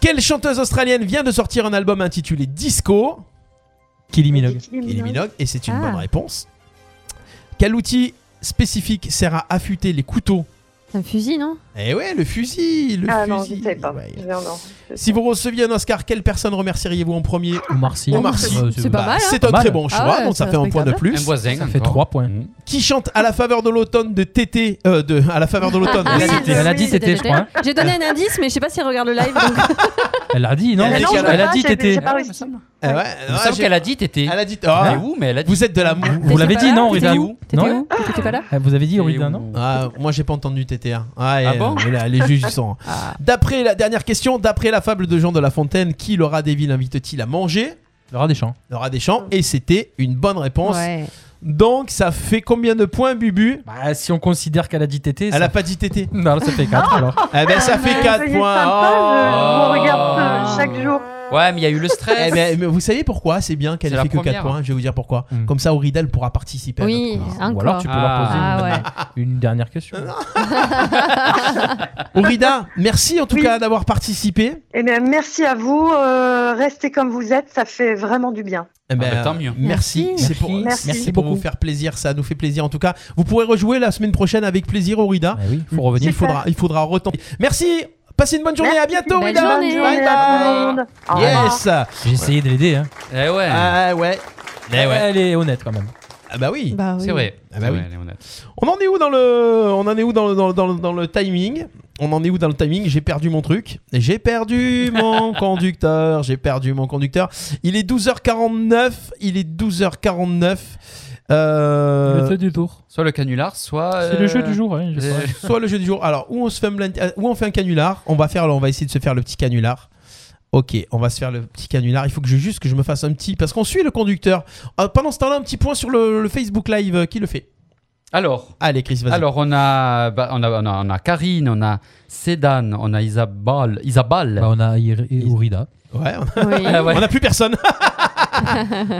Speaker 2: Quelle chanteuse australienne vient de sortir un album intitulé Disco
Speaker 3: Kylie Minogue.
Speaker 2: Kylie Minogue, et c'est une
Speaker 3: Ah.
Speaker 2: bonne réponse. Quel outil spécifique sert à affûter les couteaux
Speaker 5: C'est un fusil, non
Speaker 2: Eh ouais, le fusil, le
Speaker 15: ah
Speaker 2: fusil.
Speaker 15: non, je sais pas. Non, non.
Speaker 2: Si vous receviez un Oscar, quelle personne remercieriez-vous en premier
Speaker 3: Omar Sy.
Speaker 2: Omar Sy.
Speaker 3: Euh, c'est
Speaker 2: Bah,
Speaker 3: pas mal, hein.
Speaker 2: C'est
Speaker 3: Pas
Speaker 2: un
Speaker 3: mal.
Speaker 2: très bon
Speaker 3: Ah
Speaker 2: choix,
Speaker 3: ouais,
Speaker 2: donc ça
Speaker 3: c'est
Speaker 2: fait un point de
Speaker 3: respectable.
Speaker 2: plus.
Speaker 3: Un voisin, Mm. Ça fait encore. trois points.
Speaker 2: Qui chante à la faveur de l'automne de Tété euh, de, À la faveur de l'automne.
Speaker 5: Ah oui,
Speaker 3: Elle a dit- elle a dit
Speaker 5: c'était
Speaker 3: Tété, je crois, hein.
Speaker 5: J'ai donné un indice, mais je sais pas si elle regarde le live. donc-
Speaker 15: Ah
Speaker 3: Elle l'a dit, non
Speaker 5: Elle a dit
Speaker 3: Elle,
Speaker 5: qu'elle a-
Speaker 3: a dit,
Speaker 5: j'ai-
Speaker 3: t'étais.
Speaker 5: j'ai pas
Speaker 2: réussi. Eh ouais,
Speaker 4: Il me
Speaker 2: ah,
Speaker 4: semble
Speaker 2: j'ai-
Speaker 4: qu'elle a dit Tété.
Speaker 2: Elle a dit. Ah,
Speaker 4: Mais où Mais elle a dit.
Speaker 2: Vous êtes de la.
Speaker 3: Vous l'avez dit, non, Rida Non
Speaker 5: T'étais pas là
Speaker 3: Vous avez dit, Rida, non
Speaker 2: Ah, moi j'ai pas entendu TTR. Ah, et,
Speaker 3: Ah bon
Speaker 2: euh, là, les juges ils sont. D'après la dernière question, d'après la fable de Jean de La Fontaine, qui le rat des villes invite-t-il à manger
Speaker 3: Le rat des champs.
Speaker 2: Le rat des champs et c'était une bonne réponse.
Speaker 5: Ouais.
Speaker 2: Donc ça fait combien de points Bubu
Speaker 3: Bah, si on considère qu'elle a dit tété.
Speaker 2: Elle a pas dit tété.
Speaker 3: Non, ça fait 4 alors.
Speaker 2: Eh ben
Speaker 15: Ah,
Speaker 11: Ah,
Speaker 2: ça fait 4
Speaker 15: Soyez
Speaker 2: points.
Speaker 15: sympa,
Speaker 2: Oh.
Speaker 15: je, je vous regarde euh, chaque jour.
Speaker 4: Ouais, mais il y a eu le stress.
Speaker 2: Eh ben, mais vous savez pourquoi C'est bien qu'elle
Speaker 4: C'est
Speaker 2: ait
Speaker 4: la
Speaker 2: fait que 4
Speaker 4: première.
Speaker 2: points, je vais vous dire pourquoi. Comme ça Aurida elle pourra participer à
Speaker 5: Oui,
Speaker 2: notre concours.
Speaker 5: encore.
Speaker 3: Hmm. Ou alors tu peux leur poser
Speaker 5: Ah ouais.
Speaker 3: une, [laughs] une dernière question.
Speaker 2: [laughs] Aurida, merci en tout cas d'avoir participé.
Speaker 15: Eh bien, merci à vous. euh, restez comme vous êtes, ça fait vraiment du bien.
Speaker 2: Eh ben,
Speaker 4: Ah bah, tant mieux.
Speaker 2: Merci,
Speaker 15: Merci.
Speaker 2: c'est pour,
Speaker 15: Merci.
Speaker 2: c'est pour vous faire plaisir, ça nous fait plaisir en tout cas. Vous pourrez rejouer la semaine prochaine avec plaisir, Aurida.
Speaker 3: Eh oui, faut revenir.
Speaker 2: Il faudra, il faudra retenter. Merci, passez une bonne journée, à bientôt,
Speaker 15: Belle
Speaker 2: Aurida.
Speaker 15: journée.
Speaker 2: Bye
Speaker 15: Bonne
Speaker 2: bye.
Speaker 15: journée à tout le monde. Au
Speaker 5: Ah.
Speaker 2: Yes.
Speaker 3: J'ai essayé de l'aider. Hein.
Speaker 4: Eh ouais.
Speaker 2: Ah ouais. Eh ouais.
Speaker 3: Elle est honnête quand même.
Speaker 2: Ah bah oui.
Speaker 5: Bah oui.
Speaker 4: C'est vrai.
Speaker 2: Ah bah
Speaker 4: C'est
Speaker 2: oui.
Speaker 4: vrai, elle est honnête.
Speaker 2: On en est où dans le, on en est où dans le, dans le- dans le- dans le timing On en est où dans le timing J'ai perdu mon truc. J'ai perdu
Speaker 3: [laughs]
Speaker 2: mon conducteur. J'ai perdu mon conducteur. Il est 12h49. Il est 12h49. Euh...
Speaker 3: Le jeu du tour.
Speaker 4: Soit le canular, soit.
Speaker 3: C'est le jeu du jour, hein, je
Speaker 4: euh,
Speaker 3: sais
Speaker 2: [laughs] soit le jeu du jour. Alors, où on se fait un, blind- euh, où on fait un canular, on va faire, alors, on va essayer de se faire le petit canular. Ok, on va se faire le petit canular. Il faut que je juste que je me fasse un petit, parce qu'on suit le conducteur. Euh, pendant ce temps-là, un petit point sur le, le Facebook Live euh, qui le fait.
Speaker 4: Alors.
Speaker 2: Allez, Chris, vas-y.
Speaker 4: Alors, on a, bah, on, a, on, a, on a Karine, on a Sedan, on a Isabelle. Isabelle.
Speaker 2: Bah,
Speaker 3: on a Aurida.
Speaker 2: Ouais, on a,
Speaker 4: Oui. [laughs] Ah ouais.
Speaker 2: on a plus personne. [laughs]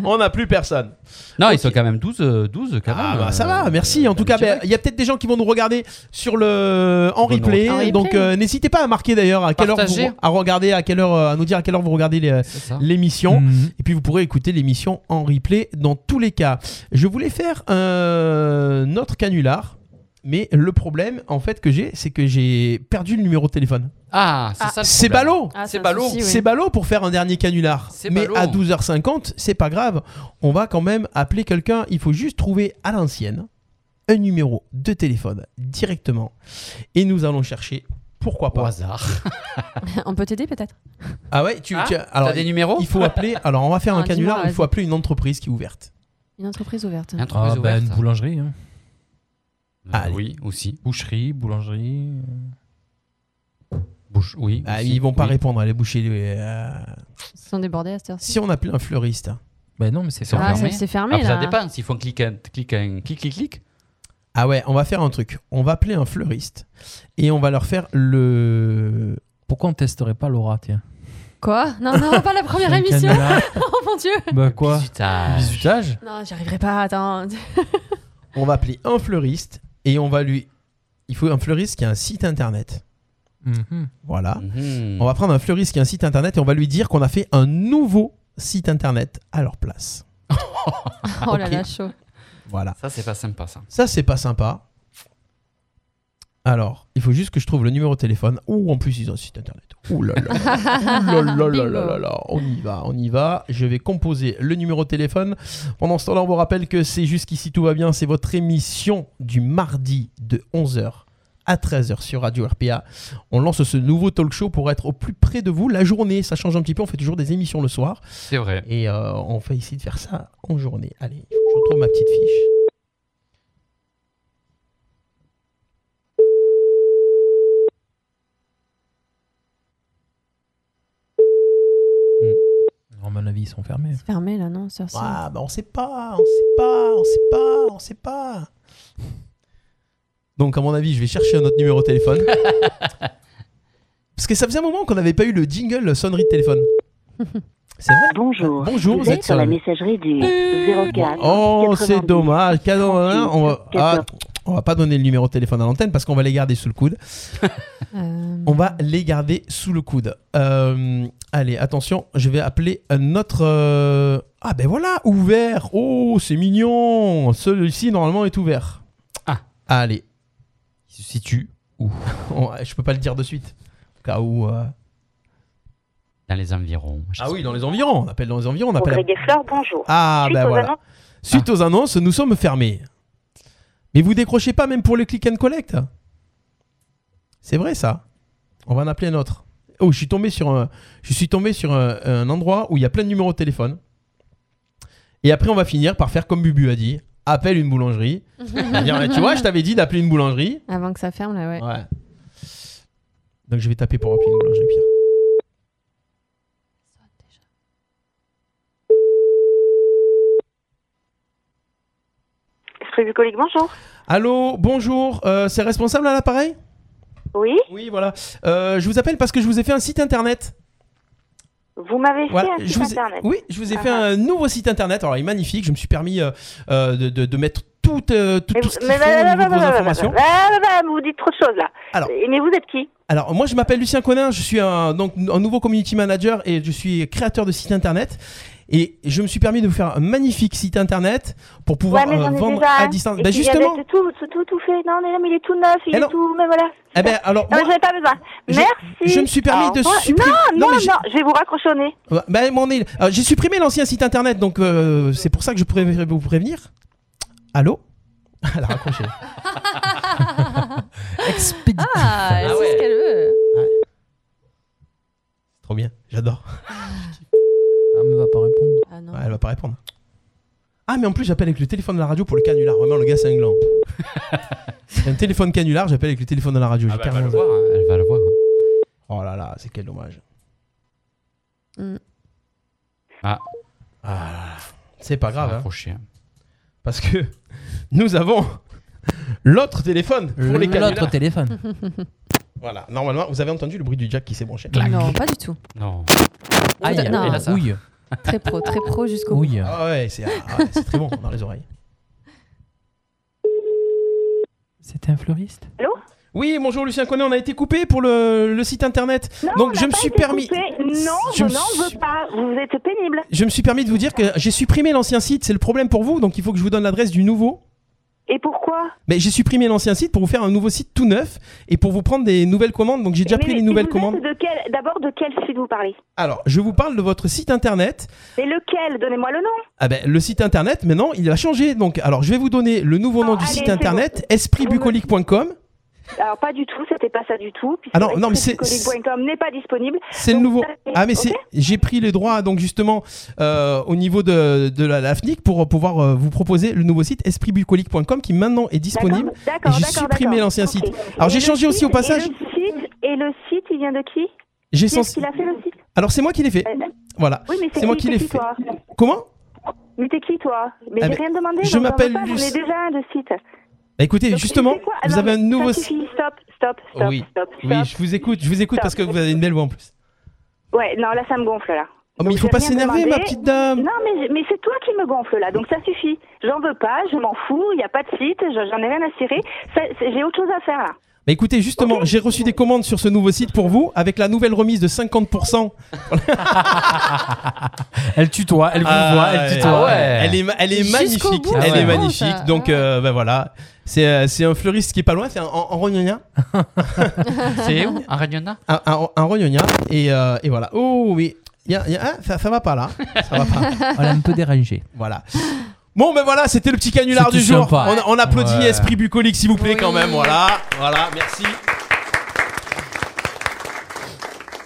Speaker 2: on n'a plus personne.
Speaker 4: Non, ils sont quand même 12, euh, 12 quand
Speaker 2: Ah
Speaker 4: même.
Speaker 2: bah ça
Speaker 4: euh,
Speaker 2: va, merci. En tout cas, ben, il y a peut-être des gens qui vont nous regarder sur le euh, en replay.
Speaker 4: En replay.
Speaker 2: Donc euh, n'hésitez pas à marquer d'ailleurs à quelle heure vous,
Speaker 4: Partagez.
Speaker 2: à regarder, à quelle heure, euh, à nous dire à quelle heure vous regardez les-
Speaker 4: ça.
Speaker 2: l'émission.
Speaker 4: Mhm.
Speaker 2: Et puis vous pourrez écouter l'émission en replay dans tous les cas. Je voulais faire euh, un autre canular, mais le problème en fait que j'ai, c'est que j'ai perdu le numéro de téléphone.
Speaker 4: Ah, c'est ça le
Speaker 2: C'est
Speaker 4: problème. Ah,
Speaker 2: ballot.
Speaker 4: C'est ballot.
Speaker 2: C'est ballot pour faire un dernier canular. Mais à 12h50, c'est pas grave. On va quand même appeler quelqu'un. Il faut juste trouver à l'ancienne un numéro de téléphone directement. Et nous allons chercher. Pourquoi pas
Speaker 4: Au hasard.
Speaker 5: [laughs] [laughs] On peut t'aider peut-être
Speaker 2: Ah ouais, tu,
Speaker 4: Ah,
Speaker 2: tu-
Speaker 4: t'as
Speaker 2: alors
Speaker 4: des numéros
Speaker 2: Il
Speaker 4: [laughs]
Speaker 2: faut appeler. Alors on va faire
Speaker 5: Ah,
Speaker 2: un
Speaker 5: dis-moi,
Speaker 2: canular. Il
Speaker 5: vas-y.
Speaker 2: faut appeler une entreprise qui est ouverte.
Speaker 5: Une entreprise ouverte.
Speaker 4: Entreprise
Speaker 3: Ah, bah,
Speaker 4: ouverte. Euh,
Speaker 3: une boulangerie. hein.
Speaker 2: Ah, Allez.
Speaker 4: Oui, aussi.
Speaker 3: Boucherie, boulangerie.
Speaker 4: Bouche, oui.
Speaker 2: Ah,
Speaker 4: aussi,
Speaker 2: ils vont pas
Speaker 4: oui.
Speaker 2: répondre. Les bouchers. euh,
Speaker 5: Ils sont débordés à cette heure-ci.
Speaker 2: Si on appelait un fleuriste.
Speaker 4: Ben
Speaker 3: Bah non, mais c'est
Speaker 5: Ah,
Speaker 3: fermé.
Speaker 5: c'est- c'est fermé,
Speaker 4: Après,
Speaker 5: là.
Speaker 4: Ça dépend. S'ils font clic, un- clic, un- clic, clic, clic.
Speaker 2: Ah ouais, on va faire un truc. On va appeler un fleuriste et on va leur faire le.
Speaker 3: Pourquoi on testerait pas Laura, tiens
Speaker 5: Quoi Non, non, pas la
Speaker 2: [laughs]
Speaker 5: première
Speaker 3: C'est un
Speaker 5: émission
Speaker 3: canular.
Speaker 5: [laughs] Oh mon dieu
Speaker 3: Bah quoi
Speaker 5: Ah,
Speaker 4: Bisutage.
Speaker 3: Bisutage
Speaker 5: Non, j'y arriverai pas, attends. [laughs]
Speaker 2: On va appeler un fleuriste et on va lui. Il faut un fleuriste qui a un site internet.
Speaker 3: Mhm.
Speaker 2: Voilà.
Speaker 5: Mhm.
Speaker 2: On va prendre un fleuriste qui a un site internet et on va lui dire qu'on a fait un nouveau site internet à leur place.
Speaker 5: Oh là
Speaker 2: Ok.
Speaker 5: là, chaud.
Speaker 2: Voilà.
Speaker 4: Ça, c'est pas sympa, ça.
Speaker 2: Ça, c'est pas sympa. Alors, il faut juste que je trouve le numéro de téléphone. Ou en plus, ils ont un site internet. Ouh là là. Ouh là là là là là là. On y va, on y va. Je vais composer le numéro de téléphone. Pendant ce temps-là, on vous rappelle que c'est jusqu'ici tout va bien. C'est votre émission du mardi de 11h à 13h sur Radio RPA. On lance ce nouveau talk show pour être au plus près de vous la journée. Ça change un petit peu. On fait toujours des émissions le soir.
Speaker 4: C'est vrai.
Speaker 2: Et euh, on fait ici de faire ça en journée. Allez, je retrouve ma petite fiche.
Speaker 3: À mon avis, ils sont fermés.
Speaker 5: C'est fermé là, non sur
Speaker 2: Ah, bah on sait pas, on sait pas, on sait pas, on sait pas. Donc à mon avis, je vais chercher un autre numéro de téléphone. Parce que ça faisait un moment qu'on n'avait pas eu le jingle sonnerie de téléphone. C'est vrai
Speaker 10: Ah,
Speaker 2: Ah,
Speaker 10: Bonjour.
Speaker 2: [laughs] Bonjour,
Speaker 10: vous
Speaker 2: vous
Speaker 10: êtes
Speaker 2: êtes euh,
Speaker 10: sur la
Speaker 2: seul.
Speaker 10: messagerie du 04.
Speaker 2: Oh, c'est dommage. Cadeau, hein, on va- ah, On va pas donner le numéro de téléphone à l'antenne parce qu'on va les garder sous le coude. On va les garder sous le coude. Euh, allez, attention, je vais appeler un autre. euh, Ah ben voilà, ouvert. Oh, c'est mignon. Celui-ci normalement est ouvert. Ah. Allez. Il se situe où On- Je peux pas le dire de suite. Au cas où. euh,
Speaker 4: Dans les environs.
Speaker 2: Ah oui, dans les environs. On appelle dans les environs. On appelle.
Speaker 10: Congrès des fleurs, bonjour.
Speaker 2: Ah
Speaker 10: Suite
Speaker 2: ben
Speaker 10: aux
Speaker 2: voilà.
Speaker 10: annonces-
Speaker 2: Suite aux annonces, nous sommes fermés. Mais vous décrochez pas même pour le click and collect C'est vrai ça. On va en appeler un autre. Oh, je suis tombé sur un, je suis tombé sur un, un endroit où il y a plein de numéros de téléphone. Et après, on va finir par faire comme Bubu a dit. Appelle une boulangerie. C'est-à-dire, tu vois, je t'avais dit d'appeler une boulangerie.
Speaker 5: Avant que ça ferme, là, ouais.
Speaker 2: Ouais. Donc je vais taper pour appeler une boulangerie pire.
Speaker 10: Esprit bucolique, bonjour.
Speaker 2: Allô, bonjour, euh, c'est responsable à l'appareil
Speaker 10: Oui.
Speaker 2: Oui, voilà. Euh, je vous appelle parce que je vous ai fait un site internet.
Speaker 10: Vous m'avez
Speaker 2: Voilà,
Speaker 10: fait un
Speaker 2: je
Speaker 10: site
Speaker 2: vous ai-
Speaker 10: internet. Ah.
Speaker 2: Oui, je vous ai fait un nouveau site internet. Alors, il est magnifique. Je me suis permis euh, euh, de, de- de mettre tout, euh, tout, tout ce qu'il faut
Speaker 10: Mais bah,
Speaker 2: au
Speaker 10: bah,
Speaker 2: niveau
Speaker 10: bah,
Speaker 2: de vos
Speaker 10: bah, bah,
Speaker 2: informations.
Speaker 10: bah, bah, bah, bah, vous dites trop de choses là.
Speaker 2: Alors.
Speaker 10: Mais vous êtes qui
Speaker 2: Alors, moi, je m'appelle Lucien Conin. Je suis un, donc, un nouveau community manager et je suis créateur de site internet. Et je me suis permis de vous faire un magnifique site internet pour pouvoir
Speaker 10: Ouais, mais
Speaker 2: euh,
Speaker 10: j'en ai
Speaker 2: vendre
Speaker 10: déjà
Speaker 2: à
Speaker 10: un.
Speaker 2: distance.
Speaker 10: Et
Speaker 2: Bah,
Speaker 10: puis, il y
Speaker 2: justement.
Speaker 10: avait Tout, tout, tout, tout fait. Non, mais, non, mais il est tout neuf, il
Speaker 2: Eh non.
Speaker 10: est tout. Mais voilà.
Speaker 2: Eh
Speaker 10: [laughs]
Speaker 2: ben, alors,
Speaker 10: Non,
Speaker 2: moi-
Speaker 10: mais j'en ai pas besoin.
Speaker 2: je-
Speaker 10: Merci.
Speaker 2: je me suis permis
Speaker 10: Au
Speaker 2: de
Speaker 10: revoir.
Speaker 2: supprimer-
Speaker 10: Non,
Speaker 2: Non,
Speaker 10: non,
Speaker 2: mais
Speaker 10: non,
Speaker 2: j'ai-
Speaker 10: je vais vous raccrocher au nez.
Speaker 2: Ouais, bah, mon nez- euh, J'ai supprimé l'ancien site internet, donc euh, c'est pour ça que je pourrais vous prévenir. Allô [laughs] Elle a
Speaker 3: [laughs]
Speaker 2: raccroché. Expéditif.
Speaker 5: Ah, elle sait ce qu'elle veut.
Speaker 2: Trop bien, j'adore.
Speaker 3: elle Ah, va pas répondre.
Speaker 2: Ouais, elle va pas répondre. Ah, mais en plus, j'appelle avec le téléphone de la radio pour le canular. Vraiment, le gars, c'est
Speaker 4: [laughs]
Speaker 2: un gland. J'ai un téléphone canular, j'appelle avec le téléphone de la radio. J'ai
Speaker 4: elle va
Speaker 2: carrément-
Speaker 4: le voir. hein, Elle va le voir.
Speaker 2: Oh là là, c'est quel dommage.
Speaker 5: Mm.
Speaker 4: Ah.
Speaker 2: C'est pas grave. hein.
Speaker 4: Raccroché.
Speaker 2: Parce que [laughs] nous avons l'autre téléphone pour les canulars.
Speaker 3: L'autre téléphone.
Speaker 5: [laughs]
Speaker 2: Voilà, normalement, vous avez entendu le bruit du jack qui s'est branché.
Speaker 3: Clac.
Speaker 5: Non, pas du tout.
Speaker 4: Non.
Speaker 5: Aïe,
Speaker 2: et
Speaker 5: non.
Speaker 2: là, ça-
Speaker 5: Ouille. Très pro, très pro jusqu'au bout.
Speaker 2: Ah ouais, c'est ah ouais, c'est très bon dans les oreilles.
Speaker 3: C'était un fleuriste
Speaker 10: Allô
Speaker 2: Oui, bonjour Lucien Conet, on a été coupé pour le, le site internet.
Speaker 10: Non, on
Speaker 2: Donc je
Speaker 10: n'a
Speaker 2: me
Speaker 10: pas
Speaker 2: suis
Speaker 10: été
Speaker 2: permis.
Speaker 10: coupé. Non,
Speaker 2: je
Speaker 10: je
Speaker 2: me
Speaker 10: n'en
Speaker 2: suis-
Speaker 10: veux pas. Vous êtes pénible.
Speaker 2: Je me suis permis de vous dire que j'ai supprimé l'ancien site, c'est le problème pour vous, donc il faut que je vous donne l'adresse du nouveau.
Speaker 10: Et pourquoi
Speaker 2: Mais j'ai supprimé l'ancien site pour vous faire un nouveau site tout neuf et pour vous prendre des nouvelles commandes, donc j'ai déjà
Speaker 10: Mais-
Speaker 2: pris
Speaker 10: mais
Speaker 2: les
Speaker 10: vous
Speaker 2: nouvelles
Speaker 10: êtes
Speaker 2: commandes.
Speaker 10: de quel- D'abord, de quel site vous parlez
Speaker 2: Alors, je vous parle de votre site internet.
Speaker 10: Mais lequel Donnez-moi le nom.
Speaker 2: Ah ben, le site internet, maintenant, il a changé. Donc, alors, je vais vous donner le nouveau nom du
Speaker 10: Ah, allez,
Speaker 2: site
Speaker 10: c'est bon.
Speaker 2: internet, espritbucolique.com.
Speaker 10: Alors pas du tout, c'était pas ça du tout. Puisque
Speaker 2: Ah non, non, mais c'est-
Speaker 10: expressbucolique.com n'est pas disponible.
Speaker 2: C'est le nouveau. Ah mais c'est, j'ai pris les droits donc justement euh, au niveau de, de la, la FNIC pour pouvoir euh, vous proposer le nouveau site espritbucolique.com qui maintenant est disponible.
Speaker 10: d'accord,
Speaker 2: Et j'ai
Speaker 10: d'accord,
Speaker 2: supprimé
Speaker 10: d'accord.
Speaker 2: l'ancien site.
Speaker 10: Ok.
Speaker 2: Alors
Speaker 10: Et
Speaker 2: j'ai
Speaker 10: le
Speaker 2: changé aussi au
Speaker 10: site- et
Speaker 2: passage.
Speaker 10: le site- Et le site, il vient de qui
Speaker 2: J'ai
Speaker 10: Qui est-ce
Speaker 2: sens-
Speaker 10: qu'il a fait le site
Speaker 2: Alors c'est moi qui l'ai fait. Voilà.
Speaker 10: Eh ben. Oui, mais c'est
Speaker 2: c'est moi
Speaker 10: qui-
Speaker 2: qui
Speaker 10: c'est
Speaker 2: l'ai
Speaker 10: qui,
Speaker 2: fait.
Speaker 10: toi
Speaker 2: Comment
Speaker 10: Mais t'es qui toi Mais
Speaker 2: Ah,
Speaker 10: j'ai
Speaker 2: mais
Speaker 10: rien demandé.
Speaker 2: je
Speaker 10: donc j'en veux
Speaker 2: m'appelle
Speaker 10: pas, J'en ai
Speaker 2: Luce.
Speaker 10: déjà un de site.
Speaker 2: Bah, écoutez
Speaker 10: Donc,
Speaker 2: justement,
Speaker 10: tu sais quoi Ah
Speaker 2: vous
Speaker 10: non,
Speaker 2: avez un
Speaker 10: mais
Speaker 2: nouveau
Speaker 10: ça
Speaker 2: site.
Speaker 10: suffit, Stop, stop, stop,
Speaker 2: oui,
Speaker 10: stop.
Speaker 2: oui, je vous écoute, je vous écoute parce que vous avez une belle voix en plus.
Speaker 10: Ouais, non, là ça me gonfle là.
Speaker 2: Oh, mais
Speaker 10: Donc,
Speaker 2: il faut
Speaker 10: j'ai
Speaker 2: pas
Speaker 10: rien
Speaker 2: s'énerver,
Speaker 10: demandé.
Speaker 2: ma petite dame.
Speaker 10: Non, mais, mais c'est toi qui me gonfle là, donc ça suffit. J'en veux pas, je m'en fous, il n'y a pas de site, je- j'en ai rien à cirer. Ça, c'est- J'ai autre chose à faire là.
Speaker 2: Bah écoutez, justement, j'ai reçu des commandes sur ce nouveau site pour vous, avec la nouvelle remise de 50%.
Speaker 3: Elle tutoie, elle vous voit, elle tutoie. Ah
Speaker 2: Ah ouais. Elle est, ma- elle est
Speaker 3: Jusqu'au
Speaker 2: magnifique,
Speaker 3: bout, Ah
Speaker 2: elle
Speaker 3: c'est
Speaker 2: est
Speaker 3: bon,
Speaker 2: magnifique.
Speaker 3: ça.
Speaker 2: Donc euh, bah voilà, c'est euh, c'est un fleuriste qui est pas loin, c'est un en,
Speaker 3: [laughs]
Speaker 2: en rognonien.
Speaker 4: C'est où Un Ragnona
Speaker 2: Un, un, un rognonien et, euh, et voilà. Oh oui, Il y a- il y a- ah, ça, ça va pas
Speaker 4: [laughs]
Speaker 2: là, ça va pas.
Speaker 3: Ah, Elle a un peu dérangé.
Speaker 2: Voilà. Bon ben voilà, c'était le petit canular
Speaker 3: C'était
Speaker 2: du jour.
Speaker 3: sympa.
Speaker 2: On, on applaudit
Speaker 3: Ouais.
Speaker 2: Esprit Bucolique s'il vous plaît quand même, voilà. Voilà, merci.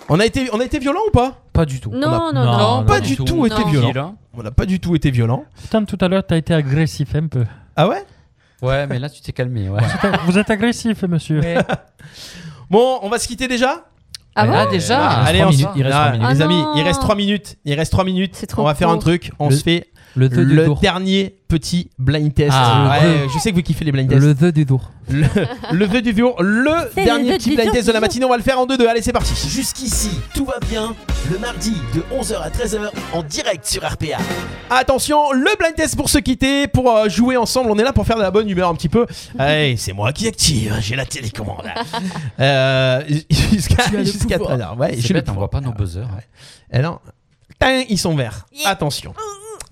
Speaker 2: On a été on a été violent ou pas
Speaker 3: Pas du tout.
Speaker 2: On a-
Speaker 3: Non, non, non. Non,
Speaker 2: pas
Speaker 3: non,
Speaker 2: du
Speaker 3: non.
Speaker 2: tout, été
Speaker 3: Non.
Speaker 2: violent. On n'a pas du tout été violent.
Speaker 3: Putain, tout à l'heure, t'as été agressif un peu.
Speaker 2: Ah ouais
Speaker 4: Ouais, mais là, tu t'es calmé. Ouais.
Speaker 3: Vous êtes agressif, monsieur.
Speaker 2: [laughs] Bon, on va se quitter déjà
Speaker 3: Ah bon Ah, déjà
Speaker 2: Ah,
Speaker 3: Il reste
Speaker 2: Allez,
Speaker 3: trois
Speaker 2: on se-
Speaker 3: minutes. Il reste trois
Speaker 2: Ah,
Speaker 3: minutes.
Speaker 2: Les
Speaker 3: Ah
Speaker 2: amis,
Speaker 3: non
Speaker 2: il reste 3 minutes. Il reste 3 minutes. On va faire
Speaker 3: court.
Speaker 2: un truc. On
Speaker 3: Le-
Speaker 2: se fait
Speaker 3: le deux du tour.
Speaker 2: dernier petit blind test.
Speaker 3: Ah.
Speaker 2: Ouais,
Speaker 3: Le-
Speaker 2: je sais que vous kiffez les blind tests.
Speaker 3: Le vœu du jour.
Speaker 2: Le, le vœu du jour, le
Speaker 1: C'est le
Speaker 2: dernier
Speaker 1: vœu
Speaker 2: petit
Speaker 1: du
Speaker 2: blind
Speaker 1: jour
Speaker 2: test de la
Speaker 1: du jour.
Speaker 2: matinée, on va le faire en 2-2. Allez, c'est parti.
Speaker 1: Jusqu'ici, tout va bien. Le mardi de 11h à 13h en direct sur RPA.
Speaker 2: Attention, le blind test pour se quitter, pour euh, jouer ensemble. On est là pour faire de la bonne humeur un petit peu.
Speaker 1: [laughs]
Speaker 2: Allez,
Speaker 4: [laughs]
Speaker 2: c'est moi qui active, j'ai la télécommande. Euh, [laughs] jusqu'à
Speaker 4: Tu as le
Speaker 2: jusqu'à
Speaker 4: pouvoir.
Speaker 2: 13h. Ouais,
Speaker 4: C'est
Speaker 2: j'ai le
Speaker 4: bête, on voit pas nos buzzers.
Speaker 2: Et Eh non. Tin, ils sont verts. Attention.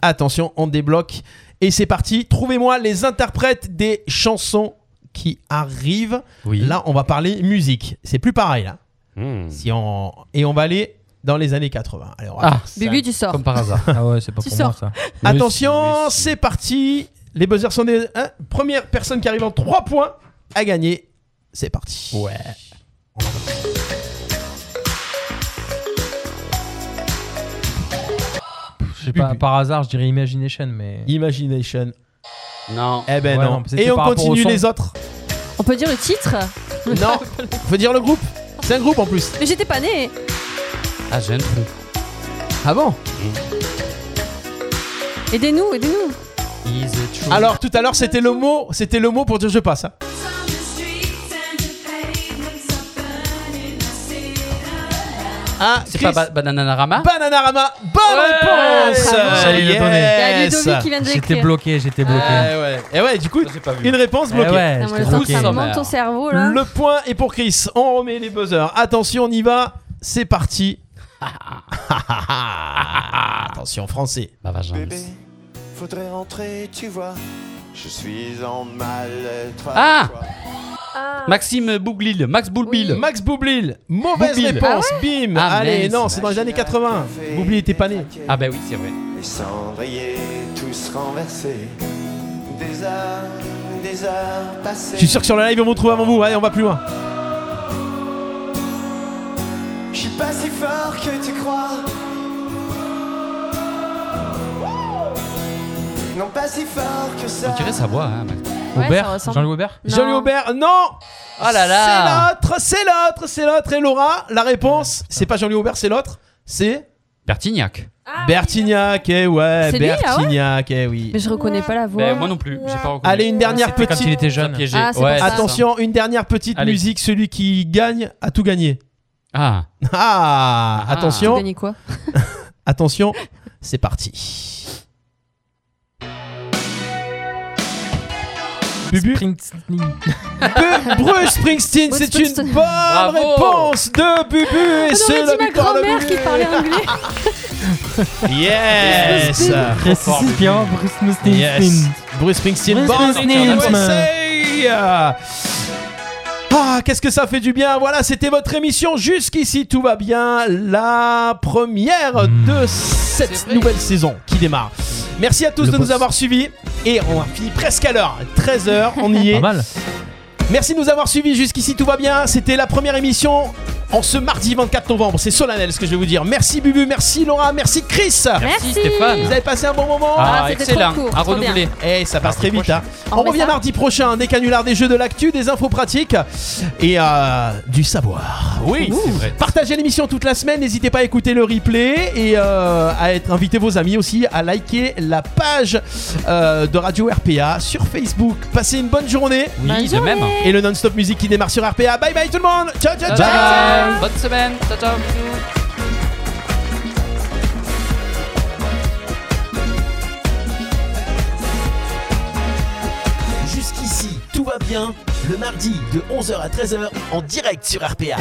Speaker 2: Attention, on débloque. Et c'est parti. Trouvez-moi les interprètes des chansons qui arrivent. Là, on va parler musique. C'est plus pareil, là. Si on... Et on va aller dans les années 80. Allez, on va faire ça.
Speaker 5: Bubu, tu sors.
Speaker 4: [laughs]
Speaker 3: Ah ouais, c'est pas
Speaker 5: Tu
Speaker 3: pour moi
Speaker 5: sors.
Speaker 3: ça.
Speaker 2: Attention, c'est parti. Les buzzers sont des. hein, première personne qui arrive en 3 points à gagner. C'est parti. Ouais.
Speaker 3: Je sais pas, par hasard, je dirais Imagination, mais.
Speaker 2: Imagination.
Speaker 4: Non.
Speaker 2: Eh ben
Speaker 3: Ouais,
Speaker 2: non.
Speaker 3: non, c'était
Speaker 2: Et on
Speaker 3: par rapport au
Speaker 2: continue
Speaker 3: son.
Speaker 2: les autres.
Speaker 5: On peut dire le titre
Speaker 2: Non. Faut dire le groupe. C'est un groupe en plus.
Speaker 5: [laughs] Mais j'étais pas née.
Speaker 4: Ah, j'ai un trou.
Speaker 2: Ah bon
Speaker 5: Aidez-nous, aidez-nous.
Speaker 2: Alors tout à l'heure c'était le mot, c'était le mot pour dire je passe. hein. Ah,
Speaker 4: C'est pas ba Bananarama
Speaker 2: Bananarama, bonne
Speaker 4: Ouais,
Speaker 2: réponse.
Speaker 4: bravo. J'allais le donner. Il y a
Speaker 2: Yes.
Speaker 4: Ludovic qui vient de l'écrire.
Speaker 3: J'étais bloqué, j'étais bloqué.
Speaker 2: Eh ouais. Eh ouais, du coup, une réponse
Speaker 3: Eh
Speaker 2: bloquée.
Speaker 3: ouais, Ah, moi, j'étais le temps que ça bloqué.
Speaker 5: remonte au cerveau, Oh là.
Speaker 2: Le point est pour Chris. On remet les buzzers. Attention, on y va. C'est parti. Ah,
Speaker 4: [laughs]
Speaker 2: Attention, français.
Speaker 4: Bébé,
Speaker 7: faudrait rentrer, tu vois. Je suis en mal.
Speaker 4: Ah Maxime Boublil, Max Boublil.
Speaker 2: Max Boublil, Mauvaise réponse, bim.
Speaker 4: Ah,
Speaker 2: Allez,
Speaker 4: mince.
Speaker 2: non, c'est dans les années 80. Boublil était pas né.
Speaker 4: Ah bah oui, c'est vrai.
Speaker 7: Les cendriers tous renversés. Des heures, des heures
Speaker 2: Je
Speaker 7: passées.
Speaker 2: suis sûr que sur le live, on vous trouve avant vous. Allez, on va plus loin.
Speaker 7: Je suis pas si fort que tu crois. Non, pas si fort que ça.
Speaker 4: On dirait sa voix, hein.
Speaker 7: Ouais, Aubert ça ressemble. Jean-Louis Aubert Non.
Speaker 2: Jean-Louis Aubert, non
Speaker 4: Oh là là
Speaker 2: C'est l'autre, c'est l'autre, c'est l'autre. Et Laura, la réponse, c'est pas Jean-Louis Aubert, c'est l'autre. C'est.
Speaker 4: Bertignac.
Speaker 2: Bertignac, eh ouais,
Speaker 5: C'est lui, ah ouais
Speaker 2: Bertignac, eh oui.
Speaker 5: Mais je reconnais pas la voix.
Speaker 4: Ben, moi non plus, j'ai pas reconnu.
Speaker 2: Allez, une dernière
Speaker 4: C'était
Speaker 2: petite.
Speaker 4: quand il était jeune. Ça piégeait. Ah, c'est pour Ouais, ça.
Speaker 2: Attention, une dernière petite
Speaker 4: Allez.
Speaker 2: musique. Celui qui gagne a tout gagné.
Speaker 4: Ah.
Speaker 2: Ah, attention.
Speaker 5: J'ai gagné quoi
Speaker 2: [laughs] Attention, c'est parti. Bubu Bru- Bruce Springsteen,
Speaker 5: Bruce
Speaker 2: c'est une
Speaker 5: Springsteen.
Speaker 2: bonne
Speaker 5: Bravo.
Speaker 2: réponse de Bubu et
Speaker 5: On
Speaker 2: c'est
Speaker 5: aurait
Speaker 2: la
Speaker 5: dit ma
Speaker 2: victoire de
Speaker 5: grand-mère
Speaker 2: Bubu.
Speaker 5: qui parlait anglais.
Speaker 2: Yes
Speaker 3: Bruce Springsteen. Bruce Springsteen.
Speaker 2: Yes. Bruce Springsteen,
Speaker 3: Bruce
Speaker 2: bonne
Speaker 3: Springsteen.
Speaker 2: victoire de USA. Ah, qu'est-ce que ça fait du bien Voilà, c'était votre émission. Jusqu'ici, tout va bien. La première
Speaker 3: Hmm.
Speaker 2: de cette nouvelle saison qui démarre. Merci à tous
Speaker 3: Le
Speaker 2: de nous
Speaker 3: boss.
Speaker 2: avoir suivis. Et on a fini presque à l'heure. 13h, on y est.
Speaker 3: Pas mal.
Speaker 2: Merci de nous avoir suivis jusqu'ici, tout va bien. C'était la première émission en ce mardi 24 novembre. C'est solennel ce que je vais vous dire. Merci Bubu, merci Laura, merci Chris.
Speaker 4: Merci, Stéphane.
Speaker 2: Vous avez passé un bon moment.
Speaker 4: Ah, Ah, c'était excellent. trop court, À trop bien. renouveler.
Speaker 2: Et ça passe très vite. hein.
Speaker 4: On
Speaker 2: On
Speaker 4: remet
Speaker 2: revient
Speaker 4: ça
Speaker 2: mardi prochain. Des canulars, des jeux de l'actu, des infos pratiques et euh, du savoir. Oui,
Speaker 4: Ouh. c'est vrai.
Speaker 2: Partagez l'émission toute la semaine. N'hésitez pas à écouter le replay et euh, à être, inviter vos amis aussi à liker la page euh, de Radio RPA sur Facebook. Passez une bonne journée.
Speaker 4: Oui, Bonne de journée. même.
Speaker 2: Et le non-stop musique qui démarre sur RPA. Bye bye tout le monde. Ciao, ciao, ciao.
Speaker 4: Bonne semaine. Ciao, ciao. Bisous.
Speaker 1: Jusqu'ici, tout va bien. Le mardi de 11h à 13h en direct sur RPA.